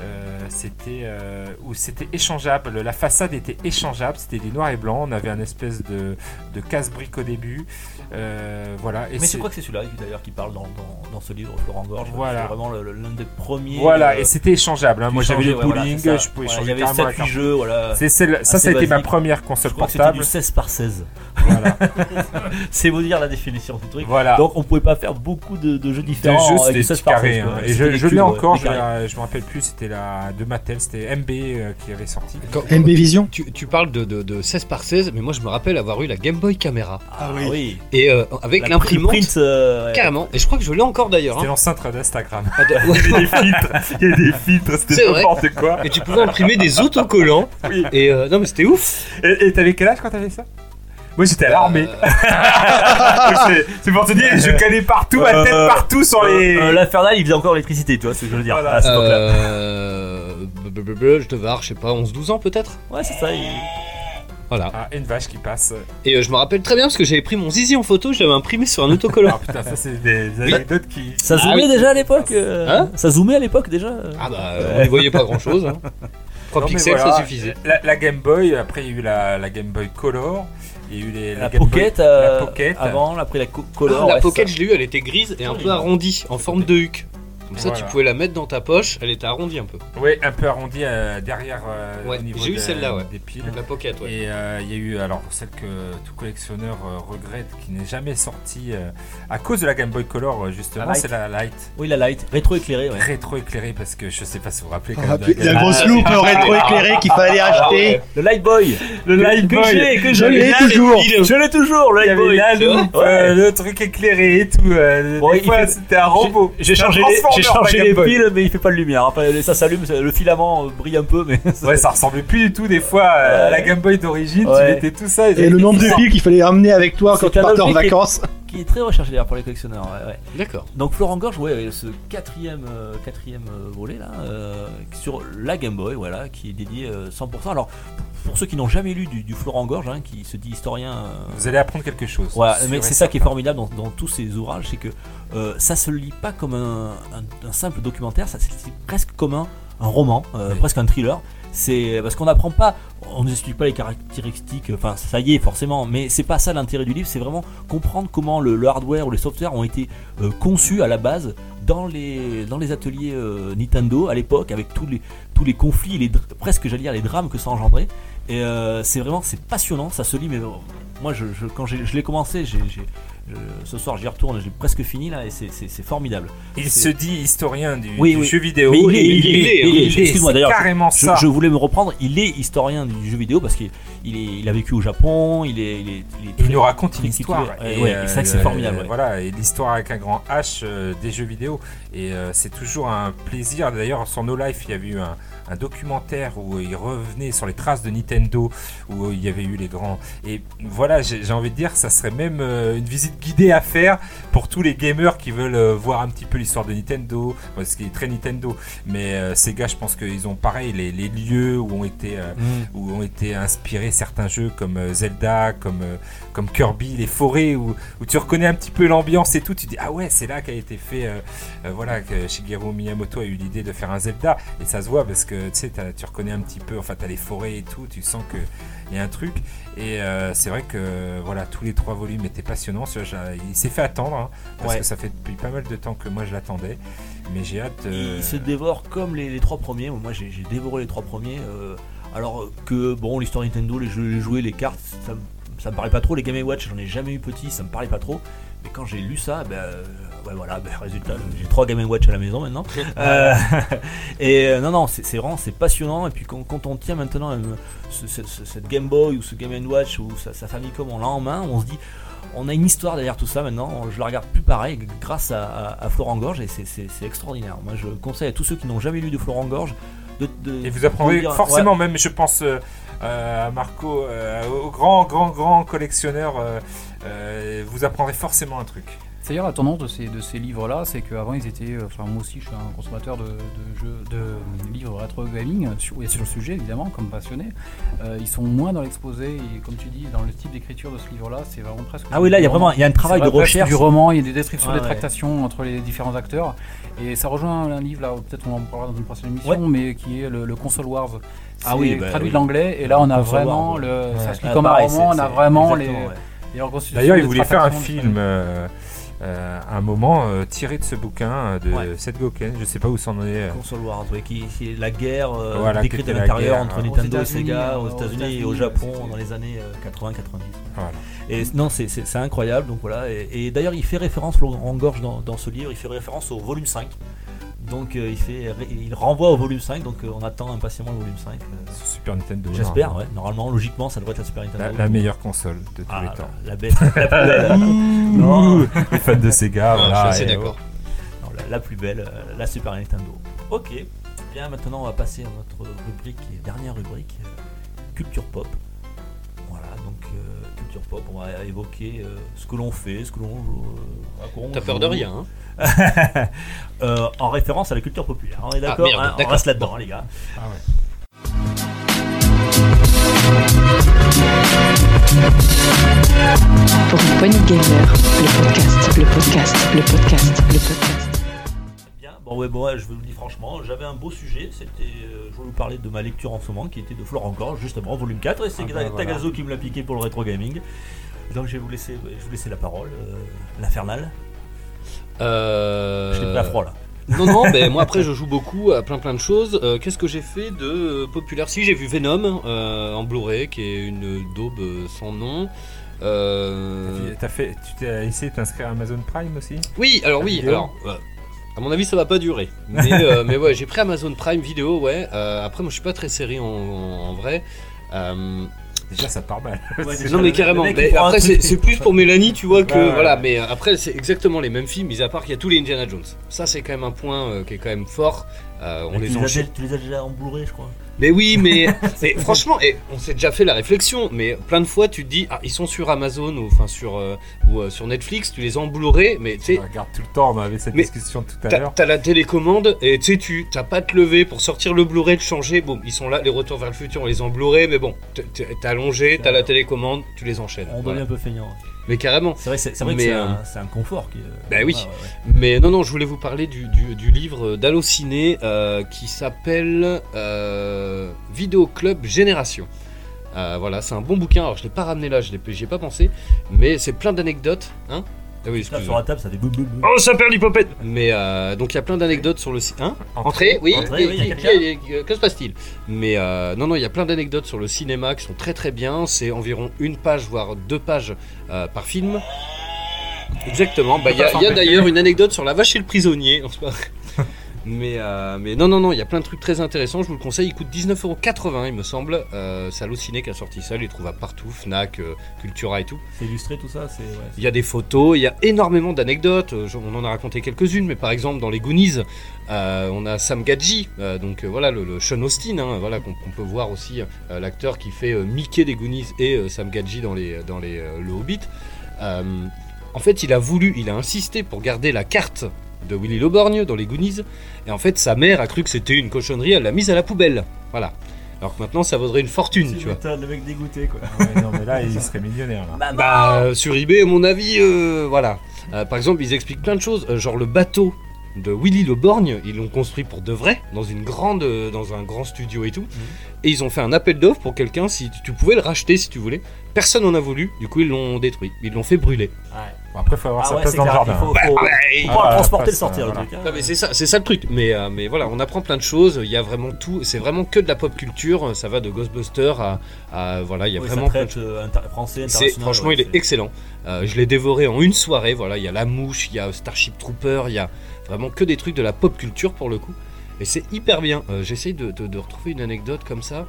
Speaker 4: Euh, c'était euh, où c'était échangeable. La façade était échangeable. C'était des noirs et blancs. On avait un espèce de, de casse-brique au début. Euh, voilà. Et
Speaker 1: mais je
Speaker 4: c'est-
Speaker 1: crois que c'est celui-là d'ailleurs qui parle dans, dans, dans ce livre, Florent Gorge.
Speaker 4: Voilà.
Speaker 1: C'est vraiment le- le- l'un des premiers.
Speaker 4: voilà.
Speaker 1: euh,
Speaker 4: Et c'était échangeable. hein.
Speaker 1: qui
Speaker 4: Moi, j'avais
Speaker 1: changeait,
Speaker 4: le
Speaker 1: ouais, voilà,
Speaker 4: bowling.
Speaker 1: c'est ça.
Speaker 4: je pouvais
Speaker 1: Voilà,
Speaker 4: changer
Speaker 1: Il y avait 7
Speaker 4: carrément la carte.
Speaker 1: jeux, voilà.
Speaker 4: C'est celle- ça,
Speaker 1: assez
Speaker 4: ça a été ma
Speaker 1: basique.
Speaker 4: première console
Speaker 1: Je crois que c'était du
Speaker 4: portable.
Speaker 1: 16 par 16.
Speaker 4: Voilà.
Speaker 1: C'est vous dire la définition du truc.
Speaker 4: voilà.
Speaker 1: Donc on pouvait pas faire beaucoup de, de jeux
Speaker 4: C'était
Speaker 1: différents
Speaker 4: juste
Speaker 1: avec
Speaker 4: des
Speaker 1: 16
Speaker 4: petits
Speaker 1: par
Speaker 4: carrés.
Speaker 1: 16.
Speaker 4: hein.
Speaker 1: quoi.
Speaker 4: Et
Speaker 1: C'était
Speaker 4: je,
Speaker 1: des
Speaker 4: je l'ai
Speaker 1: cubes, ouais,
Speaker 4: encore,
Speaker 1: des
Speaker 4: je,
Speaker 1: carrés.
Speaker 4: euh, je me rappelle plus, c'était c'était la de Mattel, c'était MB euh, qui avait sorti.
Speaker 3: MB Vision
Speaker 5: Tu, tu parles de, de, de 16 par 16, mais moi je me rappelle avoir eu la Game Boy Camera.
Speaker 3: Ah
Speaker 1: Ah
Speaker 3: oui.
Speaker 1: oui.
Speaker 5: Et euh, avec
Speaker 1: La print,
Speaker 5: l'imprimante.
Speaker 1: print, euh, ouais.
Speaker 5: Carrément. Et je crois que je l'ai encore d'ailleurs.
Speaker 4: C'était
Speaker 5: hein.
Speaker 4: l'enceinte d'Instagram.
Speaker 5: Ah, de- ouais.
Speaker 4: Il y avait des filtres, il y avait des filtres,
Speaker 5: C'est
Speaker 4: c'était
Speaker 5: vrai.
Speaker 4: n'importe quoi.
Speaker 5: Et tu pouvais imprimer des autocollants.
Speaker 4: Oui.
Speaker 5: Et euh, non, mais c'était ouf.
Speaker 4: Et et t'avais quel âge quand t'avais ça Moi j'étais à l'armée.
Speaker 5: Euh,
Speaker 4: C'est- C'est pour te dire, je calais partout, à
Speaker 1: Euh,
Speaker 4: tête partout sur les.
Speaker 1: Euh, euh, L'infernal, il faisait encore l'électricité, tu vois ce que je veux dire.
Speaker 4: Voilà.
Speaker 1: à cette époque-là.
Speaker 5: euh, blablabla, je devais avoir, je sais pas, 11-12 ans peut-être.
Speaker 1: Ouais, c'est ça. il-
Speaker 5: Voilà.
Speaker 4: Ah, une vache qui passe.
Speaker 5: Et euh, je me rappelle très bien parce que j'avais pris mon zizi en photo, je l'avais imprimé sur un autocollant.
Speaker 4: Ah putain, ça c'est des des anecdotes qui.
Speaker 1: Ça
Speaker 5: Ah
Speaker 1: zoomait
Speaker 5: oui.
Speaker 1: déjà à l'époque euh,
Speaker 5: Hein
Speaker 1: Ça zoomait à l'époque déjà euh.
Speaker 5: ah bah, euh, on ne voyait pas grand chose. Hein. 3
Speaker 4: Non, mais
Speaker 5: pixels,
Speaker 4: voilà,
Speaker 5: ça suffisait.
Speaker 4: La, la Game Boy, après il y a eu la, la Game Boy Color, il y a eu les,
Speaker 1: La
Speaker 4: Game
Speaker 1: pocket,
Speaker 4: Boy,
Speaker 1: euh,
Speaker 4: la Pocket.
Speaker 1: avant, après Ah, la co- color.
Speaker 5: Ah, la
Speaker 1: ouais,
Speaker 5: pocket,
Speaker 1: c'est ça.
Speaker 5: je l'ai eu, elle était grise et un peu arrondie, en forme de huc. Comme ça, tu
Speaker 4: Voilà.
Speaker 5: pouvais la mettre dans ta poche, elle était arrondie un peu.
Speaker 4: Ouais, un peu arrondi euh, derrière euh,
Speaker 5: Ouais,
Speaker 4: au niveau
Speaker 5: j'ai eu
Speaker 4: de-
Speaker 5: celle-là, ouais.
Speaker 4: des piles.
Speaker 5: La pocket, ouais.
Speaker 4: Et euh, il y a eu alors celle que tout collectionneur euh, regrette, qui n'est jamais sortie euh, à cause de la Game Boy Color euh, justement,
Speaker 1: La Lite.
Speaker 4: c'est la Light
Speaker 1: Oui, la light, rétro-éclérée, ouais.
Speaker 4: rétro-éclairée parce que je sais pas si vous vous rappelez quand
Speaker 3: Ah,
Speaker 4: même. de
Speaker 3: puis
Speaker 4: la
Speaker 3: La
Speaker 4: Game Boy.
Speaker 3: grosse loupe rétro-éclairée qu'il fallait acheter.
Speaker 1: Le light boy
Speaker 4: le Light
Speaker 1: Que j'ai, que
Speaker 3: Je
Speaker 1: je
Speaker 3: l'ai toujours.
Speaker 1: Je l'ai toujours, le
Speaker 4: Il y
Speaker 1: light
Speaker 4: avait
Speaker 1: boy
Speaker 4: la
Speaker 1: tu vois.
Speaker 4: loupe,
Speaker 1: Ouais.
Speaker 4: euh, le truc éclairé et tout. euh,
Speaker 1: Bon,
Speaker 4: des
Speaker 1: il
Speaker 4: fois,
Speaker 1: fait-
Speaker 4: c'était un robot.
Speaker 1: J'ai changé
Speaker 4: Un
Speaker 1: les, j'ai
Speaker 4: transformer
Speaker 1: changé
Speaker 4: en
Speaker 1: les
Speaker 4: Game Boy.
Speaker 1: piles, mais il fait pas de lumière. Après, ça s'allume, ça- le filament euh, brille un peu, mais. ça-
Speaker 4: Ouais, ça ressemblait plus du tout des fois euh, à la Game Boy d'origine.
Speaker 1: Ouais.
Speaker 4: Tu mettais tout ça.
Speaker 3: Et le nombre de piles qu'il fallait amener avec toi quand
Speaker 1: C'est
Speaker 3: tu
Speaker 1: un
Speaker 3: partais en
Speaker 1: objet qui est-
Speaker 3: vacances.
Speaker 1: Qui est très recherché d'ailleurs pour les collectionneurs. ouais, ouais.
Speaker 5: D'accord.
Speaker 1: Donc Florent Gorge, ouais, ouais, ce quatrième, euh, quatrième euh, volet là, euh, sur la Game Boy, voilà, qui est dédié euh, 100%. Alors, pour ceux qui n'ont jamais lu du, du Florent Gorge, hein, qui se dit historien. euh,
Speaker 4: Vous allez apprendre quelque chose.
Speaker 1: Voilà,
Speaker 4: Sûr
Speaker 1: mais
Speaker 4: et
Speaker 1: c'est ça qui est formidable dans, dans tous ces ouvrages, c'est que euh, ça se lit pas comme un, un- un simple documentaire, ça c'est c'est presque comme un, un roman, euh, presque un thriller. C'est parce qu'on n'apprend pas, on ne explique pas les caractéristiques, enfin ça y est forcément, mais c'est pas ça l'intérêt du livre, c'est vraiment comprendre comment le, le hardware ou les softwares ont été euh, conçus à la base dans les, dans les ateliers euh, Nintendo à l'époque, avec tous les, tous les conflits, les, dr- presque j'allais dire les drames que ça engendrait. Et euh, c'est vraiment, c'est passionnant, ça se lit, mais euh, moi je, je- quand j'ai- je l'ai commencé, j'ai- j'ai- je- ce soir j'y retourne, j'ai presque fini là, et c'est- c'est c'est formidable.
Speaker 4: Il
Speaker 1: C'est-
Speaker 4: se dit historien du,
Speaker 1: Oui,
Speaker 4: du
Speaker 1: oui.
Speaker 4: jeu vidéo.
Speaker 1: Mais il est,
Speaker 4: et
Speaker 1: il est, il est,
Speaker 4: il est.
Speaker 1: excuse-moi,
Speaker 4: C'est
Speaker 1: d'ailleurs,
Speaker 4: Carrément
Speaker 1: Je,
Speaker 4: ça.
Speaker 1: je voulais me reprendre, il est historien du jeu vidéo parce qu'il il est- il a vécu au Japon, il est, il est, il est
Speaker 4: Il
Speaker 1: très-
Speaker 4: nous raconte une
Speaker 1: très cultivé.
Speaker 4: histoire.
Speaker 1: Ouais, ouais, c'est vrai que c'est
Speaker 4: euh,
Speaker 1: formidable. ouais.
Speaker 4: Voilà, et l'histoire avec un grand H euh, des jeux vidéo. Et euh, c'est toujours un plaisir. D'ailleurs, sur No Life, il y avait eu un, un documentaire où il revenait sur les traces de Nintendo, où il y avait eu les grands. Et voilà, j'ai j'ai envie de dire, ça serait même euh, une visite guidée à faire pour tous les gamers qui veulent euh, voir un petit peu l'histoire de Nintendo, euh, ce qui est très Nintendo. Mais euh, Sega, je pense qu'ils ont pareil, les, les lieux où ont été. euh, où ont été inspirés certains jeux comme euh, Zelda, comme, euh, comme Kirby, les forêts, où, où tu reconnais un petit peu l'ambiance et tout. Tu dis, ah ouais, c'est là qu'a été fait. euh, euh, voilà, que Shigeru Miyamoto a eu l'idée de faire un Zelda. Et ça se voit parce que tu sais, t'as- tu reconnais un petit peu, enfin, t'as les forêts et tout, tu sens que. Il y a un truc et euh, c'est vrai que voilà tous les trois volumes étaient passionnants. Celui-là, j'ai- il s'est fait attendre hein, parce
Speaker 1: Ouais.
Speaker 4: que ça fait depuis pas mal de temps que moi je l'attendais, mais j'ai hâte. euh,
Speaker 1: Il se dévore comme les, les trois premiers. Moi, j'ai j'ai dévoré les trois premiers. euh, alors que, bon, l'histoire Nintendo, les jeux, les jouets, les cartes, ça, me- ça me paraît pas trop. Les Game and Watch, j'en ai jamais eu petit, ça me parlait pas trop. Mais quand j'ai lu ça, ben. euh, ouais, voilà, ben, résultat, j'ai trois Game and Watch à la maison maintenant. Euh, et euh, non, non, c'est c'est vraiment c'est passionnant. Et puis quand, quand on tient maintenant euh, ce- ce- ce- cette Game Boy ou ce Game and Watch ou sa, sa Famicom, on l'a en main, on se dit, on a une histoire derrière tout ça maintenant. on- Je la regarde plus pareil grâce à, à- à Florent Gorge et c'est- c'est c'est extraordinaire. Moi, je conseille à tous ceux qui n'ont jamais lu de Florent Gorge de, de-
Speaker 4: Et vous apprendrez
Speaker 1: de lire-
Speaker 4: forcément, même je pense euh, euh, à Marco, euh, au grand, grand, grand collectionneur, euh, euh, vous apprendrez forcément un truc.
Speaker 6: D'ailleurs, la tendance de ces, de ces livres-là, c'est qu'avant, ils étaient. euh, Enfin, moi aussi, je suis un consommateur de, de jeux, de euh, livres rétro gaming, euh, sur, et sur le sujet, évidemment, comme passionné. Euh, ils sont moins dans l'exposé, et comme tu dis, dans le type d'écriture de ce livre-là, c'est vraiment presque.
Speaker 1: Ah oui, là, il y a vraiment il y a un travail
Speaker 6: C'est
Speaker 1: de
Speaker 6: vrai, presque
Speaker 1: recherche.
Speaker 6: Du roman, il y a des descriptions,
Speaker 1: Ouais,
Speaker 6: des
Speaker 1: ouais.
Speaker 6: tractations entre les différents acteurs. Et ça rejoint un livre, là, peut-être on en parlera dans une prochaine émission,
Speaker 1: Ouais.
Speaker 6: mais qui est le, le Console Wars.
Speaker 1: Ah
Speaker 6: C'est
Speaker 1: oui, bah
Speaker 6: traduit
Speaker 1: oui.
Speaker 6: de l'anglais, et là, on a
Speaker 1: Console
Speaker 6: vraiment
Speaker 1: Wars,
Speaker 6: le. Ça se lit
Speaker 1: Ah,
Speaker 6: comme
Speaker 1: pareil,
Speaker 6: un roman,
Speaker 1: c'est-
Speaker 6: on a
Speaker 1: c'est-
Speaker 6: vraiment les.
Speaker 1: exactement, ouais.
Speaker 6: les reconstitutions
Speaker 4: D'ailleurs, il
Speaker 6: des
Speaker 4: voulait faire un
Speaker 6: tractations, des-
Speaker 4: film. euh, euh, à un moment euh, tiré de ce bouquin euh, de
Speaker 1: Ouais.
Speaker 4: Seth Goken, je sais pas où c'en est. euh.
Speaker 1: Console Wars, ouais, qui, qui est la guerre euh,
Speaker 4: Voilà,
Speaker 1: décrite
Speaker 4: qui
Speaker 1: à
Speaker 4: était la
Speaker 1: l'intérieur
Speaker 4: guerre,
Speaker 1: entre
Speaker 4: hein.
Speaker 1: Nintendo
Speaker 6: Aux
Speaker 1: et Sega
Speaker 6: États-Unis, euh,
Speaker 1: aux
Speaker 6: aux
Speaker 1: États-Unis et
Speaker 6: États-Unis,
Speaker 1: au
Speaker 6: ouais,
Speaker 1: Japon
Speaker 6: c'était-
Speaker 1: dans les années 80-90.
Speaker 4: Voilà.
Speaker 1: Et non, c'est- c'est c'est incroyable. Donc voilà. Et, et d'ailleurs, il fait référence, Florent Gorge, dans, dans ce livre, il fait référence au volume 5 Donc euh, il, fait, il renvoie au volume 5, donc euh, on attend impatiemment le volume 5. euh,
Speaker 4: Sur Super Nintendo.
Speaker 1: J'espère,
Speaker 4: normalement.
Speaker 1: ouais. Normalement, logiquement, ça devrait être la Super Nintendo.
Speaker 4: La, la meilleure console de tous
Speaker 1: Ah,
Speaker 4: les temps.
Speaker 1: la bête, la plus belle. non,
Speaker 4: Ouh, les fans de Sega,
Speaker 7: Ah,
Speaker 4: voilà.
Speaker 7: je suis assez
Speaker 4: et,
Speaker 1: euh,
Speaker 7: d'accord.
Speaker 1: non, la, la plus belle, euh, la Super Nintendo. Ok. Bien, maintenant, on va passer à notre rubrique, et dernière rubrique, euh, culture pop. Voilà, donc euh, culture pop, on va évoquer euh, ce que l'on fait, ce que l'on. euh, à quoi on
Speaker 5: T'as peur
Speaker 1: joue.
Speaker 5: de rien, hein
Speaker 1: Euh, en référence à la culture populaire. On est d'accord,
Speaker 5: Ah, merde,
Speaker 1: hein, on
Speaker 5: d'accord.
Speaker 1: reste là-dedans, hein, les gars.
Speaker 4: Ah ouais.
Speaker 2: Pour une poignée de gamer, le podcast, le podcast, le podcast, le podcast.
Speaker 1: Bien, bon ouais, bon ouais, je vous le dis franchement, j'avais un beau sujet, c'était, euh, je voulais vous parler de ma lecture en ce moment, qui était de Florent Gorge, justement, volume 4, et c'est
Speaker 4: Ah bah
Speaker 5: ben
Speaker 1: Tagazo
Speaker 4: voilà.
Speaker 1: qui me l'a piqué pour le rétro gaming. Donc je vais vous laisser, je vais vous laisser la parole, euh, l'infernal,
Speaker 5: Euh...
Speaker 1: je t'ai pas froid là.
Speaker 5: Non, non, ben moi après je joue beaucoup à plein plein de choses. Euh, Qu'est-ce que j'ai fait de euh, populaire Si j'ai vu Venom euh, en Blu-ray, qui est une daube euh, sans nom. Euh,
Speaker 4: T'as fait, tu t'as essayé de t'inscrire à Amazon Prime aussi
Speaker 5: Oui, alors oui,
Speaker 4: Vidéo.
Speaker 5: alors. euh, à mon avis, ça va pas durer. Mais, euh, mais ouais, j'ai pris Amazon Prime vidéo, ouais. Euh, après, moi, je suis pas très série en, en vrai. Euh,
Speaker 4: Déjà, ça part mal. C'est-
Speaker 5: non mais carrément.
Speaker 1: mec, il
Speaker 5: Mais
Speaker 1: prend un
Speaker 5: après
Speaker 1: truc.
Speaker 5: c'est c'est plus pour Mélanie, tu vois que
Speaker 4: Ouais, ouais.
Speaker 5: voilà. Mais après c'est exactement les mêmes films, mis à part qu'il y a tous les Indiana Jones. Ça c'est quand même un point euh, qui est quand même fort. Euh, on
Speaker 1: tu,
Speaker 5: les
Speaker 1: les as,
Speaker 5: enchaîne.
Speaker 1: déjà- tu les as déjà en Blu-ray, je crois.
Speaker 5: Mais oui, mais, mais franchement, et on s'est déjà fait la réflexion, mais plein de fois tu te dis, ah, ils sont sur Amazon ou enfin sur euh, ou euh, sur Netflix, tu les as en Blu-ray, mais tu sais,
Speaker 4: On regarde tout le temps, on avait cette
Speaker 5: Mais
Speaker 4: discussion tout à
Speaker 5: T'as
Speaker 4: l'heure.
Speaker 5: t'as la télécommande et tu sais, tu t'as pas à te lever pour sortir le Blu-ray, le changer. Bon, ils sont là, les retours vers le futur, on les a en Blu-ray, mais bon, t'es- t'es t'es allongé, t'as la télécommande, tu les enchaînes.
Speaker 1: On
Speaker 5: Voilà.
Speaker 1: devient un peu feignant.
Speaker 5: Mais carrément.
Speaker 1: C'est vrai, c'est c'est vrai que
Speaker 5: Mais,
Speaker 1: c'est
Speaker 5: euh,
Speaker 1: un, c'est un confort. Qui, euh,
Speaker 5: Bah
Speaker 1: ouais,
Speaker 5: oui.
Speaker 1: ouais, ouais.
Speaker 5: Mais non, non, je voulais vous parler du, du- du livre d'Allociné euh, qui s'appelle euh, Vidéo Club Génération. Euh, voilà, c'est un bon bouquin. Alors, je l'ai pas ramené là, je l'ai j'y ai pas pensé, mais c'est plein d'anecdotes. Hein ah oui,
Speaker 1: Là,
Speaker 5: excusez
Speaker 1: sur la table, ça fait boum boum boum.
Speaker 5: Oh, ça perd l'hypopète Mais euh, donc, il y a plein d'anecdotes sur le site. Hein Entrée, oui.
Speaker 1: Entrée, oui,
Speaker 5: Qui-
Speaker 1: il y a
Speaker 5: qui-
Speaker 1: quelqu'un.
Speaker 5: qui- qui- que se passe-t-il Mais euh, non, non, il y a plein d'anecdotes sur le cinéma qui sont très très bien. C'est environ une page, voire deux pages euh, par film. Exactement. Bah, Il y a, il y a d'ailleurs une anecdote sur la vache et le prisonnier. Non, c'est pas vrai. Mais, euh, mais non, non, non, il y a plein de trucs très intéressants. Je vous le conseille. Il coûte 19,80€, il me semble. Euh, c'est Allociné qui a sorti ça. Il les trouve à partout Fnac, euh, Cultura et tout.
Speaker 1: C'est illustré tout ça, c'est. ouais, c'est-
Speaker 5: Il y a des photos, il y a énormément d'anecdotes. Euh, je- On en a raconté quelques-unes, mais par exemple dans les Goonies, euh, on a Sam Gadji, euh, donc euh, voilà le, le Sean Austin, hein, voilà qu'on qu'on peut voir aussi euh, l'acteur qui fait euh, Mickey des Goonies et euh, Sam Gadji dans les dans les euh, le Hobbit. Euh, en fait, il a voulu, il a insisté pour garder la carte de Willy Loborgne dans les Goonies, et en fait sa mère a cru que c'était une cochonnerie, elle l'a mise à la poubelle, voilà. Alors que maintenant ça vaudrait une fortune, tu vois.
Speaker 1: Putain, le mec dégoûté quoi.
Speaker 4: Ouais, non, mais là, il serait millionnaire. Là.
Speaker 5: Bah, euh, sur eBay, à mon avis, euh, voilà. Euh, par exemple, ils expliquent plein de choses, euh, genre le bateau de Willy Le Borgne, ils l'ont construit pour de vrai, dans une grande, euh, dans un grand studio et tout, et ils ont fait un appel d'offres pour quelqu'un si tu- tu pouvais le racheter si tu voulais. Personne n'en a voulu, du coup ils l'ont détruit, ils l'ont fait brûler.
Speaker 4: Bon, après, il faut avoir
Speaker 1: Ah
Speaker 4: sa
Speaker 1: ouais,
Speaker 4: place
Speaker 1: c'est
Speaker 4: dans le
Speaker 1: clair, il
Speaker 4: jardin.
Speaker 1: faut, faut, faut
Speaker 5: Ah,
Speaker 1: pouvoir
Speaker 4: Ah,
Speaker 1: le
Speaker 4: la
Speaker 1: transporter,
Speaker 4: place,
Speaker 1: le sortir,
Speaker 4: euh,
Speaker 1: le
Speaker 4: voilà.
Speaker 1: truc. hein.
Speaker 5: mais c'est ça, c'est ça le truc. Mais euh, mais voilà, on apprend plein de choses. Il y a vraiment tout. C'est vraiment que de la pop culture. Ça va de Ghostbusters à, à- voilà, il y a
Speaker 1: Oui, ça
Speaker 5: vraiment plein de
Speaker 1: traite, euh, inter- français,
Speaker 5: C'est-
Speaker 1: international.
Speaker 5: franchement,
Speaker 1: ouais,
Speaker 5: il est
Speaker 1: c'est-
Speaker 5: excellent. Euh, je l'ai dévoré en une soirée. Voilà, il y a La Mouche, il y a Starship Trooper, il y a vraiment que des trucs de la pop culture pour le coup. Et c'est hyper bien. Euh, J'essaie de, de- de retrouver une anecdote comme ça.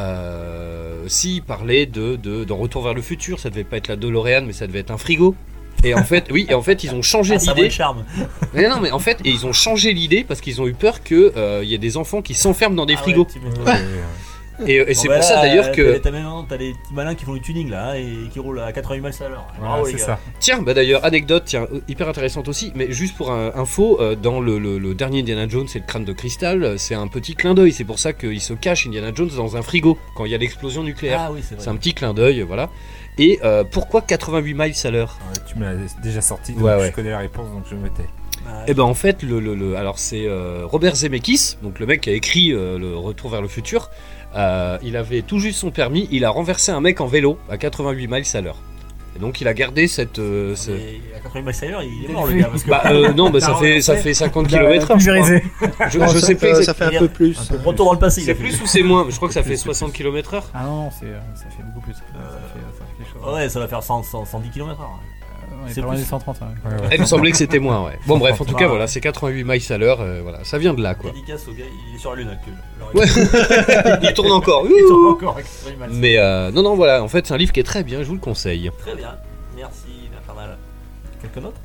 Speaker 5: Euh, si, il parlait de, de, dans Retour vers le futur, ça devait pas être la DeLorean, mais ça devait être un frigo. Et en fait, oui, et en fait, ils ont changé
Speaker 1: Ah, ça vaut le
Speaker 5: d'idée.
Speaker 1: charme.
Speaker 5: Mais non, mais en fait, et ils ont changé l'idée parce qu'ils ont eu peur que euh, il y ait des enfants qui s'enferment dans des
Speaker 1: Ah ouais,
Speaker 5: frigos.
Speaker 1: tu m'étonnes.
Speaker 4: Ouais, ouais, ouais.
Speaker 5: Et, et
Speaker 1: Bon,
Speaker 5: c'est
Speaker 1: bah
Speaker 5: pour ça
Speaker 1: là,
Speaker 5: d'ailleurs que.
Speaker 1: t'as- T'as maintenant t'as les petits malins qui font du tuning là hein, et qui roulent à 80 miles à l'heure.
Speaker 4: Voilà,
Speaker 1: Bravo, les
Speaker 4: c'est
Speaker 1: Ah gars.
Speaker 4: ça.
Speaker 5: Tiens, bah d'ailleurs, anecdote, tiens, euh, hyper intéressante aussi, mais juste pour un- info, euh, dans le, le- le dernier Indiana Jones et le crâne de cristal, euh, c'est un petit clin d'œil, c'est pour ça qu'il se cache Indiana Jones dans un frigo quand il y a l'explosion nucléaire.
Speaker 1: Ah oui, c'est vrai.
Speaker 5: c'est un petit clin d'œil, euh, voilà. Et euh, pourquoi 88 miles à l'heure
Speaker 4: Ouais, tu me l'as déjà sorti, donc
Speaker 5: Ouais, ouais.
Speaker 4: je connais la réponse, donc je me tais.
Speaker 1: Ah,
Speaker 5: Eh ben en fait, le, le- le- alors c'est euh, Robert Zemeckis, donc le mec qui a écrit euh, le Retour vers le futur. euh, il avait tout juste son permis, il a renversé un mec en vélo à 88 miles à l'heure. Et donc il a gardé cette, euh, ce-
Speaker 1: mais à 80 miles à l'heure, il est mort le gars. Parce que Bah,
Speaker 5: Bah euh, non, bah ça
Speaker 6: Non,
Speaker 5: fait
Speaker 6: mais
Speaker 5: ça
Speaker 6: après-
Speaker 5: fait 50 km/h. Je,
Speaker 3: Non,
Speaker 5: je
Speaker 3: ça
Speaker 5: sais
Speaker 3: fait-
Speaker 5: plus exact-
Speaker 3: ça fait un peu plus.
Speaker 1: retour dans le passé, il
Speaker 5: C'est
Speaker 1: a fait.
Speaker 5: plus ou c'est moins, mais je crois que ça fait 60 km/h.
Speaker 6: Ah non, non, c'est, euh, ça euh, fait beaucoup plus. Ça fait, ça fait quelque chose.
Speaker 1: Ouais, ça va faire 100, 100, 110 km/h.
Speaker 6: on est
Speaker 1: C'est
Speaker 6: pas loin
Speaker 1: plus-
Speaker 6: des 130. hein.
Speaker 5: Il me semblait que c'était moins, ouais. Bon, bref, en tout cas,
Speaker 1: Ah.
Speaker 5: voilà, c'est 88 miles à l'heure, euh, voilà, ça vient de là, quoi.
Speaker 1: Dédicace au gars, il est sur la lune actuellement.
Speaker 5: Ouais. Il tourne encore.
Speaker 1: Il tourne
Speaker 5: ouh.
Speaker 1: encore extrêmement.
Speaker 5: Mais euh, non, non, voilà, en fait, c'est un livre qui est très bien, je vous le conseille.
Speaker 1: Très bien. Merci, l'infernal. Quelqu'un d'autre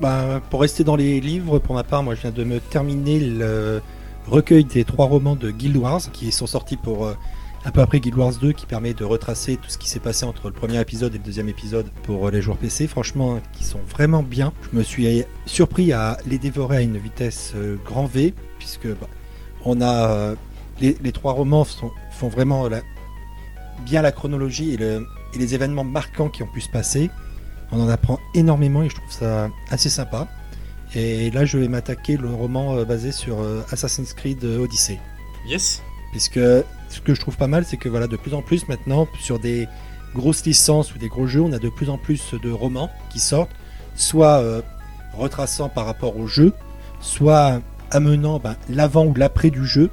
Speaker 3: Bah, pour rester dans les livres, pour ma part, moi je viens de me terminer le recueil des trois romans de Guild Wars qui sont sortis pour euh, un peu après Guild Wars 2 qui permet de retracer tout ce qui s'est passé entre le premier épisode et le deuxième épisode pour euh, les joueurs PC. Franchement, qui sont vraiment bien. Je me suis euh, surpris à les dévorer à une vitesse euh, grand V puisque bah, on a euh, les, les trois romans sont- font vraiment la- bien la chronologie et, le- et les événements marquants qui ont pu se passer. On en apprend énormément et je trouve ça assez sympa. Et là, je vais m'attaquer le roman euh, basé sur euh, Assassin's Creed euh, Odyssey.
Speaker 5: Yes
Speaker 3: Puisque ce que je trouve pas mal, c'est que voilà, de plus en plus maintenant, sur des grosses licences ou des gros jeux, on a de plus en plus de romans qui sortent, soit euh, retraçant par rapport au jeu, soit amenant ben, l'avant ou l'après du jeu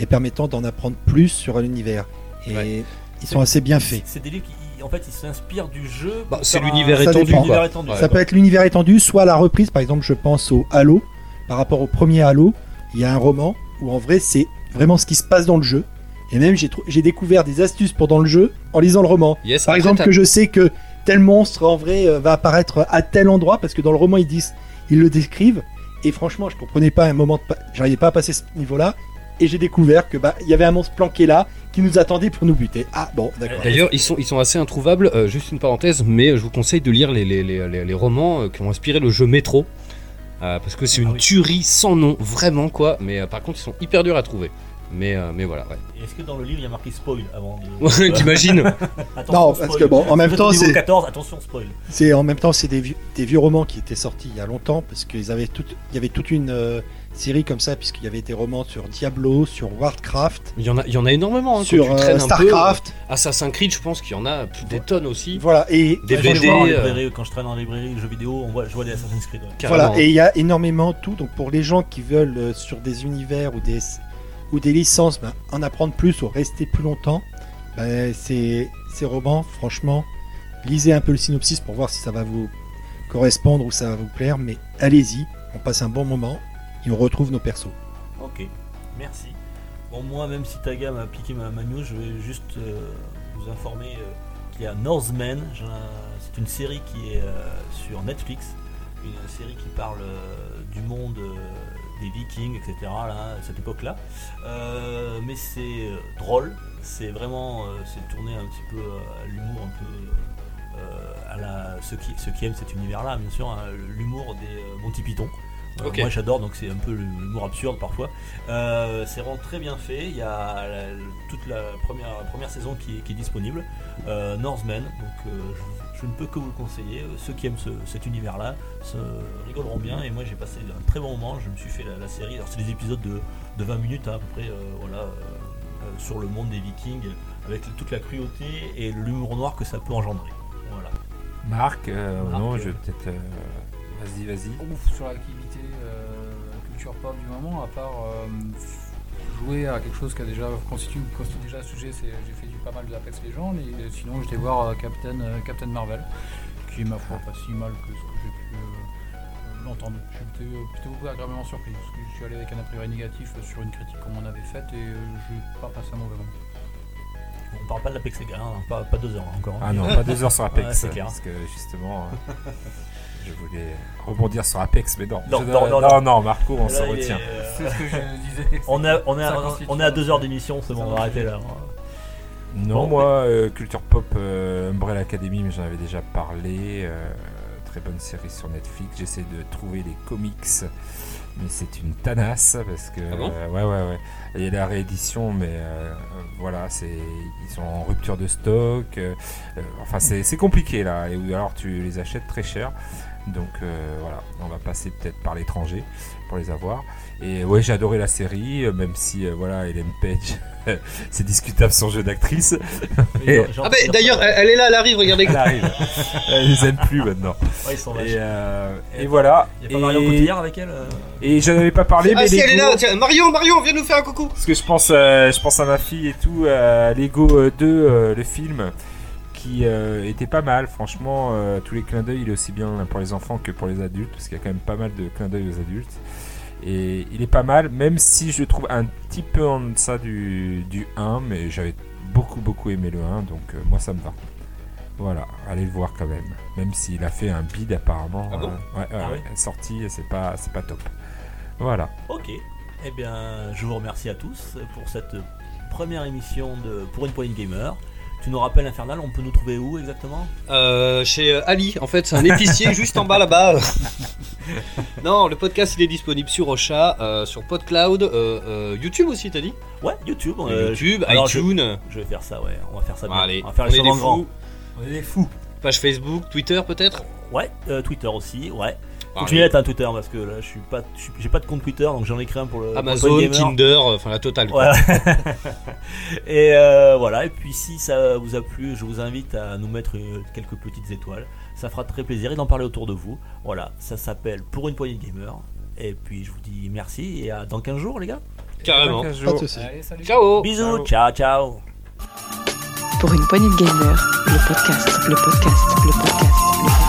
Speaker 3: et permettant d'en apprendre plus sur l'univers. Et
Speaker 5: Ouais.
Speaker 3: ils sont assez bien faits.
Speaker 1: C'est des livres qui, en fait, ils s'inspirent du jeu.
Speaker 5: Bah,
Speaker 1: pour
Speaker 5: c'est
Speaker 1: faire un-
Speaker 5: l'univers
Speaker 3: ça
Speaker 5: étendu,
Speaker 3: dépend.
Speaker 1: L'univers
Speaker 5: quoi.
Speaker 1: étendu.
Speaker 5: Ouais.
Speaker 3: Ça peut être l'univers étendu, soit la reprise. Par exemple, je pense au Halo. Par rapport au premier Halo, il y a un roman où en vrai, c'est vraiment ce qui se passe dans le jeu. Et même, j'ai trou- j'ai découvert des astuces pour dans le jeu en lisant le roman.
Speaker 5: Yes,
Speaker 3: Par
Speaker 5: après,
Speaker 3: exemple,
Speaker 5: t'as-
Speaker 3: que je sais que tel monstre en vrai euh, va apparaître à tel endroit parce que dans le roman, ils disent, ils le décrivent. Et franchement, je comprenais pas un moment, de pa- j'arrivais pas à passer ce niveau-là. Et j'ai découvert que bah il y avait un monstre planqué là qui nous attendait pour nous buter. Ah bon, d'accord.
Speaker 5: D'ailleurs, ils sont, ils sont assez introuvables. euh, juste une parenthèse, mais euh, je vous conseille de lire les, les, les, les- les romans euh, qui ont inspiré le jeu Métro. Euh, parce que c'est une
Speaker 1: Ah oui.
Speaker 5: tuerie sans nom, vraiment, quoi. Mais euh, par contre, ils sont hyper durs à trouver. Mais, euh, mais voilà, ouais.
Speaker 1: Et Est-ce que dans le livre il y a marqué spoil avant de...
Speaker 5: Ouais, T'imagines
Speaker 1: Attention,
Speaker 3: Non, parce que bon, en même
Speaker 1: Vous êtes
Speaker 3: temps,
Speaker 1: au eh, niveau
Speaker 3: c'est-
Speaker 1: 14, attention spoil.
Speaker 3: C'est en même temps c'est des vieux, des vieux romans qui étaient sortis il y a longtemps parce qu'ils avaient tout, il y avait toute une euh, série comme ça puisqu'il y avait des romans sur Diablo, sur Warcraft,
Speaker 5: Il y en a, il y en a énormément. hein, quand
Speaker 3: sur
Speaker 5: tu
Speaker 3: euh,
Speaker 5: traînes un peu. hein.
Speaker 3: Starcraft,
Speaker 5: Assassin's Creed, je pense qu'il y en a plus des tonnes aussi.
Speaker 3: voilà et
Speaker 5: Des
Speaker 1: Ouais, j'en ai
Speaker 5: BD,
Speaker 1: voir en
Speaker 5: euh,
Speaker 1: librairie, Quand je traîne en librairie de jeux vidéo, on voit, je vois les Assassin's Creed. ouais.
Speaker 5: carrément.
Speaker 3: voilà et il y a énormément de tout donc pour les gens qui veulent euh, sur des univers ou des ou des licences ben, en apprendre plus ou rester plus longtemps, ben, ces ces romans franchement lisez un peu le synopsis pour voir si ça va vous correspondre ou ça va vous plaire mais allez-y on passe un bon moment et on retrouve nos persos.
Speaker 1: Ok, merci. Bon, moi, même si Taga m'a piqué ma, ma news, je vais juste euh, vous informer euh, qu'il y a Northman. j'en- C'est une série qui est euh, sur Netflix. Une série qui parle euh, du monde euh, des Vikings, etc. Là, à cette époque-là. Euh, mais c'est euh, drôle. C'est vraiment. euh, c'est tourné un petit peu euh, à l'humour, un peu. euh, à la, ceux, qui, ceux qui aiment cet univers-là, bien sûr, hein, l'humour des euh, Monty Python. Euh,
Speaker 5: Ok.
Speaker 1: Moi j'adore, donc c'est un peu l'humour absurde parfois. Euh, c'est vraiment très bien fait. Il y a la- toute la première, première saison qui, est- qui est disponible. Euh, Northman, donc euh, je, je ne peux que vous le conseiller. Euh, Ceux qui aiment ce- cet univers-là se rigoleront bien. Et moi j'ai passé un très bon moment. Je me suis fait la, la série. Alors c'est des épisodes de, de 20 minutes hein, à peu près, euh, voilà, euh, euh, sur le monde des Vikings, avec toute la cruauté et l'humour noir que ça peut engendrer. Voilà.
Speaker 4: Marc, euh,
Speaker 1: Marc,
Speaker 4: non,
Speaker 1: euh.
Speaker 4: je vais peut-être. euh, Vas-y, vas-y.
Speaker 6: ouf sur l'activité euh, culture pop du moment, à part euh, jouer à quelque chose qui a déjà constitué ou constitue déjà un sujet, c'est- j'ai fait du pas mal de Apex Legends, et sinon j'étais voir euh, Captain, euh, Captain Marvel, qui est ma foi pas si mal que ce que j'ai pu euh, l'entendre. Je suis plutôt, plutôt agréablement surpris, parce que je suis allé avec un a priori négatif euh, sur une critique qu'on m'en avait faite, et euh, je n'ai pas passé un mauvais moment.
Speaker 1: On parle pas de la PXG, hein, pas, pas deux heures encore. hein.
Speaker 4: Ah non, pas deux heures sur Apex.
Speaker 1: Ouais, c'est clair.
Speaker 4: Parce que justement, euh, je voulais rebondir sur Apex, mais non.
Speaker 1: Non,
Speaker 4: Je-
Speaker 1: non, non,
Speaker 4: non,
Speaker 1: non.
Speaker 4: non, Marco, on
Speaker 1: Là, il
Speaker 4: se
Speaker 1: est,
Speaker 4: retient.
Speaker 1: euh,
Speaker 6: C'est ce que je disais.
Speaker 1: On est, on est,
Speaker 6: Ça
Speaker 1: à-
Speaker 6: constitue
Speaker 1: on est à deux heures
Speaker 6: un-
Speaker 1: d'émission, c'est bon,
Speaker 6: Ça
Speaker 1: on va arrêter là. hein.
Speaker 4: Non,
Speaker 1: Bon,
Speaker 4: moi, euh, Culture Pop, euh, Umbrella Academy, mais j'en avais déjà parlé. euh, très bonne série sur Netflix. J'essaie de trouver les comics, mais c'est une tanasse parce que.
Speaker 5: Ah bon
Speaker 4: euh, ouais, ouais, ouais. Il y a la réédition, mais euh, voilà, c'est ils sont en rupture de stock. euh, euh, enfin, c'est c'est compliqué là. Et, ou alors tu les achètes très cher. Donc euh, voilà, on va passer peut-être par l'étranger pour les avoir. Et ouais, j'ai adoré la série, euh, même si euh, voilà, Ellen Page, c'est discutable son jeu d'actrice. Et-
Speaker 5: Ah, bah, d'ailleurs, elle, elle est là, elle arrive, regardez.
Speaker 3: Eh,
Speaker 4: Elle arrive. Elle les aime plus maintenant.
Speaker 5: eh,
Speaker 1: Ouais, ils sont vaches.
Speaker 4: Et, euh, et voilà.
Speaker 1: Il n'y a pas Marion
Speaker 4: Et,
Speaker 1: Cotillard avec elle euh
Speaker 4: et je n'avais pas parlé, mais
Speaker 5: Ah, si,
Speaker 4: Lego,
Speaker 5: elle est là, tiens, Marion, Marion, viens nous faire un coucou.
Speaker 4: parce que je pense, euh, je pense à ma fille et tout, à Lego euh, 2, euh, le film, qui qui euh, était pas mal. Franchement, euh, tous les clins d'œil, il est aussi bien pour les enfants que pour les adultes, parce qu'il y a quand même pas mal de clins d'œil aux adultes. Et il est pas mal, même si je le trouve un petit peu en deçà du, du 1, mais j'avais beaucoup, beaucoup aimé le 1, donc euh, moi ça me va. Voilà, allez le voir quand même. Même s'il a fait un bid apparemment.
Speaker 7: Ah bon
Speaker 4: euh, ouais, ouais,
Speaker 1: Ah
Speaker 4: ouais, sorti, c'est pas, c'est pas top. Voilà.
Speaker 1: Ok. Eh bien, je vous remercie à tous pour cette première émission de Pour une poignée gamer. Tu nous rappelles, Infernal, on peut nous trouver où exactement
Speaker 5: Euh, chez euh, Ali, en fait, c'est un épicier juste en bas là-bas. non, le podcast il est disponible sur Ocha, euh, sur PodCloud, euh, euh, YouTube aussi, t'as dit
Speaker 1: Ouais, YouTube. euh,
Speaker 5: YouTube,
Speaker 1: je- alors, je-
Speaker 5: iTunes.
Speaker 1: Je vais faire ça, ouais. On va faire ça.
Speaker 5: Bon,
Speaker 1: bien.
Speaker 5: allez,
Speaker 1: on va faire
Speaker 5: on
Speaker 1: les
Speaker 5: est
Speaker 1: choses
Speaker 5: des
Speaker 1: en grand.
Speaker 5: fous.
Speaker 1: On est des fous.
Speaker 5: Page Facebook, Twitter peut-être
Speaker 1: Ouais, euh, Twitter aussi, ouais.
Speaker 5: Bon,
Speaker 1: Continuez à
Speaker 5: allez.
Speaker 1: être un Twitter parce que là, je suis pas, je suis- j'ai pas de compte Twitter, donc j'en ai créé un pour le. pour le
Speaker 5: Amazon,
Speaker 1: Point Gamer.
Speaker 5: Tinder, euh, enfin la totale. quoi.
Speaker 1: Ouais. et euh, voilà, et puis si ça vous a plu, je vous invite à nous mettre euh, quelques petites étoiles. Ça fera très plaisir et d'en parler autour de vous. Voilà, ça s'appelle Pour une poignée de gamers. Et puis je vous dis merci et à dans 15 jours les gars.
Speaker 5: Carrément.
Speaker 4: Quinze
Speaker 3: Pas
Speaker 4: jours.
Speaker 3: de soucis.
Speaker 6: Allez, salut.
Speaker 5: Oh. Ciao
Speaker 1: Bisous, ciao ciao.
Speaker 2: Pour une poignée de gamer, le podcast, le podcast, le podcast, le podcast.